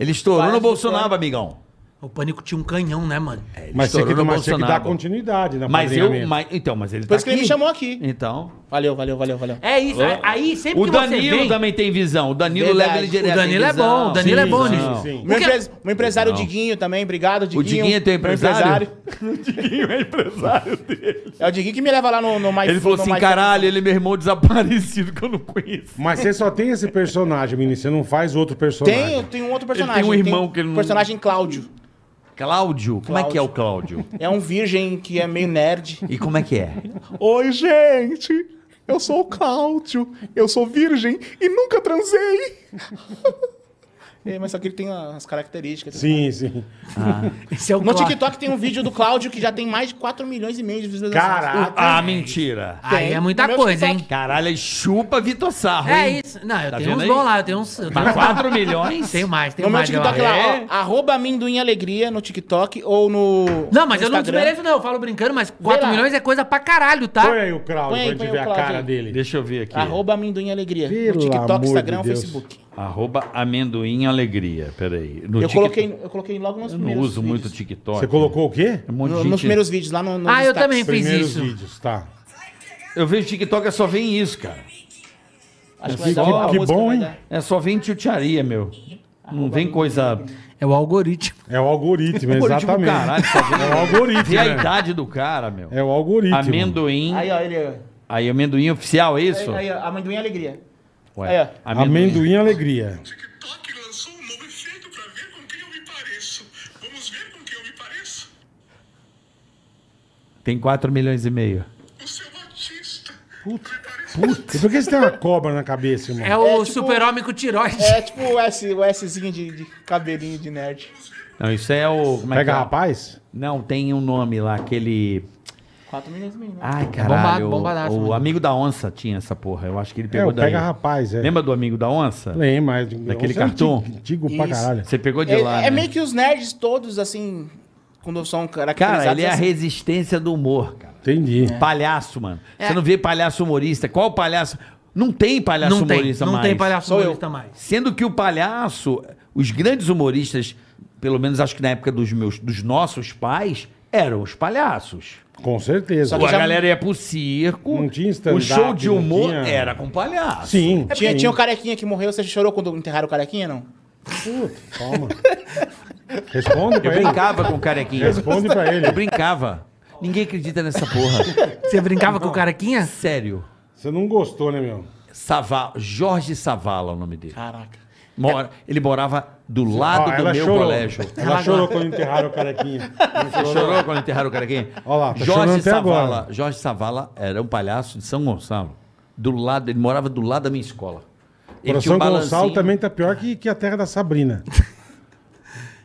[SPEAKER 4] Ele estourou
[SPEAKER 5] Parece
[SPEAKER 4] no
[SPEAKER 5] do
[SPEAKER 4] Bolsonaro,
[SPEAKER 5] Pânico.
[SPEAKER 4] amigão.
[SPEAKER 1] O pânico tinha um canhão, né, mano?
[SPEAKER 4] Ele
[SPEAKER 3] Mas tem que,
[SPEAKER 4] estourou no
[SPEAKER 3] mas tem que dar
[SPEAKER 4] Bolsonaro.
[SPEAKER 3] continuidade na
[SPEAKER 4] Mas eu,
[SPEAKER 3] padrinhamento.
[SPEAKER 4] mas, então, mas ele
[SPEAKER 5] Por
[SPEAKER 4] tá
[SPEAKER 5] isso que ele me
[SPEAKER 4] aqui.
[SPEAKER 5] chamou aqui.
[SPEAKER 4] Então,
[SPEAKER 5] Valeu, valeu, valeu, valeu.
[SPEAKER 1] É isso. Aí sempre
[SPEAKER 4] o
[SPEAKER 1] que você
[SPEAKER 4] Danilo
[SPEAKER 1] vem...
[SPEAKER 4] também tem visão. O Danilo
[SPEAKER 5] Verdade.
[SPEAKER 4] leva ele direto.
[SPEAKER 1] O Danilo
[SPEAKER 4] em
[SPEAKER 1] é
[SPEAKER 4] visão.
[SPEAKER 1] bom, o Danilo é bom nisso.
[SPEAKER 3] Sim, sim.
[SPEAKER 5] Meu,
[SPEAKER 1] Porque-
[SPEAKER 5] empres- meu empresário
[SPEAKER 4] Não.
[SPEAKER 5] Diguinho também, obrigado, Diguinho. um
[SPEAKER 4] Diguinho é teu
[SPEAKER 5] Meu
[SPEAKER 4] empresário?
[SPEAKER 5] É o Diguinho que me leva lá no, no mais.
[SPEAKER 4] Ele falou
[SPEAKER 5] no
[SPEAKER 4] assim:
[SPEAKER 5] mais-
[SPEAKER 4] caralho, ele é meu irmão desaparecido que eu não conheço.
[SPEAKER 3] Mas você só tem esse personagem, menino. Você não faz outro personagem.
[SPEAKER 5] Tem, eu tenho um outro personagem.
[SPEAKER 6] Ele tem um irmão que ele
[SPEAKER 5] um
[SPEAKER 6] não-
[SPEAKER 5] personagem Cláudio.
[SPEAKER 4] Cláudio? Como é que é o Cláudio?
[SPEAKER 5] É um virgem que é meio nerd.
[SPEAKER 4] E como é que é?
[SPEAKER 5] Oi, gente! Eu sou o Cláudio, eu sou virgem e nunca transei! É, mas só que ele tem as características.
[SPEAKER 3] Sim, sim.
[SPEAKER 1] Esse é o
[SPEAKER 5] No
[SPEAKER 1] Clá-
[SPEAKER 5] TikTok tem um vídeo do Cláudio que já tem mais de 4 milhões e meio de visualizações.
[SPEAKER 3] Caraca.
[SPEAKER 4] Ah, mentira.
[SPEAKER 1] Aí
[SPEAKER 5] Tem.
[SPEAKER 1] é muita
[SPEAKER 5] No meu
[SPEAKER 1] coisa, hein?
[SPEAKER 5] TikTok.
[SPEAKER 4] Caralho, ele chupa Vitor Sarro.
[SPEAKER 1] É
[SPEAKER 4] hein?
[SPEAKER 1] isso. Não, eu
[SPEAKER 4] Tá
[SPEAKER 1] tenho
[SPEAKER 4] vendo
[SPEAKER 1] uns
[SPEAKER 4] aí?
[SPEAKER 1] bons lá, eu tenho uns.
[SPEAKER 4] Mas 4 milhões?
[SPEAKER 1] Tenho mais, tenho
[SPEAKER 5] No meu
[SPEAKER 1] mais. eu
[SPEAKER 5] Tiktok
[SPEAKER 1] acho.
[SPEAKER 5] lá, ó, arroba amendoim alegria no TikTok ou no.
[SPEAKER 1] Não, mas
[SPEAKER 5] no
[SPEAKER 1] eu não
[SPEAKER 5] Instagram.
[SPEAKER 1] desmereço, não. Eu falo brincando, mas 4
[SPEAKER 5] lá.
[SPEAKER 1] milhões é coisa pra caralho, tá?
[SPEAKER 3] Põe aí o Cláudio
[SPEAKER 5] Põe aí,
[SPEAKER 3] pra
[SPEAKER 5] põe
[SPEAKER 3] gente
[SPEAKER 5] o
[SPEAKER 3] ver a
[SPEAKER 5] Cláudio
[SPEAKER 3] cara
[SPEAKER 5] aí.
[SPEAKER 3] dele.
[SPEAKER 6] Deixa eu ver aqui.
[SPEAKER 5] Arroba amendoim alegria.
[SPEAKER 3] Pelo
[SPEAKER 5] no
[SPEAKER 3] amor
[SPEAKER 5] TikTok,
[SPEAKER 3] de
[SPEAKER 5] Instagram,
[SPEAKER 3] Deus.
[SPEAKER 5] Facebook.
[SPEAKER 6] Arroba amendoim alegria. Peraí. No
[SPEAKER 5] Eu
[SPEAKER 6] Tik-
[SPEAKER 5] coloquei, eu coloquei logo nos
[SPEAKER 6] Eu não
[SPEAKER 5] primeiros
[SPEAKER 6] uso
[SPEAKER 5] vídeos.
[SPEAKER 6] muito TikTok.
[SPEAKER 3] Você colocou o quê?
[SPEAKER 4] É
[SPEAKER 6] Um monte de
[SPEAKER 5] No-
[SPEAKER 6] gente...
[SPEAKER 5] Nos primeiros vídeos, lá no, no
[SPEAKER 1] Ah, eu
[SPEAKER 5] destaques.
[SPEAKER 1] também. fiz
[SPEAKER 3] Primeiros
[SPEAKER 1] isso.
[SPEAKER 3] vídeos, tá.
[SPEAKER 4] Eu vejo TikTok, é só vem isso, cara.
[SPEAKER 5] Acho
[SPEAKER 3] Que-
[SPEAKER 5] vai dar
[SPEAKER 3] que-
[SPEAKER 5] uma
[SPEAKER 3] que
[SPEAKER 5] música,
[SPEAKER 3] bom,
[SPEAKER 5] vai
[SPEAKER 3] hein?
[SPEAKER 5] dar.
[SPEAKER 4] É só vem tchutcharia, meu. Não vem coisa.
[SPEAKER 1] É o algoritmo.
[SPEAKER 3] É o algoritmo,
[SPEAKER 5] tipo,
[SPEAKER 4] Algoritmo,
[SPEAKER 3] exatamente.
[SPEAKER 4] caralho, tá vendo?
[SPEAKER 3] é o algoritmo.
[SPEAKER 4] Vê a
[SPEAKER 5] tá?
[SPEAKER 3] né?
[SPEAKER 4] idade do cara, meu.
[SPEAKER 3] É o algoritmo.
[SPEAKER 4] Amendoim.
[SPEAKER 5] Aí, ó, ele. ó.
[SPEAKER 4] Aí, amendoim oficial, é isso?
[SPEAKER 5] Aí, ó, amendoim e alegria.
[SPEAKER 4] Ué,
[SPEAKER 5] Aí,
[SPEAKER 3] Amendoim e alegria.
[SPEAKER 8] TikTok lançou um novo efeito para ver com quem eu me pareço. Vamos ver com quem eu me pareço?
[SPEAKER 4] Tem 4 milhões e meio.
[SPEAKER 8] O seu Batista.
[SPEAKER 3] E por que você tem uma cobra na cabeça, irmão?
[SPEAKER 1] É o
[SPEAKER 5] tipo-
[SPEAKER 1] super-homem com tiroide.
[SPEAKER 5] É tipo o, S, o Szinho de, de cabelinho de nerd.
[SPEAKER 4] Não, isso é o. Como é
[SPEAKER 3] Pega
[SPEAKER 4] que é?
[SPEAKER 3] rapaz?
[SPEAKER 4] Não, tem um nome lá, aquele.
[SPEAKER 5] 4 milhões e meio, né?
[SPEAKER 4] Ai, caralho.
[SPEAKER 1] bombado,
[SPEAKER 4] o-
[SPEAKER 1] bombadaço,
[SPEAKER 4] o
[SPEAKER 1] mano.
[SPEAKER 4] amigo da onça tinha essa porra. Eu acho que ele
[SPEAKER 3] É,
[SPEAKER 4] pegou
[SPEAKER 3] o
[SPEAKER 4] daí.
[SPEAKER 3] pega rapaz, é.
[SPEAKER 4] Lembra do amigo da onça?
[SPEAKER 3] Lembra, mas de-
[SPEAKER 4] Daquele
[SPEAKER 3] você é
[SPEAKER 4] cartoon?
[SPEAKER 3] antigo- Antigo pra
[SPEAKER 5] Isso.
[SPEAKER 3] caralho.
[SPEAKER 4] Você pegou de
[SPEAKER 5] É,
[SPEAKER 4] lá.
[SPEAKER 5] é
[SPEAKER 4] né?
[SPEAKER 5] meio que os nerds todos, assim, quando são caracterizados.
[SPEAKER 4] Cara, ele é a
[SPEAKER 5] assim.
[SPEAKER 4] resistência do humor, cara.
[SPEAKER 3] Entendi.
[SPEAKER 4] Palhaço, mano. Você não vê palhaço humorista. Qual palhaço? Não tem palhaço
[SPEAKER 1] não tem,
[SPEAKER 4] humorista
[SPEAKER 1] não
[SPEAKER 4] mais.
[SPEAKER 1] tem palhaço
[SPEAKER 5] Sou eu.
[SPEAKER 1] humorista mais.
[SPEAKER 4] Sendo que o palhaço, os grandes humoristas, pelo menos acho que na época dos meus, dos nossos pais, eram os palhaços.
[SPEAKER 3] Com certeza.
[SPEAKER 5] Só que
[SPEAKER 4] a
[SPEAKER 5] já-
[SPEAKER 4] galera ia pro circo.
[SPEAKER 3] Não tinha
[SPEAKER 4] o
[SPEAKER 3] stand-up,
[SPEAKER 4] show de
[SPEAKER 3] não
[SPEAKER 4] humor
[SPEAKER 3] tinha-
[SPEAKER 4] era com palhaço.
[SPEAKER 3] Sim.
[SPEAKER 5] Tinha,
[SPEAKER 3] sim.
[SPEAKER 5] É tinha um o carequinha que morreu, você chorou quando enterraram o carequinha, não?
[SPEAKER 3] Puta, calma. Responde
[SPEAKER 4] Eu
[SPEAKER 3] pra ele.
[SPEAKER 4] brincava com o carequinha.
[SPEAKER 3] Responde pra ele.
[SPEAKER 4] Eu brincava. Ninguém acredita nessa porra.
[SPEAKER 1] Você brincava com o caraquinha?
[SPEAKER 4] Sério.
[SPEAKER 3] Você não gostou, né, meu?
[SPEAKER 4] Savala, Jorge Savala é o nome dele.
[SPEAKER 5] Caraca.
[SPEAKER 4] Mora- ele morava do lado
[SPEAKER 3] Ah. Ó,
[SPEAKER 4] Ah, do meu colégio.
[SPEAKER 3] Ela chorou quando enterraram o carequinha. Não
[SPEAKER 4] Você
[SPEAKER 3] chorou,
[SPEAKER 4] chorou quando enterraram o carequinha?
[SPEAKER 3] Ó lá, tá chorando
[SPEAKER 4] Tá Jorge
[SPEAKER 3] até
[SPEAKER 4] Savala.
[SPEAKER 3] agora.
[SPEAKER 4] Jorge Savala era um palhaço de São Gonçalo. Do lado, ele morava do lado da minha escola. Ele um
[SPEAKER 3] Coração Gonçalo
[SPEAKER 4] balancinho.
[SPEAKER 3] também tá pior que, que a terra da Sabrina.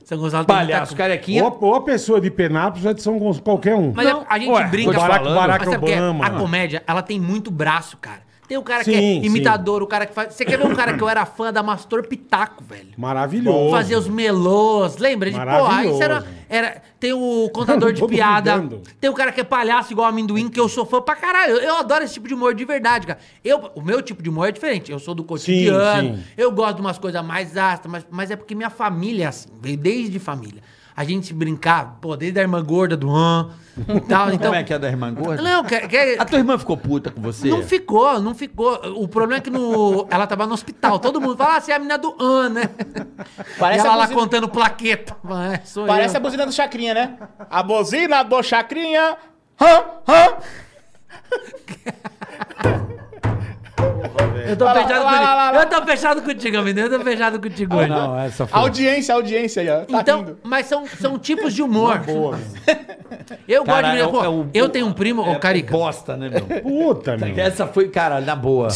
[SPEAKER 1] São Gonçalo tem muita
[SPEAKER 4] Palhaço,
[SPEAKER 1] coisa.
[SPEAKER 4] carequinha.
[SPEAKER 3] ou, a, ou a pessoa de Penápolis ou é de São Gonçalo, qualquer um.
[SPEAKER 1] Mas é a- a gente
[SPEAKER 4] ué,
[SPEAKER 1] brinca
[SPEAKER 3] o Barack-
[SPEAKER 1] falando.
[SPEAKER 3] Barack
[SPEAKER 1] mas sabe o que é?
[SPEAKER 3] Obama.
[SPEAKER 1] A comédia, ela tem muito braço, cara. Tem o cara que é
[SPEAKER 3] Sim,
[SPEAKER 1] imitador, o cara que faz. Você quer ver um cara que eu era fã da Mastor Pitaco, velho?
[SPEAKER 3] Maravilhoso.
[SPEAKER 1] Fazer os melôs, lembra? De, porra, isso era,
[SPEAKER 3] Maravilhoso.
[SPEAKER 1] era- Tem o contador de
[SPEAKER 3] Todo
[SPEAKER 1] piada,
[SPEAKER 3] mudando.
[SPEAKER 1] tem o cara que é palhaço igual amendoim, que eu sou fã pra caralho. Eu, eu adoro esse tipo de humor de verdade, cara. Eu, o meu tipo de humor é diferente. Eu sou do cotidiano,
[SPEAKER 3] sim.
[SPEAKER 1] eu gosto de umas coisas mais astras, mas, mas é porque minha família é assim, veio desde família. A gente se brincar, pô, desde a irmã gorda do Han e tal. Então,
[SPEAKER 4] Como é que é da irmã gorda?
[SPEAKER 1] Não, que, que-
[SPEAKER 4] é- A tua irmã ficou puta com você?
[SPEAKER 1] não ficou, não ficou. O problema é que no, ela tava no hospital. Todo mundo fala, ah, você é a menina do An, né?
[SPEAKER 5] Parece
[SPEAKER 1] e ela
[SPEAKER 5] a
[SPEAKER 1] lá
[SPEAKER 5] buzina-
[SPEAKER 1] contando plaqueta. Mas é, sou
[SPEAKER 5] Parece a
[SPEAKER 1] eu.
[SPEAKER 5] buzina do Chacrinha, né? A buzina do Chacrinha. Hã? Hã?
[SPEAKER 1] Eu tô
[SPEAKER 5] Lá, lá,
[SPEAKER 1] fechado
[SPEAKER 5] lá,
[SPEAKER 1] contigo.
[SPEAKER 5] lá, lá, lá.
[SPEAKER 1] Eu tô fechado contigo, amigo. Eu tô fechado contigo hoje.
[SPEAKER 4] Não, essa foi.
[SPEAKER 5] Audiência, audiência aí, ó. Tá
[SPEAKER 1] então,
[SPEAKER 5] rindo.
[SPEAKER 1] mas são, são tipos de humor.
[SPEAKER 4] Cara,
[SPEAKER 1] eu gosto de menina.
[SPEAKER 4] é o-
[SPEAKER 1] pô,
[SPEAKER 4] é o-
[SPEAKER 1] eu tenho um primo, ô, Carica.
[SPEAKER 4] Bosta, né, meu?
[SPEAKER 3] Puta, meu.
[SPEAKER 4] Essa foi, cara, na boa.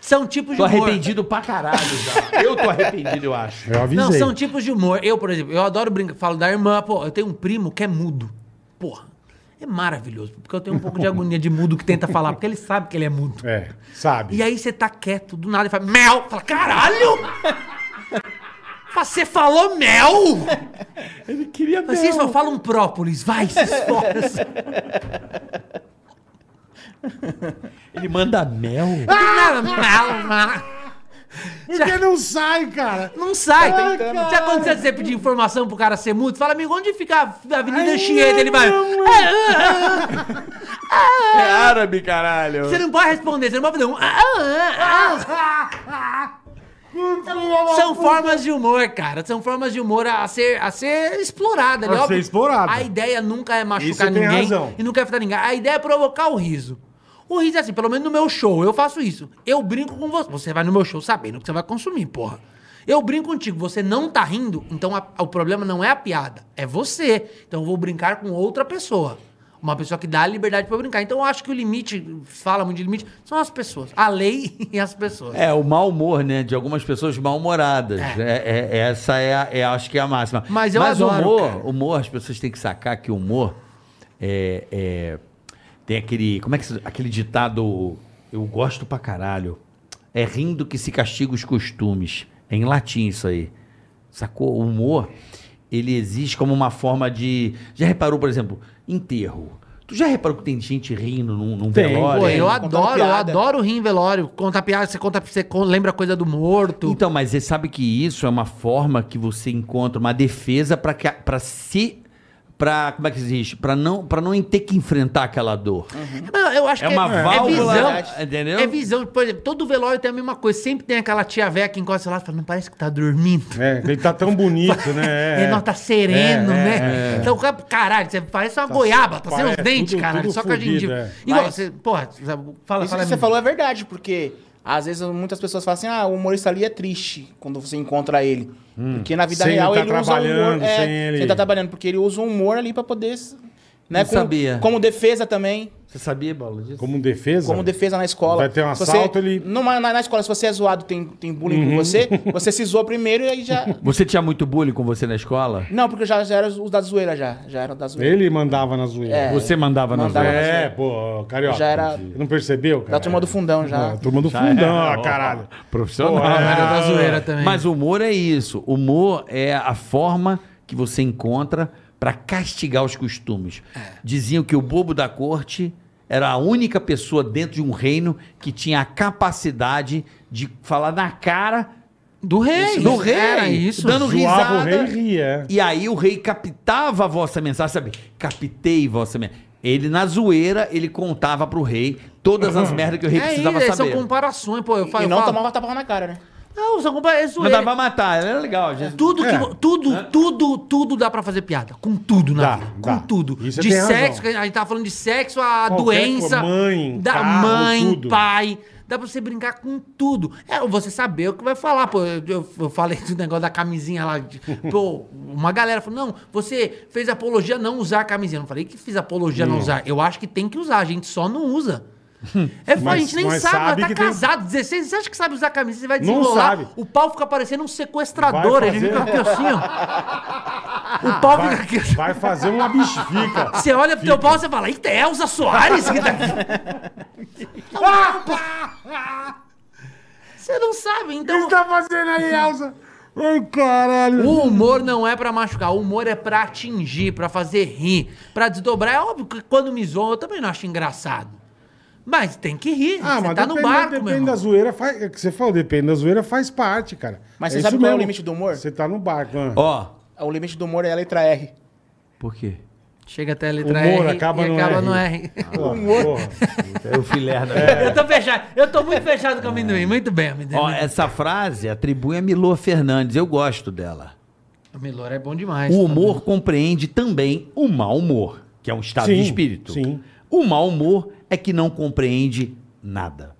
[SPEAKER 1] São tipos de
[SPEAKER 4] Tô
[SPEAKER 1] humor.
[SPEAKER 4] arrependido pra caralho já. Eu tô arrependido, eu acho.
[SPEAKER 3] Eu avisei.
[SPEAKER 1] Não, são tipos de humor. Eu, por exemplo, eu adoro brincar. Falo da irmã, pô, eu tenho um primo que é mudo. Porra, é maravilhoso. Porque eu tenho um pouco de agonia de mudo que tenta falar, porque ele sabe que ele é mudo.
[SPEAKER 3] É, sabe.
[SPEAKER 1] E aí você tá quieto, do nada, e fala, mel! Fala, caralho! Fala, Você falou mel?
[SPEAKER 3] Ele queria
[SPEAKER 1] Mas Vocês só falam própolis, vai, se esforça.
[SPEAKER 4] Ele manda mel.
[SPEAKER 1] Do nada, mel, mel.
[SPEAKER 3] Porque não sai, cara.
[SPEAKER 1] Não sai.
[SPEAKER 3] Ai,
[SPEAKER 1] Já aconteceu de você pedir informação pro cara ser mudo? Fala, amigo, onde fica a Avenida Anchieta? Ele vai.
[SPEAKER 6] É árabe, caralho.
[SPEAKER 1] Você não pode responder, você não pode fazer um. "Ah, ah, ah, ah". São formas de humor, cara. São formas de humor a ser, a ser explorada. né?
[SPEAKER 3] A ser
[SPEAKER 1] Óbvio,
[SPEAKER 3] explorada.
[SPEAKER 1] A ideia nunca é
[SPEAKER 3] Isso tem
[SPEAKER 1] machucar ninguém
[SPEAKER 3] razão.
[SPEAKER 1] e nunca é afetar ninguém. A ideia é provocar o riso. O riso é assim, pelo menos no meu show, eu faço isso. Eu brinco com você. Você vai no meu show sabendo que você vai consumir, porra. Eu brinco contigo, você não tá rindo, então a- o problema não é a piada, é você. Então eu vou brincar com outra pessoa. Uma pessoa que dá a liberdade pra eu brincar. Então eu acho que o limite, fala muito de limite, são as pessoas. A lei e as pessoas.
[SPEAKER 4] É, o mau humor, né? De algumas pessoas mal-humoradas. É, é- essa é, a- é, acho que é a máxima.
[SPEAKER 1] Mas eu adoro,
[SPEAKER 4] humor,
[SPEAKER 1] cara.
[SPEAKER 4] humor, as pessoas têm que sacar que humor é, é- tem aquele, como é que se- aquele ditado eu gosto pra caralho. É rindo que se castiga os costumes. É em latim isso aí. Sacou? O humor, ele existe como uma forma de, já reparou, por exemplo, enterro. Tu já reparou que tem gente rindo num, num
[SPEAKER 3] Tem,
[SPEAKER 4] velório?
[SPEAKER 1] Pô,
[SPEAKER 3] Olha,
[SPEAKER 1] eu
[SPEAKER 5] contando
[SPEAKER 1] adoro, eu
[SPEAKER 5] piada.
[SPEAKER 1] adoro rir em velório. Conta piada, você conta, você con- lembra coisa do morto.
[SPEAKER 4] Então, mas você sabe que isso é uma forma que você encontra uma defesa pra que- pra se pra como é que se diz? Pra não para não ter que enfrentar aquela dor.
[SPEAKER 1] Não, eu Uhum. acho
[SPEAKER 4] É
[SPEAKER 1] que
[SPEAKER 4] uma válvula,
[SPEAKER 1] visão.
[SPEAKER 4] entendeu?
[SPEAKER 1] É visão. Por exemplo, todo velório tem a mesma coisa. Sempre tem aquela tia velha que encosta lá e fala, não parece que tá dormindo.
[SPEAKER 3] É, ele tá tão bonito, né?
[SPEAKER 1] É, não, tá sereno,
[SPEAKER 3] É, é,
[SPEAKER 1] né?
[SPEAKER 3] é.
[SPEAKER 1] então, o cara- caralho, você parece uma goiaba, tá sem os
[SPEAKER 3] parece
[SPEAKER 1] dentes,
[SPEAKER 3] tudo-
[SPEAKER 1] caralho,
[SPEAKER 3] tudo
[SPEAKER 1] só com a
[SPEAKER 3] fudido,
[SPEAKER 1] gengiva.
[SPEAKER 3] é.
[SPEAKER 1] Igual,
[SPEAKER 5] Mas-
[SPEAKER 1] você, porra, você- fala,
[SPEAKER 5] Isso
[SPEAKER 1] fala.
[SPEAKER 5] que você
[SPEAKER 1] amigo.
[SPEAKER 5] falou é verdade, porque às vezes muitas pessoas falam assim: ah, o humorista ali é triste quando você encontra ele. Porque na vida
[SPEAKER 3] Sem ele
[SPEAKER 5] real
[SPEAKER 3] tá
[SPEAKER 5] ele usa o humor.
[SPEAKER 3] trabalhando,
[SPEAKER 5] É,
[SPEAKER 3] sem ele-
[SPEAKER 5] tá trabalhando, porque ele usa o humor ali pra poder. Né,
[SPEAKER 4] Não
[SPEAKER 5] como,
[SPEAKER 4] sabia.
[SPEAKER 5] Como defesa também.
[SPEAKER 4] Você sabia, Paulo, disso?
[SPEAKER 3] Como defesa?
[SPEAKER 5] Como defesa na escola.
[SPEAKER 3] Vai ter um
[SPEAKER 5] Se
[SPEAKER 3] assalto,
[SPEAKER 5] você,
[SPEAKER 3] ele- Uhum.
[SPEAKER 5] Numa, na, na escola, se você é zoado, tem, tem bullying com você, você se zoa primeiro e aí já.
[SPEAKER 4] Você tinha muito bullying com você na escola?
[SPEAKER 5] Não, porque eu já, já era os da zoeira, já. Já era da zoeira.
[SPEAKER 3] Ele mandava na zoeira.
[SPEAKER 5] É.
[SPEAKER 4] Você mandava na
[SPEAKER 5] Mandava.
[SPEAKER 4] zoeira.
[SPEAKER 3] É, pô, carioca.
[SPEAKER 5] Já era-
[SPEAKER 3] Não percebeu, cara?
[SPEAKER 5] Da turma do fundão já.
[SPEAKER 3] Ah, turma do
[SPEAKER 4] Tá,
[SPEAKER 3] fundão, ah, caralho.
[SPEAKER 6] Profissional.
[SPEAKER 3] Pô, é.
[SPEAKER 1] Cara da zoeira também.
[SPEAKER 4] é, Mas o humor é isso. O humor é a forma que você encontra pra castigar os costumes.
[SPEAKER 1] É.
[SPEAKER 4] Diziam que o bobo da corte era a única pessoa dentro de um reino que tinha a capacidade de falar na cara
[SPEAKER 1] do rei.
[SPEAKER 4] do rei,
[SPEAKER 1] Era isso.
[SPEAKER 4] dando
[SPEAKER 3] Zoava o rei
[SPEAKER 4] risada.
[SPEAKER 3] e ria. é.
[SPEAKER 4] E aí o rei captava a vossa mensagem, sabe? Captei vossa mensagem. Ele, na zoeira, ele contava pro rei todas as merdas que o rei
[SPEAKER 1] É isso,
[SPEAKER 4] precisava
[SPEAKER 1] aí são
[SPEAKER 4] saber.
[SPEAKER 1] comparações, pô. Eu falo,
[SPEAKER 5] E não
[SPEAKER 1] eu falo-
[SPEAKER 5] tomava tapa na cara, né?
[SPEAKER 1] Não, são é comparações.
[SPEAKER 4] Não dava pra matar, era legal. gente.
[SPEAKER 1] Tudo
[SPEAKER 3] É.
[SPEAKER 1] que. vo- Tudo, tudo, tudo dá pra fazer piada. Com tudo na
[SPEAKER 3] Dá,
[SPEAKER 1] vida. Com
[SPEAKER 3] dá.
[SPEAKER 1] tudo.
[SPEAKER 3] Isso
[SPEAKER 1] de
[SPEAKER 3] tem razão.
[SPEAKER 1] sexo, que a gente tava falando de sexo, a
[SPEAKER 3] Qualquer
[SPEAKER 1] doença.
[SPEAKER 3] coisa, mãe,
[SPEAKER 1] da
[SPEAKER 3] carro,
[SPEAKER 1] mãe,
[SPEAKER 3] tudo.
[SPEAKER 1] pai. Dá pra você brincar com tudo. É você saber o que vai falar. Pô, eu, eu- eu falei do negócio da camisinha lá. de- pô, uma galera falou: não, você fez apologia a não usar a camisinha. Eu não falei que fiz apologia
[SPEAKER 3] Hum.
[SPEAKER 1] a não usar. Eu acho que tem que usar, a gente só não usa. É,
[SPEAKER 3] Mas-
[SPEAKER 1] a gente nem
[SPEAKER 3] mas
[SPEAKER 1] sabe, sabe
[SPEAKER 3] sabe
[SPEAKER 1] tá
[SPEAKER 3] que tem-
[SPEAKER 1] casado, 16, você acha que sabe usar a camisa, você vai
[SPEAKER 3] Não
[SPEAKER 1] desenrolar.
[SPEAKER 3] sabe.
[SPEAKER 1] O pau fica parecendo um sequestrador,
[SPEAKER 3] Vai
[SPEAKER 1] ele
[SPEAKER 3] fazer-
[SPEAKER 1] fica aqui assim, ó. O pau fica aqui assim.
[SPEAKER 3] Vai fazer uma bichifica.
[SPEAKER 1] Você olha pro teu pau e você fala, eita, é Elza Soares que tá aqui.
[SPEAKER 3] Ah!
[SPEAKER 1] Você não sabe,
[SPEAKER 3] O que
[SPEAKER 1] então.
[SPEAKER 3] você tá fazendo aí, Elza? Ai, caralho.
[SPEAKER 1] O humor não é pra machucar, o humor é pra atingir, pra fazer rir, pra desdobrar. É óbvio que quando me zoam eu também não acho engraçado. Mas tem que rir.
[SPEAKER 3] Ah,
[SPEAKER 1] você
[SPEAKER 3] mas
[SPEAKER 1] tá
[SPEAKER 3] depende,
[SPEAKER 1] no barco, meu
[SPEAKER 3] depende da
[SPEAKER 1] irmão.
[SPEAKER 3] zoeira, faz, é o que você falou, depende da zoeira, faz parte, cara.
[SPEAKER 5] Mas
[SPEAKER 3] É
[SPEAKER 5] você sabe
[SPEAKER 3] isso
[SPEAKER 5] qual é o
[SPEAKER 3] mesmo.
[SPEAKER 5] limite do humor?
[SPEAKER 3] Você tá no barco, né?
[SPEAKER 4] Ó,
[SPEAKER 5] O limite do humor é a letra R.
[SPEAKER 4] por quê?
[SPEAKER 1] Chega até a letra
[SPEAKER 3] humor
[SPEAKER 1] R
[SPEAKER 3] acaba
[SPEAKER 1] e
[SPEAKER 3] no
[SPEAKER 1] acaba
[SPEAKER 3] R.
[SPEAKER 1] no R.
[SPEAKER 3] Porra, porra.
[SPEAKER 4] É o filé, né?
[SPEAKER 1] Eu tô fechado, eu tô muito fechado com o amendoim. Muito bem, amendoim.
[SPEAKER 4] Ó, essa frase atribui a Milor Fernandes, eu gosto dela.
[SPEAKER 1] O Milor é bom demais.
[SPEAKER 4] O
[SPEAKER 1] tá
[SPEAKER 4] humor compreende também o mau humor, que é um estado de
[SPEAKER 3] Sim,
[SPEAKER 4] espírito.
[SPEAKER 3] sim.
[SPEAKER 4] O mau humor é que não compreende nada.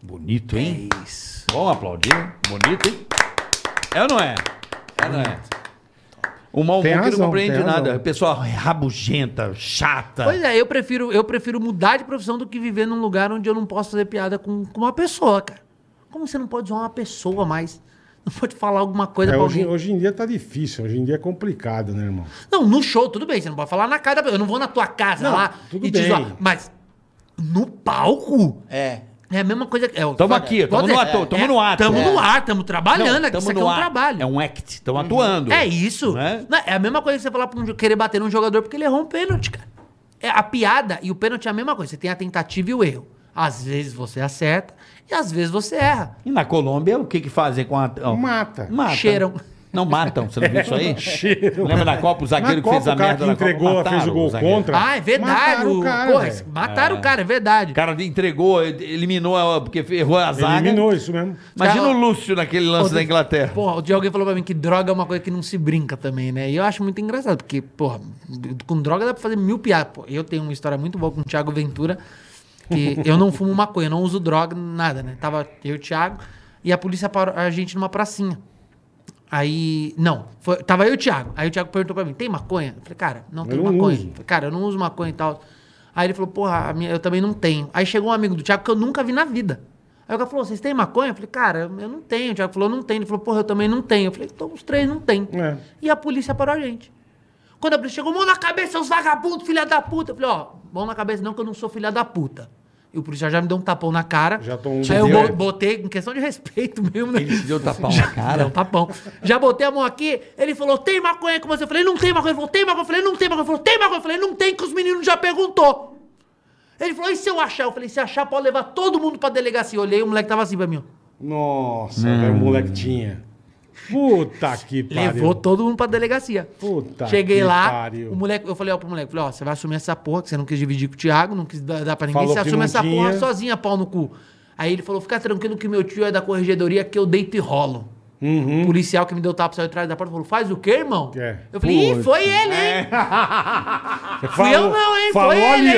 [SPEAKER 4] Bonito, hein?
[SPEAKER 1] bom. É Isso.
[SPEAKER 4] Vamos aplaudir. Bonito, hein? É ou não é? É ou não é? O mau
[SPEAKER 3] Tem
[SPEAKER 4] humor é que
[SPEAKER 3] razão,
[SPEAKER 4] não compreende
[SPEAKER 3] tem
[SPEAKER 4] nada.
[SPEAKER 3] razão.
[SPEAKER 4] A pessoa rabugenta, chata.
[SPEAKER 1] Pois é, eu prefiro, eu prefiro mudar de profissão do que viver num lugar onde eu não posso fazer piada com, com uma pessoa, cara. Como você não pode zoar uma pessoa mais? Não pode falar alguma coisa
[SPEAKER 3] É,
[SPEAKER 1] pra
[SPEAKER 3] hoje,
[SPEAKER 1] alguém.
[SPEAKER 3] hoje em dia tá difícil, hoje em dia é complicado, né, irmão?
[SPEAKER 1] Não, no show, tudo bem, você não pode falar na cara da pessoa. Eu não vou na tua casa
[SPEAKER 3] Não,
[SPEAKER 1] lá
[SPEAKER 3] tudo
[SPEAKER 1] e te
[SPEAKER 3] bem.
[SPEAKER 1] zoar. Mas no palco
[SPEAKER 5] É.
[SPEAKER 1] é a mesma coisa que. É, eu
[SPEAKER 4] Tamo
[SPEAKER 1] falo-
[SPEAKER 4] aqui, tamo
[SPEAKER 1] Pode
[SPEAKER 4] no
[SPEAKER 1] dizer,
[SPEAKER 4] ato, tamo no ato.
[SPEAKER 1] Tamo
[SPEAKER 4] É.
[SPEAKER 1] no ar, tamo trabalhando, aqui,
[SPEAKER 4] tamo
[SPEAKER 1] isso aqui é
[SPEAKER 4] no
[SPEAKER 1] um
[SPEAKER 4] ar.
[SPEAKER 1] trabalho.
[SPEAKER 4] É um act, estão atuando.
[SPEAKER 1] É isso.
[SPEAKER 4] Não é?
[SPEAKER 1] Não, É a mesma coisa que você falar pra um, jo- querer bater num jogador porque ele errou um pênalti, cara. É, a piada e o pênalti é a mesma coisa. Você tem a tentativa e o erro. Às vezes você acerta e às vezes você erra.
[SPEAKER 4] E na Colômbia, o que que fazem com a... ó,
[SPEAKER 3] Mata.
[SPEAKER 4] Matam.
[SPEAKER 1] Cheiram.
[SPEAKER 4] Não matam, você não viu isso aí? Cheiram. Lembra da Copa, o zagueiro
[SPEAKER 3] É, Na
[SPEAKER 4] que fez
[SPEAKER 3] Copa,
[SPEAKER 4] a
[SPEAKER 3] o cara
[SPEAKER 4] merda
[SPEAKER 3] que
[SPEAKER 4] na Copa,
[SPEAKER 3] entregou,
[SPEAKER 4] mataram
[SPEAKER 3] fez o gol
[SPEAKER 4] o zagueiro.
[SPEAKER 3] contra.
[SPEAKER 1] Ah, é verdade.
[SPEAKER 3] Mataram
[SPEAKER 1] Mataram
[SPEAKER 3] o
[SPEAKER 1] o
[SPEAKER 3] cara,
[SPEAKER 1] Porra,
[SPEAKER 3] velho.
[SPEAKER 1] mataram o cara, é verdade.
[SPEAKER 4] O cara entregou, eliminou, a- porque errou a zaga.
[SPEAKER 3] Eliminou isso mesmo.
[SPEAKER 4] Imagina
[SPEAKER 1] Cara,
[SPEAKER 4] o Lúcio naquele lance
[SPEAKER 1] Outro-
[SPEAKER 4] da
[SPEAKER 3] É.
[SPEAKER 4] Inglaterra.
[SPEAKER 1] Porra, o dia alguém falou pra mim que droga é uma coisa que não se brinca também, né? E eu acho muito engraçado, porque, porra, com droga dá pra fazer mil piadas. Pô, eu tenho uma história muito boa com o Thiago Ventura, que eu não fumo maconha, eu não uso droga, nada, né? Tava eu e o Thiago, e a polícia parou a gente numa pracinha. Aí, não, foi- tava eu e o Thiago. Aí o Thiago perguntou pra mim, tem maconha? Eu falei, cara, não tem
[SPEAKER 3] não
[SPEAKER 1] maconha.
[SPEAKER 3] uso.
[SPEAKER 1] Eu falei, cara, eu não uso maconha e tal. Aí ele falou, porra, a minha- eu também não tenho. Aí chegou um amigo do Thiago que eu nunca vi na vida. Aí o cara falou, vocês têm maconha? Eu falei, cara, eu não tenho. O Thiago falou, não tem. Ele falou, porra, eu também não tenho. Eu falei, então os três não tem.
[SPEAKER 3] É.
[SPEAKER 1] E a polícia parou a gente. Quando a polícia chegou, mão na cabeça, os vagabundos, filha da puta. Eu falei, ó, mão na cabeça não, que eu não sou filha da puta. E o policial já me deu um tapão na cara.
[SPEAKER 3] Já tomou um
[SPEAKER 1] Aí eu
[SPEAKER 3] tiro.
[SPEAKER 1] bo- botei, em questão de respeito mesmo, né?
[SPEAKER 4] Deu tapão na
[SPEAKER 1] Cara, um tapão. Já botei a mão aqui, ele falou, tem maconha com você? Eu falei, não tem maconha. Ele falou, tem maconha? Eu falei, não tem maconha. Ele falou, tem maconha? Eu falei, não tem, que os meninos já perguntou. Ele falou, e se eu achar? Eu falei, se achar, pode levar todo mundo pra delegacia. Eu olhei, o moleque tava assim pra mim, ó.
[SPEAKER 3] Nossa, velho, moleque tinha. Puta que pariu.
[SPEAKER 1] Levou todo mundo pra delegacia.
[SPEAKER 3] Puta
[SPEAKER 1] Cheguei
[SPEAKER 3] que
[SPEAKER 1] lá,
[SPEAKER 3] pariu.
[SPEAKER 1] o moleque, eu falei ó, pro moleque, falei, ó, você vai assumir essa porra, que você não quis dividir com o Thiago, não quis dar, dar pra ninguém,
[SPEAKER 3] Falou
[SPEAKER 1] você
[SPEAKER 3] que
[SPEAKER 1] assume
[SPEAKER 3] não
[SPEAKER 1] essa porra
[SPEAKER 3] tinha.
[SPEAKER 1] sozinha, pau no cu. Aí ele falou, fica tranquilo que meu tio é da corregedoria que eu deito e rolo. O policial que me deu tapa saiu atrás da porta falou, faz o quê, irmão?
[SPEAKER 3] Uhum. É.
[SPEAKER 1] Eu falei, ih,
[SPEAKER 3] Putz.
[SPEAKER 1] foi ele, hein? Fui eu não, hein?
[SPEAKER 3] Falou
[SPEAKER 1] Foi ele,
[SPEAKER 3] ali,
[SPEAKER 1] hein,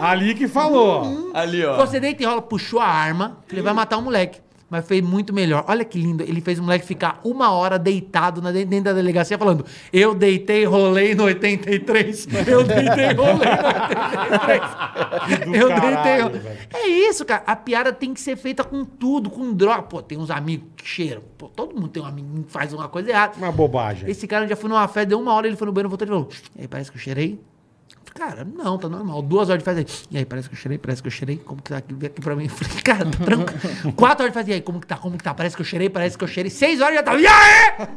[SPEAKER 3] ó. Ali que falou.
[SPEAKER 4] Ali, ó.
[SPEAKER 1] Você deita e rola, puxou a arma, falei, vai matar o moleque. Mas fez muito melhor. Olha que lindo. Ele fez o moleque ficar uma hora deitado na, dentro da delegacia falando: Eu deitei e rolei no 83. Eu deitei e rolei no 83.
[SPEAKER 3] do
[SPEAKER 1] Eu
[SPEAKER 3] caralho,
[SPEAKER 1] deitei. e rolei."
[SPEAKER 3] velho.
[SPEAKER 1] É isso, cara. A piada tem que ser feita com tudo, com droga. Pô, tem uns amigos que cheiram. Pô, todo mundo tem um amigo que faz uma coisa errada.
[SPEAKER 3] Uma bobagem.
[SPEAKER 1] Esse cara um dia foi numa festa, deu uma hora, ele foi no banheiro, voltou e falou: E aí, parece que eu cheirei? Eu falei, Cara, não, tá normal. Duas horas de festa. ele, E aí, parece que eu cheirei, parece que eu cheirei. Como que tá aqui, Vem aqui pra mim? Eu falei, cara, tá tranquilo. Quatro horas de festa. E aí, como que tá? Como que tá? Parece que eu cheirei, parece que eu cheirei. Seis horas já tava. E aí?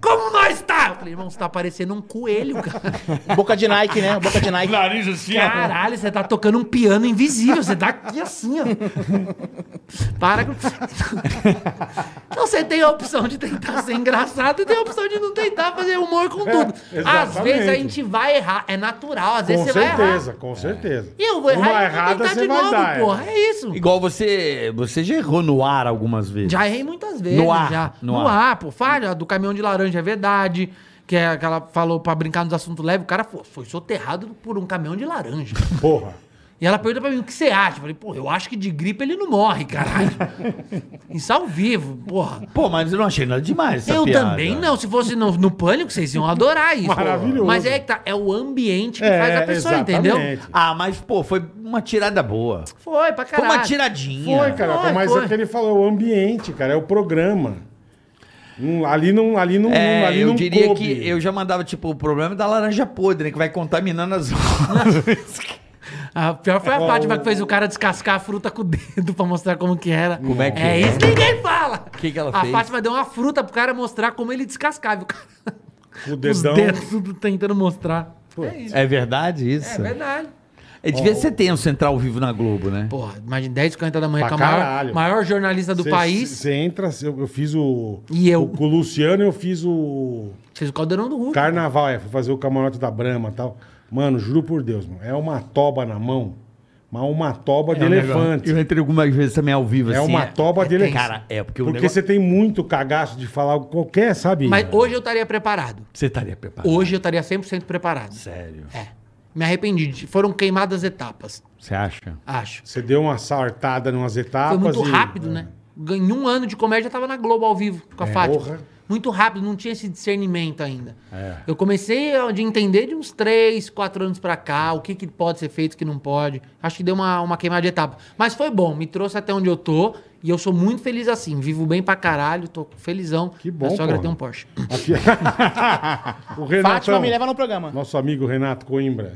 [SPEAKER 1] Como nós tá? Eu falei, irmão, você tá parecendo um coelho, cara.
[SPEAKER 5] Boca de Nike, né? Boca de Nike.
[SPEAKER 6] Nariz assim, ó.
[SPEAKER 1] Caralho, você tá tocando um piano invisível. Você tá aqui assim, ó. Para com. Então você tem a opção de tentar ser engraçado e tem a opção de não tentar fazer humor com tudo. Às
[SPEAKER 3] É, exatamente.
[SPEAKER 1] vezes a gente vai errar. É natural, às vezes
[SPEAKER 3] Com
[SPEAKER 1] você vai errar.
[SPEAKER 3] certeza, com certeza.
[SPEAKER 1] E eu vou errar
[SPEAKER 3] Uma
[SPEAKER 1] e vou
[SPEAKER 3] errada
[SPEAKER 1] tentar
[SPEAKER 3] você
[SPEAKER 1] de
[SPEAKER 3] vai
[SPEAKER 1] novo,
[SPEAKER 3] dar.
[SPEAKER 1] porra.
[SPEAKER 3] é.
[SPEAKER 1] É isso.
[SPEAKER 4] Igual você, você já errou no ar algumas vezes.
[SPEAKER 1] Já errei muitas vezes.
[SPEAKER 4] No ar,
[SPEAKER 1] já.
[SPEAKER 4] no
[SPEAKER 1] No,
[SPEAKER 4] ar.
[SPEAKER 1] ar. pô. Falha do caminhão de laranja, é verdade. Que é aquela falou pra brincar nos assuntos leves. O cara foi, foi soterrado por um caminhão de laranja.
[SPEAKER 3] Porra.
[SPEAKER 1] E ela pergunta pra mim, o que você acha? Eu falei, pô, eu acho que de gripe ele não morre, caralho. Isso ao vivo, porra.
[SPEAKER 4] Pô, mas eu não achei nada demais essa
[SPEAKER 1] eu
[SPEAKER 4] piada.
[SPEAKER 1] também não. Se fosse no, no pânico, vocês iam adorar isso.
[SPEAKER 3] Maravilhoso.
[SPEAKER 1] Mas é que tá, é o ambiente que faz a pessoa,
[SPEAKER 3] exatamente.
[SPEAKER 1] entendeu?
[SPEAKER 4] Ah, mas, pô, foi uma tirada boa.
[SPEAKER 1] Foi, pra
[SPEAKER 4] Foi
[SPEAKER 1] caralho.
[SPEAKER 4] uma tiradinha.
[SPEAKER 3] Foi, cara.
[SPEAKER 1] Foi,
[SPEAKER 3] mas
[SPEAKER 1] foi.
[SPEAKER 3] é o que ele falou, é o ambiente, cara, é o programa. Não, ali não, ali não,
[SPEAKER 4] É,
[SPEAKER 3] não- ali
[SPEAKER 4] eu
[SPEAKER 3] não
[SPEAKER 4] diria
[SPEAKER 3] coube.
[SPEAKER 4] que eu já mandava, tipo, o problema é da laranja podre, né? Que vai contaminando as outras.
[SPEAKER 1] A pior foi a Fátima que fez o cara descascar a fruta com o dedo pra mostrar como que era.
[SPEAKER 4] Como é que é?
[SPEAKER 1] é? isso que ninguém fala. O
[SPEAKER 4] que que ela
[SPEAKER 1] a
[SPEAKER 4] fez?
[SPEAKER 1] A Fátima deu uma fruta pro cara mostrar como ele descascava. e O cara...
[SPEAKER 3] O dedão.
[SPEAKER 1] Os dedos tudo tentando mostrar. É isso.
[SPEAKER 4] É verdade
[SPEAKER 1] É,
[SPEAKER 4] isso?
[SPEAKER 1] verdade.
[SPEAKER 4] É, devia ser tenso entrar ao vivo na Globo, né?
[SPEAKER 1] Porra, imagina 10 50 da manhã
[SPEAKER 3] Pra
[SPEAKER 1] com a maior,
[SPEAKER 3] caralho.
[SPEAKER 1] maior jornalista do país.
[SPEAKER 3] Você entra, cê- eu, eu fiz o.
[SPEAKER 1] E eu?
[SPEAKER 3] o- com o Luciano eu fiz o.
[SPEAKER 1] Fez o caldeirão do Hulk.
[SPEAKER 3] Carnaval, é, fui fazer o camarote da Brahma e tal. Mano, juro por Deus, mano. É uma toba na mão, mas uma toba de
[SPEAKER 4] É um
[SPEAKER 3] elefante.
[SPEAKER 4] negócio- Eu entrei algumas vezes também ao vivo,
[SPEAKER 3] É
[SPEAKER 4] assim.
[SPEAKER 3] uma toba de elefante.
[SPEAKER 4] Cara, é, porque o
[SPEAKER 3] Porque
[SPEAKER 4] negócio-
[SPEAKER 3] você tem muito cagaço de falar qualquer, sabe? É.
[SPEAKER 1] Mas hoje eu estaria preparado.
[SPEAKER 4] Você estaria preparado.
[SPEAKER 1] Hoje eu estaria 100% preparado.
[SPEAKER 4] Sério.
[SPEAKER 1] É. Me arrependi. de- Foram queimadas etapas,
[SPEAKER 4] Você acha?
[SPEAKER 1] acho.
[SPEAKER 3] Você deu uma sartada numas
[SPEAKER 1] Foi
[SPEAKER 3] etapas.
[SPEAKER 1] muito
[SPEAKER 3] e- é.
[SPEAKER 1] rápido, né? Ganhei um ano de comédia, tava na Globo ao vivo com a Fátima.
[SPEAKER 3] porra. É.
[SPEAKER 1] Muito rápido, não tinha esse discernimento ainda. Eu comecei a de entender de uns 3, 4 anos pra cá, o que, que pode ser feito, o que não pode. Acho que deu uma, uma queimada de etapa. Mas foi bom, me trouxe até onde eu tô e eu sou muito feliz assim. Vivo bem pra caralho, tô felizão.
[SPEAKER 3] Que bom,
[SPEAKER 1] Minha sogra
[SPEAKER 3] porra.
[SPEAKER 1] tem um Porsche.
[SPEAKER 3] Aqui- o Renato.
[SPEAKER 5] Fátima me leva no programa.
[SPEAKER 3] Nosso amigo Renato Coimbra.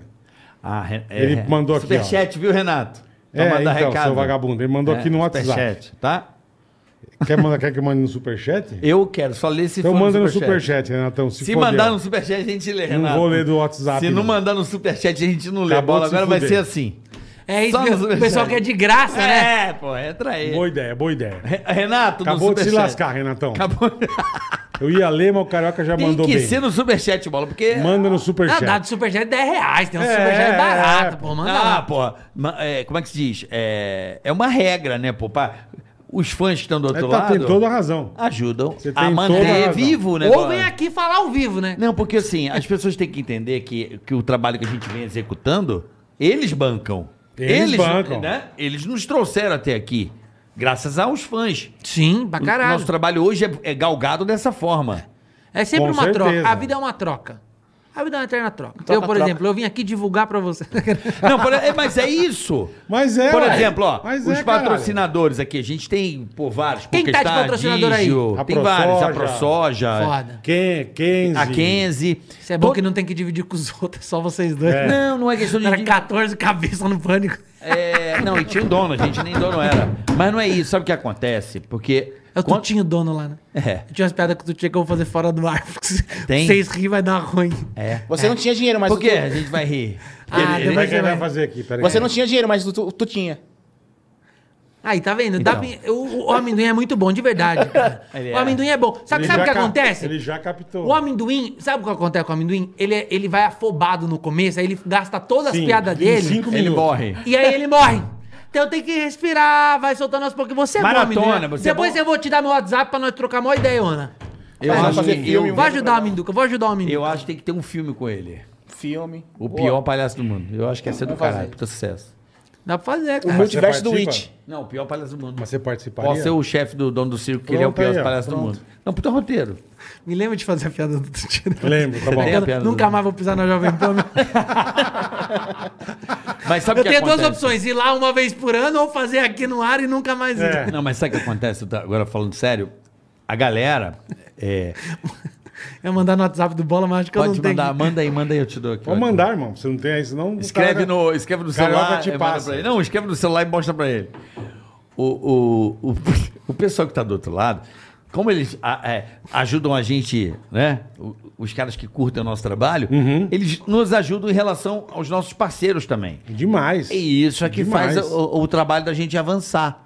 [SPEAKER 4] Ah, Ren- é,
[SPEAKER 3] Ele mandou aqui, ó.
[SPEAKER 4] Superchat, viu, Renato? Tá Pra
[SPEAKER 3] É, então, seu vagabundo. Ele mandou aqui no WhatsApp.
[SPEAKER 4] É, Superchat, tá?
[SPEAKER 3] Quer, mandar, quer que eu mande no superchat?
[SPEAKER 4] Eu quero, só ler se
[SPEAKER 3] Então
[SPEAKER 4] for
[SPEAKER 3] manda no superchat, Renatão. Se,
[SPEAKER 4] Se,
[SPEAKER 3] for
[SPEAKER 4] mandar
[SPEAKER 3] deu.
[SPEAKER 4] no superchat, a gente lê,
[SPEAKER 3] Não
[SPEAKER 4] Renato.
[SPEAKER 3] vou ler do WhatsApp,
[SPEAKER 4] Se não
[SPEAKER 3] não.
[SPEAKER 4] mandar no superchat, a gente não lê.
[SPEAKER 3] Acabou
[SPEAKER 4] Bola,
[SPEAKER 3] de se
[SPEAKER 4] agora vai ser
[SPEAKER 3] fuder.
[SPEAKER 4] assim.
[SPEAKER 1] É isso,
[SPEAKER 4] Só no
[SPEAKER 1] o pessoal
[SPEAKER 4] superchat.
[SPEAKER 1] que é de graça, né?
[SPEAKER 4] É, pô, entra aí.
[SPEAKER 3] Boa ideia, boa ideia.
[SPEAKER 4] Re- Renato,
[SPEAKER 3] Acabou
[SPEAKER 4] no
[SPEAKER 3] de se
[SPEAKER 4] superchat.
[SPEAKER 3] lascar, Renatão.
[SPEAKER 4] Acabou.
[SPEAKER 3] Eu ia ler, mas o Carioca já
[SPEAKER 4] Tem
[SPEAKER 3] mandou
[SPEAKER 4] que
[SPEAKER 3] bem.
[SPEAKER 4] ser no superchat, bola, porque...
[SPEAKER 3] Manda no
[SPEAKER 1] Ah,
[SPEAKER 3] superchat.
[SPEAKER 1] dá do superchat 10 reais, tem um
[SPEAKER 3] É,
[SPEAKER 1] superchat
[SPEAKER 3] é,
[SPEAKER 1] barato,
[SPEAKER 3] é,
[SPEAKER 1] pô, manda
[SPEAKER 4] Ah,
[SPEAKER 1] lá.
[SPEAKER 4] pô, ma- é, como é que se diz? É, é uma regra, né, pô? Pra, os fãs que estão do
[SPEAKER 3] É,
[SPEAKER 4] outro
[SPEAKER 3] tá,
[SPEAKER 4] lado
[SPEAKER 3] tem toda a razão.
[SPEAKER 4] ajudam
[SPEAKER 3] Você tem toda
[SPEAKER 4] a
[SPEAKER 3] a
[SPEAKER 4] manter
[SPEAKER 3] razão.
[SPEAKER 4] vivo o
[SPEAKER 1] Ou
[SPEAKER 4] negócio.
[SPEAKER 1] vem aqui falar ao vivo, né?
[SPEAKER 4] Não, porque assim, as pessoas têm que entender que, que o trabalho que a gente vem executando, eles bancam.
[SPEAKER 3] Eles bancam.
[SPEAKER 4] Né? Eles nos trouxeram até aqui, graças aos fãs.
[SPEAKER 1] Sim, pra
[SPEAKER 4] O
[SPEAKER 1] caralho.
[SPEAKER 4] nosso trabalho hoje é, é galgado dessa forma.
[SPEAKER 1] É sempre
[SPEAKER 3] Com
[SPEAKER 1] uma
[SPEAKER 3] certeza.
[SPEAKER 1] troca. A vida é uma troca. A vida é uma eterna troca. eu, por
[SPEAKER 5] troca.
[SPEAKER 1] exemplo, eu vim aqui divulgar pra você.
[SPEAKER 4] Não, por- é, mas é isso.
[SPEAKER 3] Mas é,
[SPEAKER 4] Por
[SPEAKER 3] ué.
[SPEAKER 4] exemplo, ó,
[SPEAKER 3] Mas
[SPEAKER 4] os
[SPEAKER 3] é, caralho.
[SPEAKER 4] patrocinadores aqui, a gente tem, pô, vários.
[SPEAKER 1] Quem tá de
[SPEAKER 4] Pokestar,
[SPEAKER 1] patrocinador aí?
[SPEAKER 4] Digio,
[SPEAKER 3] A
[SPEAKER 4] Tem vários, a
[SPEAKER 3] ProSoja.
[SPEAKER 4] ProSoja,
[SPEAKER 1] Foda.
[SPEAKER 3] Quem? é Kenzie.
[SPEAKER 4] a Kenzie.
[SPEAKER 1] Isso é bom
[SPEAKER 4] To-
[SPEAKER 1] que não tem que dividir com os outros, só vocês dois.
[SPEAKER 3] É.
[SPEAKER 4] Não, não é questão de...
[SPEAKER 1] Era 14 cabeças no pânico.
[SPEAKER 4] É, não, e tinha um dono, a gente nem dono era. Mas não é isso, sabe o que acontece? Porque.
[SPEAKER 1] É o
[SPEAKER 4] quando-
[SPEAKER 1] Tutinho dono lá, né?
[SPEAKER 4] É.
[SPEAKER 1] Eu tinha umas piadas com o Tutinho que eu vou fazer fora do ar. porque se
[SPEAKER 4] Tem?
[SPEAKER 1] Vocês rirem, vai dar ruim.
[SPEAKER 4] É.
[SPEAKER 5] Você não tinha dinheiro, mas
[SPEAKER 4] Por
[SPEAKER 5] o
[SPEAKER 4] quê?
[SPEAKER 5] tu-
[SPEAKER 4] A gente vai rir.
[SPEAKER 1] Ah,
[SPEAKER 3] Como é
[SPEAKER 1] depois
[SPEAKER 3] que ele
[SPEAKER 1] você
[SPEAKER 3] vai
[SPEAKER 1] vai...
[SPEAKER 3] fazer aqui? Peraí.
[SPEAKER 5] Você não tinha dinheiro, mas tu, tu tinha.
[SPEAKER 1] Aí, tá vendo? Dá
[SPEAKER 4] Então.
[SPEAKER 1] pra- o, o amendoim é muito bom, de verdade. cara.
[SPEAKER 4] Ele é.
[SPEAKER 1] O amendoim é bom. Sabe
[SPEAKER 3] Ele
[SPEAKER 1] sabe o
[SPEAKER 3] já
[SPEAKER 1] que
[SPEAKER 3] cap-
[SPEAKER 1] acontece?
[SPEAKER 3] Ele já captou.
[SPEAKER 1] O amendoim, sabe o que acontece com o amendoim? Ele, é- ele vai afobado no começo, aí ele gasta todas
[SPEAKER 3] Sim,
[SPEAKER 1] as piadas
[SPEAKER 3] em
[SPEAKER 1] dele.
[SPEAKER 3] cinco
[SPEAKER 4] Ele
[SPEAKER 3] minutos.
[SPEAKER 4] morre.
[SPEAKER 1] E aí ele morre. Então tem que respirar, vai soltando aos pouquinhos. Você é
[SPEAKER 4] Maratona,
[SPEAKER 1] bom, amendoim.
[SPEAKER 4] você é
[SPEAKER 1] Depois
[SPEAKER 4] bom.
[SPEAKER 1] eu vou te dar meu WhatsApp pra nós trocar uma ideia, Ana.
[SPEAKER 4] Eu,
[SPEAKER 5] Vai
[SPEAKER 4] acho,
[SPEAKER 5] fazer
[SPEAKER 4] que,
[SPEAKER 5] filme,
[SPEAKER 4] eu,
[SPEAKER 1] Vou ajudar o amendoim, vou ajudar o amendoim.
[SPEAKER 4] eu acho que tem que ter um filme com ele.
[SPEAKER 5] Filme.
[SPEAKER 4] O pior palhaço do mundo. Eu acho que ia ser do
[SPEAKER 5] fazer.
[SPEAKER 4] caralho, puta sucesso.
[SPEAKER 1] Dá pra fazer,
[SPEAKER 5] O
[SPEAKER 1] cara.
[SPEAKER 5] multiverso do
[SPEAKER 3] participa?
[SPEAKER 5] Witch.
[SPEAKER 4] Não, o pior palhaço do mundo.
[SPEAKER 3] Mas você participaria?
[SPEAKER 4] Posso ser o chefe do dono do circo, que ele é o
[SPEAKER 3] Pronto
[SPEAKER 4] pior
[SPEAKER 3] aí, ó,
[SPEAKER 4] palhaço do
[SPEAKER 3] pronto.
[SPEAKER 4] mundo. Não, puta roteiro.
[SPEAKER 1] Me lembra de fazer a piada do Tino.
[SPEAKER 3] Lembro, tá bom.
[SPEAKER 4] Tem a piada
[SPEAKER 1] Nunca
[SPEAKER 4] do-
[SPEAKER 1] mais vou pisar na Jovem Pan.
[SPEAKER 4] Mas sabe
[SPEAKER 1] eu
[SPEAKER 4] o que
[SPEAKER 1] tenho duas
[SPEAKER 4] acontece?
[SPEAKER 1] opções: ir lá uma vez por ano ou fazer aqui no ar e nunca mais ir.
[SPEAKER 3] É.
[SPEAKER 4] Não, mas sabe o que acontece? Eu tô Agora falando sério, a galera. é,
[SPEAKER 1] É mandar no WhatsApp do Bola, mas acho que eu
[SPEAKER 4] pode
[SPEAKER 1] não tenho.
[SPEAKER 4] mandar, manda aí, manda aí, eu te dou aqui.
[SPEAKER 3] Pode
[SPEAKER 4] ó.
[SPEAKER 3] mandar, irmão. Você não tem aí, senão... o
[SPEAKER 4] Escreve
[SPEAKER 3] cara-
[SPEAKER 4] no, escreve no
[SPEAKER 3] Carioca
[SPEAKER 4] celular
[SPEAKER 3] te
[SPEAKER 4] e manda
[SPEAKER 3] passa.
[SPEAKER 4] pra ele. Não, escreve no celular e mostra pra ele. O, o, o, o pessoal que tá do outro lado, como eles a- é, ajudam a gente, né? o- Os caras que curtem o nosso trabalho,
[SPEAKER 3] Uhum.
[SPEAKER 4] eles nos ajudam em relação aos nossos parceiros também.
[SPEAKER 3] Demais.
[SPEAKER 4] E isso é que
[SPEAKER 3] Demais.
[SPEAKER 4] faz o, o trabalho da gente avançar.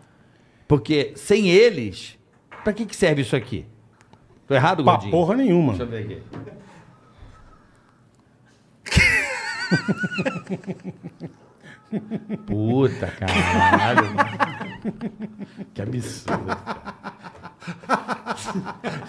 [SPEAKER 4] Porque sem eles, pra que, que serve isso aqui? Tô errado,
[SPEAKER 3] Pra
[SPEAKER 4] Gordinho?
[SPEAKER 3] porra nenhuma.
[SPEAKER 4] Deixa eu ver aqui. Puta, caralho. mano. que absurdo.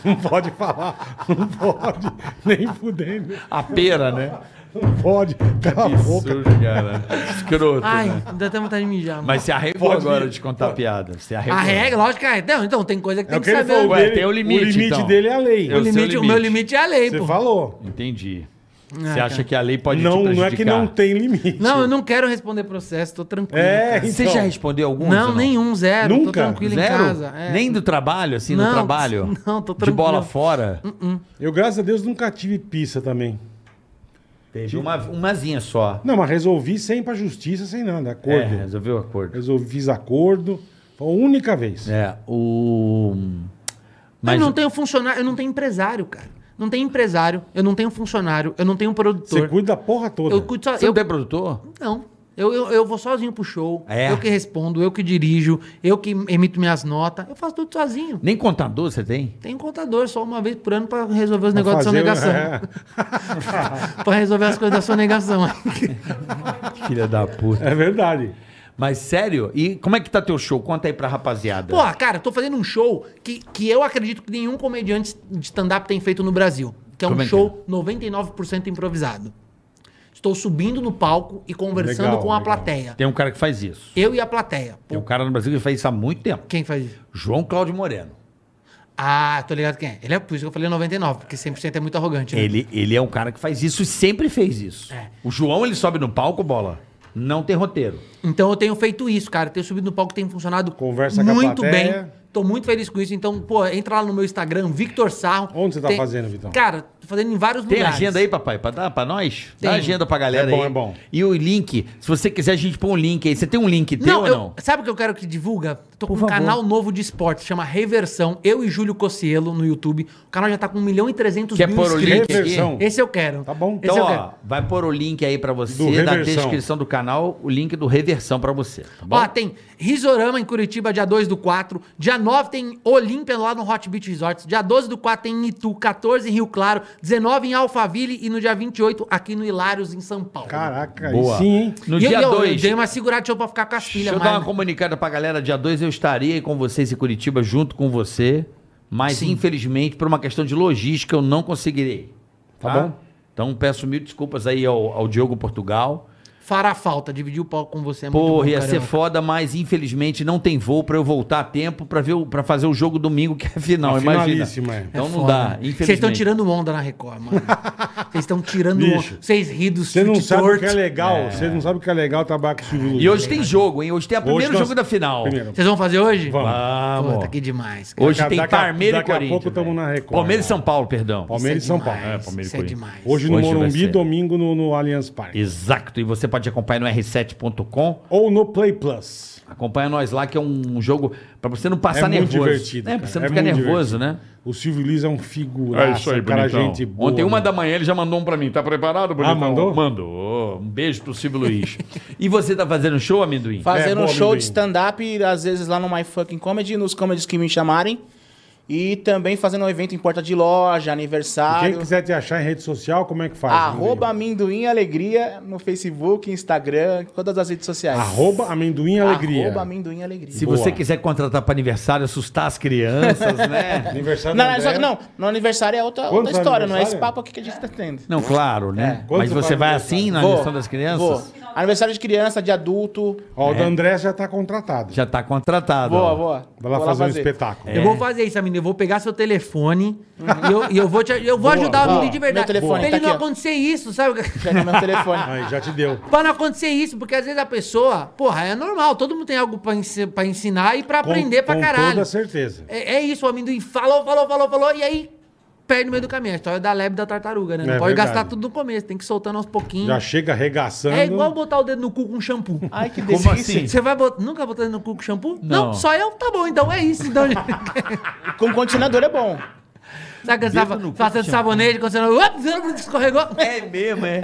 [SPEAKER 3] Não pode falar. Não pode. Nem fudendo.
[SPEAKER 4] A pera, né?
[SPEAKER 3] Não pode. Cala a boca.
[SPEAKER 4] Absurdo, cara. Escroto,
[SPEAKER 1] Ai,
[SPEAKER 4] né?
[SPEAKER 1] dá até vontade de mijar. mano.
[SPEAKER 4] Mas se arregou
[SPEAKER 3] Pode ir.
[SPEAKER 4] agora de contar a piada. Se arregou.
[SPEAKER 1] A regra, lógico que é. Não, então tem coisa que
[SPEAKER 3] É
[SPEAKER 1] tem
[SPEAKER 3] o que
[SPEAKER 1] que
[SPEAKER 3] ele
[SPEAKER 1] saber.
[SPEAKER 3] falou.
[SPEAKER 4] Ué,
[SPEAKER 3] dele-
[SPEAKER 4] tem o limite,
[SPEAKER 3] O limite
[SPEAKER 4] então.
[SPEAKER 3] dele é a lei.
[SPEAKER 1] o,
[SPEAKER 4] Eu-
[SPEAKER 1] limite,
[SPEAKER 4] seu
[SPEAKER 1] o meu
[SPEAKER 4] limite.
[SPEAKER 1] limite é a lei,
[SPEAKER 3] Você
[SPEAKER 1] pô.
[SPEAKER 3] falou.
[SPEAKER 4] Entendi.
[SPEAKER 1] Ah,
[SPEAKER 4] Você
[SPEAKER 1] cara.
[SPEAKER 4] acha que a lei pode
[SPEAKER 3] Não,
[SPEAKER 4] te
[SPEAKER 3] não é que
[SPEAKER 4] prejudicar?
[SPEAKER 3] não tem limite.
[SPEAKER 1] Não, eu não quero responder processo, tô tranquilo.
[SPEAKER 3] É,
[SPEAKER 1] cara.
[SPEAKER 3] então.
[SPEAKER 4] Você já respondeu algum?
[SPEAKER 1] Não, nenhum, zero. Tô
[SPEAKER 3] Nunca?
[SPEAKER 1] tranquilo
[SPEAKER 4] Zero?
[SPEAKER 1] em casa. é.
[SPEAKER 4] Nem do trabalho, assim, no
[SPEAKER 1] Não,
[SPEAKER 4] trabalho?
[SPEAKER 1] não, tô
[SPEAKER 4] De bola
[SPEAKER 1] tranquilo.
[SPEAKER 4] fora?
[SPEAKER 3] Eu, graças a Deus, nunca tive pizza também.
[SPEAKER 4] Teve uma, umazinha só.
[SPEAKER 3] Não, mas resolvi sem ir pra justiça, sem nada.
[SPEAKER 4] É,
[SPEAKER 3] Acordo.
[SPEAKER 4] resolveu o acordo.
[SPEAKER 3] Resolvi, fiz acordo. Foi a única vez.
[SPEAKER 4] É, o.
[SPEAKER 1] eu não tenho funcionário, eu não tenho empresário, cara. Não tenho empresário, eu não tenho funcionário, eu não tenho produtor.
[SPEAKER 3] Você cuida da porra toda.
[SPEAKER 1] Eu cuido só.
[SPEAKER 4] Você
[SPEAKER 1] eu,
[SPEAKER 4] não tem produtor?
[SPEAKER 1] Não. Eu, eu, eu vou sozinho pro show.
[SPEAKER 4] É?
[SPEAKER 1] Eu que respondo, eu que dirijo, eu que emito minhas notas. Eu faço tudo sozinho.
[SPEAKER 4] Nem contador você tem?
[SPEAKER 1] Tem um contador só uma vez por ano pra resolver os
[SPEAKER 3] Pra
[SPEAKER 1] negócios da
[SPEAKER 3] fazer-
[SPEAKER 1] sonegação.
[SPEAKER 3] é.
[SPEAKER 1] pra resolver as coisas da sonegação.
[SPEAKER 4] Filha da puta.
[SPEAKER 3] É verdade.
[SPEAKER 4] Mas sério? E como é que tá teu show? Conta aí pra rapaziada.
[SPEAKER 1] Pô, cara, eu tô fazendo um show que, que eu acredito que nenhum comediante de stand-up tem feito no Brasil. Que é um
[SPEAKER 4] Como é que
[SPEAKER 1] show 99% improvisado. Estou subindo no palco e conversando
[SPEAKER 3] Legal,
[SPEAKER 1] com a
[SPEAKER 3] legal.
[SPEAKER 1] plateia.
[SPEAKER 4] Tem um cara que faz isso.
[SPEAKER 1] Eu e a plateia.
[SPEAKER 4] Tem um cara no Brasil que faz isso há muito tempo.
[SPEAKER 1] Quem faz isso?
[SPEAKER 4] João Cláudio Moreno.
[SPEAKER 1] Ah, tô ligado quem é. Ele é por isso que eu falei 99, porque 100% é muito arrogante. Né?
[SPEAKER 4] Ele, ele é um cara que faz isso e sempre fez isso.
[SPEAKER 1] É.
[SPEAKER 4] O João, ele sobe no palco, bola. Não tem roteiro.
[SPEAKER 1] Então eu tenho feito isso, cara. Tenho subido no palco, tem funcionado
[SPEAKER 3] Conversa com a
[SPEAKER 1] muito
[SPEAKER 3] plateia.
[SPEAKER 1] bem. Tô muito feliz com isso. Então, pô, entra lá no meu Instagram, Victor Sarro.
[SPEAKER 3] Onde você tá
[SPEAKER 1] Tem-
[SPEAKER 3] fazendo, Vitão?
[SPEAKER 1] Cara, tô fazendo em vários
[SPEAKER 4] Tem
[SPEAKER 1] lugares.
[SPEAKER 4] agenda aí, papai, pra dar pra nós? Dá
[SPEAKER 1] Tem.
[SPEAKER 4] agenda pra galera
[SPEAKER 3] É bom,
[SPEAKER 4] aí.
[SPEAKER 3] é bom.
[SPEAKER 4] E o link, se você quiser, a gente põe um link aí. Você tem um link teu
[SPEAKER 1] Não,
[SPEAKER 4] ou
[SPEAKER 1] eu-
[SPEAKER 4] não?
[SPEAKER 1] sabe o que eu quero que divulga? Tô com
[SPEAKER 4] Por
[SPEAKER 1] um
[SPEAKER 4] favor.
[SPEAKER 1] canal novo de esporte, chama Reversão. Eu e Júlio Cossielo no YouTube. O canal já tá com 1 milhão e 300
[SPEAKER 4] Quer
[SPEAKER 1] mil
[SPEAKER 4] pôr o link
[SPEAKER 1] inscritos.
[SPEAKER 4] aqui?
[SPEAKER 3] Reversão.
[SPEAKER 1] Esse eu quero.
[SPEAKER 3] Tá bom.
[SPEAKER 1] Esse é
[SPEAKER 4] Então,
[SPEAKER 1] eu
[SPEAKER 4] ó,
[SPEAKER 1] quero.
[SPEAKER 4] vai pôr o link aí pra
[SPEAKER 3] Do
[SPEAKER 4] você, na
[SPEAKER 3] Reversão.
[SPEAKER 4] descrição do canal, o link do Reversão pra você, tá bom?
[SPEAKER 1] Ó, tem Risorama em Curitiba, dia 2 do 4. Dia 9 tem Olímpia lá no Hot Beach Resorts. Dia 12 do 4 tem Itu, 14 em Rio Claro, 19 em Alphaville e no dia 28 aqui no Hilários, em São Paulo.
[SPEAKER 3] Caraca,
[SPEAKER 4] Boa.
[SPEAKER 3] aí sim, hein?
[SPEAKER 4] No
[SPEAKER 1] E eu-
[SPEAKER 4] dia
[SPEAKER 1] eu- eu
[SPEAKER 4] 2,
[SPEAKER 1] Dei uma segurada deixa eu pra ficar com as
[SPEAKER 4] deixa
[SPEAKER 1] filhas,
[SPEAKER 4] eu
[SPEAKER 1] mas-
[SPEAKER 4] dar uma comunicada pra galera. Dia 2 eu estarei com vocês em Curitiba, junto com você. Mas, infelizmente, por uma questão de logística, eu não conseguirei.
[SPEAKER 3] Tá bom.
[SPEAKER 4] Então, peço mil desculpas aí ao, ao Diogo Portugal.
[SPEAKER 1] Fará falta, dividir o palco com você é muito
[SPEAKER 4] Porra,
[SPEAKER 1] bom,
[SPEAKER 4] ia ser
[SPEAKER 1] caramba.
[SPEAKER 4] foda, mas infelizmente não tem voo pra eu voltar a tempo pra ver para fazer o jogo domingo que é final,
[SPEAKER 3] A
[SPEAKER 4] imagina.
[SPEAKER 3] finalíssima, é.
[SPEAKER 4] Então
[SPEAKER 1] É
[SPEAKER 4] não
[SPEAKER 1] foda.
[SPEAKER 4] dá, infelizmente.
[SPEAKER 1] Vocês estão tirando onda na Record, mano. Vocês estão tirando
[SPEAKER 3] Bicho,
[SPEAKER 1] onda. Vocês ri dos
[SPEAKER 3] Você não
[SPEAKER 1] chute
[SPEAKER 3] sabe o que é
[SPEAKER 1] torto.
[SPEAKER 3] legal. Você não sabe o que é legal trabalhar com o Silvio Luiz.
[SPEAKER 4] E hoje tem jogo, hein? Hoje tem o primeiro
[SPEAKER 3] nós-
[SPEAKER 4] jogo da final.
[SPEAKER 3] Primeiro.
[SPEAKER 1] Vocês vão fazer hoje?
[SPEAKER 3] Vamos.
[SPEAKER 4] Vamos.
[SPEAKER 1] Pô, tá aqui demais, cara.
[SPEAKER 4] Hoje
[SPEAKER 3] Daqui a-
[SPEAKER 4] tem
[SPEAKER 3] daqui a-
[SPEAKER 4] Parmeira e
[SPEAKER 3] daqui a
[SPEAKER 4] Corinthians.
[SPEAKER 3] pouco tamo
[SPEAKER 4] velho.
[SPEAKER 3] na Record,
[SPEAKER 4] Palmeiras e
[SPEAKER 3] né?
[SPEAKER 4] São Paulo, perdão.
[SPEAKER 3] Palmeiras e São Paulo.
[SPEAKER 1] É, Palmeiras Isso é demais.
[SPEAKER 3] Hoje no
[SPEAKER 4] Hoje vai
[SPEAKER 3] Morumbi,
[SPEAKER 4] ser.
[SPEAKER 3] domingo no, no Allianz Parque.
[SPEAKER 4] Exato. E você pode acompanhar no r7.com.
[SPEAKER 3] Ou no Play Plus.
[SPEAKER 4] Acompanha nós lá, que é um jogo pra você não passar
[SPEAKER 3] é muito
[SPEAKER 4] Ah, nervoso.
[SPEAKER 3] divertido.
[SPEAKER 4] É,
[SPEAKER 3] cara.
[SPEAKER 4] pra você não
[SPEAKER 3] É
[SPEAKER 4] ficar
[SPEAKER 3] muito
[SPEAKER 4] nervoso,
[SPEAKER 3] divertido.
[SPEAKER 4] né?
[SPEAKER 3] O Silvio Luiz é um figuraço.
[SPEAKER 6] É isso aí,
[SPEAKER 3] um cara
[SPEAKER 6] bonitão.
[SPEAKER 3] gente boa. né?
[SPEAKER 4] Ontem, uma
[SPEAKER 3] mano.
[SPEAKER 4] da manhã, ele já mandou um pra mim. Tá preparado, bonitão?
[SPEAKER 3] mandou?
[SPEAKER 4] Mandou. Um beijo pro Silvio Luiz. e você tá fazendo show, amendoim?
[SPEAKER 3] É,
[SPEAKER 5] Fazendo
[SPEAKER 3] boa,
[SPEAKER 5] um show
[SPEAKER 3] amendoim.
[SPEAKER 5] de stand-up, às vezes lá no My Fucking Comedy, nos comedies que me chamarem. E também fazendo um evento em porta de loja,
[SPEAKER 3] Quem
[SPEAKER 5] aniversário.
[SPEAKER 3] quiser te achar em rede social, como é que faz?
[SPEAKER 5] Arroba
[SPEAKER 3] amendoim?
[SPEAKER 5] Amendoim Alegria no Facebook, Instagram, todas as redes sociais.
[SPEAKER 3] Arroba amendoim alegria.
[SPEAKER 5] Arroba Amendoim Alegria.
[SPEAKER 4] Se
[SPEAKER 3] Boa.
[SPEAKER 4] você quiser contratar pra aniversário, assustar as crianças, né?
[SPEAKER 3] Aniversário
[SPEAKER 5] Não,
[SPEAKER 3] da
[SPEAKER 5] não, só que
[SPEAKER 3] Andréa.
[SPEAKER 5] não, no aniversário é outra,
[SPEAKER 3] Quando
[SPEAKER 5] outra
[SPEAKER 3] faz
[SPEAKER 5] história, não é esse
[SPEAKER 3] aniversário?
[SPEAKER 5] papo aqui que a gente tá tendo.
[SPEAKER 4] Não, claro, né?
[SPEAKER 3] Quando
[SPEAKER 4] Mas
[SPEAKER 3] você
[SPEAKER 4] você
[SPEAKER 3] faz
[SPEAKER 4] vai
[SPEAKER 3] aniversário?
[SPEAKER 4] assim na
[SPEAKER 5] Vou,
[SPEAKER 4] missão das crianças?
[SPEAKER 5] vou. Aniversário de criança, de adulto.
[SPEAKER 3] Ó, o da André já tá contratado.
[SPEAKER 4] É. Já tá contratado. ó.
[SPEAKER 5] Boa, boa.
[SPEAKER 3] Vai lá
[SPEAKER 5] Vou
[SPEAKER 3] fazer um espetáculo.
[SPEAKER 1] É.
[SPEAKER 4] É.
[SPEAKER 1] Eu vou fazer isso, menina. Eu vou pegar seu telefone e eu, e eu vou, te, eu vou ajudar o menino de verdade.
[SPEAKER 5] Meu telefone
[SPEAKER 1] pra
[SPEAKER 5] tá
[SPEAKER 1] ele não
[SPEAKER 5] aqui, ó.
[SPEAKER 1] acontecer isso, sabe?
[SPEAKER 5] Pega meu telefone.
[SPEAKER 3] Aí, já te deu.
[SPEAKER 1] pra não acontecer isso, porque às vezes a pessoa, porra, é normal. Todo mundo tem algo pra, ensi- pra ensinar e pra aprender pra
[SPEAKER 3] com
[SPEAKER 1] caralho.
[SPEAKER 3] toda certeza.
[SPEAKER 1] É, é isso, o amendoim falou, falou, falou, falou, e aí perde no meio do caminho. É A história da leve da tartaruga, né? Não
[SPEAKER 3] É
[SPEAKER 1] pode
[SPEAKER 3] verdade.
[SPEAKER 1] gastar tudo no começo, tem que ir soltando aos pouquinhos.
[SPEAKER 3] Já chega arregaçando.
[SPEAKER 1] É igual botar o dedo no cu com shampoo.
[SPEAKER 5] Ai, que
[SPEAKER 4] Como
[SPEAKER 5] delícia.
[SPEAKER 4] assim?
[SPEAKER 1] Você vai botar, nunca botar o dedo no cu com shampoo?
[SPEAKER 4] Não.
[SPEAKER 1] só eu? Tá bom, então é isso. Então, gente.
[SPEAKER 5] Com continuador é bom.
[SPEAKER 1] Sabe quando você
[SPEAKER 4] Dedo
[SPEAKER 1] tava
[SPEAKER 4] no cu
[SPEAKER 1] fazendo
[SPEAKER 4] com
[SPEAKER 1] sabonete, quando você não... Op, escorregou.
[SPEAKER 4] É mesmo, é.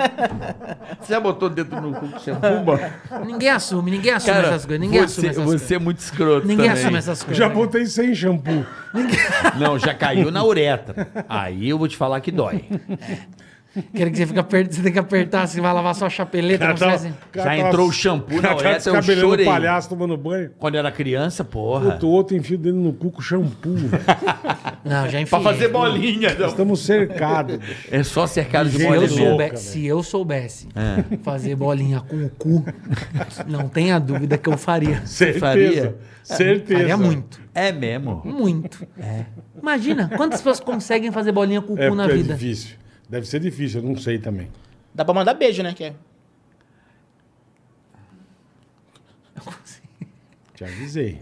[SPEAKER 4] Você já botou dentro no cu que você fuma?
[SPEAKER 1] Ninguém assume, ninguém assume
[SPEAKER 4] Cara,
[SPEAKER 1] essas coisas. Ninguém
[SPEAKER 4] você,
[SPEAKER 1] assume essas
[SPEAKER 4] você é
[SPEAKER 1] coisas.
[SPEAKER 4] muito escroto
[SPEAKER 1] Ninguém
[SPEAKER 4] também.
[SPEAKER 1] assume essas coisas.
[SPEAKER 3] Já botei sem shampoo.
[SPEAKER 4] Não, já caiu na uretra. Aí eu vou te falar que dói.
[SPEAKER 1] Quero que você fica aper... você tem que apertar, você vai lavar sua chapeleta, não
[SPEAKER 3] tava-
[SPEAKER 1] sei assim.
[SPEAKER 3] cara
[SPEAKER 4] Já
[SPEAKER 3] tava-
[SPEAKER 4] entrou o shampoo na
[SPEAKER 3] cara tava
[SPEAKER 4] uretra, eu
[SPEAKER 3] descabelando o
[SPEAKER 4] chorei.
[SPEAKER 3] palhaço tomando banho.
[SPEAKER 4] Quando eu era criança, porra.
[SPEAKER 3] Puta, o outro enfia o dedo no cu com shampoo, velho.
[SPEAKER 1] Não, já
[SPEAKER 4] Pra
[SPEAKER 1] enfiei.
[SPEAKER 4] fazer bolinha. não.
[SPEAKER 3] Estamos cercados.
[SPEAKER 4] É só cercado de
[SPEAKER 1] Se
[SPEAKER 4] bolinha.
[SPEAKER 1] eu,
[SPEAKER 3] Olha,
[SPEAKER 1] soube-
[SPEAKER 3] louca,
[SPEAKER 1] se eu soubesse fazer bolinha com o cu, não tenha dúvida que eu faria.
[SPEAKER 3] Certeza.
[SPEAKER 4] Faria?
[SPEAKER 3] Certeza.
[SPEAKER 1] Faria muito,
[SPEAKER 4] É mesmo.
[SPEAKER 1] muito. Imagina, quantas pessoas conseguem fazer bolinha com o
[SPEAKER 3] É,
[SPEAKER 1] cu na
[SPEAKER 3] porque é
[SPEAKER 1] vida?
[SPEAKER 3] difícil. Deve ser difícil, eu não sei também.
[SPEAKER 5] Dá pra mandar beijo, né? Que é.
[SPEAKER 3] Te avisei.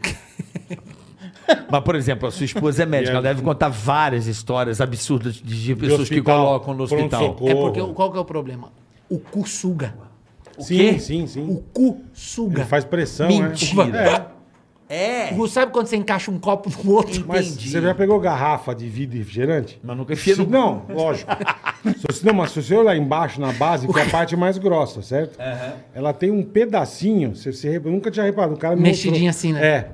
[SPEAKER 4] Mas, por exemplo, a sua esposa é médica. Ela deve contar várias histórias absurdas de, de pessoas que
[SPEAKER 3] hospital,
[SPEAKER 4] colocam no hospital.
[SPEAKER 3] pronto-socorro.
[SPEAKER 1] É porque o- qual que é o problema? O cu suga.
[SPEAKER 3] sim,
[SPEAKER 1] quê?
[SPEAKER 3] sim, sim.
[SPEAKER 1] O cu suga.
[SPEAKER 3] Ele faz pressão,
[SPEAKER 4] Mentira.
[SPEAKER 3] né? É.
[SPEAKER 4] É.
[SPEAKER 1] O cu sabe quando você encaixa um copo no outro?
[SPEAKER 3] Mas
[SPEAKER 4] Entendi.
[SPEAKER 3] você já pegou garrafa de vidro e refrigerante?
[SPEAKER 4] Mas nunca
[SPEAKER 3] Se-
[SPEAKER 4] enfiei no
[SPEAKER 3] Não, lógico. se você, não, mas se você olhar embaixo na base, que é a parte mais grossa, certo? Ela tem um pedacinho, você, você- eu nunca tinha reparado, o cara me
[SPEAKER 1] Mexidinho
[SPEAKER 3] mostrou.
[SPEAKER 1] assim, né?
[SPEAKER 3] É.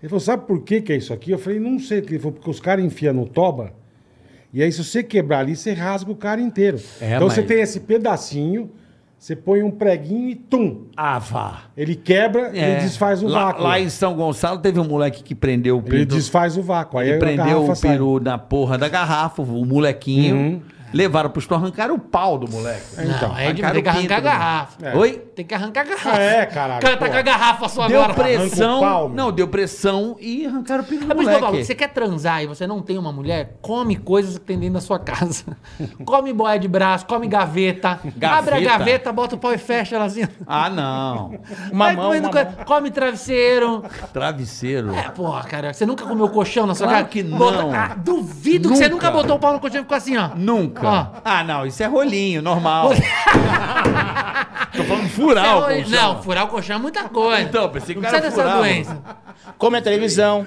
[SPEAKER 3] Ele falou, sabe por que que é isso aqui? Eu falei, não sei. Ele falou, porque os caras enfiam no toba, e aí se você quebrar ali, você rasga o cara inteiro.
[SPEAKER 4] É,
[SPEAKER 3] então você
[SPEAKER 4] mas-
[SPEAKER 3] tem esse pedacinho, você põe um preguinho e tum!
[SPEAKER 4] Ah, vá.
[SPEAKER 3] Ele quebra, ele desfaz o
[SPEAKER 4] É. lá,
[SPEAKER 3] vácuo.
[SPEAKER 4] lá em São Gonçalo teve um moleque que prendeu o
[SPEAKER 3] Ele
[SPEAKER 4] peru.
[SPEAKER 3] desfaz o vácuo. Aí
[SPEAKER 4] Ele
[SPEAKER 3] a
[SPEAKER 4] prendeu
[SPEAKER 3] garrafa
[SPEAKER 4] o
[SPEAKER 3] sai.
[SPEAKER 4] peru na porra da garrafa, o molequinho. Levaram pro store, arrancaram o pau do moleque.
[SPEAKER 1] Não,
[SPEAKER 3] Então,
[SPEAKER 1] é de
[SPEAKER 4] arrancaram
[SPEAKER 1] tem que
[SPEAKER 4] o pinto
[SPEAKER 1] arrancar a
[SPEAKER 4] do moleque.
[SPEAKER 1] garrafa.
[SPEAKER 3] É.
[SPEAKER 4] Oi?
[SPEAKER 1] Tem que arrancar a garrafa.
[SPEAKER 3] Ah, é, caralho,
[SPEAKER 1] O cara tá
[SPEAKER 3] pô.
[SPEAKER 1] com a garrafa só
[SPEAKER 4] Deu
[SPEAKER 1] agora. Arranca-
[SPEAKER 4] pressão.
[SPEAKER 3] o pau, meu.
[SPEAKER 4] não, deu pressão e arrancaram o peru
[SPEAKER 1] É
[SPEAKER 4] do
[SPEAKER 1] por isso que eu falo,
[SPEAKER 4] moleque.
[SPEAKER 1] você quer transar e você não tem uma mulher, come coisas que tem dentro da sua casa. come boia de braço, come gaveta, Abre a
[SPEAKER 4] Gaveta?
[SPEAKER 1] gaveta, bota o pau e fecha ela assim.
[SPEAKER 4] Ah, não.
[SPEAKER 5] Uma
[SPEAKER 1] Vai
[SPEAKER 5] mão,
[SPEAKER 1] comendo
[SPEAKER 5] uma
[SPEAKER 1] coisa,
[SPEAKER 5] mão.
[SPEAKER 1] Come travesseiro.
[SPEAKER 4] Travesseiro.
[SPEAKER 1] É, porra, cara. Você nunca comeu colchão na sua
[SPEAKER 4] Claro
[SPEAKER 1] casa?
[SPEAKER 4] que não.
[SPEAKER 1] Ah, duvido que você
[SPEAKER 4] Nunca.
[SPEAKER 1] nunca botou o pau no colchão e ficou assim, ó.
[SPEAKER 4] Nunca.
[SPEAKER 1] Ó.
[SPEAKER 4] Ah, não, isso é rolinho, normal. Tô falando furar o
[SPEAKER 1] Você-
[SPEAKER 4] colchão.
[SPEAKER 1] não, furar o colchão é muita coisa.
[SPEAKER 4] Então, pensei que
[SPEAKER 1] não
[SPEAKER 4] o cara
[SPEAKER 1] precisa dessa
[SPEAKER 4] furava.
[SPEAKER 1] doença.
[SPEAKER 5] Come a televisão.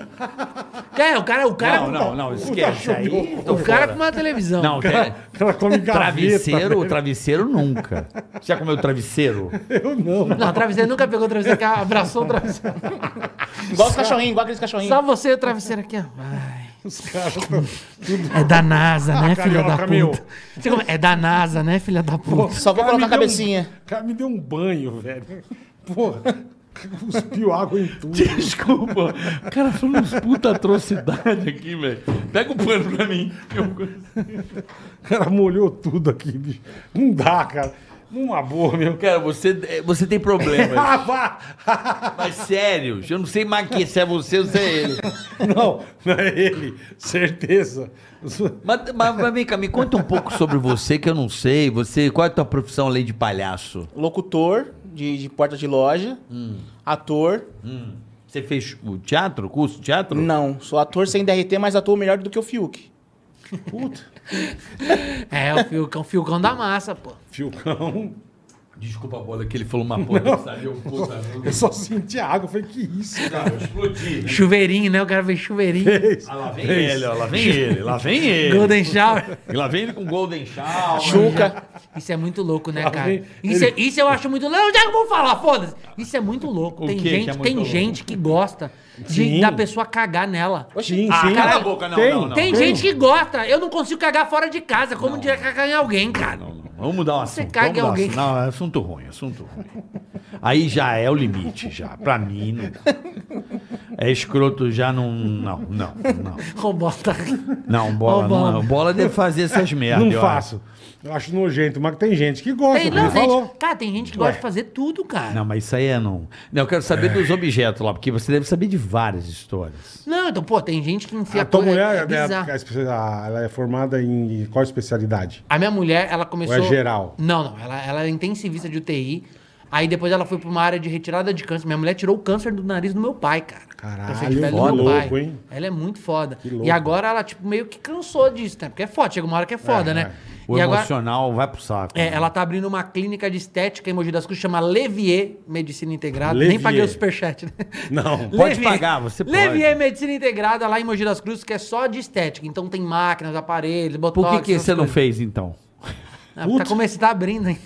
[SPEAKER 1] É, o cara, o cara,
[SPEAKER 4] Não, não, não, esquece. Aí, tô
[SPEAKER 1] o cara
[SPEAKER 4] fora.
[SPEAKER 1] com uma televisão.
[SPEAKER 4] Não, é,
[SPEAKER 3] Ela come gaveta.
[SPEAKER 4] travesseiro, travesseiro nunca. Você já comeu travesseiro?
[SPEAKER 3] Eu não.
[SPEAKER 1] Não, travesseiro nunca pegou o travesseiro, que abraçou o travesseiro.
[SPEAKER 5] Igual os cachorrinhos, igual aqueles cachorrinhos.
[SPEAKER 1] Só você e o travesseiro aqui, ó. Ai. É da NASA, né, filha da
[SPEAKER 3] carioca,
[SPEAKER 1] puta?
[SPEAKER 3] meu.
[SPEAKER 1] Você come- É da NASA, né, filha da puta?
[SPEAKER 5] Só vou
[SPEAKER 3] O cara
[SPEAKER 5] colocar a
[SPEAKER 3] me deu
[SPEAKER 5] cabecinha.
[SPEAKER 3] Um, o cara me deu um banho, velho. Porra, cuspiu água em tudo.
[SPEAKER 6] Desculpa. O cara falou uns puta atrocidade aqui, velho. Pega o pano pra mim. Eu-
[SPEAKER 3] O cara molhou tudo aqui, bicho. Não dá, cara. Numa boa, meu.
[SPEAKER 4] Cara, você, é, você tem problemas.
[SPEAKER 3] Ah, vá!
[SPEAKER 4] mas sérios, eu não sei mais quem, se é você ou se é ele.
[SPEAKER 3] Não, não é ele. Certeza.
[SPEAKER 4] Mas, mas- mas vem cá, me conta um pouco sobre você, que eu não sei. Você, qual é a tua profissão além de palhaço?
[SPEAKER 5] Locutor de, de porta de loja.
[SPEAKER 4] Hum.
[SPEAKER 5] Ator.
[SPEAKER 4] Você fez o teatro, curso de teatro?
[SPEAKER 5] Não, sou ator sem DRT, mas atuo melhor do que o Fiuk.
[SPEAKER 1] É, o Fiocão, o Fiocão da massa, pô.
[SPEAKER 3] Filcão.
[SPEAKER 4] Desculpa a bola que ele falou uma porra, sabe? Eu, puta, eu-
[SPEAKER 3] Eu só senti a água. Eu falei, que isso, cara?
[SPEAKER 1] Chuveirinho, né? O cara fez chuveirinho.
[SPEAKER 4] Ah, lá vem ele, ó, lá vem ele, lá vem ele.
[SPEAKER 1] Golden Shower.
[SPEAKER 4] E lá vem ele com Golden Shower.
[SPEAKER 5] Juca.
[SPEAKER 1] Isso é muito louco, né,
[SPEAKER 3] Lá
[SPEAKER 1] cara?
[SPEAKER 3] vem
[SPEAKER 1] Isso,
[SPEAKER 3] ele-
[SPEAKER 1] é- isso eu acho muito louco. Já que eu vou falar, foda-se. Isso é muito louco.
[SPEAKER 4] O
[SPEAKER 1] Tem
[SPEAKER 4] quê que é
[SPEAKER 1] gente,
[SPEAKER 4] muito
[SPEAKER 1] tem
[SPEAKER 4] louco?
[SPEAKER 1] gente que gosta de-
[SPEAKER 3] Sim.
[SPEAKER 1] da pessoa cagar nela.
[SPEAKER 3] Sim,
[SPEAKER 4] Ah,
[SPEAKER 3] sim.
[SPEAKER 4] cala a boca, não,
[SPEAKER 3] Tem.
[SPEAKER 4] não, não.
[SPEAKER 1] tem gente que gosta. Eu não consigo cagar fora de casa. Como não. diria cagar em alguém, cara?
[SPEAKER 4] Ah, Não, não, Vamos mudar o
[SPEAKER 1] Você
[SPEAKER 4] assunto.
[SPEAKER 1] caga
[SPEAKER 4] vamos
[SPEAKER 1] em
[SPEAKER 4] mudar o assunto. Não,
[SPEAKER 1] alguém.
[SPEAKER 4] é assunto ruim, assunto ruim. Aí já é o limite, já. Pra mim, não dá. É escroto já não. Não, não, não.
[SPEAKER 1] Robota.
[SPEAKER 4] Não, bola,
[SPEAKER 1] Ó,
[SPEAKER 4] não.
[SPEAKER 1] bola.
[SPEAKER 4] Bola deve fazer essas merdas.
[SPEAKER 3] Não
[SPEAKER 4] eu
[SPEAKER 3] faço. Eu acho nojento, mas tem gente que gosta.
[SPEAKER 1] Tem,
[SPEAKER 3] Ele
[SPEAKER 1] não,
[SPEAKER 3] falou.
[SPEAKER 1] gente, cara, tem gente que gosta de fazer tudo, cara.
[SPEAKER 4] acho. Não, mas isso aí é não. Não, eu quero saber dos objetos lá, porque você deve saber de várias histórias.
[SPEAKER 1] Não, então, pô, tem gente que enfia
[SPEAKER 3] A tua
[SPEAKER 1] coisa-
[SPEAKER 3] mulher,
[SPEAKER 1] é bizarro.
[SPEAKER 3] ela- ela- ela é formada em qual especialidade?
[SPEAKER 1] A minha mulher, ela começou.
[SPEAKER 3] Ou é geral?
[SPEAKER 1] Não, não. Ela, ela é intensivista de UTI. Aí depois ela foi pra uma área de retirada de câncer. Minha mulher tirou o câncer do nariz do meu pai, cara.
[SPEAKER 3] Caralho,
[SPEAKER 1] Câncer de pele do
[SPEAKER 3] que
[SPEAKER 1] meu
[SPEAKER 3] louco,
[SPEAKER 1] pai.
[SPEAKER 3] hein?
[SPEAKER 1] Ela é muito foda.
[SPEAKER 3] louco.
[SPEAKER 1] E agora ela, tipo, meio que cansou disso, né? Porque é foda, chega uma hora que é foda,
[SPEAKER 3] É,
[SPEAKER 1] né?
[SPEAKER 4] O
[SPEAKER 1] e agora.
[SPEAKER 4] emocional vai pro saco. né?
[SPEAKER 1] É, ela tá abrindo uma clínica de estética em Mogi das Cruzes, chama Levier Medicina Integrada. Nem
[SPEAKER 3] Levier.
[SPEAKER 1] paguei o superchat, né?
[SPEAKER 3] Não.
[SPEAKER 4] Pode pagar, você pode.
[SPEAKER 1] Levier Medicina Integrada lá em Mogi das Cruzes, que é só de estética. Então tem máquinas, aparelhos, botox...
[SPEAKER 4] Por que, que
[SPEAKER 1] essas
[SPEAKER 4] você não
[SPEAKER 1] coisas.
[SPEAKER 4] fez, então?
[SPEAKER 1] Ah, tá começando, tá abrindo, hein?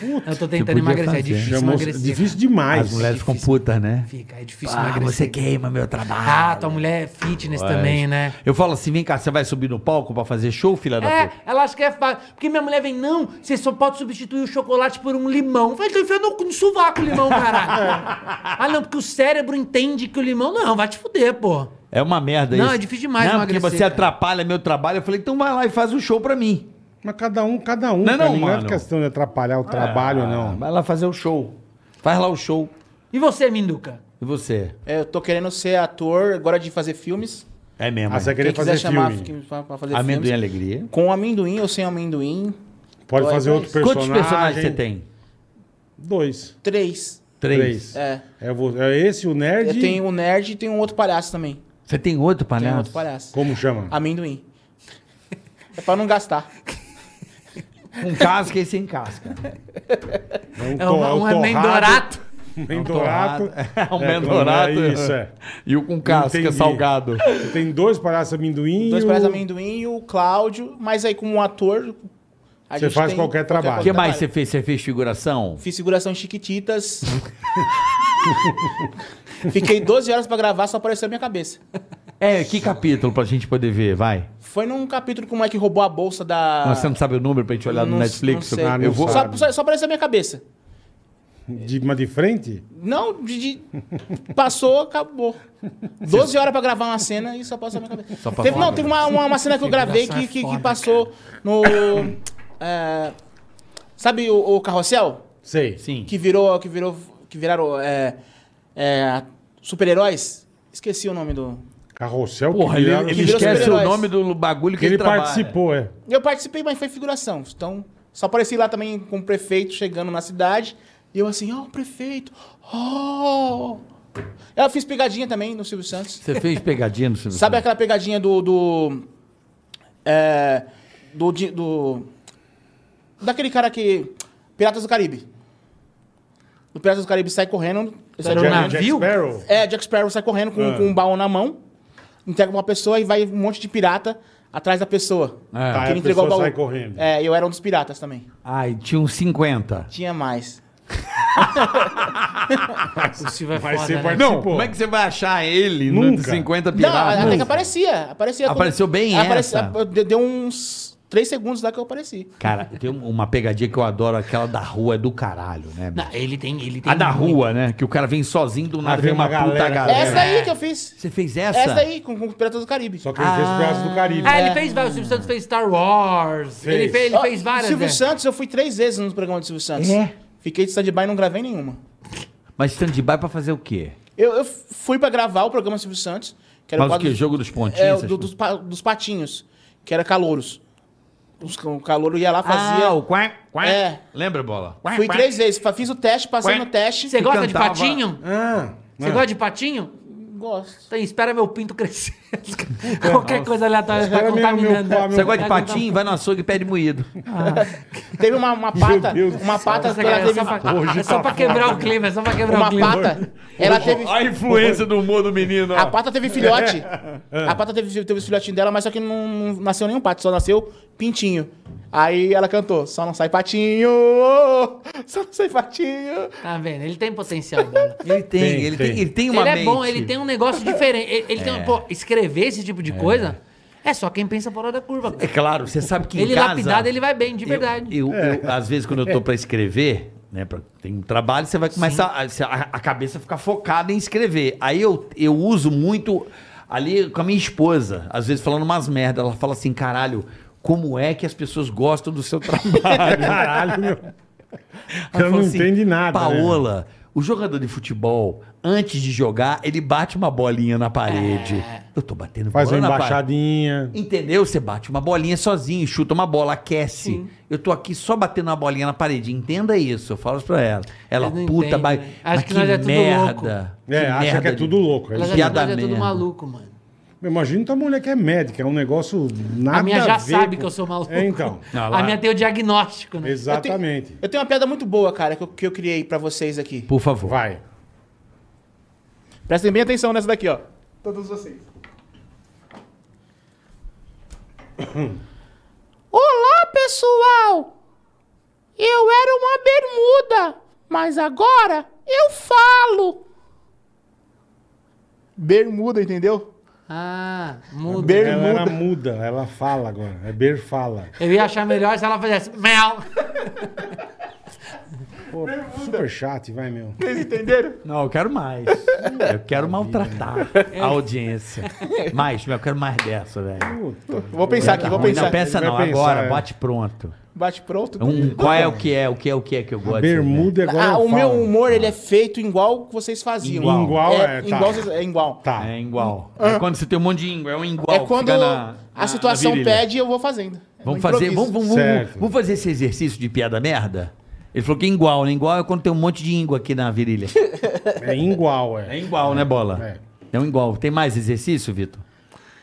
[SPEAKER 1] Eu tô
[SPEAKER 4] Você
[SPEAKER 1] tentando
[SPEAKER 4] podia
[SPEAKER 1] emagrecer, é
[SPEAKER 4] fazer.
[SPEAKER 1] difícil
[SPEAKER 3] Chamou-
[SPEAKER 1] emagrecer.
[SPEAKER 3] difícil demais.
[SPEAKER 4] As mulheres ficam putas, né?
[SPEAKER 1] Fica, é difícil
[SPEAKER 4] Ah,
[SPEAKER 1] emagrecer.
[SPEAKER 4] você queima meu trabalho.
[SPEAKER 1] Ah, tua mulher é fitness também, né?
[SPEAKER 4] Eu falo assim, vem cá, você vai subir no palco pra fazer show, filha
[SPEAKER 3] Tá
[SPEAKER 4] da
[SPEAKER 1] É,
[SPEAKER 4] puta?
[SPEAKER 1] ela acha que é fácil. Porque minha mulher vem, não, você só pode substituir o chocolate por um limão. Eu Falei, então enfia no, cu- no sovaco o limão, caralho. ah, não, porque o cérebro entende que o limão... Não, vai te fuder, pô.
[SPEAKER 4] É uma merda
[SPEAKER 1] Não,
[SPEAKER 4] isso.
[SPEAKER 1] é difícil demais
[SPEAKER 4] Não, porque
[SPEAKER 1] emagrecer,
[SPEAKER 4] você
[SPEAKER 1] cara.
[SPEAKER 4] atrapalha meu trabalho. Eu falei, então vai lá e faz um show pra mim.
[SPEAKER 3] Mas cada um, cada um.
[SPEAKER 4] Não é
[SPEAKER 3] cara,
[SPEAKER 4] não,
[SPEAKER 3] é
[SPEAKER 4] mano?
[SPEAKER 3] questão de atrapalhar o trabalho,
[SPEAKER 4] Ah,
[SPEAKER 3] não.
[SPEAKER 4] Vai lá fazer o show. Faz lá o show.
[SPEAKER 1] E você, Minduca?
[SPEAKER 4] E você?
[SPEAKER 5] É, Eu tô querendo ser ator, agora de fazer filmes.
[SPEAKER 4] É mesmo.
[SPEAKER 3] Ah, você
[SPEAKER 5] Quem
[SPEAKER 3] queria
[SPEAKER 5] quiser
[SPEAKER 3] fazer
[SPEAKER 5] chamar
[SPEAKER 3] filme.
[SPEAKER 5] fi- pra pra fazer
[SPEAKER 4] Amendoim e
[SPEAKER 5] filmes.
[SPEAKER 4] Alegria.
[SPEAKER 5] Com amendoim ou sem amendoim?
[SPEAKER 3] Pode
[SPEAKER 5] Dois,
[SPEAKER 3] fazer
[SPEAKER 5] dois.
[SPEAKER 3] outro personagem.
[SPEAKER 4] Quantos personagens você tem?
[SPEAKER 3] Dois.
[SPEAKER 5] Três.
[SPEAKER 4] Três.
[SPEAKER 3] Três.
[SPEAKER 5] É.
[SPEAKER 3] É, vo- é esse, o nerd.
[SPEAKER 5] Eu tenho um nerd e tenho um outro palhaço também.
[SPEAKER 4] Você tem outro
[SPEAKER 5] Tem um
[SPEAKER 4] palhaço?
[SPEAKER 5] outro palhaço.
[SPEAKER 3] Como chama?
[SPEAKER 5] Amendoim. É pra não gastar.
[SPEAKER 4] Com casca e sem casca.
[SPEAKER 3] um,
[SPEAKER 1] É uma- um amendorato.
[SPEAKER 4] um
[SPEAKER 3] Mendorato.
[SPEAKER 6] É um mendorato.
[SPEAKER 3] É isso, é.
[SPEAKER 6] E o com casca,
[SPEAKER 3] Entendi.
[SPEAKER 6] salgado.
[SPEAKER 3] Tem dois palhaços amendoim.
[SPEAKER 5] Dois
[SPEAKER 3] e o-
[SPEAKER 5] pares de amendoim e o Cláudio, mas aí como um ator. a
[SPEAKER 3] Você
[SPEAKER 5] gente
[SPEAKER 3] faz
[SPEAKER 5] tem
[SPEAKER 3] qualquer trabalho.
[SPEAKER 4] O que mais você fez? Você fez figuração?
[SPEAKER 5] Fiz figuração em Chiquititas. Fiquei 12 horas pra gravar, só apareceu a minha cabeça.
[SPEAKER 4] É, que capítulo pra gente poder ver? Vai.
[SPEAKER 5] Foi num capítulo que o Mike roubou a bolsa da.
[SPEAKER 4] Mas Você não sabe o número pra gente olhar no
[SPEAKER 5] Não-
[SPEAKER 4] Netflix?
[SPEAKER 5] não sei.
[SPEAKER 3] Ah, não
[SPEAKER 4] Eu vou.
[SPEAKER 3] sabe.
[SPEAKER 5] só, só, só apareceu a minha cabeça.
[SPEAKER 3] De, mas de frente?
[SPEAKER 5] Não, de, de- passou, acabou. 12 horas pra gravar uma cena e só passou a minha cabeça.
[SPEAKER 4] Só passou
[SPEAKER 5] teve,
[SPEAKER 4] uma é
[SPEAKER 5] não, teve uma, uma, uma cena que eu gravei que, que, que passou no. é, sabe o, o carrossel?
[SPEAKER 3] Sei.
[SPEAKER 4] Sim.
[SPEAKER 5] Que virou. Que virou. Que viraram é, é, super-heróis? Esqueci o nome do.
[SPEAKER 3] Carrossel
[SPEAKER 6] Porra, ele-
[SPEAKER 3] viraram-
[SPEAKER 4] Ele
[SPEAKER 5] virou
[SPEAKER 4] esquece o
[SPEAKER 5] super-heróis.
[SPEAKER 4] nome do bagulho que
[SPEAKER 3] que
[SPEAKER 4] ele,
[SPEAKER 3] ele
[SPEAKER 4] trabalha.
[SPEAKER 3] participou, é.
[SPEAKER 5] Eu participei, mas foi figuração. Então, só apareci lá também com o prefeito chegando na cidade. E eu assim, ó, prefeito. Oh! Eu fiz pegadinha também no Silvio Santos.
[SPEAKER 4] Você fez pegadinha no Silvio
[SPEAKER 3] assim.
[SPEAKER 5] Sabe
[SPEAKER 4] Santos?
[SPEAKER 5] aquela pegadinha do. Do. É, do, di- do- Daquele cara que. Piratas do Caribe. Do Piratas do Caribe sai correndo. sai
[SPEAKER 1] Era um
[SPEAKER 5] correndo.
[SPEAKER 3] é Jack- Jack
[SPEAKER 1] navio?
[SPEAKER 3] Sparrow. Ah.
[SPEAKER 5] É, Jack Sparrow sai correndo com, com um baú na mão, entrega uma pessoa e vai um monte de pirata atrás da pessoa.
[SPEAKER 4] É.
[SPEAKER 3] Tá,
[SPEAKER 5] Que
[SPEAKER 3] a
[SPEAKER 5] ele entregou o
[SPEAKER 3] pessoa
[SPEAKER 5] baú.
[SPEAKER 3] sai correndo.
[SPEAKER 5] É, eu era um dos piratas também.
[SPEAKER 4] Ai, tinha uns 50.
[SPEAKER 5] Tinha mais.
[SPEAKER 1] O Silvio é
[SPEAKER 3] Mas
[SPEAKER 1] foda,
[SPEAKER 3] você
[SPEAKER 1] né?
[SPEAKER 3] participou.
[SPEAKER 6] Como é que você vai achar ele
[SPEAKER 3] Nunca.
[SPEAKER 6] nos 50
[SPEAKER 5] Não,
[SPEAKER 6] piratas?
[SPEAKER 5] até que aparecia. aparecia quando-
[SPEAKER 4] Apareceu bem essa?
[SPEAKER 5] ap- Deu deu uns três segundos lá que eu apareci.
[SPEAKER 4] Cara, tem um- uma pegadinha que eu adoro, aquela da rua é do caralho, né? meu?
[SPEAKER 1] Não, ele tem. Ele tem
[SPEAKER 4] A da
[SPEAKER 1] muito.
[SPEAKER 4] rua, né? Que o cara vem sozinho do nada,
[SPEAKER 3] Ah,
[SPEAKER 4] vem
[SPEAKER 3] vem
[SPEAKER 4] uma,
[SPEAKER 3] uma
[SPEAKER 4] puta
[SPEAKER 3] galera.
[SPEAKER 4] galera.
[SPEAKER 5] Essa aí que eu fiz.
[SPEAKER 4] Você fez essa?
[SPEAKER 5] Essa aí, com, com os Piratas do Caribe. Ah,
[SPEAKER 3] Só que ele fez Piratas do Caribe.
[SPEAKER 1] Ah, ele fez vários. O Silvio Santos fez Star Wars. Ele
[SPEAKER 3] Fez.
[SPEAKER 1] fez, ele
[SPEAKER 5] Ó,
[SPEAKER 1] fez várias.
[SPEAKER 5] Silvio
[SPEAKER 1] né?
[SPEAKER 5] Santos, eu fui três vezes no programa do Silvio Santos.
[SPEAKER 4] É?
[SPEAKER 5] Fiquei de stand-by e não gravei nenhuma.
[SPEAKER 4] Mas stand-by pra fazer o quê?
[SPEAKER 5] Eu, eu fui pra gravar o programa Silvio Santos, que era
[SPEAKER 4] Mas o
[SPEAKER 5] quadro
[SPEAKER 4] quê?
[SPEAKER 5] de-
[SPEAKER 4] Jogo tipo? dos pontinhos?
[SPEAKER 5] É, o
[SPEAKER 4] essas
[SPEAKER 5] do-
[SPEAKER 4] coisas?
[SPEAKER 5] dos, pa- dos patinhos, que era calouros. Os, o calouro ia lá, fazia.
[SPEAKER 4] Ah, o quá, quá.
[SPEAKER 5] É.
[SPEAKER 4] Lembra, Bola? Quá,
[SPEAKER 5] Fui
[SPEAKER 4] quá.
[SPEAKER 5] três vezes, fa- fiz o teste, passei
[SPEAKER 4] Ué.
[SPEAKER 5] no teste.
[SPEAKER 1] Você
[SPEAKER 4] que
[SPEAKER 1] gosta de
[SPEAKER 4] cantava-
[SPEAKER 1] patinho?
[SPEAKER 3] Ah,
[SPEAKER 1] Você
[SPEAKER 5] é.
[SPEAKER 1] gosta de patinho?
[SPEAKER 5] Gosto.
[SPEAKER 1] Então, espera meu pinto crescer. Qualquer coisa aleatória vai
[SPEAKER 3] Espera meu-
[SPEAKER 1] contaminando.
[SPEAKER 3] meu- meu-
[SPEAKER 4] Você gosta de patinho? Vai no açougue e pede moído.
[SPEAKER 5] Teve uma, uma pata,
[SPEAKER 3] Deus do
[SPEAKER 5] uma
[SPEAKER 3] céu.
[SPEAKER 5] pata que
[SPEAKER 1] Essa
[SPEAKER 5] ela
[SPEAKER 1] galera é
[SPEAKER 5] teve.
[SPEAKER 1] só pra, é
[SPEAKER 4] tá
[SPEAKER 1] só pra quebrar o clima, é só pra quebrar o
[SPEAKER 5] Uma
[SPEAKER 1] clima.
[SPEAKER 5] pata, ela teve.
[SPEAKER 6] A influência do humor do menino. ó.
[SPEAKER 5] A pata teve filhote. A pata teve, teve os filhotinhos dela, mas só que não, não nasceu nenhum pato, só nasceu pintinho. Aí ela cantou: Só não sai patinho, oh, só não sai patinho.
[SPEAKER 1] Tá vendo? Ele tem potencial, Bola.
[SPEAKER 4] Ele tem,
[SPEAKER 3] Tem,
[SPEAKER 4] ele tem,
[SPEAKER 3] tem.
[SPEAKER 4] ele tem uma
[SPEAKER 1] Ele é
[SPEAKER 4] mente. É.
[SPEAKER 1] bom, ele tem um negócio diferente. Ele, ele tem um- pô, escrever esse tipo de coisa é só quem pensa fora da curva.
[SPEAKER 4] É claro, você sabe que
[SPEAKER 1] Ele
[SPEAKER 4] em casa...
[SPEAKER 1] lapidado, ele vai bem, de verdade.
[SPEAKER 4] Eu,
[SPEAKER 3] É.
[SPEAKER 4] eu- às vezes, quando eu tô pra escrever, né? pra- tem um trabalho, você vai começar. A, você- a- a cabeça fica focada em escrever. Aí eu, eu uso muito ali com a minha esposa, às vezes falando umas merdas. Ela fala assim, caralho. Como é que as pessoas gostam do seu trabalho?
[SPEAKER 3] Caralho, meu.
[SPEAKER 4] Ela
[SPEAKER 3] Eu
[SPEAKER 4] fala
[SPEAKER 3] não
[SPEAKER 4] assim,
[SPEAKER 3] entende nada. né?
[SPEAKER 4] Paola, o jogador de futebol, antes de jogar, ele bate uma bolinha na parede. Eu tô batendo
[SPEAKER 3] Faz um uma
[SPEAKER 4] bola na parede.
[SPEAKER 3] embaixadinha.
[SPEAKER 4] Entendeu? Você bate uma bolinha sozinho, chuta uma bola, aquece. Eu tô aqui só batendo uma bolinha na parede. Entenda isso. Eu falo isso pra ela. Ela,
[SPEAKER 1] Eles não
[SPEAKER 4] puta,
[SPEAKER 1] entendem,
[SPEAKER 4] mas,
[SPEAKER 1] né?
[SPEAKER 4] mas
[SPEAKER 1] Acho que
[SPEAKER 4] que,
[SPEAKER 1] nós é tudo
[SPEAKER 4] merda.
[SPEAKER 3] É, acha que é
[SPEAKER 4] de-
[SPEAKER 3] tudo louco. é
[SPEAKER 1] Ela
[SPEAKER 3] isso.
[SPEAKER 1] já
[SPEAKER 4] piada
[SPEAKER 1] é tudo
[SPEAKER 4] merda.
[SPEAKER 1] maluco, mano.
[SPEAKER 3] Imagina tua mulher que é médica, é um negócio nada
[SPEAKER 1] a minha já
[SPEAKER 3] ver
[SPEAKER 1] sabe
[SPEAKER 3] com-
[SPEAKER 1] que eu sou maluco.
[SPEAKER 3] É, então.
[SPEAKER 4] Não, lá-
[SPEAKER 1] a minha tem o diagnóstico, né?
[SPEAKER 3] Exatamente.
[SPEAKER 5] Eu tenho uma piada muito boa, cara, que eu, que eu criei pra vocês aqui.
[SPEAKER 4] Por favor.
[SPEAKER 3] Vai.
[SPEAKER 5] Prestem bem atenção nessa daqui, ó. Todos vocês. Olá, pessoal! Eu era uma bermuda, mas agora eu falo. Bermuda, entendeu?
[SPEAKER 1] Ah, muda.
[SPEAKER 3] Ela
[SPEAKER 5] Bermuda.
[SPEAKER 3] era muda, ela fala agora. É Ber fala.
[SPEAKER 1] Eu ia achar melhor se ela fizesse mel.
[SPEAKER 3] Pô, super chat, vai, meu.
[SPEAKER 5] Vocês entenderam?
[SPEAKER 4] Não, eu quero mais. eu quero maltratar
[SPEAKER 1] É.
[SPEAKER 4] a audiência. Mais, eu quero mais dessa, velho. Tá
[SPEAKER 3] Puta.
[SPEAKER 5] Vou pensar aqui, vou
[SPEAKER 4] Ruim, não
[SPEAKER 5] pensar.
[SPEAKER 4] peça
[SPEAKER 3] Ele
[SPEAKER 4] não,
[SPEAKER 3] vai pensar,
[SPEAKER 4] agora,
[SPEAKER 3] é.
[SPEAKER 4] bate pronto.
[SPEAKER 5] Bate pronto.
[SPEAKER 4] Um, qual é o que é, o que é, o que é que eu gosto?
[SPEAKER 3] Bermuda agora.
[SPEAKER 5] Ah,
[SPEAKER 3] eu
[SPEAKER 5] o
[SPEAKER 3] falo.
[SPEAKER 5] meu humor ele é feito igual que vocês faziam.
[SPEAKER 4] Igual.
[SPEAKER 3] Igual,
[SPEAKER 5] é,
[SPEAKER 3] é, tá.
[SPEAKER 5] igual, vocês- é igual.
[SPEAKER 3] Tá.
[SPEAKER 4] né? É igual. É quando você tem um monte de íngua, é um igual.
[SPEAKER 5] É
[SPEAKER 4] que
[SPEAKER 5] quando
[SPEAKER 4] fica na- na-
[SPEAKER 5] a situação
[SPEAKER 4] na virilha.
[SPEAKER 5] pede, eu vou fazendo.
[SPEAKER 4] Vamos
[SPEAKER 5] Eu
[SPEAKER 4] fazer,
[SPEAKER 5] É um improviso.
[SPEAKER 4] vamos, vamos, vamos,
[SPEAKER 3] Certo.
[SPEAKER 4] vamos fazer esse exercício de piada merda? Ele falou que é igual, né? Igual é quando tem um monte de íngua aqui na virilha.
[SPEAKER 3] É igual, é.
[SPEAKER 4] É igual, né, bola? É.
[SPEAKER 3] É.
[SPEAKER 4] um igual. Tem mais exercício, Vitor?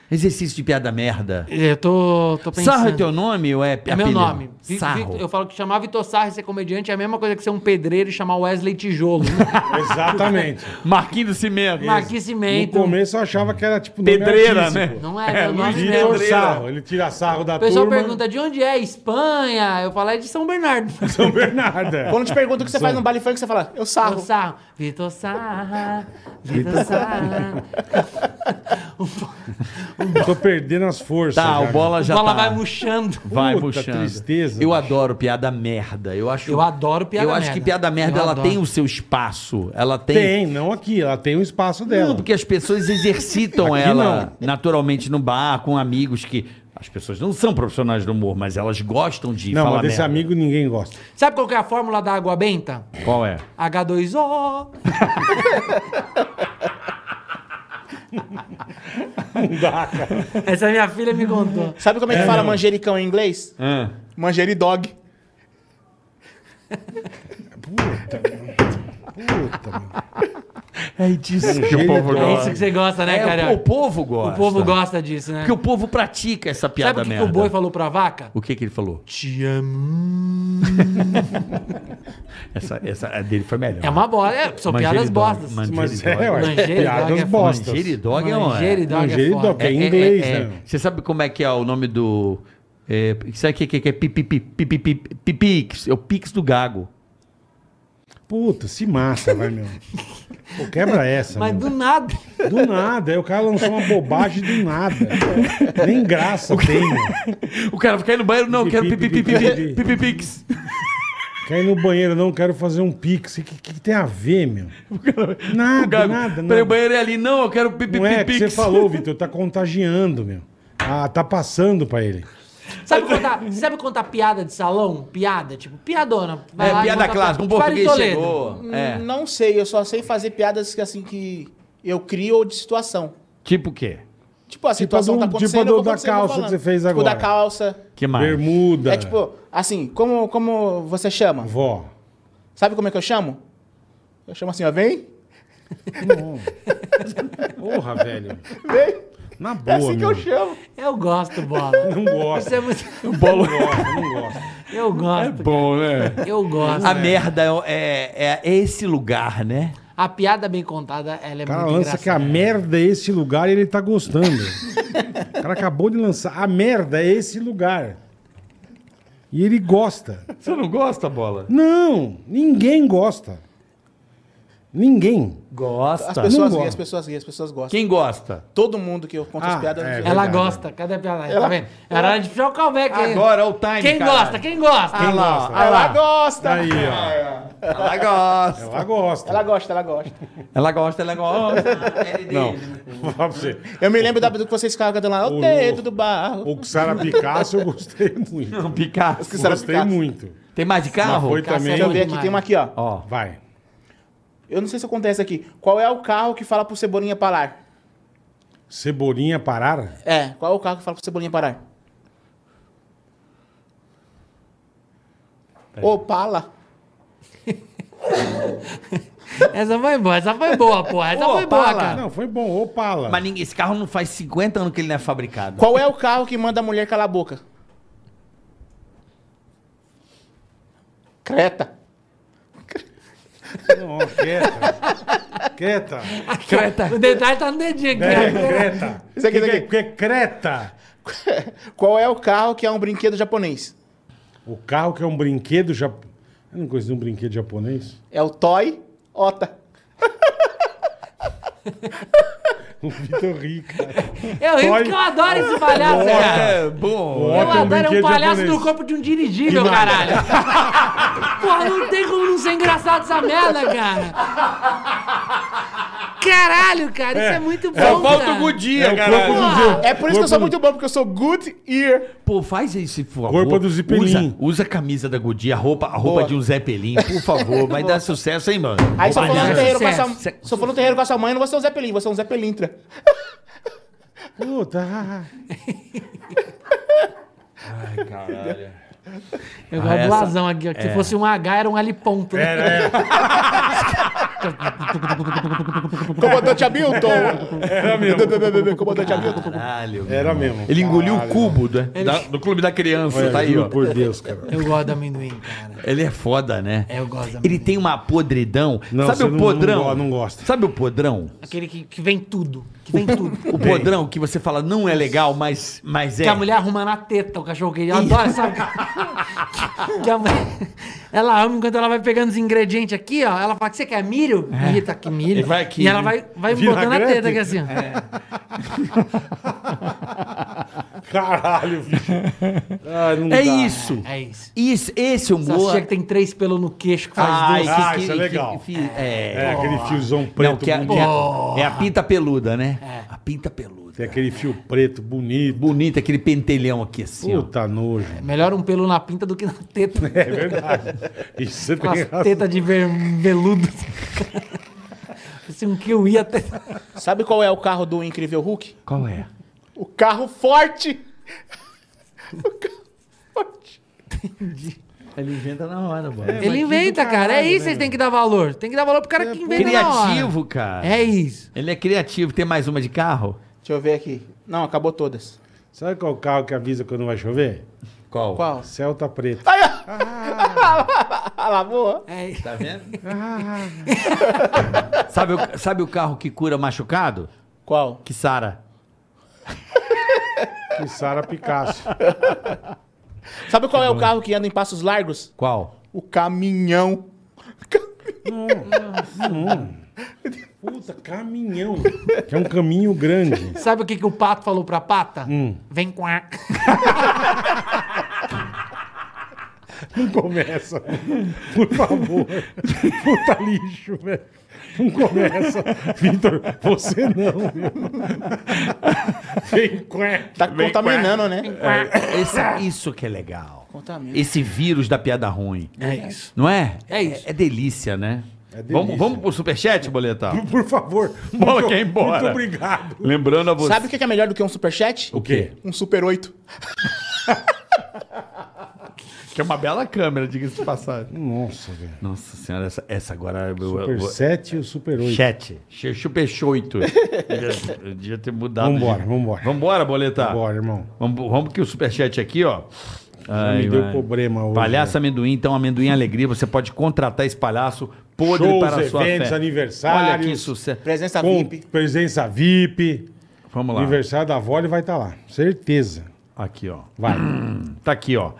[SPEAKER 4] Exercício de piada merda.
[SPEAKER 1] Eu tô, tô pensando.
[SPEAKER 4] Sarro é teu nome ou é
[SPEAKER 1] É meu
[SPEAKER 4] apelido?
[SPEAKER 1] nome. Vi- vi-
[SPEAKER 4] Sarro.
[SPEAKER 1] eu falo que chamar Vitor Sarro e ser comediante é a mesma coisa que ser um pedreiro e chamar Wesley Tijolo. então.
[SPEAKER 3] Exatamente.
[SPEAKER 6] Marquinhos do Cimento.
[SPEAKER 1] Marquinhos
[SPEAKER 3] No
[SPEAKER 1] Cimento.
[SPEAKER 3] começo eu achava que era tipo. nome
[SPEAKER 6] Pedreira,
[SPEAKER 3] artístico.
[SPEAKER 6] né?
[SPEAKER 1] Não é, meu nome mesmo.
[SPEAKER 3] Vitor Sarro, ele tira sarro da
[SPEAKER 1] O pessoal
[SPEAKER 3] turma.
[SPEAKER 1] pergunta de onde é? Espanha? Eu falo, é de São Bernardo.
[SPEAKER 3] São Bernardo. é.
[SPEAKER 5] Quando te perguntam o que você faz no baile funk, você fala, eu sarro.
[SPEAKER 1] Vitor Sarro. Vitor Sarra. Vitor Sarra.
[SPEAKER 3] Eu Tô perdendo as forças. né?
[SPEAKER 4] Tá,
[SPEAKER 3] cara.
[SPEAKER 4] o bola já
[SPEAKER 1] Já bola
[SPEAKER 4] tá.
[SPEAKER 1] vai murchando.
[SPEAKER 4] Vai
[SPEAKER 3] Puta,
[SPEAKER 4] puxando.
[SPEAKER 3] tristeza.
[SPEAKER 4] Eu adoro piada merda. Eu acho.
[SPEAKER 1] Eu adoro piada
[SPEAKER 4] Eu acho
[SPEAKER 1] merda.
[SPEAKER 4] que piada merda
[SPEAKER 1] Eu
[SPEAKER 4] ela
[SPEAKER 1] adoro.
[SPEAKER 4] tem o seu espaço. Ela tem.
[SPEAKER 3] Tem, não aqui, ela tem o espaço dela.
[SPEAKER 4] Não, porque as pessoas exercitam
[SPEAKER 3] Aqui
[SPEAKER 4] ela naturalmente no bar com amigos que as pessoas não são profissionais do humor, mas elas gostam de
[SPEAKER 3] não,
[SPEAKER 4] falar
[SPEAKER 3] mas desse
[SPEAKER 4] merda.
[SPEAKER 3] amigo ninguém gosta.
[SPEAKER 1] Sabe qual que é a fórmula da água benta?
[SPEAKER 4] Qual é?
[SPEAKER 1] H2O. Essa minha filha me contou.
[SPEAKER 5] Sabe como é que fala manjericão em inglês?
[SPEAKER 3] É.
[SPEAKER 5] Manjeridog.
[SPEAKER 3] Puta, meu.
[SPEAKER 6] É disso que
[SPEAKER 3] Ele
[SPEAKER 6] o povo
[SPEAKER 3] é
[SPEAKER 1] É
[SPEAKER 6] gosta.
[SPEAKER 1] isso que você gosta, né,
[SPEAKER 4] É,
[SPEAKER 1] cara?
[SPEAKER 4] o, o povo gosta.
[SPEAKER 1] O povo gosta disso, né?
[SPEAKER 4] Porque o povo pratica essa
[SPEAKER 1] Sabe
[SPEAKER 4] piada
[SPEAKER 1] o que, que
[SPEAKER 4] merda.
[SPEAKER 1] o boi falou pra vaca?
[SPEAKER 4] O que que ele falou?
[SPEAKER 1] Te amo.
[SPEAKER 4] Essa, essa a dele foi melhor.
[SPEAKER 1] É uma bola. É, são piadas
[SPEAKER 4] Manjeri dog,
[SPEAKER 1] bostas.
[SPEAKER 4] manjeri
[SPEAKER 3] Mas
[SPEAKER 4] dog.
[SPEAKER 3] é, ué.
[SPEAKER 1] Manjeri, dog
[SPEAKER 3] Piadas
[SPEAKER 1] é
[SPEAKER 3] bostas.
[SPEAKER 4] Manjeri dog é uma...
[SPEAKER 1] Manjeri dog é
[SPEAKER 3] Manjeri
[SPEAKER 1] foda.
[SPEAKER 3] dog.
[SPEAKER 4] É,
[SPEAKER 3] É em
[SPEAKER 4] é,
[SPEAKER 3] inglês,
[SPEAKER 4] é, é.
[SPEAKER 3] né?
[SPEAKER 4] Você sabe como é que é o nome do. É, sabe o que, que, que é pipi- pipi- pipi- pipix? É o pix do gago.
[SPEAKER 3] Puta, se mata, vai, meu. Pô, quebra essa,
[SPEAKER 1] Mas
[SPEAKER 3] meu.
[SPEAKER 1] do nada.
[SPEAKER 3] Do... nada. Aí o cara lançou uma bobagem do nada. Nem graça tem, meu.
[SPEAKER 6] O cara fica aí no banheiro, não, eu quero
[SPEAKER 3] Pipi,
[SPEAKER 6] pipi,
[SPEAKER 3] pipi,
[SPEAKER 6] pipi,
[SPEAKER 3] pipi.
[SPEAKER 6] pipi, pipi, pix.
[SPEAKER 3] Quer ir no banheiro, não, quero fazer um pix. O que, que, que tem a ver, meu? Nada,
[SPEAKER 6] O Gago,
[SPEAKER 3] nada,
[SPEAKER 6] peraí,
[SPEAKER 3] nada.
[SPEAKER 6] o banheiro é ali, não, eu quero pipi,
[SPEAKER 3] Não é que
[SPEAKER 6] pipi,
[SPEAKER 3] você
[SPEAKER 6] pix.
[SPEAKER 3] falou, Vitor, tá contagiando, meu. Ah, tá passando pra ele.
[SPEAKER 1] Sabe
[SPEAKER 4] é
[SPEAKER 1] contar, sabe contar piada de salão? Piada, tipo, piadona. Vai
[SPEAKER 4] É,
[SPEAKER 1] lá e
[SPEAKER 4] piada
[SPEAKER 1] conta
[SPEAKER 4] clássica, um
[SPEAKER 1] Tipo, Ari
[SPEAKER 4] português
[SPEAKER 1] Toledo. Hum.
[SPEAKER 4] chegou. É.
[SPEAKER 5] Hum, Não sei, eu só sei fazer piadas que, assim que eu crio ou de situação.
[SPEAKER 4] Tipo o quê?
[SPEAKER 5] Tipo, a situação
[SPEAKER 3] do-
[SPEAKER 5] tá
[SPEAKER 3] tipo
[SPEAKER 5] acontecendo.
[SPEAKER 3] a do-
[SPEAKER 5] eu vou
[SPEAKER 3] da
[SPEAKER 5] acontecendo, eu vou
[SPEAKER 3] calça que
[SPEAKER 5] falando.
[SPEAKER 3] você fez
[SPEAKER 5] Tipo,
[SPEAKER 3] agora.
[SPEAKER 5] da calça.
[SPEAKER 4] Que mais?
[SPEAKER 3] Bermuda.
[SPEAKER 5] É tipo, assim, como, como você chama?
[SPEAKER 3] Vó.
[SPEAKER 5] Sabe como é que eu chamo? Eu chamo assim, ó, vem.
[SPEAKER 3] Porra, velho. Na boa,
[SPEAKER 5] É assim que
[SPEAKER 3] meu.
[SPEAKER 5] eu chamo.
[SPEAKER 1] Eu gosto, bola.
[SPEAKER 3] Não gosto.
[SPEAKER 1] Isso é muito...
[SPEAKER 3] Bolo. Não gosto, não gosto.
[SPEAKER 1] Eu gosto.
[SPEAKER 6] Bom, né?
[SPEAKER 1] Eu gosto.
[SPEAKER 4] A merda é, é- é esse lugar, né?
[SPEAKER 1] A piada bem contada, ela é
[SPEAKER 3] O cara
[SPEAKER 1] muito
[SPEAKER 3] lança
[SPEAKER 1] engraçada.
[SPEAKER 3] que a merda é esse lugar e ele tá gostando. o cara acabou de lançar. A merda é esse lugar. E ele gosta.
[SPEAKER 6] Você não gosta, bola?
[SPEAKER 3] Não, ninguém gosta. Ninguém.
[SPEAKER 4] Gosta.
[SPEAKER 5] As pessoas
[SPEAKER 3] Tá. Não
[SPEAKER 5] riem,
[SPEAKER 3] gosta.
[SPEAKER 5] as pessoas riem, as pessoas gostam.
[SPEAKER 4] Quem gosta?
[SPEAKER 5] Todo mundo que eu conto
[SPEAKER 3] Ah,
[SPEAKER 5] as piadas.
[SPEAKER 3] é.
[SPEAKER 1] Ela
[SPEAKER 3] Verdade.
[SPEAKER 1] gosta. Cadê a piada? Tá vendo? Era hora de puxar o callback aí.
[SPEAKER 4] Agora, o time,
[SPEAKER 1] Quem
[SPEAKER 4] caralho.
[SPEAKER 1] gosta? Quem gosta?
[SPEAKER 4] Ah lá,
[SPEAKER 3] gosta?
[SPEAKER 4] ah
[SPEAKER 5] Ela
[SPEAKER 4] lá.
[SPEAKER 5] gosta.
[SPEAKER 3] Aí, ó.
[SPEAKER 4] Ela gosta.
[SPEAKER 3] Ela gosta.
[SPEAKER 5] Ela gosta, ela gosta.
[SPEAKER 4] Ela gosta, ela gosta.
[SPEAKER 3] Não. Vou falar pra você.
[SPEAKER 5] Eu me lembro da do que vocês ficavam cantando lá,
[SPEAKER 3] O-
[SPEAKER 5] o dedo do barro.
[SPEAKER 3] O Sara Picasso eu gostei muito.
[SPEAKER 4] Picasso.
[SPEAKER 5] Sara
[SPEAKER 3] gostei
[SPEAKER 5] Picasso.
[SPEAKER 3] muito.
[SPEAKER 4] Tem mais de carro? é
[SPEAKER 3] Foi
[SPEAKER 1] Picasso
[SPEAKER 3] também.
[SPEAKER 5] Deixa eu ver
[SPEAKER 1] Muito
[SPEAKER 5] aqui,
[SPEAKER 1] mais.
[SPEAKER 5] tem uma aqui, ó.
[SPEAKER 4] Ó.
[SPEAKER 3] Vai.
[SPEAKER 5] Eu não sei se acontece aqui. Qual é o carro que fala pro Cebolinha parar?
[SPEAKER 3] Cebolinha parar?
[SPEAKER 5] É, qual é o carro que fala pro Cebolinha parar? Opala.
[SPEAKER 1] Essa foi boa, essa foi boa, porra. Essa
[SPEAKER 4] Ô,
[SPEAKER 1] foi boa,
[SPEAKER 4] fala.
[SPEAKER 1] cara.
[SPEAKER 3] Ah, Não, foi bom. Opala.
[SPEAKER 4] Mas ninguém, esse carro não faz 50 anos que ele não é fabricado.
[SPEAKER 5] Qual é o carro que manda a mulher calar a boca? Creta.
[SPEAKER 3] Não, quieta. quieta.
[SPEAKER 4] Creta.
[SPEAKER 1] O detalhe tá no dedinho aqui.
[SPEAKER 3] É,
[SPEAKER 1] ó.
[SPEAKER 3] creta.
[SPEAKER 5] Isso aqui, isso
[SPEAKER 3] Que-
[SPEAKER 5] aqui.
[SPEAKER 3] que- creta.
[SPEAKER 5] Qual é o carro que é um brinquedo japonês?
[SPEAKER 3] O carro que é um brinquedo japonês. Eu não conheci um brinquedo japonês.
[SPEAKER 5] É o Toy Ota.
[SPEAKER 3] O Vitor Rica.
[SPEAKER 1] Eu rio
[SPEAKER 3] Olha.
[SPEAKER 1] porque eu adoro esse palhaço, cara.
[SPEAKER 4] É, bom.
[SPEAKER 1] Eu
[SPEAKER 3] Ótimo
[SPEAKER 1] adoro, é um
[SPEAKER 3] brinquedo
[SPEAKER 1] palhaço
[SPEAKER 3] japonês.
[SPEAKER 1] no corpo de um dirigível, caralho. Porra, não tem como não ser engraçado essa merda, cara. Caralho, cara, isso é, muito bom,
[SPEAKER 6] Só falta o
[SPEAKER 1] cara.
[SPEAKER 6] Gudia,
[SPEAKER 3] É o
[SPEAKER 6] caralho.
[SPEAKER 3] corpo do
[SPEAKER 1] Porra,
[SPEAKER 5] É por isso que eu sou muito bom, porque eu sou good ear.
[SPEAKER 4] Pô, faz isso, por favor.
[SPEAKER 3] Roupa do Zeppelin.
[SPEAKER 4] Usa, usa a camisa da Godia, a roupa, a roupa
[SPEAKER 5] Boa.
[SPEAKER 4] de um Zeppelin, por favor. Vai dar sucesso, hein, mano? um
[SPEAKER 5] Aí se eu for lá
[SPEAKER 1] né?
[SPEAKER 5] no terreiro com a
[SPEAKER 1] Sucesso.
[SPEAKER 5] sua, se eu for no terreiro com a sua mãe, eu não vou ser um Zé Pelim, vou ser um Zé Pelintra.
[SPEAKER 3] Puta. ah, ah.
[SPEAKER 1] Eu gosto do
[SPEAKER 4] essa-
[SPEAKER 1] lasão aqui. ó, que Se fosse um H, era um L ponto. né?
[SPEAKER 3] Era, é.
[SPEAKER 5] Comandante Hamilton!
[SPEAKER 3] Era mesmo.
[SPEAKER 5] Comandante Hamilton!
[SPEAKER 4] Caralho. meu.
[SPEAKER 3] Era mesmo.
[SPEAKER 4] Ele engoliu o cubo né? da-
[SPEAKER 6] Da- do clube da criança,
[SPEAKER 3] Olha,
[SPEAKER 6] tá aí,
[SPEAKER 3] juro
[SPEAKER 6] ó.
[SPEAKER 3] Por Deus, cara.
[SPEAKER 1] Eu gosto do amendoim, cara.
[SPEAKER 4] Ele é foda, né?
[SPEAKER 1] É, eu gosto do
[SPEAKER 4] Ele
[SPEAKER 1] amendoim.
[SPEAKER 4] tem uma podridão.
[SPEAKER 3] Não,
[SPEAKER 4] Sabe
[SPEAKER 3] você
[SPEAKER 4] o
[SPEAKER 3] não-
[SPEAKER 4] podrão?
[SPEAKER 3] não go- não gosta.
[SPEAKER 4] Sabe o podrão?
[SPEAKER 1] Aquele que, que vem tudo. Que vem tudo.
[SPEAKER 4] O podrão que você fala não é legal, mas, mas é.
[SPEAKER 1] Que a mulher arruma na teta o cachorro quente. Ela adora, sabe? que a mulher, ela ama enquanto ela vai pegando os ingredientes aqui, ó. Ela fala que você quer milho? Milho, tá aqui milho.
[SPEAKER 4] É. E vai aqui, É.
[SPEAKER 1] e ela
[SPEAKER 4] né?
[SPEAKER 1] vai, vai
[SPEAKER 3] Vira
[SPEAKER 1] botando a
[SPEAKER 3] grande.
[SPEAKER 1] teta aqui assim, ó.
[SPEAKER 3] Caralho, bicho. Ah, não dá.
[SPEAKER 4] É isso.
[SPEAKER 1] É isso.
[SPEAKER 4] isso. Esse humor.
[SPEAKER 1] Sastia que tem três pelos no queixo que faz
[SPEAKER 4] Ai,
[SPEAKER 1] doce.
[SPEAKER 3] Ah, isso é legal.
[SPEAKER 4] que- é.
[SPEAKER 3] É aquele fiozão preto
[SPEAKER 4] Não, que é,
[SPEAKER 3] bonito.
[SPEAKER 4] que é- é a pinta peluda, né?
[SPEAKER 1] É.
[SPEAKER 4] A pinta peluda.
[SPEAKER 3] Tem aquele fio preto bonito.
[SPEAKER 4] Bonita, aquele pentelhão aqui assim. ó.
[SPEAKER 3] Puta nojo.
[SPEAKER 1] Melhor um pelo na pinta do que na teta.
[SPEAKER 3] É verdade. Isso é você
[SPEAKER 1] Com
[SPEAKER 3] tem
[SPEAKER 1] as
[SPEAKER 4] assim.
[SPEAKER 3] razão.
[SPEAKER 1] tetas de ver- veludo. Assim, um kiwi até...
[SPEAKER 5] Sabe qual é o carro do Incrível Hulk?
[SPEAKER 4] Qual é?
[SPEAKER 5] O carro forte! O carro forte!
[SPEAKER 4] Ele inventa na hora, mano.
[SPEAKER 1] Ele inventa,
[SPEAKER 3] do
[SPEAKER 1] cara. É
[SPEAKER 3] caralho,
[SPEAKER 1] isso que vocês têm que dar valor. Tem que dar valor pro cara que inventa na hora.
[SPEAKER 4] É Criativo, cara.
[SPEAKER 1] É isso.
[SPEAKER 4] Ele é criativo. Tem mais uma de carro?
[SPEAKER 5] Deixa eu ver aqui. Não, acabou todas.
[SPEAKER 3] Sabe qual é carro que avisa quando vai chover?
[SPEAKER 4] Qual?
[SPEAKER 5] Qual?
[SPEAKER 3] Celta preto.
[SPEAKER 5] Ah, lá, boa!
[SPEAKER 1] É isso.
[SPEAKER 4] Tá vendo? sabe, o, sabe o carro que cura machucado?
[SPEAKER 5] Qual?
[SPEAKER 4] Que Sara.
[SPEAKER 3] Que Sara Picasso.
[SPEAKER 5] Sabe qual é o carro que anda em passos largos?
[SPEAKER 4] Qual?
[SPEAKER 5] O caminhão.
[SPEAKER 3] Puta, caminhão. Que é um caminho grande.
[SPEAKER 1] Sabe o que, que o pato falou pra pata?
[SPEAKER 3] Hum.
[SPEAKER 1] Vem com a.
[SPEAKER 3] Não começa. Por favor. Puta lixo, velho. Não começa. Vitor, você não, viu? Vem cué.
[SPEAKER 5] Tá contaminando, né?
[SPEAKER 4] Esse- isso que é legal.
[SPEAKER 5] Contamina.
[SPEAKER 4] Esse vírus da piada ruim.
[SPEAKER 1] É isso.
[SPEAKER 4] Não é?
[SPEAKER 1] É isso.
[SPEAKER 4] É, delícia, né?
[SPEAKER 6] É
[SPEAKER 3] delícia.
[SPEAKER 4] Vamos, vamos pro superchat, boletão?
[SPEAKER 3] Por favor.
[SPEAKER 6] Bola
[SPEAKER 3] Muito-
[SPEAKER 6] quer ir embora.
[SPEAKER 3] Muito obrigado.
[SPEAKER 6] Lembrando a você.
[SPEAKER 5] Sabe o que é melhor do que um superchat?
[SPEAKER 6] o quê?
[SPEAKER 5] Um super 8.
[SPEAKER 6] Que é uma bela câmera, diga-se de passagem.
[SPEAKER 3] Nossa, velho.
[SPEAKER 4] Nossa senhora, essa, essa agora.
[SPEAKER 3] Super 7 e o Super 8.
[SPEAKER 4] Chat. Chupechoito. Eu devia ter
[SPEAKER 6] né?
[SPEAKER 4] mudado.
[SPEAKER 3] Vambora,
[SPEAKER 6] de-
[SPEAKER 3] vambora.
[SPEAKER 6] Vambora, boletar.
[SPEAKER 3] Bora, irmão.
[SPEAKER 4] Vamos, vamos que o superchat aqui, ó. Ai,
[SPEAKER 3] me deu
[SPEAKER 4] vai.
[SPEAKER 3] problema hoje, né?
[SPEAKER 4] Palhaço Amendoim, então, Amendoim Alegria. Você pode contratar esse palhaço podre
[SPEAKER 3] Shows,
[SPEAKER 4] para a sua
[SPEAKER 3] eventos,
[SPEAKER 4] fé.
[SPEAKER 3] aniversários.
[SPEAKER 4] Olha que sucesso.
[SPEAKER 5] Presença
[SPEAKER 3] Com
[SPEAKER 5] VIP.
[SPEAKER 3] presença VIP.
[SPEAKER 4] Vamos lá.
[SPEAKER 3] Aniversário da avó, ele vai estar lá. Certeza.
[SPEAKER 4] Aqui, ó.
[SPEAKER 3] Vai.
[SPEAKER 4] Tá aqui, ó.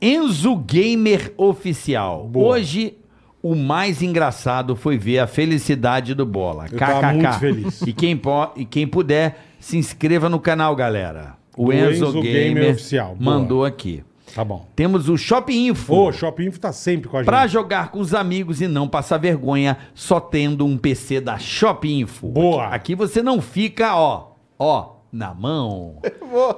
[SPEAKER 4] Enzo Gamer Oficial.
[SPEAKER 3] Boa.
[SPEAKER 4] Hoje, o mais engraçado foi ver a felicidade do Bola.
[SPEAKER 3] Eu tava
[SPEAKER 4] KKK.
[SPEAKER 3] muito feliz.
[SPEAKER 4] E quem, po- e quem puder, se inscreva no canal, galera. O
[SPEAKER 3] Do
[SPEAKER 4] Enzo,
[SPEAKER 3] Enzo
[SPEAKER 4] Gamer,
[SPEAKER 3] Gamer Oficial. Boa.
[SPEAKER 4] mandou aqui.
[SPEAKER 3] Tá bom.
[SPEAKER 4] Temos o Shop Info.
[SPEAKER 3] Ô, o Shopping Info tá sempre com a gente.
[SPEAKER 4] Pra jogar com os amigos e não passar vergonha só tendo um PC da Shop Info.
[SPEAKER 3] Boa.
[SPEAKER 4] Aqui, aqui você não fica, ó, ó, na mão.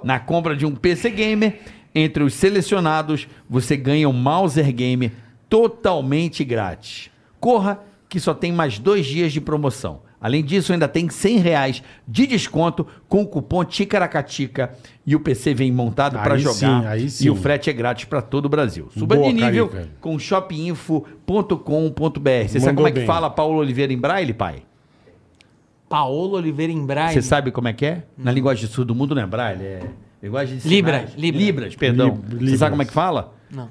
[SPEAKER 4] na compra de um PC gamer, entre os selecionados, você ganha um Mauser Game totalmente grátis. Corra que só tem mais dois dias de promoção. Além disso, ainda tem 100 reais de desconto com o cupom Ticaracatica e o PC vem montado para
[SPEAKER 3] Aí
[SPEAKER 4] jogar.
[SPEAKER 3] sim, aí
[SPEAKER 4] E
[SPEAKER 3] sim.
[SPEAKER 4] o frete é grátis para todo o Brasil. Suba
[SPEAKER 3] Boa,
[SPEAKER 4] de nível
[SPEAKER 3] Carica.
[SPEAKER 4] com shopinfo.com.br. Você sabe
[SPEAKER 3] Mandou
[SPEAKER 4] como é que
[SPEAKER 3] bem.
[SPEAKER 4] fala Paulo Oliveira em Braille, pai?
[SPEAKER 1] Paolo Oliveira em Braille.
[SPEAKER 4] Você sabe como é que é? Na linguagem do sul do mundo não é Braille, é linguagem de sinais.
[SPEAKER 1] Libras, Libras.
[SPEAKER 4] Libras, perdão.
[SPEAKER 3] Lib-
[SPEAKER 4] Você
[SPEAKER 3] Libras.
[SPEAKER 4] sabe como é que fala?
[SPEAKER 1] Não.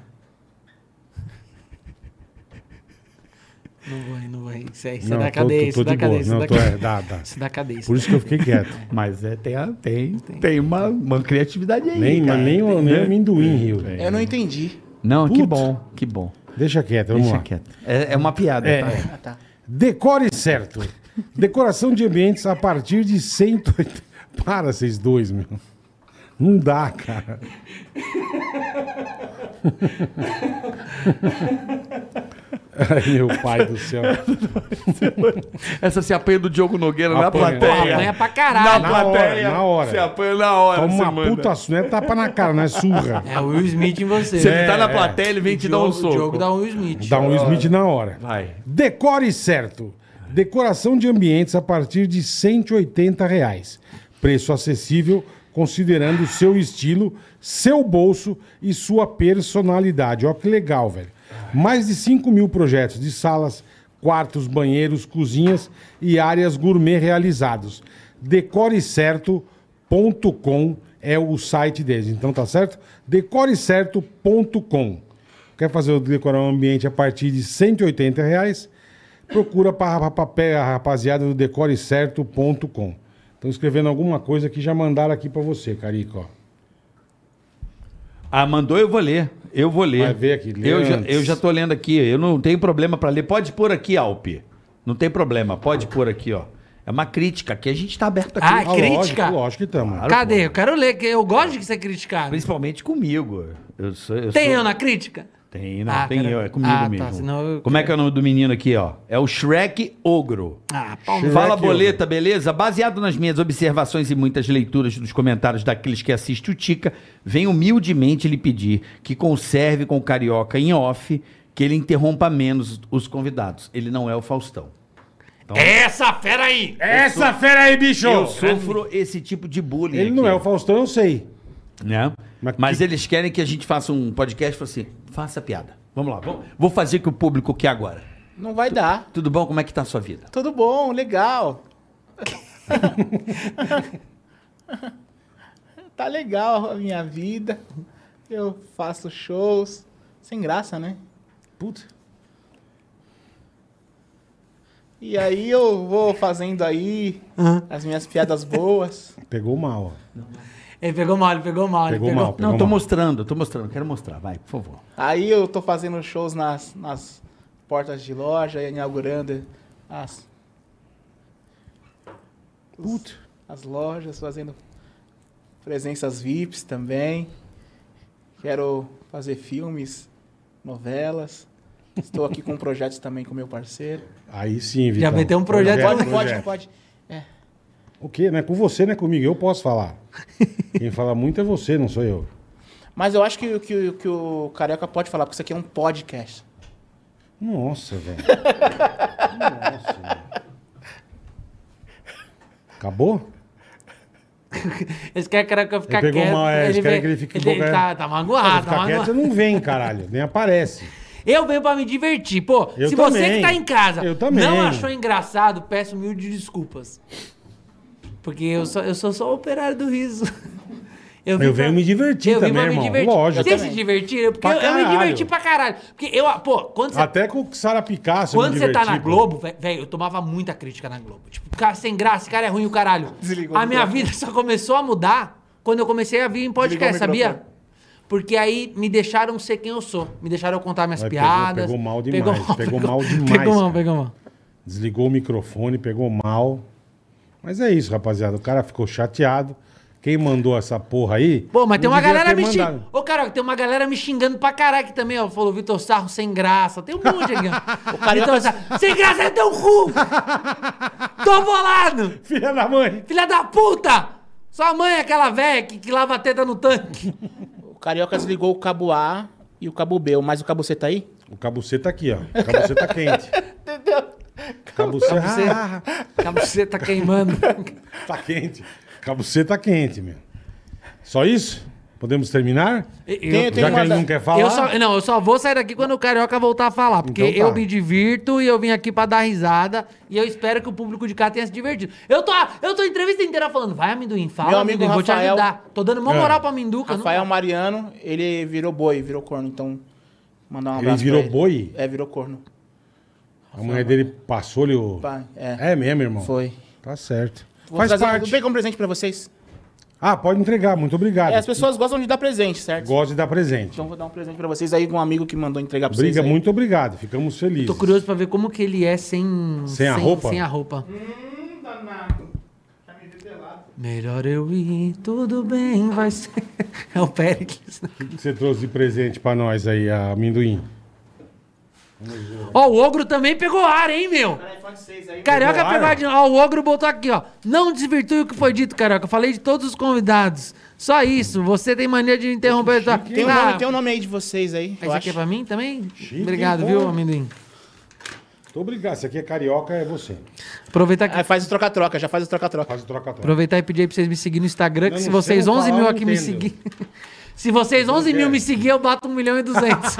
[SPEAKER 1] Não vou aí, não vou aí. Isso aí, isso é
[SPEAKER 3] Não,
[SPEAKER 1] da
[SPEAKER 3] tô-
[SPEAKER 1] cadeia,
[SPEAKER 3] tô- tô
[SPEAKER 1] isso é da
[SPEAKER 3] de
[SPEAKER 1] cadeia,
[SPEAKER 3] boa.
[SPEAKER 1] isso é
[SPEAKER 3] Não,
[SPEAKER 1] da
[SPEAKER 3] tô-
[SPEAKER 1] cadeia.
[SPEAKER 3] é, dá, dá.
[SPEAKER 1] Isso é da cadeia. isso
[SPEAKER 3] Por isso que eu fiquei quieto.
[SPEAKER 6] Mas é, tem, tem, tem uma, uma criatividade aí.
[SPEAKER 3] Nem, mas nem, o- nem o amendoim, Rio.
[SPEAKER 5] Eu não entendi.
[SPEAKER 4] Não,
[SPEAKER 3] Puta.
[SPEAKER 4] que bom, que bom.
[SPEAKER 3] Deixa quieto, vamos
[SPEAKER 4] Deixa
[SPEAKER 3] lá.
[SPEAKER 4] quieto. É, é uma piada,
[SPEAKER 3] É.
[SPEAKER 4] tá?
[SPEAKER 5] Ah, tá.
[SPEAKER 3] Decore certo. Decoração de ambientes a partir de 180. Para vocês dois, meu. Não dá, cara. Ai, meu pai do céu.
[SPEAKER 6] Essa se apanha do Diogo Nogueira
[SPEAKER 3] na plateia.
[SPEAKER 1] Apanha É pra caralho.
[SPEAKER 3] Na hora, na hora.
[SPEAKER 6] apanha na hora.
[SPEAKER 3] Toma uma
[SPEAKER 6] manda.
[SPEAKER 3] puta su- não é tapa na cara, não é surra.
[SPEAKER 1] É o Will Smith em você.
[SPEAKER 6] Você
[SPEAKER 1] É.
[SPEAKER 6] tá na
[SPEAKER 3] é.
[SPEAKER 6] plateia, ele vem te dar
[SPEAKER 1] Diogo-
[SPEAKER 6] um soco.
[SPEAKER 1] O jogo dá um Will Smith.
[SPEAKER 3] Dá um Smith na hora.
[SPEAKER 6] Vai.
[SPEAKER 3] Decore certo. Decoração de ambientes a partir de R$ 180 reais. Preço acessível, considerando o seu estilo, seu bolso e sua personalidade. Ó, que legal, velho. Mais de 5 mil projetos de salas, quartos, banheiros, cozinhas e áreas gourmet realizados. Decorecerto.com é o site deles. Então tá certo? Decorecerto.com. Quer fazer o decorar um ambiente a partir de R$ 180 reais? Procura para a rapaziada do decorecerto.com. Estão escrevendo alguma coisa que já mandaram aqui para você, Carico. ó.
[SPEAKER 4] Ah, mandou, eu vou ler. Eu vou ler.
[SPEAKER 3] Vai ver aqui, lê
[SPEAKER 4] Eu já,
[SPEAKER 3] antes.
[SPEAKER 4] eu já tô lendo aqui. Eu não tenho problema pra ler. Pode pôr aqui, Alpe. Não tem problema. Pode pôr aqui, ó. É uma crítica. Aqui a gente tá aberto aqui.
[SPEAKER 1] Ah,
[SPEAKER 3] Ah, Lógico,
[SPEAKER 1] crítica?
[SPEAKER 3] lógico que estamos.
[SPEAKER 1] Cadê? Eu quero ler, que eu gosto de ser criticado.
[SPEAKER 4] Principalmente comigo. Eu sou, eu
[SPEAKER 1] Tem
[SPEAKER 4] sou-
[SPEAKER 1] eu na crítica?
[SPEAKER 4] Tem, não,
[SPEAKER 1] Ah,
[SPEAKER 4] tem
[SPEAKER 1] cara.
[SPEAKER 4] eu. É comigo
[SPEAKER 1] Ah, tá,
[SPEAKER 4] mesmo.
[SPEAKER 1] senão eu-
[SPEAKER 4] Como é que é o nome do menino aqui, ó? É o Shrek Ogro.
[SPEAKER 1] Ah, pau
[SPEAKER 3] Shrek
[SPEAKER 4] Fala
[SPEAKER 3] Ogro.
[SPEAKER 4] boleta, beleza? Baseado nas minhas observações e muitas leituras dos comentários daqueles que assistem o Tica, venho humildemente lhe pedir que conserve com o Carioca em off, que ele interrompa menos os convidados. Ele não é o Faustão. Então,
[SPEAKER 1] Essa fera aí!
[SPEAKER 3] Essa fera aí, bicho! É.
[SPEAKER 4] Eu sofro esse tipo de bullying.
[SPEAKER 3] Ele não
[SPEAKER 4] aqui,
[SPEAKER 3] é o Faustão, eu sei.
[SPEAKER 4] né?
[SPEAKER 3] Mas
[SPEAKER 4] Mas,
[SPEAKER 3] que-
[SPEAKER 4] eles querem que a gente faça um podcast e fala assim: faça piada. Vamos lá, vamos- vou fazer que o público quer agora.
[SPEAKER 5] Não vai dar.
[SPEAKER 4] Tudo bom? Como é que tá a sua vida?
[SPEAKER 5] Tudo bom, legal. tá legal a minha vida. Eu faço shows. Sem graça, né?
[SPEAKER 3] Puta.
[SPEAKER 5] E aí eu vou fazendo aí as minhas piadas boas.
[SPEAKER 3] Pegou mal, ó.
[SPEAKER 1] Ele pegou mal, ele pegou mal. ele
[SPEAKER 3] Pegou
[SPEAKER 1] pegou...
[SPEAKER 3] mal, pegou
[SPEAKER 4] Não, tô
[SPEAKER 3] mal.
[SPEAKER 4] mostrando, tô mostrando, quero mostrar, vai, por favor.
[SPEAKER 5] Aí eu tô fazendo shows nas, nas portas de loja, inaugurando as. os- As lojas, fazendo presenças VIPs também. Quero fazer filmes, novelas. Estou aqui com projetos também com meu parceiro.
[SPEAKER 3] Aí sim, Vitor.
[SPEAKER 1] Já meteu um
[SPEAKER 3] É,
[SPEAKER 1] projeto.
[SPEAKER 5] Pode,
[SPEAKER 1] Projeto,
[SPEAKER 5] não pode, não pode.
[SPEAKER 3] O quê? Não é com você, não é comigo. Eu posso falar. Quem fala muito é você, não sou eu.
[SPEAKER 5] Mas eu acho que, o- que, o- que o Carioca pode falar, porque isso aqui é um podcast.
[SPEAKER 3] Nossa, velho. Nossa, velho. Acabou?
[SPEAKER 1] Eles querem que eu ficar
[SPEAKER 3] Ele pegou
[SPEAKER 1] quieto.
[SPEAKER 3] mal, é, eles querem
[SPEAKER 1] vem-
[SPEAKER 3] que ele fique com
[SPEAKER 1] ele
[SPEAKER 3] boca-
[SPEAKER 1] tá, tá magoado, tá
[SPEAKER 3] Ficar quieto,
[SPEAKER 1] magoado.
[SPEAKER 3] você não vem, caralho. Nem aparece.
[SPEAKER 1] Eu venho pra me divertir. Pô,
[SPEAKER 3] Eu
[SPEAKER 1] se você
[SPEAKER 3] também.
[SPEAKER 1] que tá em casa
[SPEAKER 3] Eu também.
[SPEAKER 1] não achou engraçado, peço mil de desculpas. Porque eu sou, eu sou só o operário do riso. vim
[SPEAKER 3] Eu venho me divertir
[SPEAKER 1] eu vim
[SPEAKER 3] também,
[SPEAKER 1] pra
[SPEAKER 3] irmão.
[SPEAKER 1] Me divertir.
[SPEAKER 3] Lógico.
[SPEAKER 1] Vocês se divertiram? Porque
[SPEAKER 3] Pra
[SPEAKER 1] eu, eu me
[SPEAKER 3] caralho.
[SPEAKER 1] diverti pra caralho. Porque eu, pô, quando você
[SPEAKER 3] Até com o Sara Picasso. eu me
[SPEAKER 1] quando você tá
[SPEAKER 3] diverti,
[SPEAKER 1] na
[SPEAKER 3] pô.
[SPEAKER 1] Globo, vé- velho, eu tomava muita crítica na Globo. Tipo, cara sem graça, esse cara é ruim o caralho.
[SPEAKER 5] Desligou
[SPEAKER 1] a
[SPEAKER 5] o
[SPEAKER 1] minha
[SPEAKER 5] microfone.
[SPEAKER 1] vida só começou a mudar quando eu comecei a vir em podcast,
[SPEAKER 5] Desligou o
[SPEAKER 1] sabia?
[SPEAKER 5] microfone.
[SPEAKER 1] Porque aí me deixaram ser quem eu sou. Me deixaram eu contar minhas
[SPEAKER 3] Mas pegou-
[SPEAKER 1] piadas.
[SPEAKER 3] pegou mal demais, pegou mal demais,
[SPEAKER 1] Pegou mal,
[SPEAKER 3] cara.
[SPEAKER 1] pegou mal.
[SPEAKER 3] Desligou o microfone, pegou mal. Mas é isso, rapaziada. O cara ficou chateado. Quem mandou essa porra aí?
[SPEAKER 1] Pô, mas tem
[SPEAKER 3] não
[SPEAKER 1] uma
[SPEAKER 3] devia
[SPEAKER 1] galera
[SPEAKER 3] ter
[SPEAKER 1] me xingando.
[SPEAKER 3] mandado.
[SPEAKER 1] Ô, Carioca, tem uma galera me xingando pra caralho aqui também, ó. Falou Vitor Sarro sem graça. Tem um monte aqui, ó. O Vitor Sarro, sem graça é teu cu! Tô bolado!
[SPEAKER 3] Filha da mãe.
[SPEAKER 1] Filha da puta! Sua mãe é aquela velha que, que lava a teta no tanque.
[SPEAKER 5] O Carioca desligou o cabo A e o cabo B, mas o cabo C tá aí?
[SPEAKER 3] O cabuceta aqui, ó. O cabuceta quente.
[SPEAKER 5] Entendeu?
[SPEAKER 3] Cabuceta
[SPEAKER 1] Você- A buceta queimando.
[SPEAKER 3] tá quente. Cabuceta quente, meu. Só isso? Podemos terminar?
[SPEAKER 1] Eu,
[SPEAKER 5] Tem
[SPEAKER 3] Já que
[SPEAKER 5] uma
[SPEAKER 3] ele
[SPEAKER 5] da-
[SPEAKER 3] não quer falar.
[SPEAKER 1] eu só, não, eu só vou sair daqui quando o Carioca voltar a falar. Porque
[SPEAKER 3] Então tá.
[SPEAKER 1] eu me divirto e eu vim aqui pra dar risada. E eu espero que o público de cá tenha se divertido. Eu tô, eu tô a entrevista inteira falando, vai, amendoim, fala,
[SPEAKER 5] Meu amigo
[SPEAKER 1] amendoim, vou te
[SPEAKER 5] Rafael-
[SPEAKER 1] ajudar. Tô dando uma
[SPEAKER 3] É.
[SPEAKER 1] moral pra Minduca.
[SPEAKER 5] Rafael Mariano, ele virou boi, virou corno, então mandar um
[SPEAKER 3] Ele
[SPEAKER 5] abraço. pra
[SPEAKER 3] virou boi?
[SPEAKER 5] É, virou corno.
[SPEAKER 3] A mulher dele passou-lhe o.
[SPEAKER 5] Pai, é.
[SPEAKER 3] É. mesmo, irmão.
[SPEAKER 5] Foi.
[SPEAKER 3] Tá certo.
[SPEAKER 5] Vou
[SPEAKER 3] Faz
[SPEAKER 5] trazer-
[SPEAKER 3] parte.
[SPEAKER 5] Vou pegar um presente pra vocês.
[SPEAKER 3] Ah, pode entregar. Muito obrigado.
[SPEAKER 5] É, as pessoas gostam de dar presente, certo?
[SPEAKER 3] Gosto de dar presente.
[SPEAKER 5] Então vou dar um presente pra vocês aí, de um amigo que mandou entregar pra
[SPEAKER 3] Briga,
[SPEAKER 5] vocês. aí.
[SPEAKER 3] muito obrigado. Ficamos felizes.
[SPEAKER 1] Tô curioso pra ver como que ele é sem...
[SPEAKER 3] Sem a roupa?
[SPEAKER 1] Sem a roupa. Melhor eu ir, tudo bem, vai ser... É o Péricles.
[SPEAKER 3] O que você trouxe de presente pra nós aí, a amendoim?
[SPEAKER 1] Ó, o Ogro também pegou ar, hein, meu?
[SPEAKER 5] iPhone 6 aí.
[SPEAKER 1] Carioca
[SPEAKER 3] Pegou ar?
[SPEAKER 1] pegou ar de... Ó, o Ogro botou aqui, ó. Não desvirtue o que foi dito, Carioca. Falei de todos os convidados. Só isso. Você tem mania de interromper... Tá...
[SPEAKER 5] Tem um,
[SPEAKER 1] Tá.
[SPEAKER 5] nome, tem um nome aí de vocês aí, eu
[SPEAKER 1] Esse aqui é
[SPEAKER 5] acho.
[SPEAKER 1] pra mim também?
[SPEAKER 3] Chique,
[SPEAKER 1] Obrigado,
[SPEAKER 3] hein,
[SPEAKER 1] viu,
[SPEAKER 3] porra?
[SPEAKER 1] amendoim?
[SPEAKER 3] Muito obrigado. Esse aqui é carioca, é você.
[SPEAKER 1] Aproveitar que...
[SPEAKER 5] Ah, faz o troca-troca, já faz o troca-troca.
[SPEAKER 3] Faz o troca-troca.
[SPEAKER 1] Aproveitar e pedir aí pra vocês me seguirem no Instagram, que
[SPEAKER 3] Não,
[SPEAKER 1] se
[SPEAKER 3] não
[SPEAKER 1] vocês
[SPEAKER 3] sei não
[SPEAKER 1] 11 mil
[SPEAKER 3] falar,
[SPEAKER 1] aqui
[SPEAKER 3] não
[SPEAKER 1] me
[SPEAKER 3] entendo.
[SPEAKER 1] seguirem... Se vocês 11 mil
[SPEAKER 3] quero.
[SPEAKER 1] me seguirem, eu um bato 1 milhão e 200.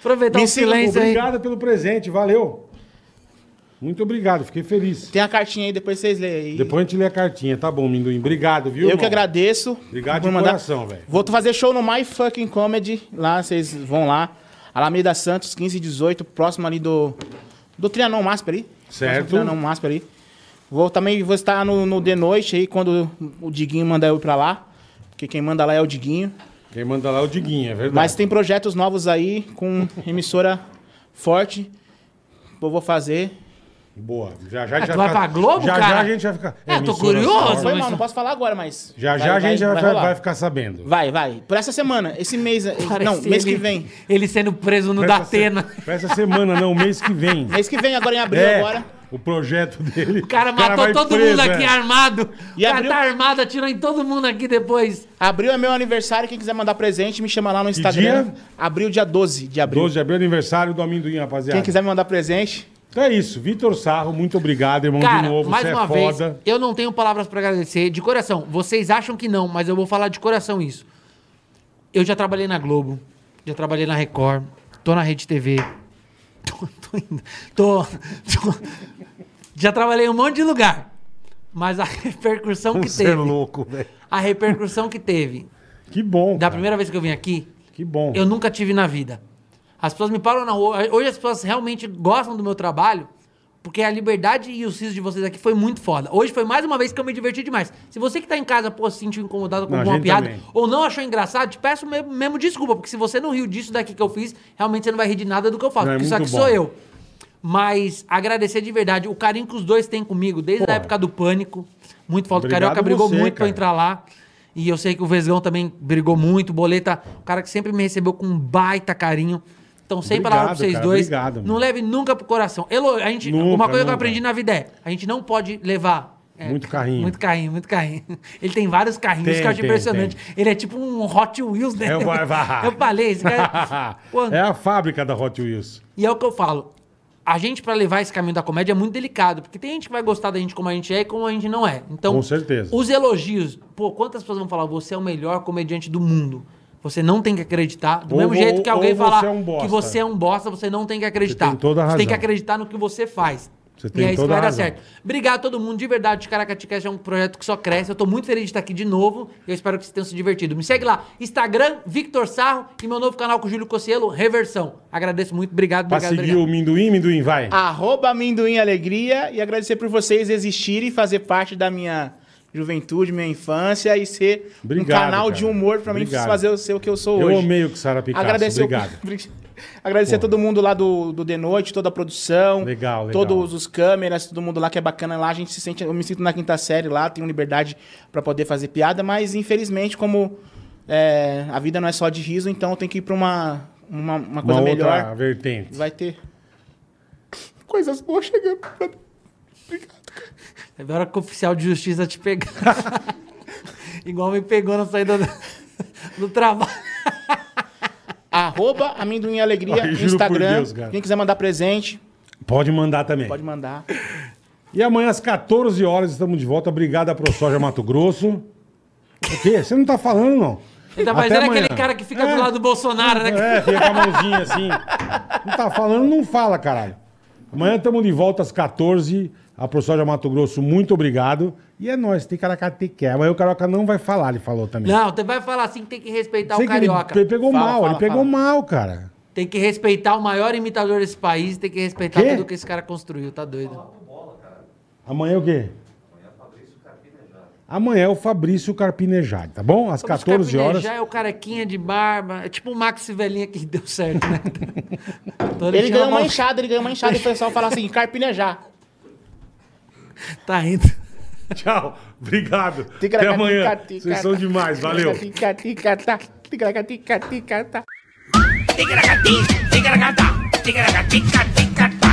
[SPEAKER 1] Aproveitar
[SPEAKER 5] Me
[SPEAKER 1] o
[SPEAKER 5] siga,
[SPEAKER 1] silêncio aí.
[SPEAKER 3] Obrigado pelo presente, valeu. Muito obrigado, fiquei feliz.
[SPEAKER 5] Tem a cartinha aí, depois vocês leem aí.
[SPEAKER 3] Depois a gente lê a cartinha, tá bom, Minduim? Obrigado, viu?
[SPEAKER 5] eu
[SPEAKER 3] irmão?
[SPEAKER 5] que agradeço.
[SPEAKER 3] Obrigado de coração, velho.
[SPEAKER 5] Vou fazer show no My Fucking Comedy. Lá, vocês vão lá. Alameda Santos, 15 e 18, próximo ali do. Do Trianon Masper ali. Próximo do
[SPEAKER 3] Certo.
[SPEAKER 5] Trianon Masper ali. Vou também vou estar no, no The Noite aí, quando o Diguinho manda eu ir pra lá. Porque quem manda lá é o Diguinho.
[SPEAKER 3] Quem manda lá é o Diguinho, é verdade.
[SPEAKER 5] Mas tem projetos novos aí com emissora forte. Eu vou fazer.
[SPEAKER 3] Boa. Já já
[SPEAKER 1] Ah,
[SPEAKER 3] já.
[SPEAKER 1] tu vai pra Globo,
[SPEAKER 3] já,
[SPEAKER 1] cara?
[SPEAKER 3] Já a gente vai
[SPEAKER 5] Ah,
[SPEAKER 3] ficar.
[SPEAKER 1] É, tô
[SPEAKER 3] emissora
[SPEAKER 1] curioso.
[SPEAKER 3] só.
[SPEAKER 5] Foi
[SPEAKER 1] mas-
[SPEAKER 5] mal, não posso falar agora, mas.
[SPEAKER 3] Já
[SPEAKER 5] vai-
[SPEAKER 3] já a gente já vai,
[SPEAKER 5] rolar.
[SPEAKER 3] vai ficar sabendo.
[SPEAKER 5] Vai, vai. Por essa semana, esse mês. eh, não,
[SPEAKER 1] Parece
[SPEAKER 5] mês que
[SPEAKER 1] ele-
[SPEAKER 5] vem.
[SPEAKER 1] Ele sendo preso no
[SPEAKER 3] Pra essa se-
[SPEAKER 1] Datena.
[SPEAKER 3] Pra essa semana, não, mês que vem.
[SPEAKER 5] Mês que vem, agora em abril,
[SPEAKER 3] É,
[SPEAKER 5] agora.
[SPEAKER 3] o projeto dele.
[SPEAKER 1] O cara matou
[SPEAKER 3] vai
[SPEAKER 1] todo
[SPEAKER 3] preso,
[SPEAKER 1] mundo aqui
[SPEAKER 3] é.
[SPEAKER 1] armado.
[SPEAKER 5] E
[SPEAKER 1] o cara
[SPEAKER 5] abriu-
[SPEAKER 1] tá armado, atirou em todo mundo aqui depois.
[SPEAKER 5] Abril é meu aniversário, quem quiser mandar presente, me chama lá no Instagram.
[SPEAKER 3] dia?
[SPEAKER 5] Abril, dia 12 de abril.
[SPEAKER 3] 12 de abril, aniversário do Amendoim, rapaziada.
[SPEAKER 5] Quem quiser me mandar presente,
[SPEAKER 3] Então é isso. Vitor Sarro, muito obrigado, irmão,
[SPEAKER 1] Cara,
[SPEAKER 3] de novo.
[SPEAKER 1] mais
[SPEAKER 3] Você
[SPEAKER 1] uma
[SPEAKER 3] é
[SPEAKER 1] vez,
[SPEAKER 3] foda.
[SPEAKER 1] eu não tenho palavras pra agradecer de coração. Vocês acham que não, mas eu vou falar de coração isso. Eu já trabalhei na Globo, já trabalhei na Record, tô na Rede TV. Tô, tô indo- tô- tô- já trabalhei em um monte de lugar. Mas a repercussão que
[SPEAKER 3] Você é
[SPEAKER 1] teve,
[SPEAKER 3] louco, velho.
[SPEAKER 1] a repercussão que teve
[SPEAKER 3] Que bom.
[SPEAKER 1] da
[SPEAKER 3] cara.
[SPEAKER 1] primeira vez que eu vim aqui,
[SPEAKER 3] Que bom.
[SPEAKER 1] eu nunca tive na vida. As pessoas me param na rua. Hoje as pessoas realmente gostam do meu trabalho, porque a liberdade e o siso de vocês aqui foi muito foda. Hoje foi mais uma vez que eu me diverti demais. Se você que tá em casa, pô, se sentiu incomodado com
[SPEAKER 3] Não, a
[SPEAKER 1] alguma
[SPEAKER 3] gente
[SPEAKER 1] piada
[SPEAKER 3] também.
[SPEAKER 1] ou não achou engraçado, te peço me- mesmo, desculpa, porque se você não riu disso daqui que eu fiz, realmente você não vai rir de nada do que eu falo,
[SPEAKER 3] Não, é
[SPEAKER 1] porque isso
[SPEAKER 3] muito
[SPEAKER 1] aqui
[SPEAKER 3] bom.
[SPEAKER 1] sou eu. Mas agradecer de verdade o carinho que os dois têm comigo, desde a
[SPEAKER 3] Porra.
[SPEAKER 1] época do pânico. Muito foda. O
[SPEAKER 3] Obrigado
[SPEAKER 1] Carioca brigou
[SPEAKER 3] você,
[SPEAKER 1] muito pra eu
[SPEAKER 3] cara.
[SPEAKER 1] entrar pra lá. E eu sei que o Vesgão também brigou muito, o Boleta, o cara que sempre me recebeu com um baita carinho. Então, sem
[SPEAKER 3] Obrigado,
[SPEAKER 1] palavras pra vocês
[SPEAKER 3] cara,
[SPEAKER 1] dois.
[SPEAKER 3] obrigado, mano.
[SPEAKER 1] não leve nunca pro coração. Elo, a gente,
[SPEAKER 3] Nunca,
[SPEAKER 1] uma coisa que
[SPEAKER 3] nunca.
[SPEAKER 1] eu aprendi na vida é, a gente não pode levar... é,
[SPEAKER 3] Muito carrinho.
[SPEAKER 1] Muito carrinho, muito carrinho. Ele tem vários carrinhos
[SPEAKER 3] Tem,
[SPEAKER 1] que eu acho
[SPEAKER 3] tem,
[SPEAKER 1] impressionante. Ele é tipo um Hot Wheels, né?
[SPEAKER 3] É o-
[SPEAKER 1] eu falei, esse cara... Pô,
[SPEAKER 3] é a fábrica da Hot Wheels.
[SPEAKER 1] e é o que eu falo. A gente, pra levar esse caminho da comédia, é muito delicado. Porque tem gente que vai gostar da gente como a gente é e como a gente não é. Então,
[SPEAKER 3] Com certeza.
[SPEAKER 1] os elogios. Pô, quantas pessoas vão falar, você é o melhor comediante do mundo? Você não tem que acreditar. Do
[SPEAKER 3] Ou-
[SPEAKER 1] mesmo jeito
[SPEAKER 3] ou-
[SPEAKER 1] que alguém
[SPEAKER 3] ou
[SPEAKER 1] falar
[SPEAKER 3] você é um bosta.
[SPEAKER 1] que você é um bosta, você não tem que acreditar.
[SPEAKER 3] Você tem toda a
[SPEAKER 1] Você tem que
[SPEAKER 3] razão.
[SPEAKER 1] acreditar no que você faz.
[SPEAKER 3] Você tem
[SPEAKER 1] e é isso que
[SPEAKER 3] toda
[SPEAKER 1] vai
[SPEAKER 3] a
[SPEAKER 1] dar
[SPEAKER 3] razão.
[SPEAKER 1] certo. Obrigado a todo mundo, de verdade. O Caracaticast é um projeto que só cresce. Eu tô muito feliz de estar aqui de novo. Eu espero que vocês tenham se divertido. Me segue lá, Instagram, Victor Sarro e meu novo canal com o Júlio Cocielo, Reversão. Agradeço muito, obrigado,
[SPEAKER 3] Pra
[SPEAKER 1] obrigado,
[SPEAKER 3] seguir
[SPEAKER 1] obrigado. Ah,
[SPEAKER 3] o Minduim, Minduim, vai.
[SPEAKER 5] arroba amendoim alegria e agradecer por vocês existirem, fazer parte da minha juventude, minha infância e ser um
[SPEAKER 3] Obrigado,
[SPEAKER 5] canal
[SPEAKER 3] cara.
[SPEAKER 5] de humor pra
[SPEAKER 3] Obrigado.
[SPEAKER 5] mim fazer o ser o que eu sou
[SPEAKER 3] eu
[SPEAKER 5] hoje.
[SPEAKER 3] amei o que Sara Picasso.
[SPEAKER 5] Agradecer, o-
[SPEAKER 3] Obrigado.
[SPEAKER 5] Agradecer a todo mundo lá do, do The Noite, toda a produção.
[SPEAKER 3] Legal, legal.
[SPEAKER 5] Todos os câmeras, todo mundo lá que é bacana lá. A gente se sente, eu me sinto na quinta série lá, tenho liberdade pra poder fazer piada, mas infelizmente, como é, a vida não é só de riso, então tem que ir pra uma, uma, uma
[SPEAKER 3] Uma
[SPEAKER 5] coisa
[SPEAKER 3] outra
[SPEAKER 5] melhor.
[SPEAKER 3] vertente.
[SPEAKER 5] Vai ter coisas boas chegando. pra-
[SPEAKER 1] É hora que o oficial de justiça te pegar. Igual me pegou na saída do, do trabalho.
[SPEAKER 5] Arroba amendoim alegria,
[SPEAKER 3] Ai, juro por
[SPEAKER 5] Instagram.
[SPEAKER 3] Deus, cara.
[SPEAKER 5] Quem quiser mandar presente,
[SPEAKER 3] Pode mandar também.
[SPEAKER 5] pode mandar.
[SPEAKER 3] E amanhã às 14 horas estamos de volta. Obrigado à ProSoja Mato Grosso. O quê? Você não tá falando, não?
[SPEAKER 1] Ele tá
[SPEAKER 3] Até
[SPEAKER 1] parecendo
[SPEAKER 3] amanhã.
[SPEAKER 1] aquele cara que fica
[SPEAKER 3] É.
[SPEAKER 1] do lado do Bolsonaro, né?
[SPEAKER 3] É, fica com a mãozinha assim. Não tá falando, não fala, caralho. Amanhã estamos de volta às 14. A ProSoja Mato Grosso, muito obrigado. E é nóis, tem Caracate que é. Amanhã o Carioca não vai falar, ele falou também.
[SPEAKER 1] Não, você vai falar assim que tem que respeitar
[SPEAKER 3] Sei
[SPEAKER 1] o
[SPEAKER 3] que ele,
[SPEAKER 1] carioca.
[SPEAKER 3] ele pegou
[SPEAKER 5] Fala,
[SPEAKER 3] mal,
[SPEAKER 5] fala,
[SPEAKER 3] ele pegou
[SPEAKER 5] fala.
[SPEAKER 3] mal, cara.
[SPEAKER 1] Tem que respeitar o maior imitador desse país, tem que respeitar
[SPEAKER 3] Quê?
[SPEAKER 1] tudo que esse cara construiu, tá doido?
[SPEAKER 3] Amanhã o quê? Amanhã é o Fabrício Carpinejade, tá bom? Às 14 horas.
[SPEAKER 1] Já é o carequinha de barba, é tipo o Max Velhinha que deu certo, né? Então
[SPEAKER 5] Ele
[SPEAKER 1] chama
[SPEAKER 5] ganhou uma
[SPEAKER 1] mal-
[SPEAKER 5] enxada, ele ganhou uma enxada e o pessoal fala assim: carpinejar.
[SPEAKER 1] Tá indo.
[SPEAKER 3] Tchau, obrigado. Até
[SPEAKER 5] Ticaracatica,
[SPEAKER 3] amanhã.
[SPEAKER 5] ticaracatica.
[SPEAKER 3] Vocês são demais, valeu.
[SPEAKER 5] Ticaracatica, ticaracatica, ticaracatica.
[SPEAKER 2] Ticaracatica, ticaracatica, ticaracatica, ticaracatica.